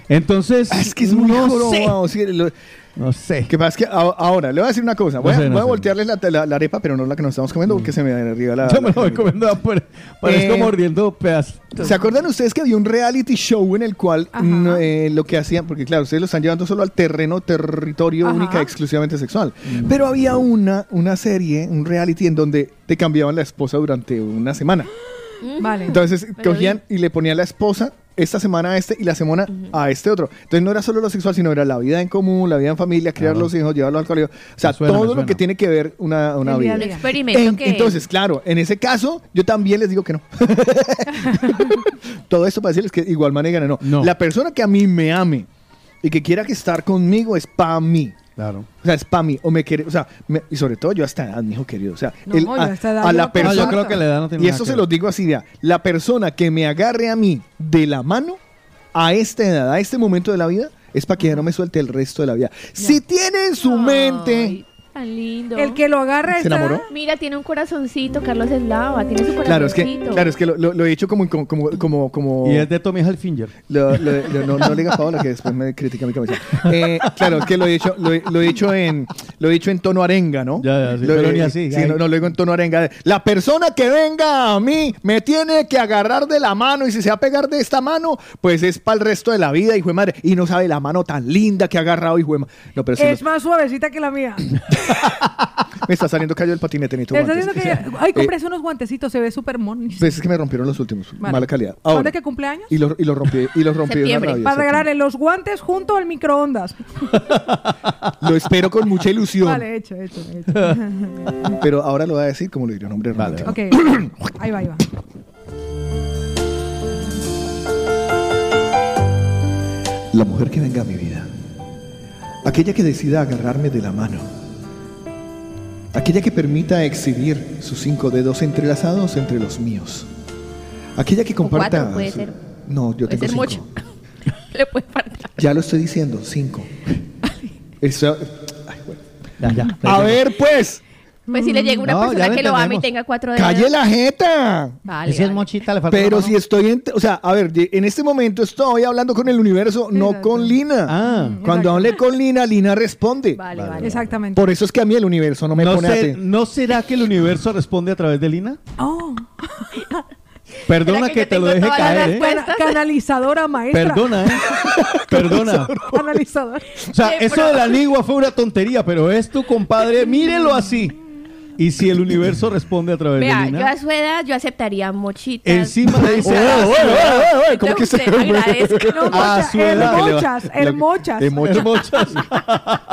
S9: Entonces,
S6: Es que es muy
S9: no
S6: jorobado,
S9: sé.
S6: sí, lo-
S9: No sé.
S6: Que pasa es que a- ahora, le voy a decir una cosa. Voy,
S9: No
S6: a,
S9: sé, no
S6: voy a
S9: sé.
S6: voltearles la, la- la arepa, pero no la que nos estamos comiendo, porque se me derriba la.
S9: Yo me
S6: la-
S9: lo voy comiendo a por. Parezco
S6: Eh,
S9: mordiendo pedacitos.
S6: ¿Se acuerdan ustedes que había un reality show en el cual mm, eh, lo que hacían, porque claro, ustedes lo están llevando solo al terreno, territorio única, exclusivamente sexual,
S9: Mm.
S6: pero había una, una serie, un reality en donde te cambiaban la esposa durante una semana.
S3: Vale.
S6: Entonces
S3: Me lo
S6: cogían y le ponían la esposa esta semana a este y la semana a este otro. Entonces no era solo lo sexual, sino era la vida en común, la vida en familia, criar los hijos, llevarlos al colegio. O sea,
S9: suena, me
S6: todo lo
S9: suena.
S6: que tiene que ver una, una
S8: El día
S6: vida.
S8: a día. Un experimento
S6: En-
S8: que-
S6: Entonces, claro, en ese caso, yo también les digo que no. todo esto para decirles que igual manera no. La persona que a mí me ame y que quiera que estar conmigo es para mí.
S9: Claro.
S6: O sea, es para mí, o me quiere, o sea, me- y sobre todo yo hasta edad, mi hijo querido. O sea,
S3: No,
S6: el-
S3: yo
S6: a,
S3: a esta edad
S6: a
S3: yo
S6: la
S3: no comparto.
S6: persona.
S3: Yo creo que la edad no tiene
S6: Y
S3: nada
S6: esto
S3: que
S6: se
S3: ver.
S6: lo digo así: ya, la persona que me agarre a mí de la mano a esta edad, a este momento de la vida, es para que ya no me suelte el resto de la vida. Si tiene en su mente.
S8: Tan lindo.
S3: El que lo agarra
S6: ¿Se
S8: está-
S6: enamoró?
S8: Mira, tiene un corazoncito, Carlos Eslava, tiene su corazoncito.
S6: Claro, es que, claro, es que lo, lo- lo he hecho como, como, como, como, como-
S9: Y es de Tommy Hilfiger.
S6: Lo- lo- lo- no, no le diga a Paola que después me critica mi cabeza. Eh, claro, es que lo he dicho, lo, he- lo he dicho en lo he dicho en tono arenga, ¿no?
S9: Ya, ya, sí,
S6: Lo-
S9: pero
S6: eh,
S9: ni así,
S6: sí,
S9: ya.
S6: no, no, lo digo en tono arenga. de, La persona que venga a mí me tiene que agarrar de la mano y si se va a pegar de esta mano, pues es para el resto de la vida, hijo de madre. Y no sabe la mano tan linda que ha agarrado, hijo de madre. No, pero eso
S3: es más suavecita que la mía.
S6: me está saliendo callo el patinete, necesito
S3: Te estás
S6: guantes.
S3: diciendo que. Ay,
S9: Eh,
S3: compres unos guantecitos, se ve súper
S6: Eh,
S3: monis.
S6: Pues es que me rompieron los últimos,
S3: Vale.
S6: mala calidad.
S3: ¿Cuándo
S6: Ahora,
S3: es que cumpleaños?
S6: y los y los rompí, y los rompí de una rabia,
S3: Para
S6: septiembre.
S3: regalarle los guantes junto al microondas.
S6: Lo espero con mucha ilusión.
S3: Vale, hecho, hecho, hecho.
S6: Pero ahora lo voy a decir como lo diría un hombre romántico.
S3: ok. Ahí va, ahí va.
S6: La mujer que venga a mi vida. Aquella que decida agarrarme de la mano. Aquella que permita exhibir sus cinco dedos entrelazados entre los míos. Aquella que
S8: O
S6: comparta.
S8: cuatro puede
S6: su-
S8: ser.
S6: No, yo
S8: Puede
S6: tengo
S8: ser
S6: cinco.
S8: mucho.
S6: Ya lo estoy diciendo, cinco. Eso- ay, bueno.
S9: ya.
S6: A ver, pues.
S8: Pues si le llega una
S6: No, ya
S8: persona
S6: lo
S8: que lo ama y
S6: entendemos.
S8: tenga cuatro dedos.
S6: ¡Calle la jeta!
S8: Vale, vale.
S9: mochita, le
S6: Pero si estoy en, o sea, a ver, ye- en este momento estoy hablando con el universo, no con Lina.
S9: Ah.
S6: Cuando hablé con Lina, Lina responde.
S8: Mm, Vale, vale.
S3: Exactamente.
S6: Por eso es que a mí el universo no me
S9: ¿No,
S6: pone
S9: se-
S6: a ti.
S9: ¿No será que el universo responde a través de Lina?
S3: Oh.
S9: Perdona que, te lo deje caer, ¿eh?
S3: Cana- canalizadora maestra.
S9: Perdona, ¿eh? Perdona.
S3: Canalizadora.
S9: O sea, eso de la anigua fue una tontería, pero es tu compadre, mírelo así. Y si el universo responde a través de
S8: Vea, yo
S9: Lina,
S8: a su edad yo aceptaría mochitas.
S9: encima le dice.
S8: Oye,
S9: "Ah,
S8: oye,
S9: su
S8: oye,
S9: edad".
S8: oye, oye, ¿cómo que se- Usted agradezca. No,
S9: Ah,
S8: mocha,
S9: su edad.
S3: hermochas,
S9: Lo que-
S3: hermochas.
S9: Hermochas.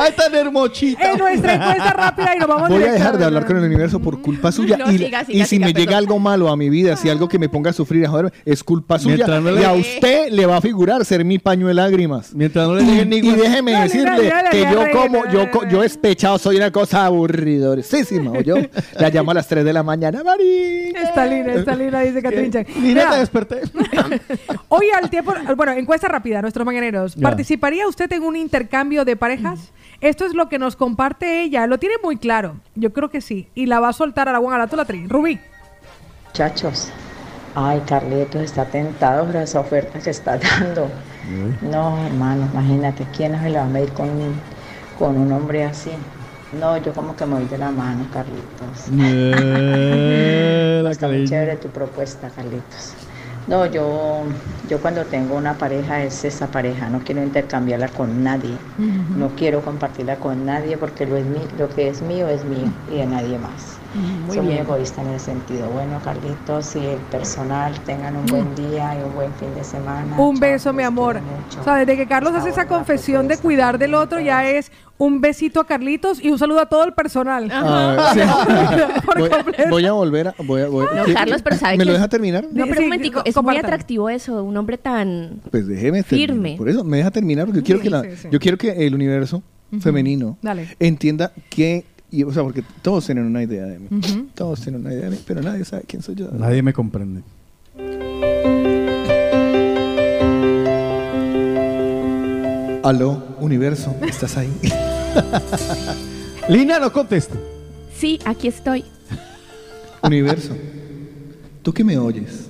S9: Ay, tan hermochita.
S3: En nuestra encuesta rápida y nos vamos
S6: Voy a
S3: directo-
S6: dejar de hablar con el universo por culpa suya.
S8: No,
S6: y
S8: siga,
S6: y
S8: siga,
S6: si
S8: siga,
S6: me llega
S8: perdón.
S6: algo malo a mi vida, si algo que me ponga a sufrir, a joder, es culpa suya.
S9: Mientras no le-
S6: Y a usted le va a figurar ser mi paño de lágrimas.
S9: Mientras no le
S6: Y,
S9: lleguen
S6: y
S9: ningún-
S6: déjeme
S3: Dale,
S6: decirle
S3: dale, dale,
S6: que
S3: ya
S6: yo
S3: reí,
S6: como,
S3: dale,
S6: yo, co- yo despechado soy una cosa aburridorcísima, yo La llamo a las 3 de la mañana, Mari.
S3: Está linda, está linda, dice Catherine Chan.
S9: Eh. Lina,
S3: Vea,
S9: te desperté.
S3: Hoy al tiempo, bueno, encuesta rápida, nuestros mañaneros.
S9: Ya. Mm.
S3: ¿Participaría usted en un intercambio de parejas? Esto es lo que nos comparte ella. Lo tiene muy claro. Yo creo que sí. Y la va a soltar a la buena, a la tolatri. Rubí.
S18: Muchachos, ay, Carlitos está tentado por las ofertas que está dando. No, hermano, imagínate, ¿quién nos la va a medir con, con un hombre así? No, yo como que me voy de la mano, Carlitos.
S9: Eh, la
S18: Está muy
S9: cariño.
S18: chévere tu propuesta, Carlitos. No, yo, yo cuando tengo una pareja es esa pareja, no quiero intercambiarla con nadie,
S19: Ujú.
S18: no quiero compartirla con nadie porque lo, es mí- lo que es mío es mío y de nadie más.
S19: Muy
S18: Soy muy
S19: bien.
S18: egoísta en el sentido. Bueno, Carlitos y el personal tengan un
S19: Mm.
S18: buen día y un buen fin de semana.
S3: Un beso, mi amor. O sea, desde que Carlos hace esa confesión de cuidar del otro, ya es un besito a Carlitos y un saludo a todo el personal.
S6: Ah, sí.
S3: Por
S6: voy,
S3: completo.
S6: voy a volver a. Voy a voy-
S8: No,
S6: ¿Qué-
S8: Carlos, pero sabe
S6: ¿Me lo
S8: que-
S6: deja terminar?
S8: No, pero
S3: Sí,
S8: un momentico, es muy
S3: compártalo.
S8: atractivo eso, un hombre tan...
S6: Pues déjeme terminar.
S8: Firme.
S6: Por eso, me deja terminar porque yo quiero,
S3: Sí,
S6: que, la-
S3: sí, sí.
S6: yo quiero que el universo
S3: Ujú.
S6: femenino
S3: Dale.
S6: entienda que. y, o sea, porque todos tienen una idea de mí. Todos tienen una idea de mí, pero nadie sabe quién soy yo.
S9: Nadie me comprende.
S6: Aló, universo, estás ahí.
S9: Lina, no conteste.
S8: Sí, aquí estoy.
S6: universo, tú que me oyes.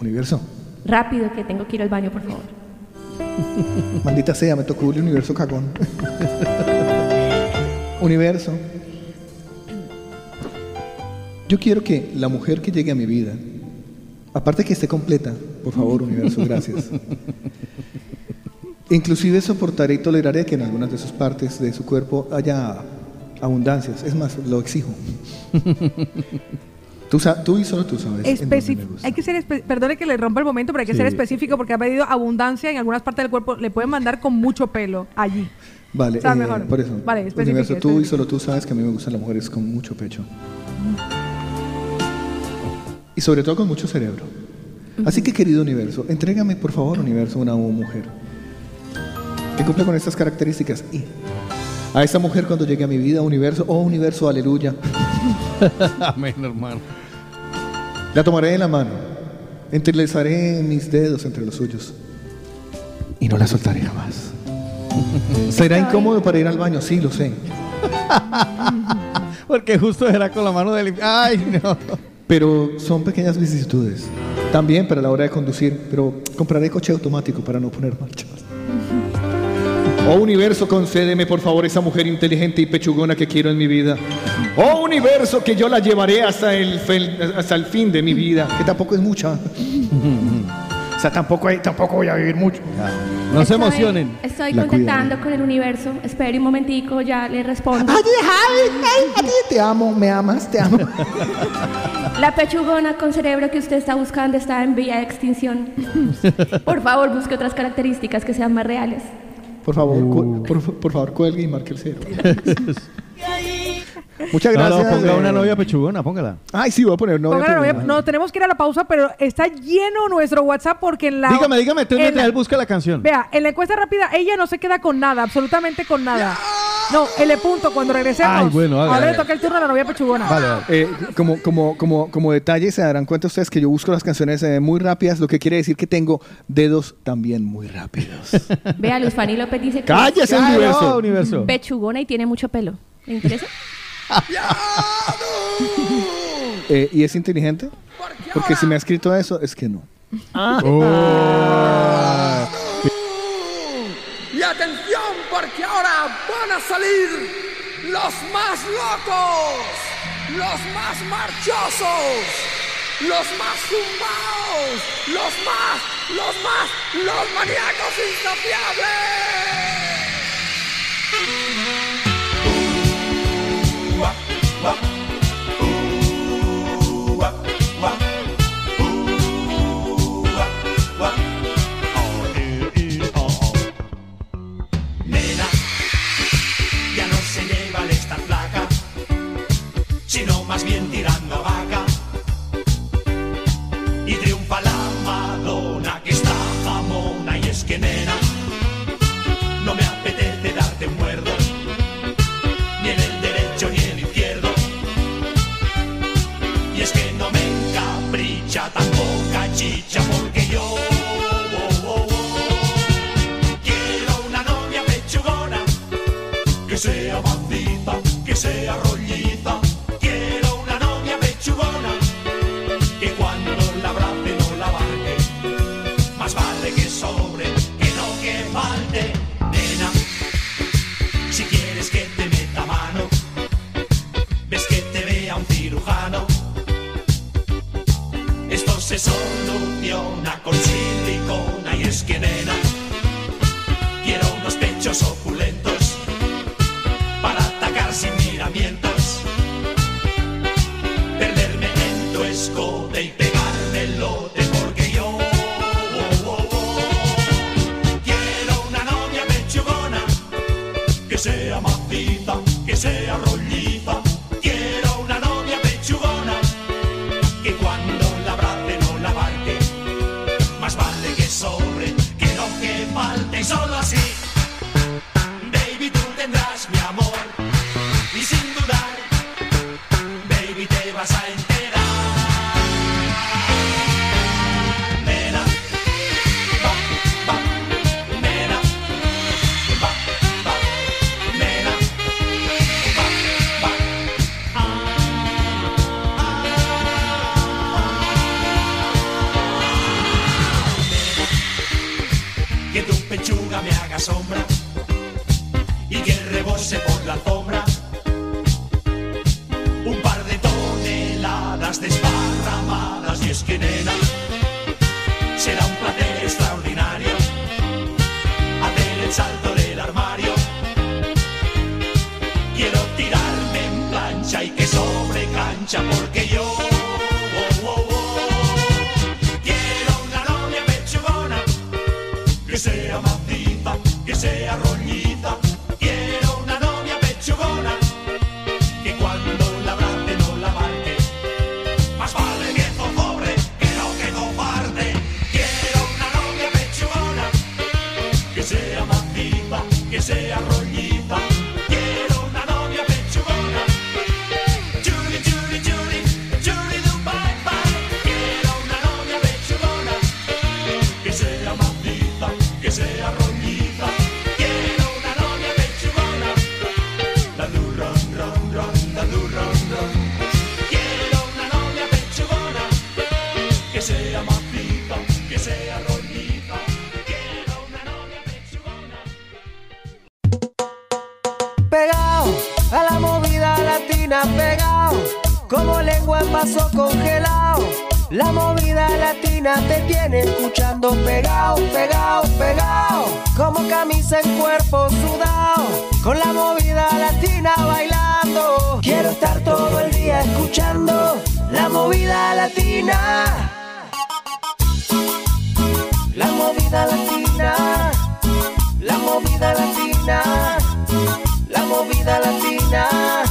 S6: Universo,
S8: Rápido, que tengo que ir al baño, por favor.
S6: Maldita sea, me tocó el universo cagón. universo. Yo quiero que la mujer que llegue a mi vida, aparte que esté completa, por favor, universo, gracias. Inclusive soportaré y toleraré que en algunas de sus partes de su cuerpo haya abundancias. Es más, lo exijo. tú, sa- tú y solo tú sabes. en dónde
S3: Especi-
S6: me gusta.
S3: hay que ser espe- perdone que le rompa el momento, pero hay que
S6: Sí.
S3: ser específico porque ha pedido abundancia en algunas partes del cuerpo. Le pueden mandar con mucho pelo allí.
S6: Vale,
S3: Está
S6: eh,
S3: mejor.
S6: por eso.
S3: Vale, especifique,
S6: Universo, tú y
S3: especifique.
S6: solo tú sabes que a mí me gustan las mujeres con mucho pecho. Y sobre todo con mucho cerebro. Así que, querido universo, entrégame, por favor, universo, una mujer que cumpla con estas características. Y a esa mujer, cuando llegue a mi vida, universo, oh universo, aleluya,
S9: Amén, hermano.
S6: la tomaré de la mano, entrelazaré mis dedos entre los suyos y no la soltaré jamás. Será incómodo para ir al baño, sí, lo sé.
S9: Porque justo era con la mano de lim- Ay, no.
S6: Pero son pequeñas vicisitudes. También para la hora de conducir, pero compraré coche automático para no poner marchas. Oh universo, concédeme por favor esa mujer inteligente y pechugona que quiero en mi vida. Oh universo, que yo la llevaré hasta el, fel- hasta el fin de mi vida, que tampoco es mucha. o sea, tampoco, hay- tampoco voy a vivir mucho.
S9: No se
S8: Estoy-
S9: emocionen.
S8: Estoy
S6: La
S8: contactando con el universo. Espere un momentico, ya le respondo.
S6: Te amo, me amas, te amo.
S8: La pechugona con cerebro que usted está buscando está en vía de extinción. Por favor, busque otras características que sean más reales.
S6: Por favor,
S9: Uh.
S6: cu- por, fa- por favor, cuelgue y marque el cero. Muchas
S9: No, no,
S6: gracias.
S9: ponga
S6: eh.
S9: una novia pechugona, póngala.
S6: Ay, sí, voy a poner novia.
S3: Póngalo,
S6: pechugona.
S3: voy a- no, tenemos que ir a la pausa, pero está lleno nuestro WhatsApp porque en la.
S9: Dígame, dígame, tú
S3: en
S9: mientras
S3: la-
S9: él busca la canción.
S3: Vea, en la encuesta rápida, ella no se queda con nada, absolutamente con nada. No, L punto, cuando regresemos.
S6: Ay, bueno, hágale,
S3: ahora le
S6: hágale.
S3: toca el turno a la novia pechugona.
S6: Eh, como, como, como, como detalle, se darán cuenta ustedes que yo busco las canciones eh, muy rápidas, lo que quiere decir que tengo dedos también muy rápidos.
S8: Vea, Luz Fanny López dice que.
S6: ¡Cállese, Ay, universo! no, universo.
S8: Pechugona y tiene mucho pelo. ¿Le interesa?
S6: Eh, ¿Y es inteligente? Porque si me ha escrito eso, es que no.
S9: Ah. Oh.
S6: Ah.
S2: Mm. Y atención porque ahora van a salir los más locos, los más marchosos, los más zumbaos, los más, los más, los maníacos insaciables.
S19: Nena, ya no se lleva el esta placa, sino más bien tirando a vaca. Y triunfa la Madonna que está mamona y es que nena, no me apetece darte un muerdo, ni en el derecho ni en el izquierdo. Y es que no me encapricha tampoco chicha porque yo oh, Quiero una novia pechugona que sea bandita, que sea rolliza. Quiero una novia pechugona que cuando la abrace no la abarque. Más vale que sobre que no que falte. Nena, si quieres que te meta mano, ves que te vea un cirujano. Esto se soluciona con silicona y es que nena. Quiero unos pechos opulentos para atacar sin miramientos. Perderme en tu escote y pegarme el lote porque yo oh, oh, oh, quiero una novia pechugona que sea macita, que sea rolliza. Quiero una novia pechugona que cuando la abrace no la abarque. Más vale que sobre que no que falte y solo así. Baby, tú tendrás mi amor y sin dudar, baby, te vas a enterar. Nena, va, va, nena, va, va, nena, va, va, y que rebose por la alfombra. Un par de toneladas desparramadas y es que nena será un placer extraordinario hacer el salto del armario. Quiero tirarme en plancha y que sobre cancha porque yo oh, oh, oh, quiero una novia pechugona que sea maciza, que sea roñiza. Quiero una novia pechugona que cuando la abrace no la marque. Más vale viejo pobre que no que cobarde. Quiero una novia pechugona que sea maciza, que sea roñiza. Quiero una novia pechugona. Churi, churi, churi, churi, du, bye, bye. Quiero una novia pechugona que sea maciza, que sea roñiza. Quiero una novia pechugona. La du, ron, ron, ron, la du, ron, ron. Quiero una novia pechugona que sea maciza, que sea roñiza.
S14: Pegado a la movida latina, pegado como lengua en vaso congelado. La movida latina te tiene escuchando pegado, pegado, pegado. Como camisa en cuerpo sudado, con la movida latina bailando. Quiero estar todo el día escuchando la movida latina. La movida latina, la movida latina la movida latina.
S16: Oh,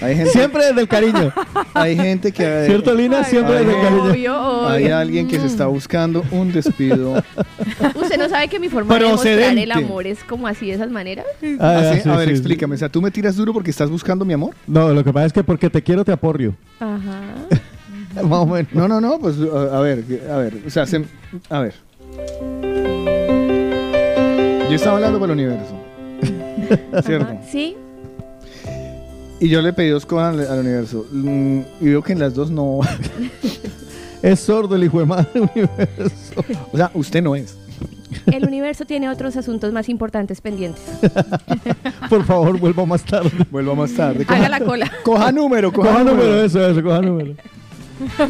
S6: hay gente-
S9: Siempre desde el cariño.
S6: Hay gente que.
S9: ¿Cierto, Lina? Siempre
S6: hay-
S9: desde el cariño.
S8: Obvio, Mm.
S6: Hay
S8: obvio.
S6: alguien que se está buscando un
S9: Ah,
S6: despido.
S8: Usted no sabe que mi forma de mostrar el
S6: Procedente.
S8: amor es como así de esas maneras.
S6: ¿Ah, sí?
S9: sí,
S6: a ver,
S9: sí, sí.
S6: explícame. O sea, tú me tiras duro porque estás buscando mi amor.
S9: No, lo que pasa es que porque te quiero te aporrio.
S8: Ajá.
S6: No, no, no. Pues a a ver, a ver. O sea, se- a ver. Yo estaba hablando para el universo. Ah, ¿Cierto?
S8: Sí.
S6: Y yo le pedí dos cosas al, al universo. Mm, Y veo que en las dos no.
S9: es sordo el hijo de madre universo.
S6: O sea, usted no es.
S8: El universo tiene otros asuntos más importantes pendientes.
S9: Por favor, vuelva más tarde.
S6: Vuelva más tarde.
S8: Haga la cola.
S6: Coja número, coja,
S9: Coja número,
S6: número.
S9: eso, eso, coja número.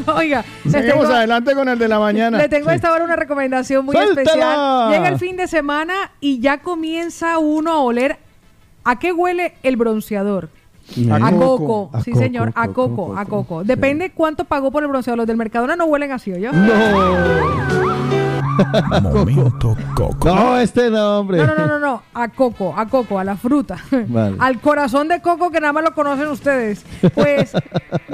S3: Oiga, les
S6: Seguimos
S3: tengo-
S6: adelante con el de la mañana.
S3: Le tengo a esta hora una recomendación muy
S6: ¡Suéltala!
S3: especial. Llega el fin de semana y ya comienza uno a oler a qué huele el bronceador.
S9: A
S3: A
S9: coco.
S3: coco,
S9: A
S3: sí
S9: coco,
S3: señor, a
S9: coco,
S3: coco, a coco. Depende cuánto pagó por el bronceador. Los del Mercadona no huelen así, ¿oyó?
S9: Momento coco. No, este no, hombre.
S3: No, no, no, no, no, a coco, a coco, a la fruta,
S9: Vale.
S3: al corazón de coco que nada más lo conocen ustedes. Pues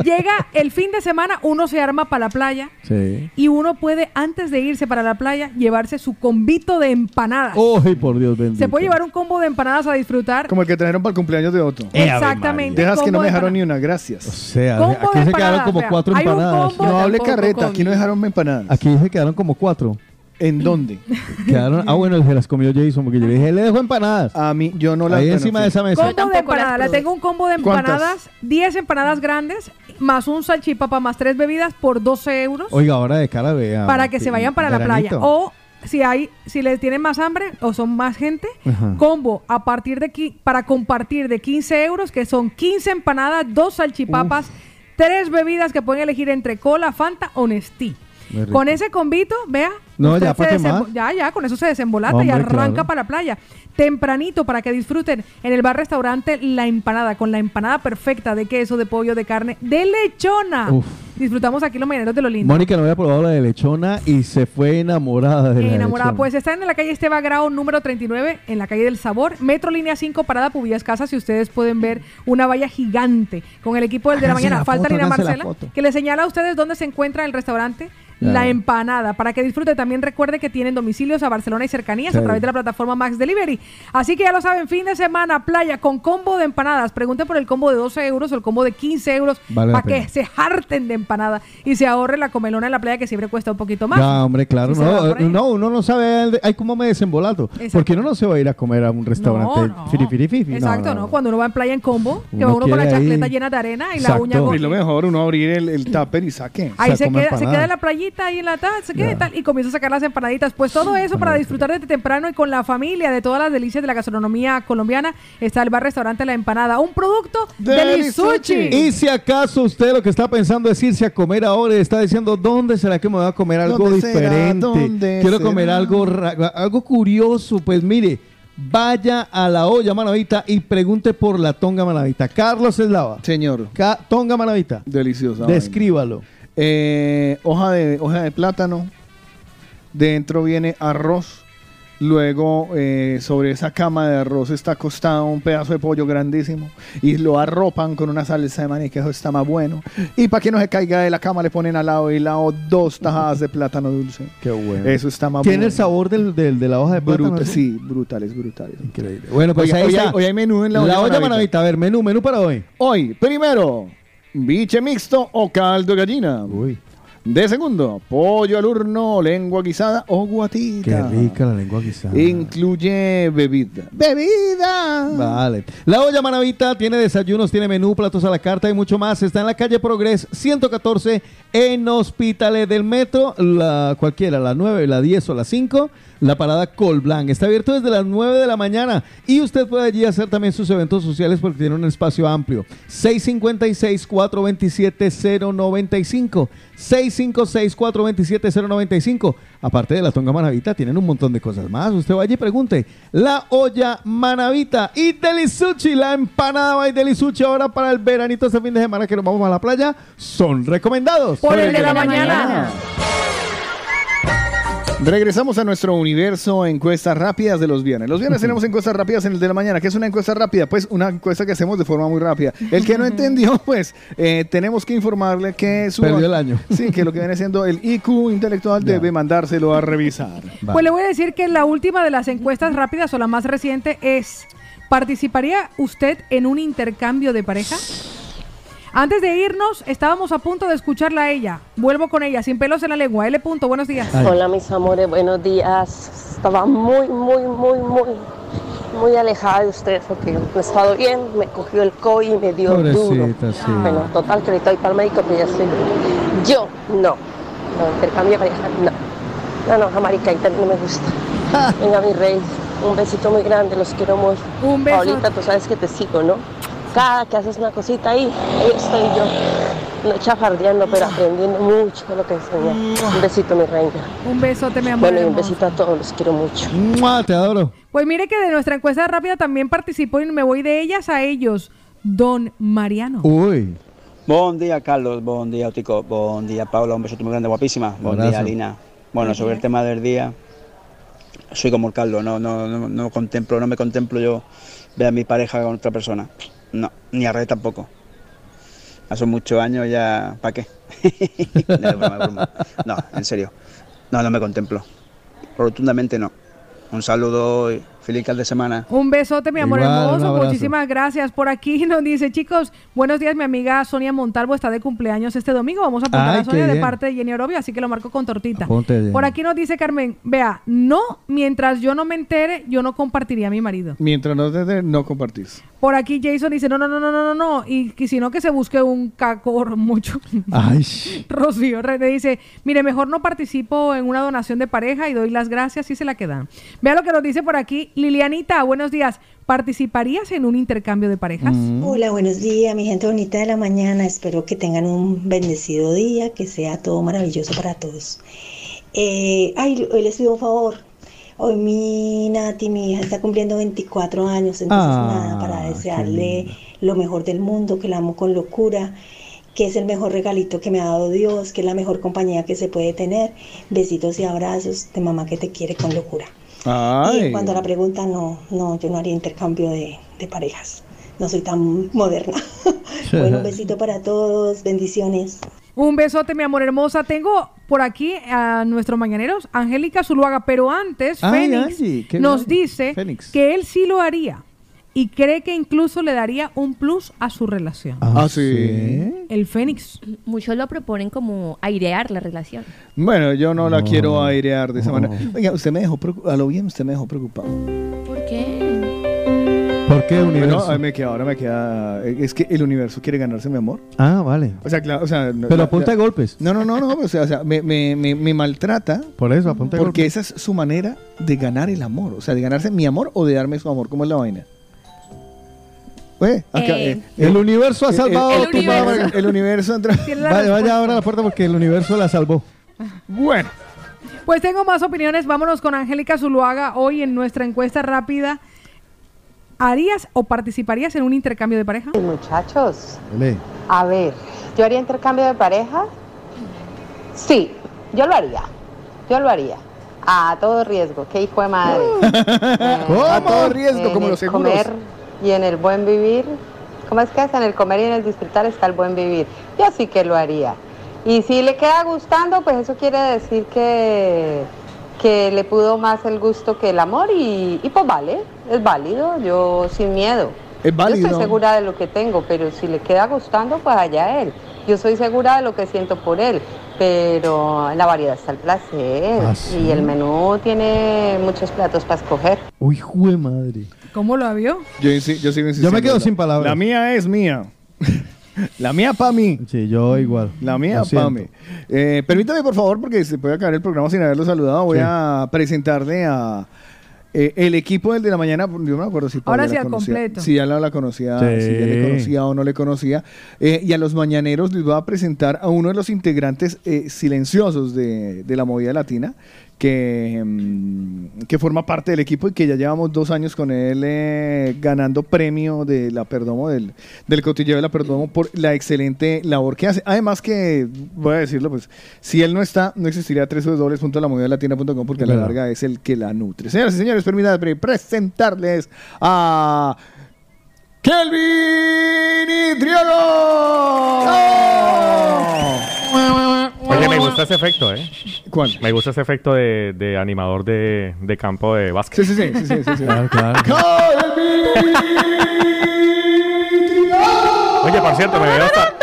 S3: llega el fin de semana, uno se arma para la playa
S9: Sí.
S3: y uno puede antes de irse para la playa llevarse su combito de empanadas.
S9: Ay, por Dios Oh, bendito.
S3: Se puede llevar un combo de empanadas a disfrutar.
S6: Como el que trajeron para el cumpleaños de Otto.
S3: Eh, Ave Exactamente.
S6: Dejas que
S3: Combo
S6: no me
S3: de
S6: dejaron ni una, gracias. O
S9: sea,
S3: Combo aquí de se quedaron empanadas, como vea. cuatro Hay un empanadas. combo
S6: No hable
S3: tampoco
S6: carreta, aquí no
S3: combi.
S6: dejaron empanadas.
S9: Aquí se quedaron como cuatro.
S6: ¿En dónde?
S9: Quedaron, ah, bueno, se las comió Jason, porque yo le dije, le dejo empanadas.
S6: A mí, yo no las-
S9: Ahí
S6: bueno,
S9: encima
S6: sí.
S9: de esa mesa.
S3: Combo de empanadas. Le tengo un combo de
S9: ¿Cuántas?
S3: empanadas, 10 empanadas grandes, más un salchipapa, más tres bebidas por 12 euros.
S9: Oiga, ahora de cara vea.
S3: para que se vayan para la playa. O si hay, si les tienen más hambre o son más gente,
S9: Ajá.
S3: combo a partir de qui- para compartir de 15 euros, que son 15 empanadas, dos salchipapas, tres bebidas que pueden elegir entre cola, fanta o Nestí.
S9: Muy rico.
S3: Con ese combito, vea.
S9: No,
S3: usted
S9: ya, ¿pa'
S3: se
S9: qué más?
S3: desembo- ya, ya, con eso se desembolata y
S9: Hombre,
S3: arranca
S9: claro.
S3: para la playa. Tempranito para que disfruten en el bar restaurante La Empanada, con la empanada perfecta de queso, de pollo, de carne, de lechona.
S9: Uf.
S3: Disfrutamos aquí los mañaneros de lo lindo.
S9: Mónica no había probado la de lechona y se fue enamorada de la
S3: Enamorada.
S9: lechona.
S3: Pues están en la calle Esteba Grau, número 39, en la calle del Sabor, Metro Línea 5, Parada Pubillas Casas. Y ustedes pueden ver una valla gigante con el equipo del de la
S9: Háganse
S3: mañana.
S9: Ah, la
S3: Falta
S9: foto,
S3: Lina
S9: háganse la
S3: Marcela,
S9: foto.
S3: que le señala a ustedes dónde se encuentra el restaurante.
S9: Claro.
S3: La empanada, para que disfrute también recuerde que tienen domicilios a Barcelona y cercanías a
S9: Sí.
S3: través de la plataforma Max Delivery. Así que ya lo saben, fin de semana, playa con combo de empanadas. Pregunten por el combo de 12 euros o el combo de 15 euros
S9: Vale la
S3: para que
S9: pena.
S3: se harten de empanada y se ahorre la comelona en la playa que siempre cuesta un poquito más.
S9: Ya, hombre, claro.
S3: Si se va
S9: No,
S3: por ahí.
S9: no, uno no sabe. Ay, cómo me desembolato. Porque uno no se va a ir a comer a un restaurante.
S3: no.
S9: firi, firi, firi. No,
S3: Exacto,
S9: no,
S3: ¿no?
S9: no.
S3: Cuando uno va en playa en combo, que
S9: Uno
S3: va uno con la
S9: quiere ahí.
S3: chancleta llena de arena y la uña
S6: Y
S3: gorda.
S6: lo mejor, uno abrir el, el tupper y saque.
S3: Ahí se queda, se queda en la playita, ahí en la tal, se queda y tal, y comienza a sacar las empanaditas. Pues todo eso para disfrutar desde temprano y con la familia de todas las delicias de la gastronomía colombiana. Está el bar restaurante La Empanada, un producto del Isuchi.
S9: Y si acaso usted lo que está pensando es irse a comer ahora y está diciendo, ¿dónde será que me voy a comer algo
S6: ¿Dónde será?
S9: diferente?
S6: ¿Dónde
S9: Quiero
S6: será?
S9: comer algo, ra- algo curioso. Pues mire, vaya a la olla Manavita y pregunte por la tonga Manavita. Carlos Eslava.
S6: Señor.
S9: tonga Manavita.
S6: Deliciosa.
S9: Descríbalo.
S6: Eh, hoja, de, hoja de plátano. Dentro viene arroz. Luego, eh, sobre esa cama de arroz está acostado un pedazo de pollo grandísimo y lo arropan con una salsa de maní, que eso está más bueno. Y para que no se caiga de la cama, le ponen al lado y lado dos tajadas de plátano dulce.
S9: Qué bueno.
S6: Eso está más
S9: Tiene
S6: bueno.
S9: el sabor del, del- de la hoja de plátano.
S6: Bruta-
S9: ¿sí?
S6: sí, brutales, brutales.
S9: Increíble. Bueno, pues
S6: Oye,
S9: ahí
S6: hoy
S9: está.
S6: hay- hoy hay menú en la olla
S9: olla
S6: Manavita.
S9: Manavita. A ver, menú, menú para hoy.
S6: Hoy, primero, biche mixto o caldo de gallina. De segundo, pollo al horno, lengua guisada o
S9: Qué
S6: guatita.
S9: rica la lengua guisada.
S6: Incluye bebida. ¡Bebida!
S9: Ah. Vale. La olla Manavita tiene desayunos, tiene menú, platos a la carta y mucho más. Está en la calle Progres 114 en Hospitales del Metro, la cualquiera, la 9, la 10 o la 5, la parada Colblanc. Está abierto desde las 9 de la mañana y usted puede allí hacer también sus eventos sociales porque tiene un espacio amplio. 656-427-095. 656-427-095. Aparte de la Tonga Manavita, tienen un montón de cosas más. Usted vaya y pregunte. La olla Manavita y Delisuchi, la empanada y Delisuchi ahora para el veranito este fin de semana que nos vamos a la playa, son recomendados.
S3: Por el de la mañana.
S6: Regresamos a nuestro universo encuestas rápidas de los viernes. Los viernes tenemos encuestas rápidas en el de la mañana. ¿Qué es una encuesta rápida? Pues una encuesta que hacemos de forma muy rápida. El que no entendió, pues eh, tenemos que informarle que su.
S9: Perdió el año.
S6: Sí, que lo que viene siendo el IQ intelectual debe mandárselo a revisar.
S3: Pues le voy a decir que la última de las encuestas rápidas o la más reciente es, ¿participaría usted en un intercambio de pareja? Antes de irnos, estábamos a punto de escucharla a ella. Vuelvo con ella, sin pelos en la lengua. L. Punto, buenos días.
S20: Hola mis amores, buenos días. Estaba muy, muy, muy, muy, muy alejada de ustedes porque no he estado bien, me cogió el COVID y me dio duro.
S9: Pobrecita, sí.
S14: Ah,
S20: Bueno, total, que ahorita voy para el médico, pero ya estoy bien. Yo, no. No, intercambio de pareja, no. No, no, jamaricaita no me gusta. Venga, mi rey, un besito muy grande, los quiero mucho. Un
S3: beso.
S20: Ahorita tú sabes que te sigo, ¿no? Cada que haces una cosita ahí, ahí estoy yo. No chafardeando, pero aprendiendo mucho de lo que enseña. Un besito, mi reina.
S3: Un besote, mi amor.
S20: Bueno, y un besito a todos, los quiero mucho.
S9: ¡Mua! Te adoro.
S3: Pues mire que de nuestra encuesta rápida también participó y me voy de ellas a ellos. Don Mariano.
S21: Uh,
S9: Uy.
S21: Buen día, Carlos. Buen día, Otico. Buen día, Paula. Un beso muy grande, guapísima. Buen día,
S9: abrazo.
S21: Lina. Bueno, sobre el tema del día, soy como el Carlos. No, no, no, no contemplo, no me contemplo yo ver a mi pareja con otra persona. No, ni a Red tampoco. Hace muchos años ya, ¿para qué? no, es broma, es broma. No, en serio. No, no me contemplo. Rotundamente no. Un saludo y feliz fin de semana.
S3: Un besote, mi amor
S21: Igual, un
S3: hermoso.
S21: abrazo.
S3: Muchísimas gracias. Por aquí nos dice, chicos, buenos días. Mi amiga Sonia Montalvo está de cumpleaños este domingo. Vamos a apuntar
S9: Ay,
S3: a Sonia
S9: qué
S3: de
S9: bien.
S3: parte de Jenny Orobio, así que lo marco con tortita.
S9: Apunte, Jenny.
S3: Por aquí nos dice Carmen, vea, no, mientras yo no me entere, yo no compartiría a mi marido.
S6: Mientras no te den, no compartís.
S3: Por aquí Jason dice, no, no, no, no, no, no, no. Y, que si no, que se busque un cacor mucho.
S9: Ay,
S3: Rocío René dice, mire, mejor no participo en una donación de pareja y doy las gracias y se la quedan. Vea lo que nos dice por aquí Lilianita, buenos días. ¿Participarías en un intercambio de parejas?
S9: Mm.
S22: Hola, buenos días, mi gente bonita de la mañana. Espero que tengan un bendecido día, que sea todo maravilloso para todos. Eh, ay, hoy les pido un favor. Hoy mi Nati, mi hija, está cumpliendo 24 años, entonces
S25: Ah,
S22: nada, para
S25: qué
S22: desearle lo mejor del mundo, que la amo con locura, que es el mejor regalito que me ha dado Dios, que es la mejor compañía que se puede tener. Besitos y abrazos de mamá que te quiere con locura. Y en cuanto a la pregunta, no, no, yo no haría intercambio de, de parejas. No soy tan moderna. bueno, un besito para todos, bendiciones.
S3: Un besote, mi amor hermosa. Tengo por aquí a nuestros mañaneros, Angélica Zuluaga, pero antes,
S9: Ay,
S3: Fénix
S9: Angie, qué
S3: nos
S9: bien.
S3: dice
S9: Fénix.
S3: que él sí lo haría y cree que incluso le daría un plus a su relación.
S6: Ah, sí.
S3: El Fénix.
S26: Muchos lo proponen como airear la relación.
S6: Bueno, yo no la quiero airear de esa manera. Oiga, usted me dejó preocu- a lo bien usted me dejó preocupado.
S26: ¿Por qué?
S9: ¿Por qué universo?
S6: Bueno, ahí me queda, ahora me queda. eh, Es que el universo quiere ganarse mi amor.
S9: Ah, vale.
S6: O sea, claro, o sea, no-
S9: Pero
S6: la-
S9: a punta de
S6: la-
S9: golpes.
S6: No, no, no, pues, no. O sea, o sea, me, me- me- me maltrata.
S9: Por eso, a punta de
S6: Porque
S9: golpes.
S6: esa es su manera de ganar el amor. O sea, de ganarse mi amor o de darme su amor. ¿Cómo es la vaina? Oye, acá,
S9: Eh.
S6: eh,
S9: El universo ha
S6: el-
S9: salvado
S6: el,
S9: tu madre.
S6: el universo entra.
S9: Vaya, vaya, abra la puerta porque el universo la salvó.
S6: Bueno.
S3: Pues tengo más opiniones. Vámonos con Angélica Zuluaga hoy en nuestra encuesta rápida. ¿Harías o participarías en un intercambio de pareja?
S27: Muchachos, a ver, ¿yo haría intercambio de pareja? Sí, yo lo haría. Yo lo haría. A todo riesgo, qué hijo de madre.
S6: ¿Cómo? A todo riesgo,
S22: Eh,
S27: En
S6: como
S27: el
S6: los seguros.
S27: comer y en el buen vivir. ¿Cómo es que es? En el comer y en el disfrutar está el buen vivir. Yo sí que lo haría. Y si le queda gustando, pues eso quiere decir que, que le pudo más el gusto que el amor y, y pues vale, es válido, yo sin miedo.
S6: Es
S27: Yo
S6: válido.
S27: estoy segura de lo que tengo, pero si le queda gustando, pues allá él. Yo soy segura de lo que siento por él, pero en la variedad está el placer
S9: Ah, sí.
S27: y el menú tiene muchos platos para escoger.
S9: Uy, jue madre.
S3: ¿Cómo lo vio?
S6: Yo, insi- yo sigo
S9: Yo
S6: insistiendo.
S9: me quedo
S6: La-
S9: sin palabras.
S6: La mía es mía. La mía para mí.
S9: Sí, yo igual.
S6: La mía
S9: Lo
S6: para
S9: siento.
S6: mí. Eh, permítame, por favor, porque se puede acabar el programa sin haberlo saludado. Voy
S9: Sí.
S6: a presentarle a eh, el equipo del de la mañana. Yo no me acuerdo si Paula
S3: Ahora sí
S6: la
S3: al
S6: conocía,
S3: completo.
S6: Si ya la, la conocía,
S9: Sí.
S6: si ya le conocía o no le conocía. Eh, y a los mañaneros les voy a presentar a uno de los integrantes eh, silenciosos de, de la movida latina que, mm, que forma parte del equipo y que ya llevamos dos años con él eh, ganando premio de la Perdomo, del, del cotilleo de la Perdomo por la excelente labor que hace. Además que, voy a decirlo, pues, si él no está, no existiría www.lamovidalatina.com porque a la
S9: Claro.
S6: larga es el que la nutre. Señoras y señores, permítanme presentarles a... ¡Kelvin Idriano!
S4: Oye, me gusta ese efecto, ¿eh?
S6: ¿Cuál?
S4: Me gusta ese efecto de, de animador de, de campo de básquet.
S6: Sí, sí, sí, sí, sí, sí.
S4: Claro, claro. Oye, por cierto, me veo hasta,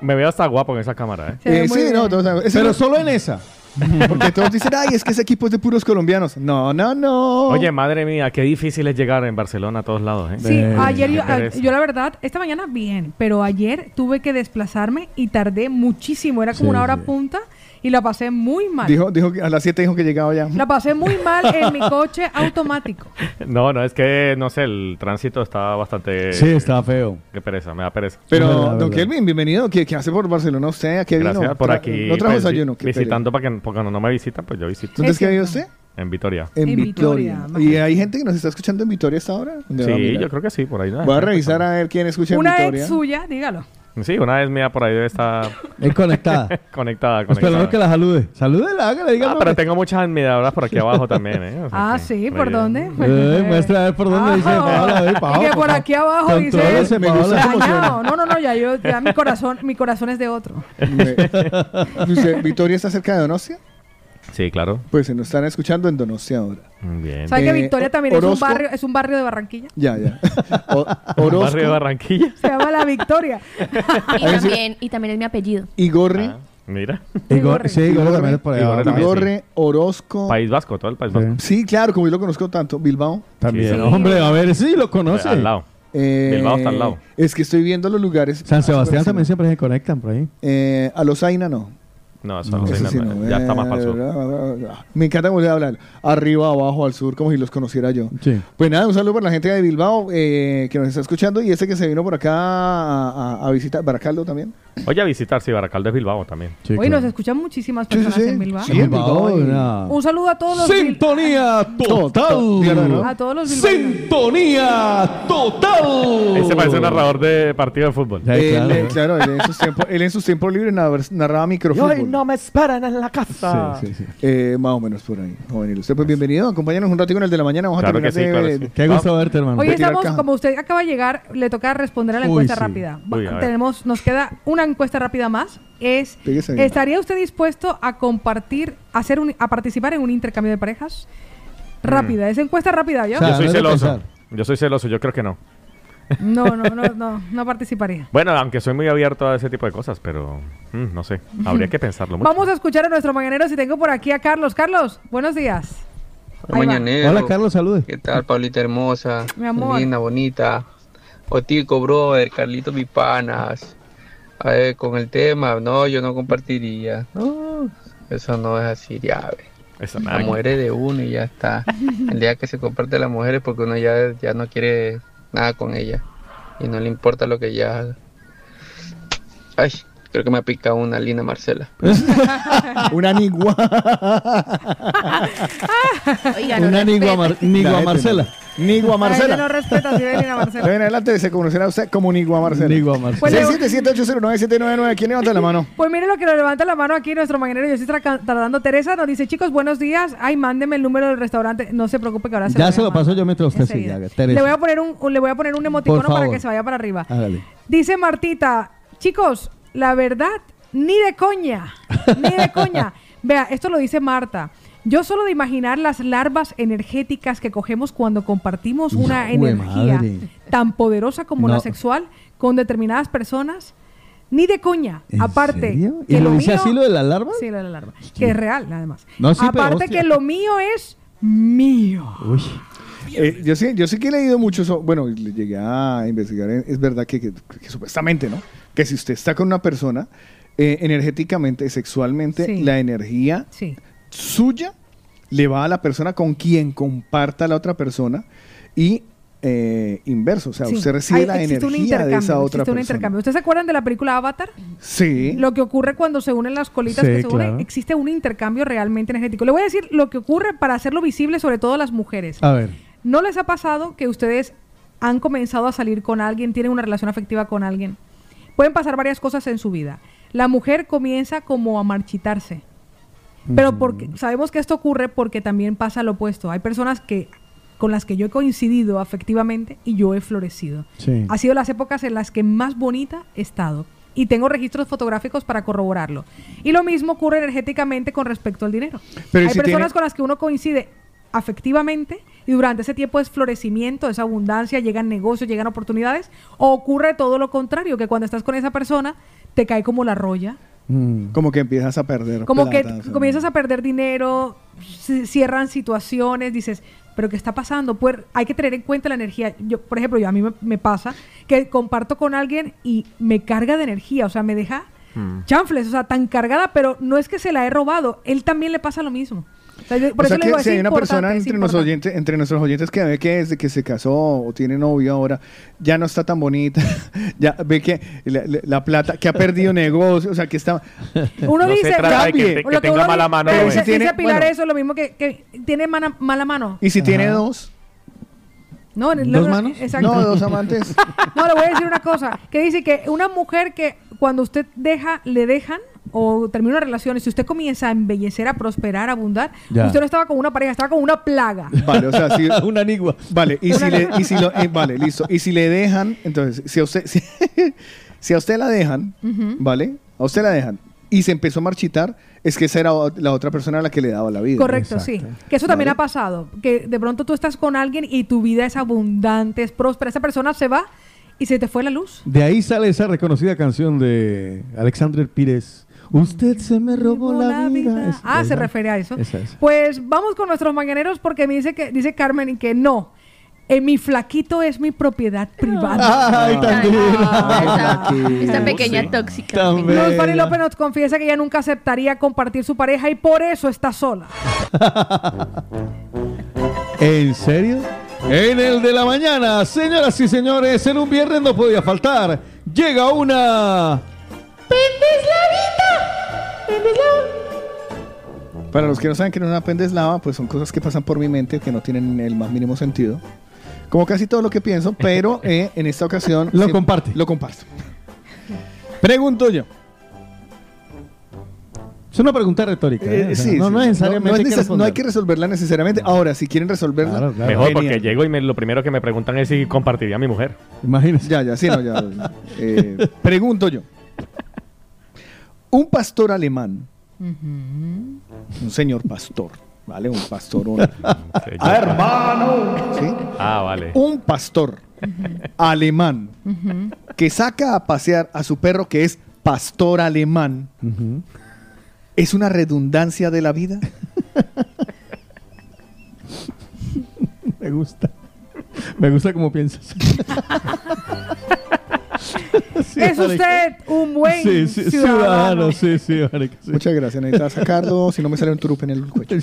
S4: me veo hasta guapo en esa cámara, ¿eh?
S6: Eh, sí, no, todos sabemos. Ese
S4: Pero
S6: no-
S4: solo
S9: en esa.
S6: Porque todos dicen, ay, es que ese equipo es de puros colombianos. No, no, no.
S4: Oye, madre mía, qué difícil es llegar en Barcelona a todos lados, ¿eh?
S3: Sí, ayer yo,
S4: Qué
S3: a-
S4: pereza.
S3: yo la verdad, esta mañana bien, pero ayer tuve que desplazarme y tardé muchísimo, era como
S6: Sí,
S3: una hora
S6: sí.
S3: punta y la pasé muy mal.
S6: dijo, dijo que a las 7 dijo que llegaba ya.
S3: La pasé muy mal en mi coche automático.
S4: No, no, es que, no sé, el tránsito está bastante...
S9: Sí, está feo.
S4: Qué pereza, me da pereza.
S6: Pero, don Kelvin, bienvenido. ¿Qué, qué hace por Barcelona usted? ¿A qué vino?
S4: Gracias por
S6: Tra-
S4: aquí.
S6: No trajo
S4: pues,
S6: desayuno.
S4: vi-
S6: qué pereza.
S4: Visitando para que, porque cuando no me visitan, pues yo visito.
S6: ¿Entonces qué vive usted?
S4: En Vitoria.
S6: En, Vitoria. ¿Y hay gente que nos está escuchando en Vitoria hasta ahora?
S4: Sí, yo creo que sí, por ahí. ¿no?
S6: Voy a revisar a ver quién escucha en
S3: Una
S6: Vitoria.
S3: ex suya, dígalo.
S4: Sí, una vez mía por ahí debe estar...
S9: Es conectada.
S4: conectada,
S9: Esperando
S4: conectada.
S9: que la salude. Salúdela, hágale,
S4: Ah,
S9: dígame.
S4: pero tengo muchas admiradoras por aquí abajo también, ¿eh? O sea,
S3: Ah, sí, ¿por
S4: bien.
S3: dónde?
S9: Eh, muestra a ver por dónde dice Paola,
S6: Ah,
S9: a ver, Paola,
S3: Y que por
S9: favor.
S3: aquí abajo
S9: Ah, Con todo
S3: dice
S9: ese Me gusta Paola. cómo suena.
S3: "Dañado". No, no, no, ya yo, ya mi corazón, mi corazón es de otro.
S6: Me- Usted- ¿Vitoria está cerca de Donostia?
S4: Sí, claro.
S6: Pues se nos están escuchando en Donostia ahora.
S4: Bien.
S3: ¿Sabes que
S6: Eh,
S3: Victoria
S6: O-
S3: también es un
S6: Orozco-
S3: barrio, es un barrio de Barranquilla?
S6: Ya, ya. O-
S4: ¿Un
S6: Orozco.
S4: barrio de Barranquilla?
S3: Se llama La Victoria.
S15: Ahí
S26: Y
S15: sí.
S26: también, y también es mi apellido.
S6: Y Gorri.
S4: Mira.
S9: Igor, sí, Igor también es por allá.
S4: Ah. Igor también,
S6: Igorre, Orozco.
S4: País Vasco, todo el País Vasco.
S6: Sí, claro, como yo lo conozco tanto. Bilbao.
S9: También. Hombre, a ver, sí, lo conoce.
S4: Al lado.
S6: Eh,
S4: Bilbao está al lado.
S6: Es que estoy viendo los lugares.
S9: San Sebastián
S6: Ah,
S9: también siempre se conectan por ahí.
S6: Eh, a los Aina no. Eh,
S4: No, eso
S9: No,
S4: no, sé,
S9: eso sí
S4: no,
S9: no,
S4: ya está más falso.
S6: Me encanta volver a hablar. Arriba, abajo, al sur, como si los conociera yo. Pues nada, un saludo para la gente de Bilbao eh, que nos está escuchando y este que se vino por acá a, a- a visitar, Baracaldo también.
S4: Oye, a visitar, sí, Baracaldo es Bilbao también.
S3: Hoy nos escuchan muchísimas personas en Bilbao.
S4: Sí, en Bilbao, una-
S3: Un saludo a todos los bil-
S9: Sintonía total.
S3: a todos los bilbaínos.
S9: Sintonía total.
S4: Ese parece un narrador de partido de fútbol.
S6: Él, eh, claro, él, en sus tiempos, él en sus tiempos libres nar- narraba microfútbol.
S5: no me esperan en la casa.
S6: Sí, sí, sí. Eh, más o menos por ahí. Más o menos. Usted, pues bienvenido, acompáñanos un ratito en el de la mañana. Vamos
S4: Claro
S6: a terminar
S4: que sí,
S6: de-
S4: claro
S6: de- Ah.
S4: que sí.
S9: Qué gusto verte, hermano.
S3: Hoy
S6: de tirar
S3: estamos,
S6: caja.
S3: como usted acaba de llegar, le toca responder a la
S6: Uy,
S3: encuesta
S6: sí.
S3: rápida. Va-
S6: Uy, a ver.
S3: Tenemos, nos queda una encuesta rápida más. Es
S6: Pégase bien.
S3: ¿Estaría usted dispuesto a compartir, a hacer un, a participar en un intercambio de parejas? Rápida, es encuesta rápida,
S4: yo
S3: ¿yo?
S4: soy
S9: no es de
S4: celoso. Yo soy celoso, yo creo que no.
S3: No, no, no, no, no participaría.
S4: Bueno, aunque soy muy abierto a ese tipo de cosas, pero mm, no sé. Habría que pensarlo mucho.
S3: Vamos a escuchar a nuestro mañanero si tengo por aquí a Carlos. Carlos, buenos días.
S13: Mañanero.
S9: Hola, Carlos, salude.
S13: ¿Qué tal, Paulita hermosa?
S3: Mi amor.
S13: Linda, bonita. Otico, brother, Carlitos, mi panas. A ver, con el tema, no, yo no compartiría. No, eso no es así, ya ve.
S4: nada
S13: La
S4: que-
S13: mujer es de uno y ya está. El día que se comparte las mujeres porque uno ya, ya no quiere nada con ella. Y no le importa lo que ella haga. Ay, creo que me ha picado una linda Marcela.
S6: Una nigua.
S13: no
S9: Una nigua,
S13: respeten.
S9: Mar- nigua
S6: La gente
S9: Marcela.
S6: no. Nigua Marcela.
S3: no respeta si ven a Marcela.
S6: De en adelante se conocerá usted como Nigua Marcela. Nigua
S3: Pues le-
S6: Marcela. 677-809-799. ¿Quién levanta la mano?
S3: Pues miren lo que nos levanta la mano aquí nuestro mañanero. Yo estoy traca- tardando. Teresa nos dice, chicos, buenos días. Ay, mándeme el número del restaurante. No se preocupe que ahora se
S9: Ya
S3: voy
S9: se
S3: a
S9: lo
S3: mandar.
S9: paso yo mientras usted sigue.
S3: Enseguida.
S9: haga,
S3: Le
S9: Teresa.
S3: voy a poner un, un- le voy a poner un emoticono para
S9: favor.
S3: que se vaya para arriba.
S9: Hágale.
S3: Dice Martita, chicos, la verdad, ni de coña, ni de coña. Vea, esto lo dice Marta. Yo solo de imaginar las larvas energéticas que cogemos cuando compartimos una
S9: jue
S3: energía
S9: madre.
S3: tan poderosa como la
S9: No.
S3: sexual con determinadas personas, ni de coña. Aparte,
S9: serio? ¿Y
S3: que
S9: lo dice así lo de la larva?
S3: Sí, lo de la larva. Que es real, además.
S6: No, sí, pero
S3: Aparte
S6: hostia.
S3: que lo mío es mío.
S6: Eh, yo, sí, yo sí que he leído mucho eso. Bueno, y le llegué a investigar. eh, Es verdad que, que- que supuestamente, ¿no? Que si usted está con una persona, eh, energéticamente, sexualmente,
S3: Sí.
S6: la energía
S3: Sí.
S6: suya le va a la persona con quien comparta la otra persona y eh, inverso, o sea,
S3: Sí.
S6: usted recibe
S3: Hay-
S6: la
S3: existe un
S6: energía de
S3: intercambio,
S6: esa otra
S3: existe un
S6: persona.
S3: intercambio. ¿Ustedes se acuerdan de la película Avatar?
S6: Sí.
S3: Lo que ocurre cuando se unen las colitas
S6: Sí,
S3: que se unen,
S6: claro.
S3: existe un intercambio realmente energético. Le voy a decir lo que ocurre para hacerlo visible, sobre todo a las mujeres.
S9: A ver.
S3: ¿No les ha pasado que ustedes han comenzado a salir con alguien, tienen una relación afectiva con alguien? Pueden pasar varias cosas en su vida. La mujer comienza como a marchitarse. Pero porque sabemos que esto ocurre porque también pasa lo opuesto. Hay personas que con las que yo he coincidido afectivamente y yo he florecido.
S9: Sí.
S3: Ha sido las épocas en las que más bonita he estado y tengo registros fotográficos para corroborarlo. Y lo mismo ocurre energéticamente con respecto al dinero.
S6: Pero
S3: Hay
S6: si
S3: personas
S6: tiene-
S3: con las que uno coincide afectivamente y durante ese tiempo es florecimiento, es abundancia, llegan negocios, llegan oportunidades, o ocurre todo lo contrario, que cuando estás con esa persona te cae como la roya,
S6: Como que empiezas a perder.
S3: como
S6: plata, o
S3: que
S6: sea.
S3: comienzas a perder dinero, ci- cierran situaciones, dices, pero ¿qué está pasando? Pues hay que tener en cuenta la energía. Yo, por ejemplo, yo, a mí me, me pasa que comparto con alguien y me carga de energía, o sea, me deja chanfles, o sea, tan cargada, pero no es que se la he robado, él también le pasa lo mismo. O sea, yo- por
S6: o
S3: eso
S6: sea
S3: le
S6: que
S3: digo,
S6: si
S3: es
S6: hay una persona
S3: importante, es
S6: entre, nuestros
S3: importante.
S6: oyentes, entre nuestros oyentes que ve que desde que se casó o tiene novio ahora ya no está tan bonita, ya ve que la, la- la plata, que ha perdido negocio, o sea que está...
S3: Uno dice,
S6: Cambie.
S3: lo que uno dice- pero
S6: Pero
S3: dice-
S6: si tiene-
S3: dice Pilar
S6: bueno,
S3: eso, lo mismo que, que tiene mana- mala mano.
S6: Y si tiene
S3: Ajá.
S6: dos,
S3: No, en el-
S6: ¿Dos
S3: no,
S6: manos?
S3: Exacto.
S6: No, dos amantes.
S3: No, le voy a decir una cosa. Que dice que una mujer que cuando usted deja, le dejan o termina una relación, y si usted comienza a embellecer, a prosperar, a abundar,
S6: Ya.
S3: usted no estaba con una pareja, estaba con una plaga.
S6: Vale, o sea, si,
S9: una anigua.
S6: Vale, y
S3: Una
S6: si, le,
S3: anigua.
S6: y si lo- eh, vale, listo. Y si le dejan, entonces, si a usted, si, si a usted la dejan,
S3: Ujú.
S6: ¿vale? A usted la dejan. Y se empezó a marchitar, es que esa era o- la otra persona a la que le daba la vida.
S3: Correcto, sí. Que eso también
S6: Vale.
S3: ha pasado. Que de pronto tú estás con alguien y tu vida es abundante, es próspera. Esa persona se va y se te fue la luz.
S9: De ahí sale esa reconocida canción de Alexander Pires. Usted se me robó la vida. Esa,
S3: Ah, se
S9: esa.
S3: refiere a eso.
S9: Esa, esa.
S3: Pues vamos con nuestros mañaneros porque me dice que dice Carmen y que no. eh, mi flaquito es mi propiedad privada.
S6: Ah.
S9: Ay, tan
S26: esa, esta pequeña
S9: Sí.
S26: tóxica.
S9: Tan
S3: Luz
S9: bella.
S3: Fanny López nos confiesa que ella nunca aceptaría compartir su pareja y por eso está sola.
S9: ¿En serio? En el de la mañana, señoras y señores, en un viernes no podía faltar. Llega una.
S6: Para los que no saben que no es una pendeslava, pues son cosas que pasan por mi mente que no tienen el más mínimo sentido. Como casi todo lo que pienso, pero eh, en esta ocasión...
S9: Lo
S6: sí,
S9: comparte.
S6: Lo comparto. Pregunto yo.
S9: Es una pregunta retórica. ¿eh?
S6: Eh,
S9: O sea,
S6: sí,
S9: no,
S6: sí.
S9: no necesariamente.
S6: No, no es
S9: hay que
S6: neces- no hay
S9: responder.
S6: que resolverla necesariamente. Ahora, si quieren resolverla,
S4: Mejor
S6: genial.
S4: porque llego y me- lo primero que me preguntan es si compartiría a mi mujer.
S9: Imagínese.
S6: Ya, ya, sí, no, ya. Eh, pregunto yo. Un pastor alemán, un señor pastor, ¿vale? Un pastor. un- Ah, hermano. ¿Sí?
S4: Ah, vale.
S6: Un pastor alemán que saca a pasear a su perro que es pastor alemán. ¿Es una redundancia de la vida?
S9: Me gusta. Me gusta cómo piensas. Sí,
S3: es
S9: marica.
S3: usted un buen
S9: Sí, sí, ciudadano.
S3: ciudadano.
S9: Sí, sí, marica, sí.
S6: Muchas gracias. Necesitaba sacarlo, si no me sale un trupe en el cuello.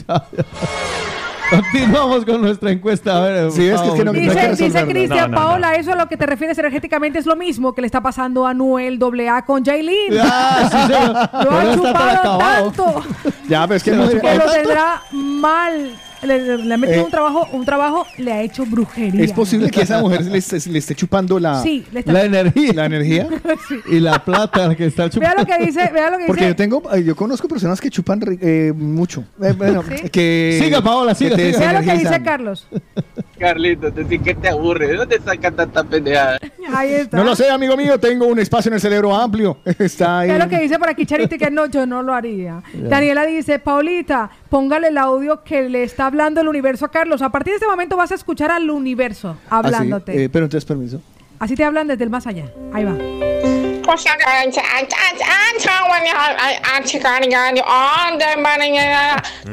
S9: Continuamos con nuestra encuesta. A ver,
S6: Sí, es que- es que no- no hay que
S3: Dice, dice
S6: resolverlo.
S3: Cristian
S6: No, no, no.
S3: Paola, eso a lo que te refieres energéticamente es lo mismo que le está pasando a Noel AA con Jailin.
S6: Ah,
S3: lo ha chupado tanto
S6: Ya, pero es que
S3: que
S6: no
S3: lo
S6: sé-
S3: tendrá mal. Le, le- le ha metido
S6: Eh,
S3: un trabajo, un trabajo le ha hecho brujería.
S6: Es posible que esa mujer le esté, le esté chupando la,
S3: Sí, le está-
S9: La energía.
S6: la energía.
S9: Y la plata la que está
S3: Vea
S9: chupando.
S3: lo que dice, vea lo que
S6: Porque
S3: dice.
S6: yo tengo, eh, yo conozco personas que chupan ri- eh, mucho. Eh, bueno,
S3: ¿Sí?
S6: que
S9: Siga, Paola, siga,
S6: que te
S9: siga.
S3: Vea lo que dice
S6: desenergizan.
S3: Carlos.
S13: Carlitos, decir que te aburre. ¿De dónde sacas tanta pendejada?
S3: Ahí está.
S6: No lo sé, amigo mío, tengo un espacio en el cerebro amplio. Está ahí.
S3: Vea lo que dice por aquí Charity que no, yo no lo haría.
S6: Ya.
S3: Daniela dice, Paulita, póngale el audio que le está hablando el universo a Carlos. A partir de este momento vas a escuchar al universo
S6: Ah, sí,
S3: hablándote.
S6: eh, pero entonces permiso.
S3: Así te hablan desde el más allá. Ahí va.
S7: Pues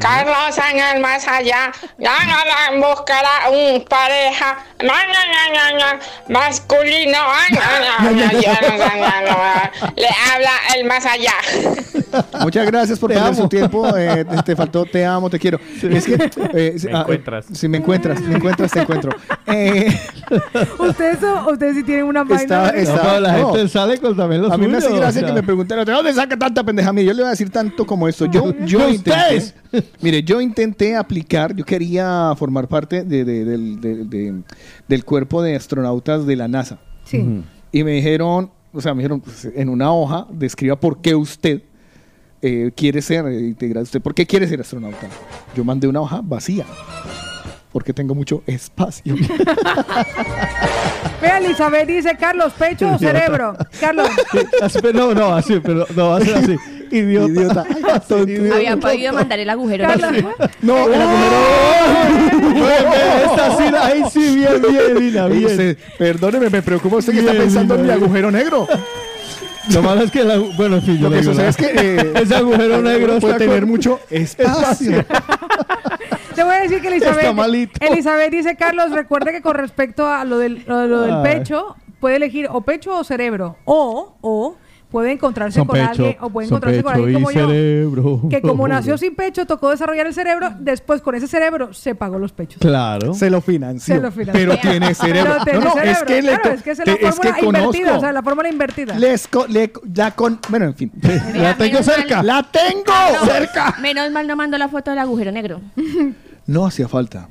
S7: Carlos en el más allá, ya no la buscará un pareja, na, na, na, na, na, masculino, na, na, na, na, na, na, na, na. le habla el más allá.
S6: Muchas gracias por perder su tiempo. eh, te- te faltó te amo, te quiero. Es que, eh, si-
S4: Me
S6: ah, eh,
S4: encuentras.
S6: si me encuentras, me encuentras, te encuentro. Eh,
S3: Ustedes, son- ustedes sí tienen una vaina.
S6: Está-
S3: de-
S6: está-
S9: Pero la
S6: no.
S9: gente sale con también los
S6: a mí me hace
S9: suyos,
S6: gracia
S9: o sea.
S6: que me preguntaron, ¿de dónde saca tanta pendeja? Mire, yo le voy a decir tanto como esto. Yo, yo
S9: ¡De
S6: intenté,
S9: ustedes!
S6: mire, yo intenté aplicar, yo quería formar parte de- de- del- del- de- del cuerpo de astronautas de la NASA.
S3: Sí.
S6: Y me dijeron, o sea, me dijeron, pues, en una hoja, describa por qué usted eh, quiere ser eh, integrado. ¿Usted por qué quiere ser astronauta? Yo mandé una hoja vacía. Porque tengo mucho espacio.
S3: Vea, Elizabeth dice, Carlos, pecho o cerebro. Carlos,
S9: Así, pero no, no, así, pero no, va a ser así. Idiota.
S6: Ah,
S8: Había podido mandar el agujero.
S6: No,
S9: el
S6: ¡Oh!
S9: agujero. Esta sí, la- ahí sí, bien, bien, Lina,
S6: Y
S9: bien.
S6: usted, perdóneme, me preocupa usted que está pensando en mi agujero negro.
S9: Lo malo es que el agu- bueno, en fin, yo
S6: Lo
S9: le
S6: que
S9: digo,
S6: sucede
S9: la-
S6: es que eh,
S9: ese agujero negro
S6: puede
S9: está
S6: tener
S9: con-
S6: mucho
S9: Ah,
S6: espacio.
S3: te voy a decir que
S6: Está
S3: Elizabeth.
S6: malito.
S3: Elizabeth dice, Carlos, recuerda que con respecto a lo del, lo- lo del
S9: Ay.
S3: pecho, puede elegir o pecho o cerebro. O, o puede encontrarse
S9: Son
S3: con alguien,
S9: pecho,
S3: o puede
S9: son
S3: encontrarse con
S9: pecho
S3: alguien
S9: y
S3: como yo.
S9: cerebro.
S3: Que como nació sin pecho, tocó desarrollar el cerebro, después con ese cerebro se pagó los pechos.
S9: Claro.
S6: Se lo financió.
S3: Se lo financió.
S6: Pero tiene cerebro.
S3: Pero
S6: no,
S3: tiene
S6: no, es
S3: cerebro,
S6: que, le
S3: claro,
S6: to-
S3: es que esa es
S6: te-
S3: la fórmula invertida,
S6: conozco.
S3: o sea, la fórmula invertida.
S6: Les co- le- la con. Bueno, en fin.
S8: Mira, menos mal-
S6: ¡La tengo
S3: Ah,
S8: No,
S6: cerca!
S8: Menos mal no mandó la foto del agujero negro.
S6: No hacía falta.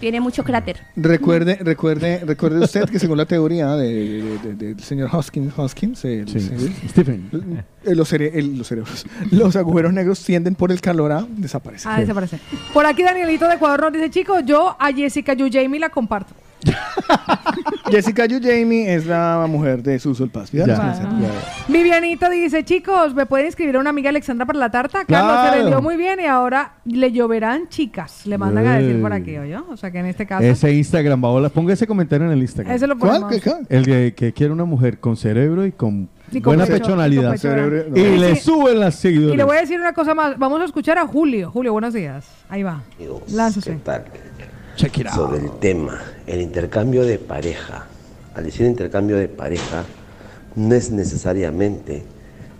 S8: Tiene mucho cráter.
S6: Recuerde, recuerde, recuerde usted que según la teoría de- de- de- del señor Hoskins, Hoskins el- el-
S9: Stephen.
S6: eh, los, cere- el- los cerebros, los agujeros negros tienden por el calor a desaparecer.
S3: Ah, desaparece. Por aquí Danielito de Ecuador nos dice, chicos, yo a Jessica Yujami la comparto.
S6: Jessica Yu Jamie es la mujer de Suso el Paz. ¿ya?
S9: Ya.
S6: Sí, sí, ya.
S3: Vivianita dice, chicos, ¿me pueden inscribir a una amiga Alexandra para la tarta? Carlos se
S9: Claro.
S3: vendió muy bien y ahora le lloverán chicas. Le mandan a decir por
S9: Ey.
S3: aquí, ¿oyó? O sea que en este caso...
S9: Ese Instagram, Paola, ponga ese comentario en el Instagram.
S3: Ese lo ¿Cuál? ponemos. ¿Qué, qué?
S9: El que, que quiere una mujer con cerebro y con,
S3: Y con
S9: buena
S3: pecho-
S9: pechonalidad.
S3: con pechonalidad.
S9: Y
S3: Sí,
S9: le
S3: sí.
S9: suben las seguidores.
S3: Y le voy a decir una cosa más. Vamos a escuchar a Julio. Julio, buenos días. Ahí va. Lánzase.
S12: Sobre el tema, el intercambio de pareja. Al decir intercambio de pareja, no es necesariamente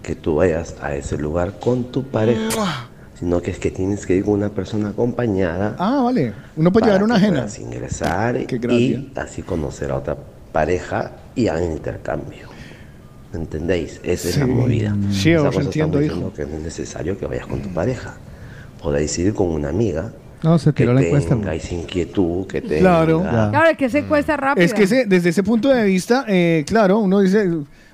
S12: que tú vayas a ese lugar con tu pareja, sino que es que tienes que ir con una persona acompañada
S6: Ah, vale. Uno puede
S12: Para
S6: llevar una
S12: que
S6: ajena.
S12: puedas ingresar
S6: Qué gracia.
S12: y así conocer a otra pareja y hagan intercambio. ¿Me entendéis? Esa es la
S6: Sí.
S12: movida.
S6: Sí,
S12: Esa
S6: os
S12: cosa estamos
S6: entiendo,
S12: diciendo que no es necesario que vayas con tu pareja. Podéis ir con una amiga
S9: No, se
S12: que
S9: tiró la encuesta.
S12: tenga esa inquietud, que tenga...
S6: Claro.
S3: Claro, es que se cuesta rápido.
S6: Es que ese- desde ese punto de vista, eh, claro, uno dice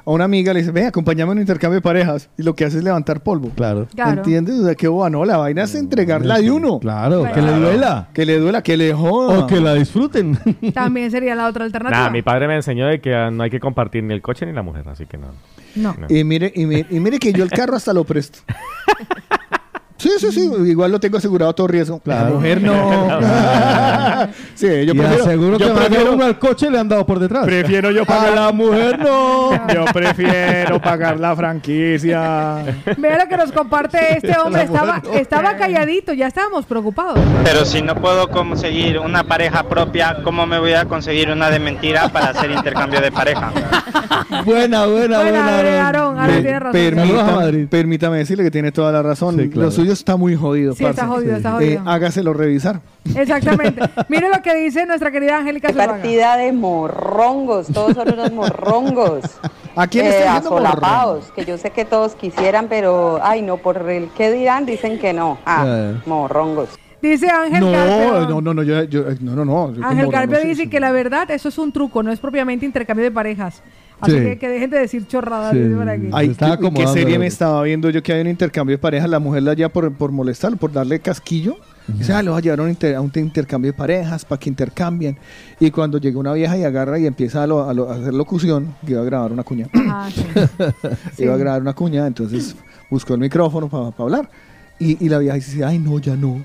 S6: a una amiga, le dice, ven, acompáñame a un intercambio de parejas. Y lo que hace es levantar polvo.
S9: Claro.
S3: Claro.
S6: ¿Entiendes? O sea, qué no, la vaina es entregarla de uno.
S9: Claro,
S3: Claro.
S9: que le duela.
S6: Que le duela, que le joda.
S9: O que la disfruten.
S3: También sería la otra alternativa.
S4: Nada, mi padre me enseñó de que ah, no hay que compartir ni el coche ni la mujer, así que no.
S3: No.
S6: Y mire, y mire, y mire que yo el carro hasta lo presto. Sí, sí, sí. Igual lo tengo asegurado a todo riesgo. La mujer no. sí, yo
S9: y
S6: prefiero.
S9: aseguro que
S6: yo
S9: más de
S6: prefiero- Ah.
S9: uno al coche le han dado por detrás.
S6: Prefiero yo pagar-
S9: A la mujer no.
S6: Yo prefiero pagar la franquicia.
S3: Vea lo que nos comparte este hombre.
S6: La mujer
S3: Estaba, estaba calladito, ya estábamos preocupados.
S14: Pero si no puedo conseguir una pareja propia, ¿cómo me voy a conseguir una de mentira para hacer intercambio de pareja?
S9: Buena, buena, buena.
S3: Aarón, Aarón, Aarón tiene razón.
S6: Permítame, permítame decirle que tiene toda la razón. Lo suyo está muy jodido.
S3: Sí, está
S6: parce.
S3: jodido, está
S6: Eh,
S3: jodido.
S6: hágaselo revisar.
S3: Exactamente. Mire lo que dice nuestra querida Angélica
S27: Qué
S3: Zuluaga.
S27: partida de morrongos, todos son unos morrongos.
S6: ¿A
S27: Eh,
S6: quién está diciendo
S27: asolapados,
S6: morrongo?
S27: que yo sé que todos quisieran, pero ay no, por el que dirán dicen que no. Ah,
S6: Eh.
S27: morrongos.
S3: Dice Ángel
S6: No,
S3: Carpio.
S6: no, no, no, yo, yo- no, no, no. yo
S3: Ángel
S6: como
S3: Carpio
S6: no sé.
S3: dice que la verdad, eso es un truco, no es propiamente intercambio de parejas. Así
S6: Sí.
S3: que, que dejen de decir chorradas.
S6: Sí.
S3: dice por aquí.
S6: Ay,
S9: Se estaba
S6: Este, ¿qué, qué
S9: acomodando,
S6: serie me
S9: loco.
S6: estaba viendo yo que hay un intercambio de parejas? La mujer la lleva por, por molestar, por darle casquillo. Dice, ah, lo va a llevar a un, inter- a un intercambio de parejas para que intercambien. Y cuando llega una vieja y agarra y empieza a, lo- a lo- a hacer locución, que iba a grabar una cuña.
S3: Ah, sí. Sí.
S6: Iba a grabar una cuña, entonces buscó el micrófono para hablar. Y, y la vieja dice, ay, no, ya no.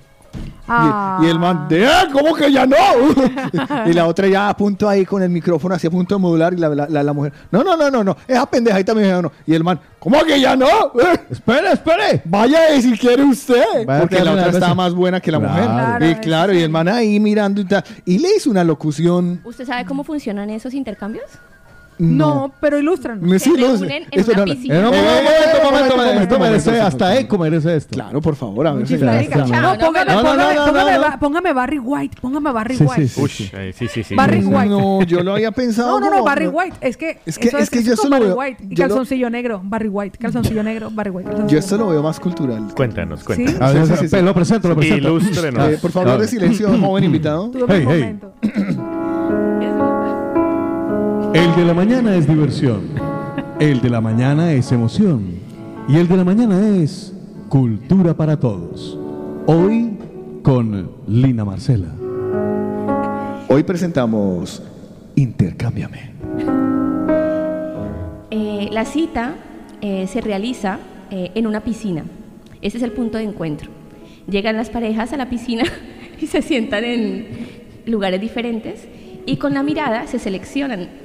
S3: Ah.
S6: Y, y el man, de, "Ah, ¿cómo que ya no? y la otra ya a punto ahí con el micrófono, así a punto de modular. Y la, la- la- la mujer, no, no, no, no, no, esa pendeja ahí también ya no. Y el man, ¿cómo que ya no? Eh, espere, espere. Vaya y si quiere usted.
S9: Vaya a
S6: Porque la
S9: tener
S6: otra
S9: la
S6: estaba
S9: beso.
S6: más buena que la
S9: Claro.
S6: mujer.
S9: Claro,
S6: y claro, y el man ahí mirando y tal. Y le hizo una locución.
S8: ¿Usted sabe cómo funcionan esos intercambios?
S3: No, pero ilustran.
S6: Me
S8: Se
S6: sí, lo-
S8: reúnen en
S6: eso
S8: una
S6: no-
S8: piscina.
S6: Eh, no,
S9: Eh, momento,
S6: momento, momento,
S9: momento,
S6: momento,
S9: momento,
S6: momento,
S9: merece,
S6: momento,
S9: hasta
S6: momento.
S9: Eco merece esto.
S6: Claro, por favor, a ver.
S9: Muchas
S6: si-
S9: gracias.
S6: Claro. No,
S3: No, póngame,
S6: no,
S3: póngame,
S6: no, no,
S3: póngame,
S6: no, no.
S3: Ba- póngame Barry White, póngame Barry
S6: Sí, sí,
S3: White.
S6: sí,
S4: Ush, ahí, sí, sí, sí.
S3: Barry White.
S6: No, yo lo había pensado.
S3: No, no, no,
S6: como-
S3: Barry White. Es que,
S6: Es que-
S3: eso
S6: es que yo
S3: con
S6: solo
S3: Barry
S6: veo-
S3: White.
S6: yo
S3: Y
S6: Ah. lo-
S3: calzoncillo negro, Barry White. Calzoncillo negro, Barry White.
S6: Yo
S3: calzoncillo
S6: esto lo veo más cultural.
S4: Cuéntanos,
S3: cuéntanos.
S9: A ver, pe- lo presento, lo presento. Ah. Ilústrenos.
S6: Eh, por favor, de silencio, joven invitado.
S3: Tuve un momento.
S9: El de la mañana es diversión. El de la mañana es emoción. Y el de la mañana es cultura para todos. Hoy con Lina Marcela.
S6: Hoy presentamos Intercámbiame.
S8: Eh, la cita eh, se realiza eh, en una piscina. Ese es el punto de encuentro. Llegan las parejas a la piscina y se sientan en lugares diferentes y con la mirada se seleccionan.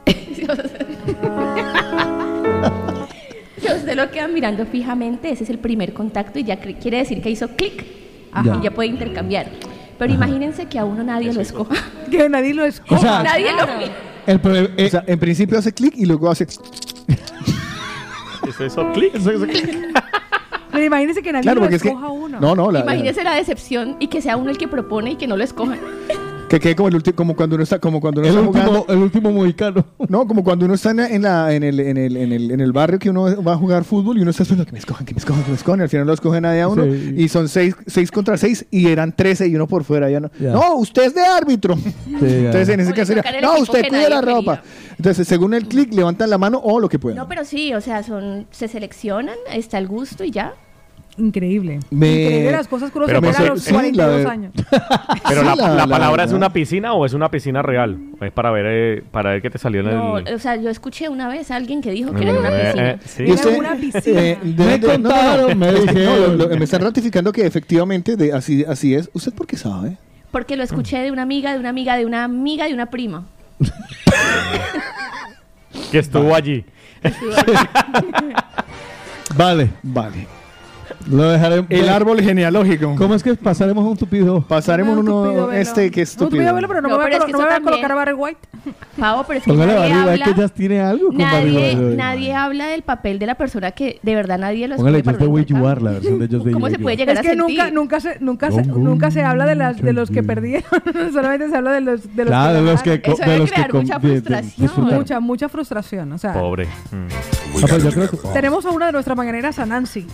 S8: Si usted lo queda mirando fijamente, ese es el primer contacto y ya cre- quiere decir que hizo clic
S9: Ajá.
S8: y ya puede intercambiar. Pero imagínense que a uno nadie lo escoja.
S3: Que nadie lo escoja.
S6: O sea,
S8: nadie lo mira.
S9: eh,
S6: o sea, en principio hace clic y luego hace.
S4: Eso hizo clic.
S3: Pero imagínense que nadie
S6: Claro,
S3: lo
S6: porque es que-
S3: escoja a uno.
S6: No, no, la-
S8: Imagínese la decepción y que sea uno el que propone y que no lo escojan.
S6: Que quede como el último, como cuando uno está, como cuando uno
S9: El
S6: está
S9: último-
S6: jugando.
S9: el último mexicano.
S6: No, como cuando uno está en, la- en la, en, el, en, el, en, el, en el barrio que uno va a jugar fútbol y uno está esperando que me escojan, que me escojan, que me escojan. y Al final no escogen nadie a uno
S9: Sí.
S6: y son seis, seis contra seis y eran trece y uno por fuera. Ya no.
S9: Ya.
S6: No, usted es de árbitro. Entonces en ese
S8: Por
S6: caso sería,
S8: sacar el
S6: no,
S8: equipo
S6: usted
S8: que
S6: cuida la
S8: nadie quería".
S6: ropa. Entonces, según el clic, levantan la mano o lo que puedan.
S8: No, pero sí, o sea, son, se seleccionan, está el gusto y ya.
S3: Increíble.
S6: Me-
S3: Increíble las cosas que uno se
S4: Eh, Pero
S3: entera a
S4: José,
S3: los
S4: sí, la
S3: 42
S4: ver-
S3: años.
S4: Pero
S3: Sí,
S4: la,
S3: la-
S4: la
S3: la
S4: palabra es
S3: verdad.
S4: una piscina o es una piscina real. Es para ver, eh, para ver qué te salió en
S8: No,
S4: el.
S8: o sea, yo escuché una vez a alguien que dijo
S4: Mm,
S8: que era una
S4: eh,
S8: piscina.
S4: eh, sí. Era
S6: una piscina. Me contaron, me dijeron. me están ratificando que efectivamente de- así, así es. ¿Usted por qué sabe?
S8: Porque lo escuché de una amiga, de una amiga, de una amiga, de una prima.
S4: Que
S9: Ah.
S4: estuvo allí.
S9: Vale.
S6: Vale.
S9: Lo dejaremos.
S6: El árbol genealógico.
S9: ¿Cómo es que pasaremos un tupido?
S6: Pasaremos uno
S3: Tupido velo.
S6: este que
S3: No, tupido
S6: estúpido.
S3: velo, pero no,
S8: No,
S3: me, voy a
S8: pero es
S3: colo-
S8: que
S3: no me
S8: eso
S3: voy a
S8: también-
S3: colocar a Barry White.
S8: Pavo, pero es que
S9: Póngale
S8: nadie
S9: Barry White,
S8: habla,
S9: que ya tiene algo con Barry
S8: nadie,
S9: White.
S8: nadie habla del papel de la persona que de verdad nadie lo
S9: Póngale
S8: escucha.
S9: Just the Way You Are, la versión de Just the
S8: ¿Cómo
S9: Way
S8: se
S9: You
S8: puede
S9: Are.
S8: llegar
S3: es
S8: a
S3: que nunca, nunca se, nunca se,
S9: Gong,
S3: nunca se habla de las, de los que perdieron, solamente se habla de los, de los
S9: Claro, de los que
S3: ganaron.
S9: co- Eso de debe los que crear com- mucha de- de- frustración. disfrutaron.
S3: mucha, mucha frustración. O sea,
S4: Pobre.
S9: Ah, pues yo creo que-
S3: tenemos a una de nuestras mañaneras, a Nancy.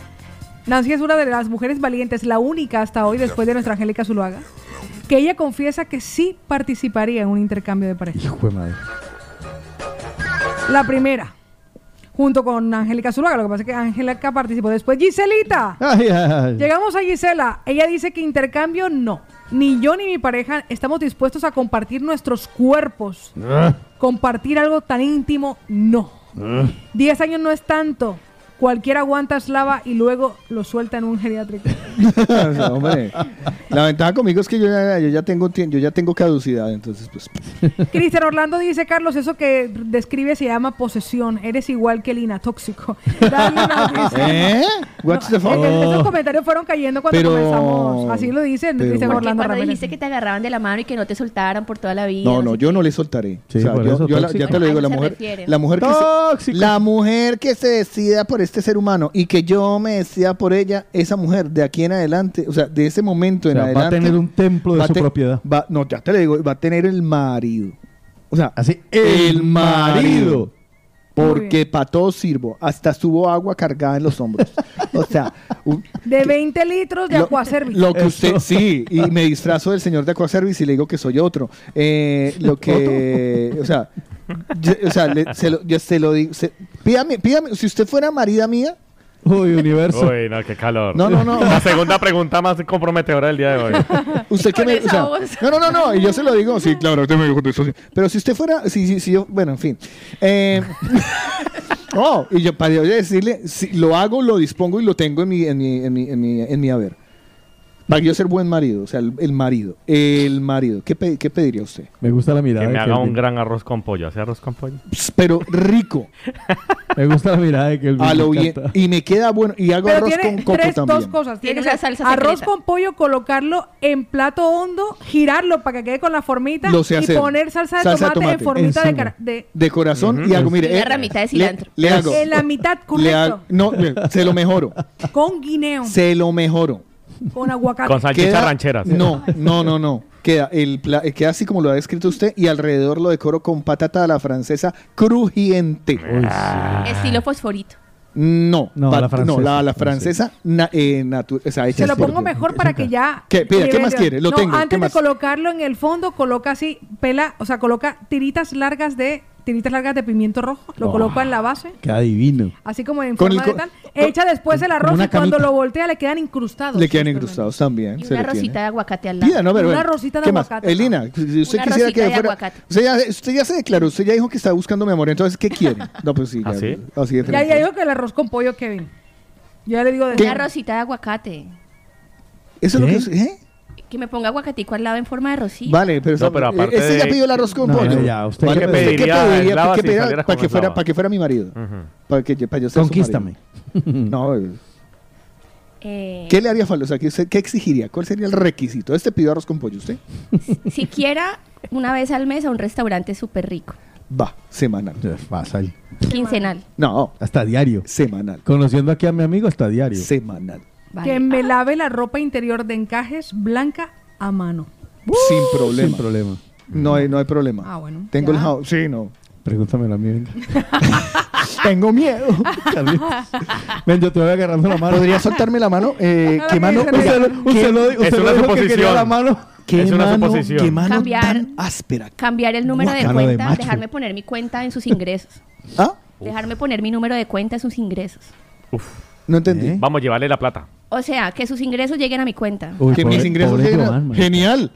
S3: Nancy es una de las mujeres valientes, la única hasta hoy después de nuestra Angélica Zuluaga, que ella confiesa que sí participaría en un intercambio de pareja.
S9: Hijo de madre.
S3: La primera, junto con Angélica Zuluaga, lo que pasa es que Angélica participó después. Giselita.
S9: Ay, ay.
S3: Llegamos a Gisela. Ella dice que intercambio no. Ni yo ni mi pareja estamos dispuestos a compartir nuestros cuerpos.
S9: Ah.
S3: Compartir algo tan íntimo, no. Diez años no es tanto. Cualquiera aguanta eslava y luego lo suelta en un geriátrico.
S6: O sea, hombre, la ventaja conmigo es que yo ya, yo ya tengo tie- yo ya tengo caducidad, entonces pues
S3: Cristian Orlando dice, Carlos, eso que describe se llama posesión. Eres igual que Lina, tóxico. Dale una risa.
S6: ¿Eh? What's the fuck? Oh.
S3: Es que Esos comentarios fueron cayendo cuando
S6: Pero-
S3: comenzamos. Así lo dice
S6: pero-
S3: Cristian
S6: Porque
S3: Orlando
S8: cuando
S3: Ramírez.
S8: dijiste que te agarraban de la mano y que no te soltaran por toda la vida.
S6: No, no,
S8: sé
S6: yo no le soltaré.
S9: Sí,
S6: O sea,
S9: por
S6: yo-
S9: eso,
S6: yo la-
S9: tóxico.
S6: ya te
S8: A
S6: lo digo,
S8: eso
S6: la
S8: se
S6: mujer,
S8: refiere.
S6: la mujer que se, la mujer que se decida por este ser humano y que yo me decida por ella, esa mujer de aquí en adelante, o sea, de ese momento
S9: O sea,
S6: en
S9: va a
S6: adelante
S9: tener un templo
S6: va
S9: de
S6: a
S9: su
S6: te-
S9: propiedad.
S6: va- no, ya te lo digo, va a tener el marido. O sea,
S9: así
S6: el marido.
S9: marido.
S6: Porque para todo sirvo. Hasta subo agua cargada en los hombros. O sea, un-
S3: De 20 litros de
S6: Lo-
S3: acuaservice.
S6: lo que usted sí, y me disfrazo del señor de Aquaservice y le digo que soy otro. Eh, lo que, o sea, yo, o sea, le- se lo, yo se lo digo, se- pídame, pídame, si usted fuera marida mía,
S9: Uy, universo.
S4: Uy, no, qué calor.
S6: No, no, no.
S4: La segunda pregunta más comprometedora del día de hoy.
S6: usted que me, o sea, no, no, no, no, y yo se lo digo, sí, claro, usted me dijo eso, sí. pero si usted fuera, sí, sí, sí, yo, bueno, en fin. Eh, oh, y yo para yo decirle, si lo hago, lo dispongo y lo tengo en mi, en mi, en mi, en mi, en mi haber. Para yo ser buen marido, o sea, el, el marido, el marido, ¿qué, pe- qué pediría usted?
S9: Me gusta la mirada.
S4: Que me
S9: de
S4: haga
S9: Kelvin.
S4: un gran arroz con pollo. ¿Hace arroz con pollo?
S6: Pss, Pero rico,
S9: Me gusta la mirada de Kelvin.
S6: a lo
S9: me
S6: bien.
S9: encanta.
S6: Y me queda bueno. Y hago
S3: Pero
S6: arroz
S3: tiene
S6: con coco
S3: tres,
S6: también.
S3: dos cosas. Tiene,
S8: Tiene
S3: que
S8: una
S3: ser
S8: salsa
S3: arroz
S8: secreta.
S3: con pollo, colocarlo en plato hondo, girarlo para que quede con la formita
S6: Lo sé
S3: y
S6: hacer.
S3: poner salsa de,
S6: Salsa de
S3: tomate, en
S6: tomate.
S3: formita de,
S6: Encima.
S3: cara- de-
S6: De corazón y hago, mire.
S8: Una
S6: eh,
S8: ramita de
S6: le-
S8: cilantro.
S6: Le, hago.
S3: en la mitad,
S6: le
S3: correcto.
S6: hago- no, le- se lo mejoro.
S3: Con guineo,
S6: Se lo mejoro.
S3: con aguacate.
S6: Queda- No, no, no, no. Queda, el pla- eh, queda así como lo ha descrito usted y alrededor lo decoro con patata a la francesa crujiente.
S8: Estilo fosforito.
S6: No,
S9: No,
S6: pat-
S9: la francesa,
S6: no, la, la
S9: francesa.
S6: francesa, na- eh, natu- o sea, hecha
S3: Se lo
S6: así.
S3: pongo mejor para que ya.
S6: ¿Qué? Pida,
S3: le
S6: ¿qué
S3: vea-
S6: más quiere? Lo
S3: No,
S6: tengo, ¿qué
S3: Antes de
S6: más?
S3: colocarlo en el fondo, coloca así, pela, o sea, coloca tiritas largas de tiritas largas de pimiento rojo, lo
S9: Oh.
S3: coloca en la base,
S9: Queda divino.
S3: así como en
S6: Con el
S3: forma de
S6: co-
S3: tal. Echa después el arroz
S6: una
S3: y cuando
S6: camita.
S3: lo voltea le quedan incrustados.
S6: Le quedan incrustados también.
S8: Y
S6: se
S8: una
S6: le tiene.
S8: rosita de aguacate al lado.
S6: Pida, no, pero
S8: una
S6: bueno,
S8: rosita de
S6: ¿qué más?
S8: aguacate.
S6: Elina, si usted
S8: Una
S6: quisiera
S8: rosita
S6: que
S8: de
S6: fuera.
S8: aguacate.
S6: Usted ya, usted ya se declaró, usted ya dijo que está buscando mi amor, entonces, ¿qué quiere? No, pues sí. ya-
S4: ¿Así?
S6: Así de
S3: Ya,
S6: frente.
S3: ya digo que el arroz con pollo, Kevin. Yo ya le digo de
S8: Una rosita de aguacate.
S6: Eso es lo que. es- ¿eh?
S8: Que me ponga aguacatico al lado en forma de rosita.
S6: Vale, pero,
S4: No, pero aparte
S6: este ya
S4: de-
S6: pidió el arroz con
S9: No,
S6: pollo.
S9: ya, usted
S6: Vale,
S9: ya
S6: ¿usted
S4: pediría eslava
S6: ¿Qué
S4: si
S6: pediría
S4: salieras
S6: para
S4: con
S6: que fuera
S4: eslava?
S6: para que fuera mi marido? Para que yo- para yo ser su
S9: Conquístame.
S6: marido. No, eh,
S8: Eh,
S6: ¿qué le haría falta? O sea, ¿qué, usted- qué exigiría? ¿Cuál sería el requisito? Este pidió arroz con pollo, ¿usted?
S8: siquiera una vez al mes a un restaurante súper rico.
S6: Va,
S9: Uh,
S6: semanal.
S9: Pasa ahí.
S8: Quincenal.
S6: No,
S9: Hasta diario.
S6: Semanal.
S9: Conociendo aquí a mi amigo, hasta diario.
S6: Semanal.
S3: Que me lave la ropa interior de encajes blanca a mano.
S6: sin problema.
S9: Sin problema.
S6: No
S4: Mm.
S6: hay, no hay problema.
S3: Ah, bueno,
S6: Tengo
S3: ya.
S6: el jabón. Sí, no.
S9: Pregúntamelo a mí, venga.
S6: Tengo miedo.
S9: Ven, yo te voy agarrando la mano.
S6: ¿Podría soltarme la mano? Eh, ¿Qué mano?
S9: Usted lo- usted lo- usted lo dijo que quería la mano.
S6: ¿Qué
S9: Es una
S6: mano?
S9: suposición.
S6: ¿Qué mano
S8: Cambiar.
S6: tan áspera?
S8: Cambiar el número de
S6: Guácala de
S8: cuenta,
S6: macho.
S8: dejarme poner mi cuenta en sus ingresos.
S6: ¿Ah?
S8: Dejarme poner mi número de cuenta en sus ingresos.
S6: No entendí.
S4: ¿Eh? Vamos a llevarle la plata.
S8: O sea, que sus ingresos lleguen a mi cuenta.
S6: que mis ingresos
S9: pobre
S6: lleguen a-
S9: Joan, marica.
S6: Genial.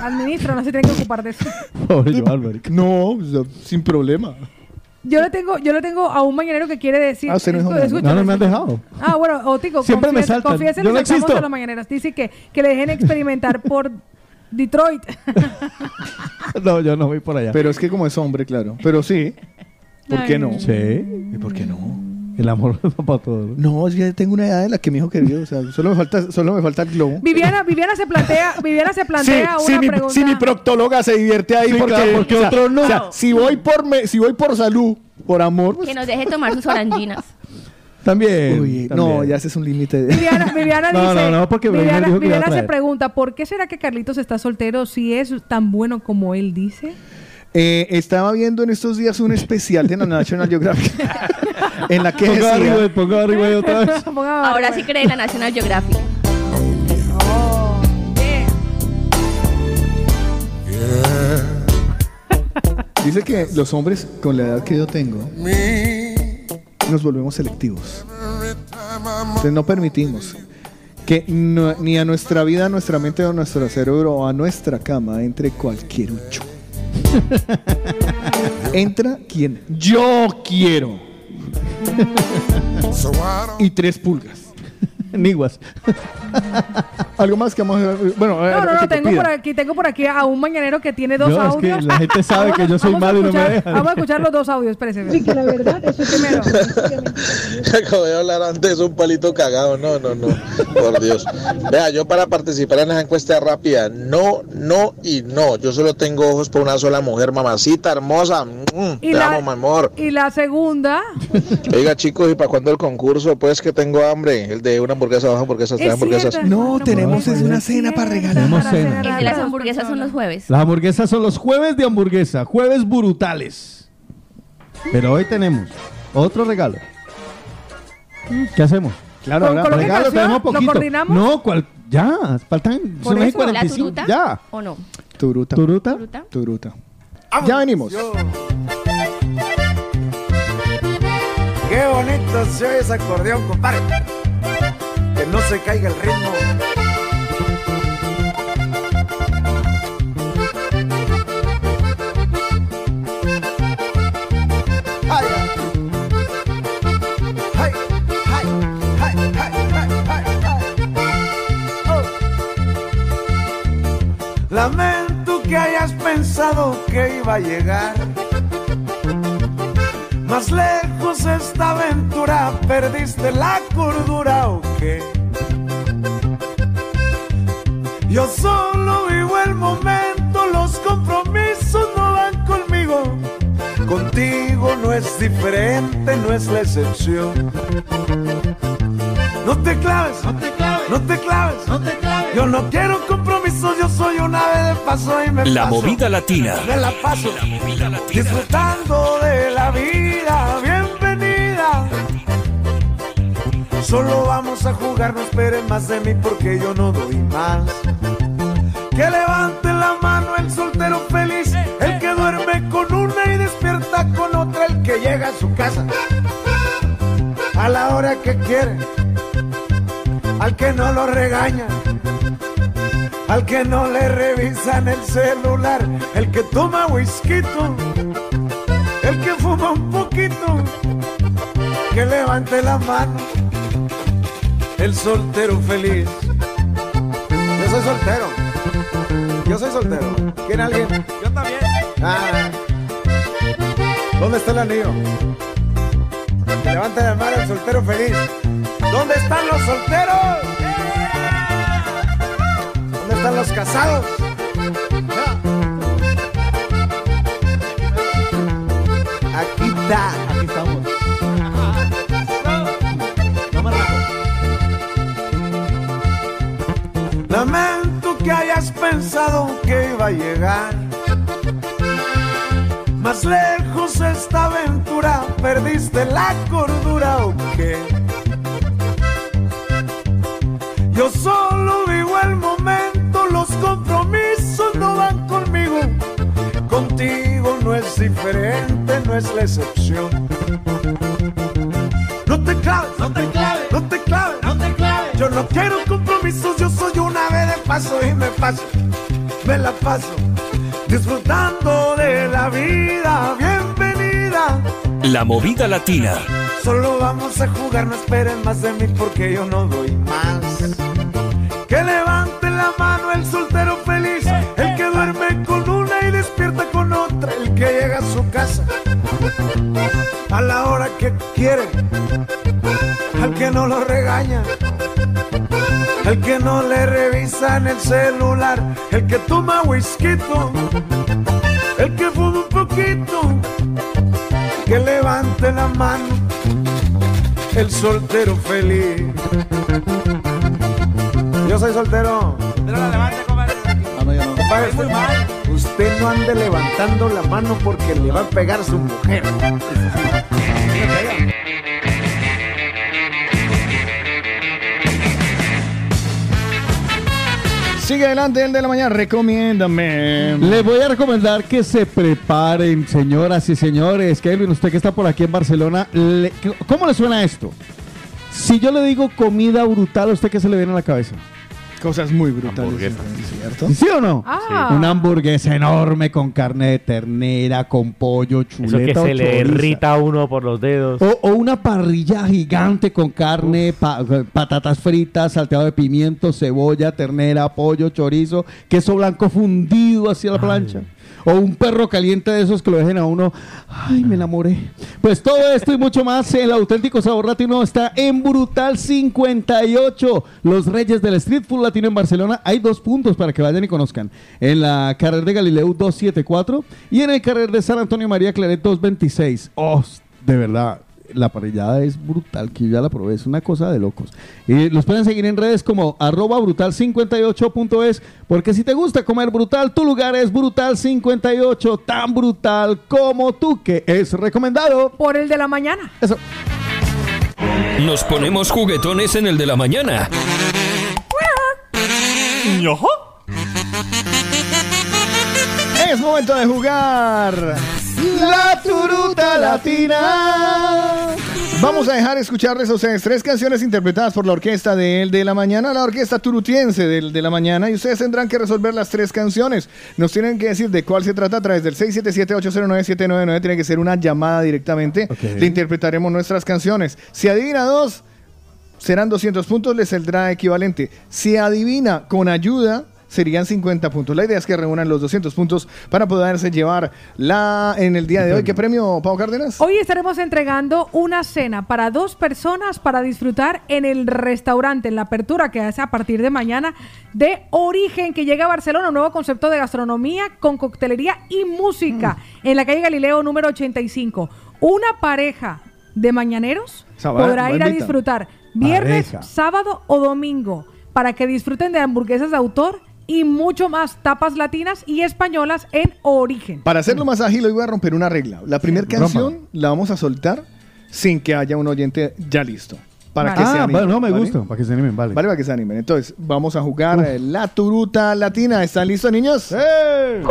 S3: Administra, no se tiene que ocupar de eso.
S9: Pobre Joan, marica.
S6: No, o sea, sin problema.
S3: Yo le tengo, yo le tengo a un mañanero que quiere decir.
S6: Ah, usted no dijo
S3: Escu-
S6: nada.
S3: escúchame,
S9: No, no me han
S3: escúchame.
S9: dejado.
S3: Ah, bueno, Otico,
S9: Siempre me
S3: confiesa-
S9: saltan.
S3: confiesa en
S9: Yo no
S3: los examos
S9: existo.
S3: a los mañaneros. Dice que, que le dejen experimentar por Detroit.
S9: No, yo no voy por allá.
S6: Pero es que como es hombre, claro. Pero sí. ¿Por qué no?
S9: Sí.
S6: ¿Y por qué no?
S9: El amor va para todo.
S6: No, ya tengo una edad en la que mi hijo querido. O sea, solo me falta, solo me falta el globo.
S3: Viviana, Viviana se plantea, Viviana se plantea
S6: sí,
S3: una
S6: mi,
S3: pregunta.
S6: sí, mi proctóloga se divierte ahí
S9: Sí,
S6: porque,
S9: claro, porque
S6: o sea,
S9: otro no.
S6: o sea, si voy por me- si voy por salud, por amor, pues,
S8: Que nos deje tomar sus oranginas.
S9: También.
S6: uy,
S9: también.
S6: no, ya ese es un límite. de-
S3: Viviana, Viviana
S9: No,
S3: dice.
S9: no, no, porque Viviana
S3: Viviana,
S9: dijo que iba a
S3: Viviana se
S9: traer.
S3: pregunta: ¿por qué será que Carlitos está soltero si es tan bueno como él dice?
S6: Eh, estaba viendo en estos días un especial de la National Geographic en la que
S9: Ponga
S6: decía-
S9: arriba, ponga arriba y otra vez.
S8: Ahora sí cree en la National Geographic.
S6: dice que los hombres con la edad que yo tengo nos volvemos selectivos. Entonces no permitimos que no- ni a nuestra vida, a nuestra mente o a nuestro cerebro o a nuestra cama entre cualquier ucho. Entra quien yo quiero. y tres pulgas.
S9: Niguas.
S6: Algo más que vamos a Bueno, eh,
S3: No, no, no, tengo por aquí, tengo por aquí a un mañanero que tiene dos
S9: Yo, es que
S3: audios.
S9: la gente sabe que yo soy
S3: Vamos a
S9: malo y no me
S3: escuchar-
S9: dejan.
S3: Vamos a escuchar los dos audios, espérese.
S1: Sí, que la verdad,
S3: eso es primero.
S1: Acabo de hablar antes, un palito cagado. No, no, no. Por Dios. Vea, yo para participar en esa encuesta rápida, no, no y no. Yo solo tengo ojos por una sola mujer, mamacita hermosa. Mm,
S3: Y
S1: te
S3: la-
S1: amo, mi amor.
S3: Y la segunda,
S1: Oiga, chicos, ¿y para cuándo el concurso? Pues que tengo hambre. El de una hamburguesa, dos hamburguesas, tres
S3: es
S1: hamburguesas.
S3: cierta.
S6: No, tenemos es una cena para regalar.
S9: Tenemos cena.
S8: El de las hamburguesas son los jueves.
S9: Las hamburguesas son los jueves de hamburguesa, jueves brutales. Pero hoy tenemos otro regalo. ¿Qué hacemos?
S6: Claro,
S3: ¿Con- con lo que
S9: regalo
S3: canción?
S9: tenemos
S3: ¿Lo
S9: poquito.
S3: coordinamos?
S9: No, cual- ya, faltan
S8: Por
S9: son las
S8: eso, la
S9: 45,
S8: turuta
S9: ya.
S8: o no.
S6: Turuta.
S9: Turuta.
S8: Turuta.
S6: Turuta. Ya venimos.
S11: Qué bonito se oye ese acordeón, compadre. Que no se caiga el ritmo. Ay, ay. Ay, ay, ay, ay, ay, ay. Oh.
S28: Lamento que hayas pensado que iba a llegar. Más lejos esta aventura, perdiste la cordura o qué. Yo solo vivo el momento, los compromisos no van conmigo. Contigo no es diferente, no es la excepción. No te claves, no te claves, no te claves, no te claves. Yo no quiero compromisos, yo soy un ave de paso y me
S1: La
S28: paso.
S1: movida latina.
S28: Me la paso disfrutando de la vida. Bienvenida. Solo vamos a jugar, no esperen más de mí porque yo no doy más. Que levante la mano el soltero feliz, el que duerme con una y despierta con otra, el que llega a su casa a la hora que quiere, al que no lo regaña, al que no le revisan el celular, el que toma whisky, el que fuma un poquito, que levante la mano, el soltero feliz. Yo soy soltero, yo soy soltero. ¿Quién alguien? Yo también. Ah. ¿Dónde está el anillo? Que levante la mano el soltero feliz. ¿Dónde están los solteros? ¿Dónde están los casados? Ah. Aquí está. Aquí estamos. Lamento que hayas pensado que iba a llegar. Más lejos esta aventura, perdiste la cordura o qué. Yo solo vivo el momento, los compromisos no van conmigo. Contigo no es diferente, no es la excepción. No te claves, no te claves, no te claves, no te claves. Yo no quiero compromisos, yo soy una ave de paso y me paso, me la paso. Disfrutando de la vida, bienvenida.
S1: La movida latina.
S28: Solo vamos a jugar, no esperen más de mí porque yo no doy más. Que levante la mano el soltero feliz, el que duerme con una y despierta con otra, el que llega a su casa a la hora que quiere, al que no lo regaña, el que no le revisan el celular, el que toma whisky, el que fuma un poquito, que levante la mano, el soltero feliz. Yo soy soltero. Compadre, usted- Usted no ande levantando la mano porque le va a pegar su mujer.
S6: Sigue adelante el de la mañana, recomiéndame.
S9: Les voy a recomendar que se preparen, señoras y señores. Kevin, usted que está por aquí en Barcelona, le- ¿cómo le suena esto? Si yo le digo comida brutal, ¿a usted qué se le viene a la cabeza?
S6: Cosas muy brutales. ¿Cierto?
S9: ¿Sí o no?
S6: Ah.
S9: Una hamburguesa enorme con carne de ternera, con pollo,
S4: Eso
S9: chuleta
S4: que
S9: o
S4: se le
S9: chorizo.
S4: irrita a uno por los dedos.
S6: Oh.
S9: O, o una parrilla gigante con carne, pa- eh, patatas fritas, salteado de pimiento, cebolla, ternera, pollo, chorizo, queso blanco fundido hacia la plancha. O un perro caliente de esos que lo dejen a uno. Ay, me enamoré. Pues todo esto y mucho más. El auténtico sabor latino está en Brutal 58. Los Reyes del Street Food Latino en Barcelona. Hay dos puntos para que vayan y conozcan. En la carrera de Galileu 274 y en el carrera de San Antonio María Claret 226. ¡Hostia! De verdad, la parrillada es brutal, que yo ya la probé, es una cosa de locos. Y los pueden seguir en redes como arroba brutal58.es, porque si te gusta comer brutal, tu lugar es brutal58, tan brutal como tú, que es recomendado.
S3: Por el de la mañana.
S9: Eso.
S1: Nos ponemos juguetones en el de la mañana.
S6: Es momento de jugar. La turuta latina. Vamos a dejar escucharles a ustedes tres canciones interpretadas por la orquesta de El de la Mañana, la orquesta turutiense del de la Mañana, y ustedes tendrán que resolver las tres canciones. Nos tienen que decir de cuál se trata a través del 677-809-799. Tiene que ser una llamada directamente. Le interpretaremos nuestras canciones. Si adivina dos, serán 200 puntos, les saldrá equivalente. Si adivina con ayuda, serían 50 puntos. La idea es que reúnan los 200 puntos para poderse llevar la en el día de hoy. ¿Qué premio, Pau Cárdenas?
S3: Hoy estaremos entregando una cena para dos personas para disfrutar en el restaurante, en la apertura que hace a partir de mañana de Origen, que llega a Barcelona, un nuevo concepto de gastronomía con coctelería y música
S6: Mm.
S3: en la calle Galileo número 85. Una pareja de mañaneros
S6: Esa va-
S3: podrá
S6: va
S3: ir a
S6: invita.
S3: disfrutar viernes,
S6: Pareja.
S3: sábado o domingo para que disfruten de hamburguesas de autor y mucho más tapas latinas y españolas en Origen.
S6: Para hacerlo
S9: Mm.
S6: más ágil, hoy voy a romper una regla. La primera canción la vamos a soltar sin que haya un oyente ya listo. Para
S9: Vale.
S6: que se
S9: Ah,
S6: animen,
S9: vale, no, me
S6: ¿vale?
S9: gusta, para que se animen, vale.
S6: Vale, para que se animen. Entonces, vamos a jugar eh, la turuta latina. ¿Están listos, niños?
S17: Jugaremos,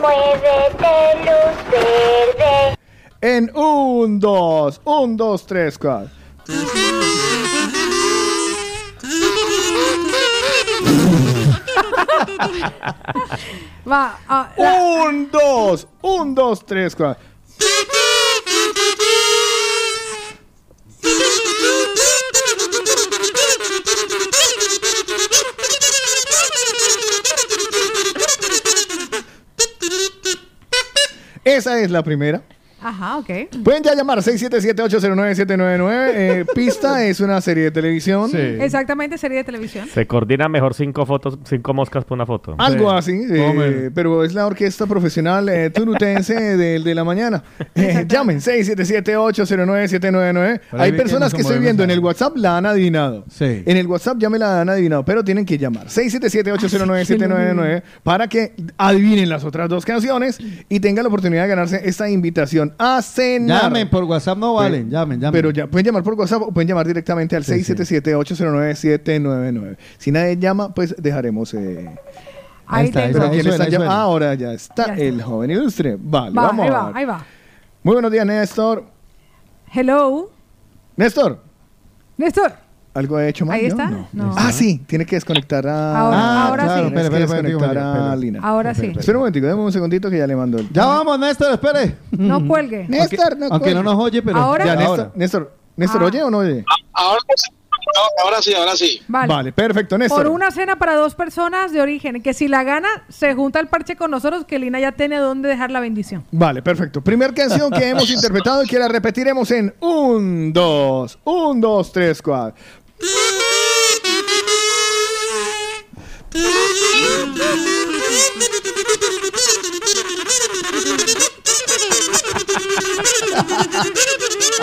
S17: muévete, luz verde.
S6: En un, dos, un, dos, tres, cuatro.
S3: Va, ah,
S6: Oh. Un, dos, un, dos, tres, cuatro. Esa es la primera.
S3: Ajá, ok.
S6: Pueden ya llamar 677-809-799. Eh, Pista es una serie de televisión.
S3: Exactamente, serie de televisión.
S4: Se coordina mejor cinco fotos, cinco moscas por una foto.
S6: Algo así, eh, pero es la orquesta profesional eh, turutense de, de la mañana. Eh, llamen 677-809-799.
S9: Por ahí
S6: Hay
S9: vi que
S6: personas
S9: nos
S6: que estoy
S9: movemos
S6: viendo en el WhatsApp la han adivinado. En el WhatsApp ya me la han adivinado, pero tienen que llamar 677-809-799 para que adivinen las otras dos canciones y tengan la oportunidad de ganarse esta invitación a cenar.
S9: Llamen, por WhatsApp no valen, llamen, llamen.
S6: Pero ya, pueden llamar por WhatsApp o pueden llamar directamente al 677-809-799. Si nadie llama, pues dejaremos... eh,
S3: Ahí
S6: está,
S3: tengo.
S6: pero ¿quién
S3: Ahí suena,
S6: está
S3: ahí
S6: llam- Ah,
S3: suena.
S6: Ahora ya está,
S3: Ya está.
S6: el joven ilustre. Vale,
S3: Va,
S6: vamos
S3: ahí
S6: a
S3: va,
S6: ver.
S3: ahí va.
S6: Muy buenos días, Néstor.
S3: Hello.
S6: Néstor,
S3: Néstor.
S6: ¿algo he hecho mal?
S3: Ahí
S6: yo?
S3: está.
S6: No.
S3: No.
S6: Ah, sí, tiene que desconectar a...
S3: Ahora- Ah, ahora
S9: claro, sí. espere,
S6: Tienes que
S9: espere, espere,
S6: desconectar
S9: digo, espere,
S6: a
S9: espere.
S6: Lina.
S3: Ahora sí.
S6: Espera un momentico, déjame un segundito que ya le mando el... Ah.
S9: Ya vamos, Néstor, espere.
S3: No cuelgue.
S6: Néstor, no
S9: Aunque no
S6: cuelgue.
S9: nos oye, pero
S6: Ya,
S9: ya,
S6: Néstor,
S9: ahora.
S6: Néstor, Néstor,
S3: Ah.
S6: ¿oye o no oye?
S1: Ahora sí, ahora sí.
S3: Vale.
S6: Vale, perfecto, Néstor.
S3: Por una cena para dos personas de origen, que si la gana, se junta el parche con nosotros, que Lina ya tiene dónde dejar la bendición.
S6: Vale, perfecto. Primer canción que hemos interpretado y que la repetiremos en un, dos, un, dos, tres, cuatro.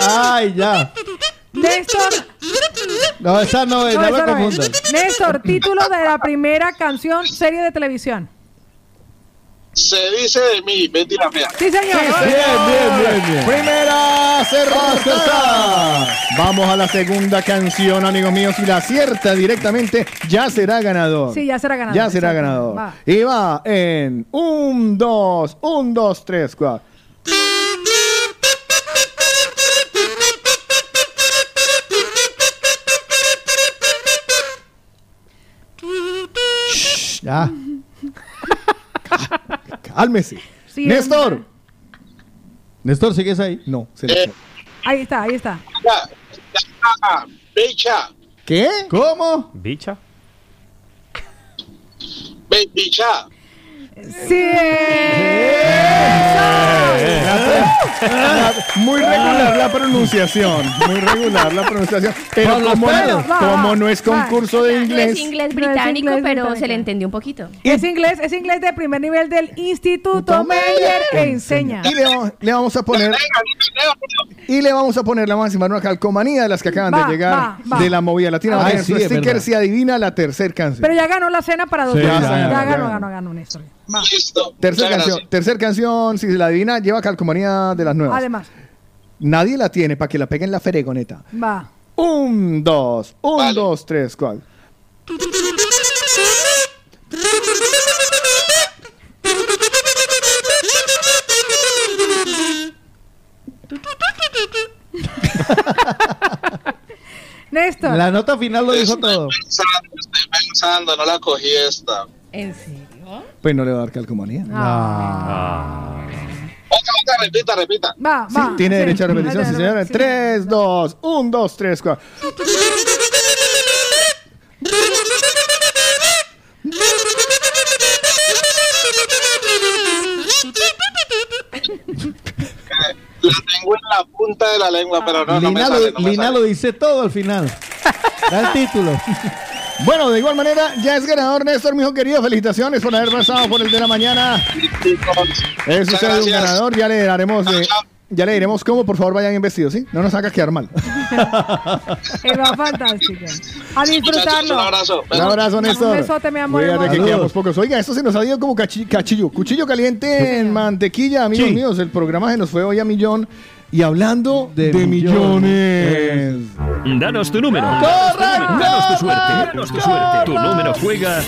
S9: Ay, ya.
S3: Néstor,
S9: No, esa no es,
S3: no,
S9: no,
S3: esa
S9: lo
S3: no es.
S9: confundas.
S3: Néstor, título de la primera canción, serie de televisión.
S1: Se dice de mí, Betty la fea.
S3: Sí, señor.
S6: Primera cerrada. Vamos a la segunda canción, amigos míos. Si la acierta directamente, ya será ganador.
S3: Sí, ya será ganador.
S6: Ya será
S3: Exacto.
S6: ganador.
S3: Va.
S6: Y va en un, dos, un, dos, tres, cuatro. Ya. Cálmese.
S3: Sí,
S6: Néstor.
S3: hombre.
S9: Néstor, ¿sigues ahí? Eh,
S6: No, se
S1: le
S3: Ahí está, ahí está.
S1: Ah, bicha,
S6: ¿Qué? ¿Cómo?
S4: Bicha.
S1: be- bicha.
S3: Sí.
S6: Muy regular la pronunciación. Muy regular la pronunciación. Pero
S9: Pablo,
S6: como
S9: espera.
S6: no, como no es concurso de
S8: No es
S6: inglés.
S8: inglés
S3: No es
S8: británico, pero
S3: inglés británico.
S8: se le entendió un poquito.
S3: Es inglés, es inglés de primer nivel del Instituto Meyer que enseña.
S6: Y le, va- le vamos a poner. Y le vamos a poner la máxima una calcomanía de las que acaban
S3: Va,
S6: de llegar
S3: va, Ah, va.
S6: de la movida latina. Va a
S9: Ay,
S6: tener
S9: sí,
S6: su
S9: es
S6: sticker
S9: verdad.
S6: si adivina la tercer canción.
S3: Pero ya ganó la cena para dos
S6: Sí,
S3: personas.
S6: ya
S3: Ya,
S6: ganó, ya
S3: ganó,
S6: ganó.
S3: ganó, ganó, Néstor.
S1: Listo.
S6: Tercer
S1: Muchas
S6: canción, tercer canción, si se la adivina, lleva calcomanía de las nuevas.
S3: Además,
S6: Nadie la tiene para que la peguen la feregoneta.
S3: va.
S6: Un, dos, un, dos, tres, cuatro.
S3: Néstor.
S9: La nota final lo dijo todo.
S1: Pensando, estoy pensando, no la cogí esta.
S8: ¿En serio?
S6: Pues no le va a dar calcomanía.
S1: Otra, otra, repita, repita. Eh,
S3: Va,
S6: Ah. Sí,
S3: va.
S6: tiene
S3: sí.
S6: derecho a repetición, sí, señora. Tres, dos, un, dos, tres, cuatro.
S1: La tengo en la punta de la lengua, pero no, no me
S9: Lina,
S1: sale,
S9: lo,
S1: no me
S9: Lina
S1: sale.
S9: lo dice todo al final. Da el título.
S6: Bueno, de igual manera, ya es ganador Néstor, mijo querido. Felicitaciones por haber pasado por el de la mañana. Es
S1: Muchas
S6: usted un
S1: gracias.
S6: ganador. Ya le daremos, eh, ya le diremos cómo. Por favor, vayan bien vestidos, ¿sí? No nos haga quedar mal.
S3: Que va fantástico. A disfrutarlo.
S1: Muchachos, un abrazo.
S6: Un abrazo, Néstor.
S3: Un besote, mi amor.
S6: Cuídate que
S3: hermoso.
S6: quedamos pocos. Oiga, esto se nos ha ido como cachi- cachillo. Cuchillo caliente en mantequilla, amigos
S9: Sí.
S6: míos. El programa se nos fue hoy a millón. Y hablando de, millones.
S2: Danos tu número.
S6: ¡Correcto!
S2: Danos tu suerte. Danos tu suerte. Tu número juega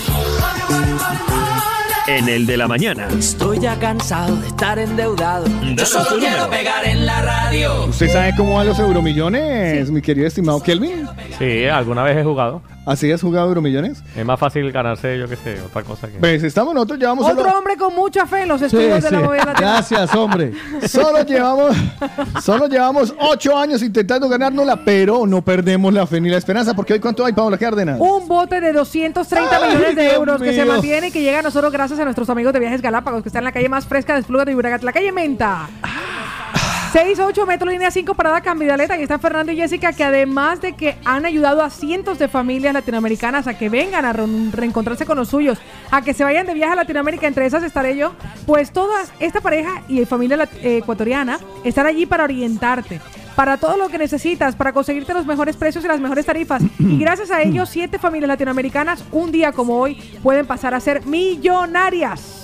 S2: en el de la mañana.
S10: Estoy ya cansado de estar endeudado. Yo
S2: Danos
S10: solo
S2: tu
S10: quiero
S2: número.
S10: pegar en la radio.
S6: ¿Usted sabe cómo van los euromillones, mi querido estimado Kelvin?
S4: Sí, alguna vez he jugado.
S6: ¿Así has jugado euromillones?
S4: Es más fácil ganarse, yo qué sé, otra cosa que.
S6: Pues estamos nosotros, ya vamos a
S3: Otro hombre con mucha fe en los
S6: Sí,
S3: estudios de la
S6: sí.
S3: movida latina.
S9: Gracias, hombre.
S6: Solo llevamos, solo llevamos ocho años intentando ganárnosla, pero no perdemos la fe ni la esperanza, porque hoy cuánto hay, Paola Cárdenas.
S9: Uh,
S3: Un bote de 230
S6: Ay,
S3: millones de
S6: Dios
S3: euros que se
S6: mío.
S3: mantiene y que llega a nosotros gracias a nuestros amigos de Viajes Galápagos, que están en la calle más fresca de Espluga de Buragat, la calle Menta. 6 a 8 metro, línea 5, parada Cambidaleta. Aquí están Fernando y Jessica, que además de que han ayudado a cientos de familias latinoamericanas a que vengan a re- reencontrarse con los suyos, a que se vayan de viaje a Latinoamérica, entre esas estaré yo, pues toda esta pareja y familia lat- eh, ecuatoriana están allí para orientarte. Para todo lo que necesitas, para conseguirte los mejores precios y las mejores tarifas. Y gracias a ellos, siete familias latinoamericanas, un día como hoy, pueden pasar a ser millonarias.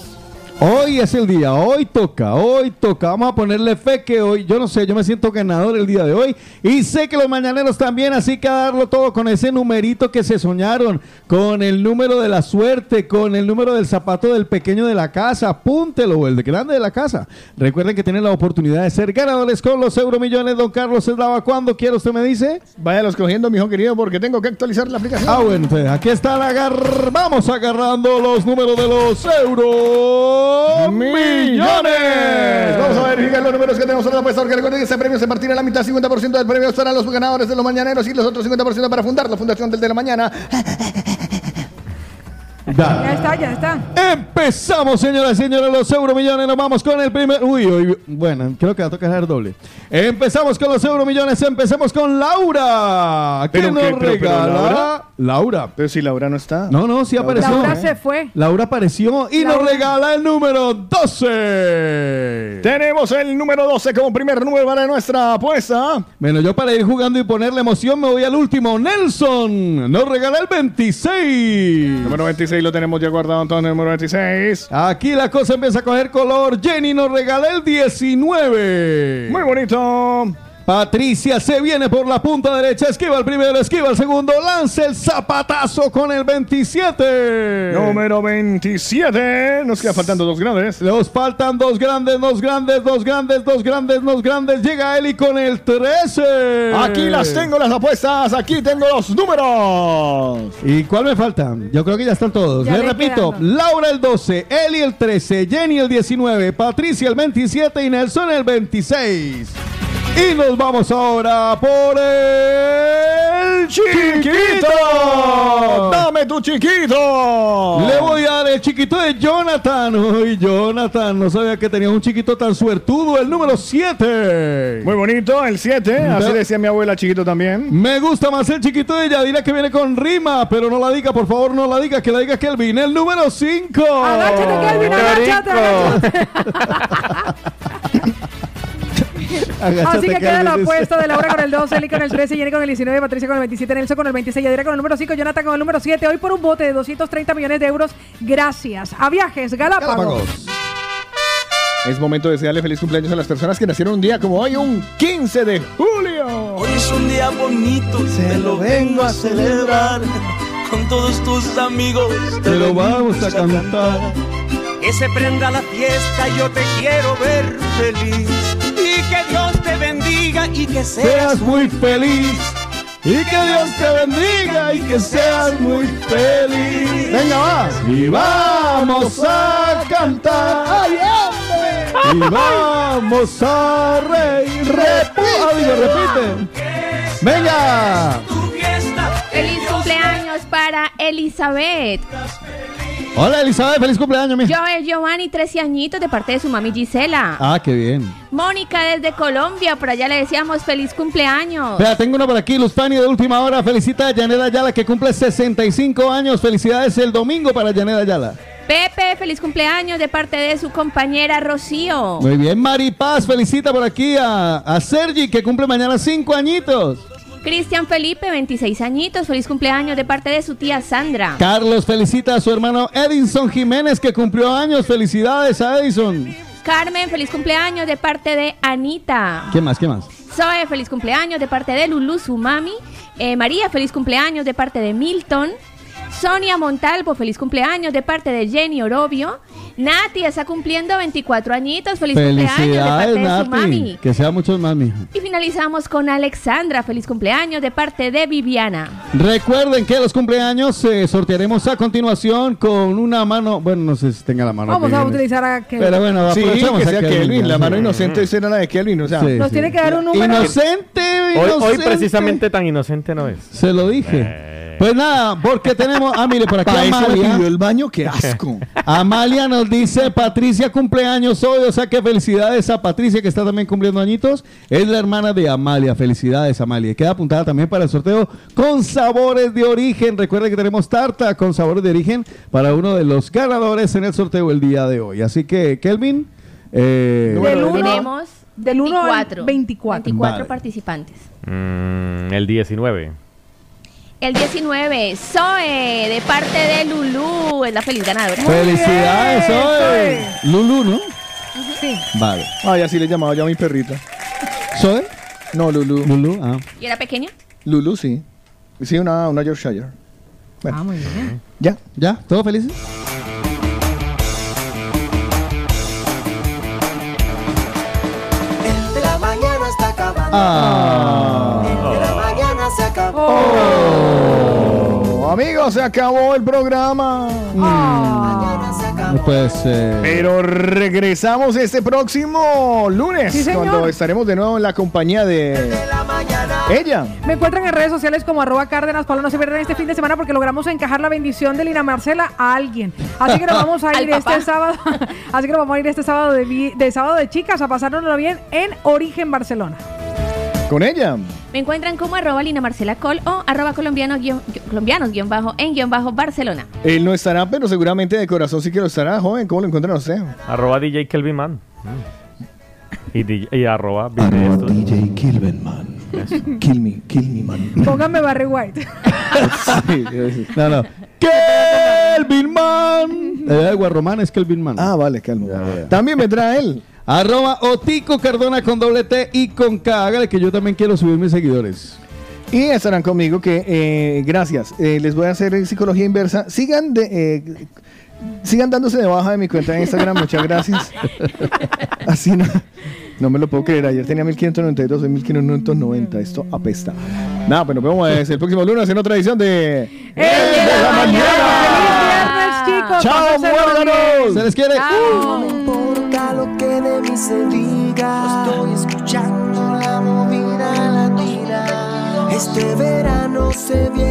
S9: Hoy es el día, hoy toca, hoy toca. Vamos a ponerle fe que hoy, yo no sé, yo me siento ganador el día de hoy y sé que los mañaneros también, así que a darlo todo con ese numerito que se soñaron, con el número de la suerte, con el número del zapato del pequeño de la casa, apúntelo, o el de grande de la casa. Recuerden que tienen la oportunidad de ser ganadores con los euromillones. Don Carlos se daba cuando quiera, usted me dice.
S6: Váyalos cogiendo, mijo querido, porque tengo que actualizar la aplicación.
S9: Ah, bueno, entonces, aquí está la agar- Vamos agarrando los números de los euromillones.
S6: Pues Vamos a verificar los números que tenemos en la apuesta, porque recuerden que ese premio se partirá a la mitad, 50% del premio es para los ganadores de los mañaneros y los otros 50% para fundar la Fundación del de la Mañana.
S3: Ya está, ya está.
S9: Empezamos, señoras y señores, los euromillones. Nos vamos con el primer. Uy, hoy- bueno, creo que va a tocar hacer doble. Empezamos con los euromillones. Empecemos con Laura. Que
S6: Pero
S9: nos
S6: qué, pero- pero,
S9: regala.
S6: ¿Laura?
S9: Laura?
S6: Pero si Laura no está.
S9: No, no, sí
S6: Laura
S9: apareció. ¿eh?
S6: Laura se
S3: fue.
S9: Laura apareció y nos regala el número 12.
S6: Tenemos el número 12 como primer número para nuestra apuesta.
S9: Bueno, yo para ir jugando y ponerle emoción me voy al último. Nelson nos regala el 26.
S6: Número 26 lo tenemos ya guardado entonces, número 26.
S9: Aquí la cosa empieza a coger color. Jenny nos regala el 19.
S6: Muy bonito.
S9: Patricia se viene por la punta derecha, esquiva el primero, esquiva el segundo, lanza el zapatazo con el 27.
S6: Número 27. Nos queda faltando dos grandes.
S9: Nos faltan dos grandes, dos grandes, dos grandes, dos grandes, dos grandes. Llega Eli con el 13.
S6: Aquí las tengo las apuestas, aquí tengo los números.
S9: ¿Y cuál me falta? Yo creo que ya están todos.
S6: Ya
S9: Les
S6: le
S9: Pues repito, Laura el 12, Eli el 13, Jenny el 19, Patricia el 27 y Nelson el 26. Y nos vamos ahora por el chiquito.
S6: ¡Dame tu chiquito!
S9: Le voy a dar el chiquito de Jonathan. Uy, Jonathan, no sabía que tenías un chiquito tan suertudo, el número 7.
S6: Muy bonito, el 7. Así decía mi abuela chiquito también.
S9: Me gusta más el chiquito de Yadira que viene con rima, pero no la diga, por favor, no la diga, que la diga Kelvin, el número 5.
S3: Agáchate, Kelvin, agáchate, agáchate. Así que queda la apuesta de Laura con el 12, Eli con el 13, Jenny con el 19, Patricia con el 27, Nelson con el 26, Yadira con el número 5, Jonathan con el número 7. Hoy por un bote de 230 millones de euros. Gracias a Viajes Galápagos.
S6: Es momento de desearle feliz cumpleaños a las personas que nacieron un día como hoy, un 15 de julio.
S10: Hoy es un día bonito, te lo vengo a celebrar. Con todos tus amigos,
S9: Te lo vamos a cantar.
S10: Que se prenda la fiesta, yo te quiero ver feliz. Y que Dios te bendiga y que
S9: seas muy feliz. Y que Dios te bendiga y que seas muy feliz.
S6: Venga, va.
S9: Y vamos a cantar. Y vamos a reír. Repite. Ah, repite. Venga.
S8: Feliz cumpleaños para Elizabeth.
S9: Hola Elizabeth, feliz cumpleaños, mija.
S8: Joel Giovanni, 13 añitos de parte de su mami Gisela.
S9: Ah, qué bien.
S8: Mónica desde Colombia, por allá le decíamos feliz cumpleaños.
S9: Vea, tengo uno por aquí, Lustani de última hora. Felicita a Yanela Ayala que cumple 65 años. Felicidades el domingo para Yanela Ayala.
S8: Pepe, feliz cumpleaños de parte de su compañera Rocío.
S9: Muy bien, Mari Paz, felicita por aquí a, a Sergi que cumple mañana 5 añitos.
S8: Cristian Felipe, 26 añitos, feliz cumpleaños de parte de su tía Sandra.
S9: Carlos felicita a su hermano Edison Jiménez que cumplió años. Felicidades a Edison.
S8: Carmen, feliz cumpleaños de parte de Anita.
S9: ¿Qué más? ¿Qué más?
S8: Zoe, feliz cumpleaños de parte de Lulu, su mami. Eh, María, feliz cumpleaños de parte de Milton. Sonia Montalvo, feliz cumpleaños de parte de Jenny Orobio. Nati está cumpliendo 24 añitos, feliz cumpleaños de parte
S9: Felicidades,
S8: de su mami.
S9: Nati. Que sea muchos más, mija.
S8: Y finalizamos con Alexandra, feliz cumpleaños de parte de Viviana.
S9: Recuerden que los cumpleaños eh, sortearemos a continuación con una mano. Bueno, no sé si tenga la mano.
S3: Vamos
S9: que
S3: a
S9: viene.
S3: utilizar a Kelvin.
S9: Pero bueno,
S6: Sí,
S9: aprovechamos
S6: que
S9: a
S6: sea
S9: Kelvin,
S6: Kelvin,
S9: ya,
S6: la mano
S9: sí.
S6: inocente será la de Kelvin, o sea.
S9: Sí,
S3: Nos
S9: sí.
S3: tiene que dar un número.
S9: Inocente,
S4: Hoy, hoy
S9: inocente.
S4: precisamente tan inocente no es. Eh.
S9: Se lo dije. Pues nada, porque tenemos. Ah, mire, por aquí
S6: Pa' eso me
S9: Amalia.
S6: pidió el baño, qué asco.
S9: Amalia nos dice: Patricia cumpleaños hoy. O sea que felicidades a Patricia, que está también cumpliendo añitos. Es la hermana de Amalia. Felicidades, Amalia. Queda apuntada también para el sorteo con sabores de origen. Recuerden que tenemos tarta con sabores de origen para uno de los ganadores en el sorteo el día de hoy. Así que, Kelvin. eh,
S3: Del uno-
S8: Tenemos
S3: del uno al
S8: 24,
S3: 24.
S8: 24
S9: Vale.
S8: participantes.
S4: Mm, el 19.
S8: El 19, Zoe, de parte de Lulú, es la feliz ganadora.
S9: Felicidades hoy. Lulu, ¿no?
S8: Sí.
S9: Vale.
S6: Ay, así le llamaba yo a mi perrita.
S9: ¿Soy?
S6: No, Lulu.
S9: Lulu, ah.
S8: ¿Y era pequeña?
S6: Lulu, sí. Sí, una, una Yorkshire. Bueno.
S3: Ah, muy bien.
S6: ¿Ya?
S9: ¿Ya? ¿Todos felices?
S18: El de la mañana está acabando.
S9: Ah.
S18: El de la mañana se acabó.
S6: Oh, amigos, se acabó el programa.
S3: Ah,
S9: Pues.
S6: Pero regresamos este próximo lunes,
S3: Sí, señor.
S6: cuando estaremos de nuevo en la compañía de ella.
S3: Me encuentran en redes sociales como arroba cárdenas, Pablo, no se pierdan este fin de semana porque logramos encajar la bendición de Lina Marcela a alguien. Así que nos vamos a
S8: Al
S3: ir este
S8: papá.
S3: sábado, así que nos vamos a ir este sábado de, vi- de sábado de chicas a pasárnoslo bien en Origen Barcelona.
S6: Con ella.
S8: Me encuentran como arroba Lina Marcela Col o arroba colombiano guión- guión- colombianos guión bajo en guión bajo Barcelona.
S6: Él no estará, pero seguramente de corazón sí que lo estará, joven. ¿Cómo lo encuentran usted?
S4: Arroba DJ Kelvin Man. Mm. Y, DJ y arroba, DJ Kelvin Man.
S6: Kill me, kill me, man.
S3: Pónganme Barry White.
S9: No, no. Kelvin Man. La de Guarromán es Kelvin Man.
S6: Ah, vale, calmo. También vendrá él.
S9: Arroba Otico Cardona con doble T y con K. Hágale que yo también quiero subir mis seguidores.
S6: Y estarán conmigo que, eh, gracias, Eh, les voy a hacer psicología inversa. Sigan de, eh, sigan dándose de baja de mi cuenta de Instagram, muchas gracias. Así no, no me lo puedo creer. Ayer tenía 1592, hoy 1590. Esto apesta. Nada, pues nos vemos eh, el próximo lunes en otra edición de...
S3: Viernes, chicos.
S6: ¡Chao,
S3: Pásenlo bien.
S6: muérganos! ¡Se les quiere!
S18: No me importa lo que de mí se diga. Estoy escuchando la movida latina. Este verano se viene.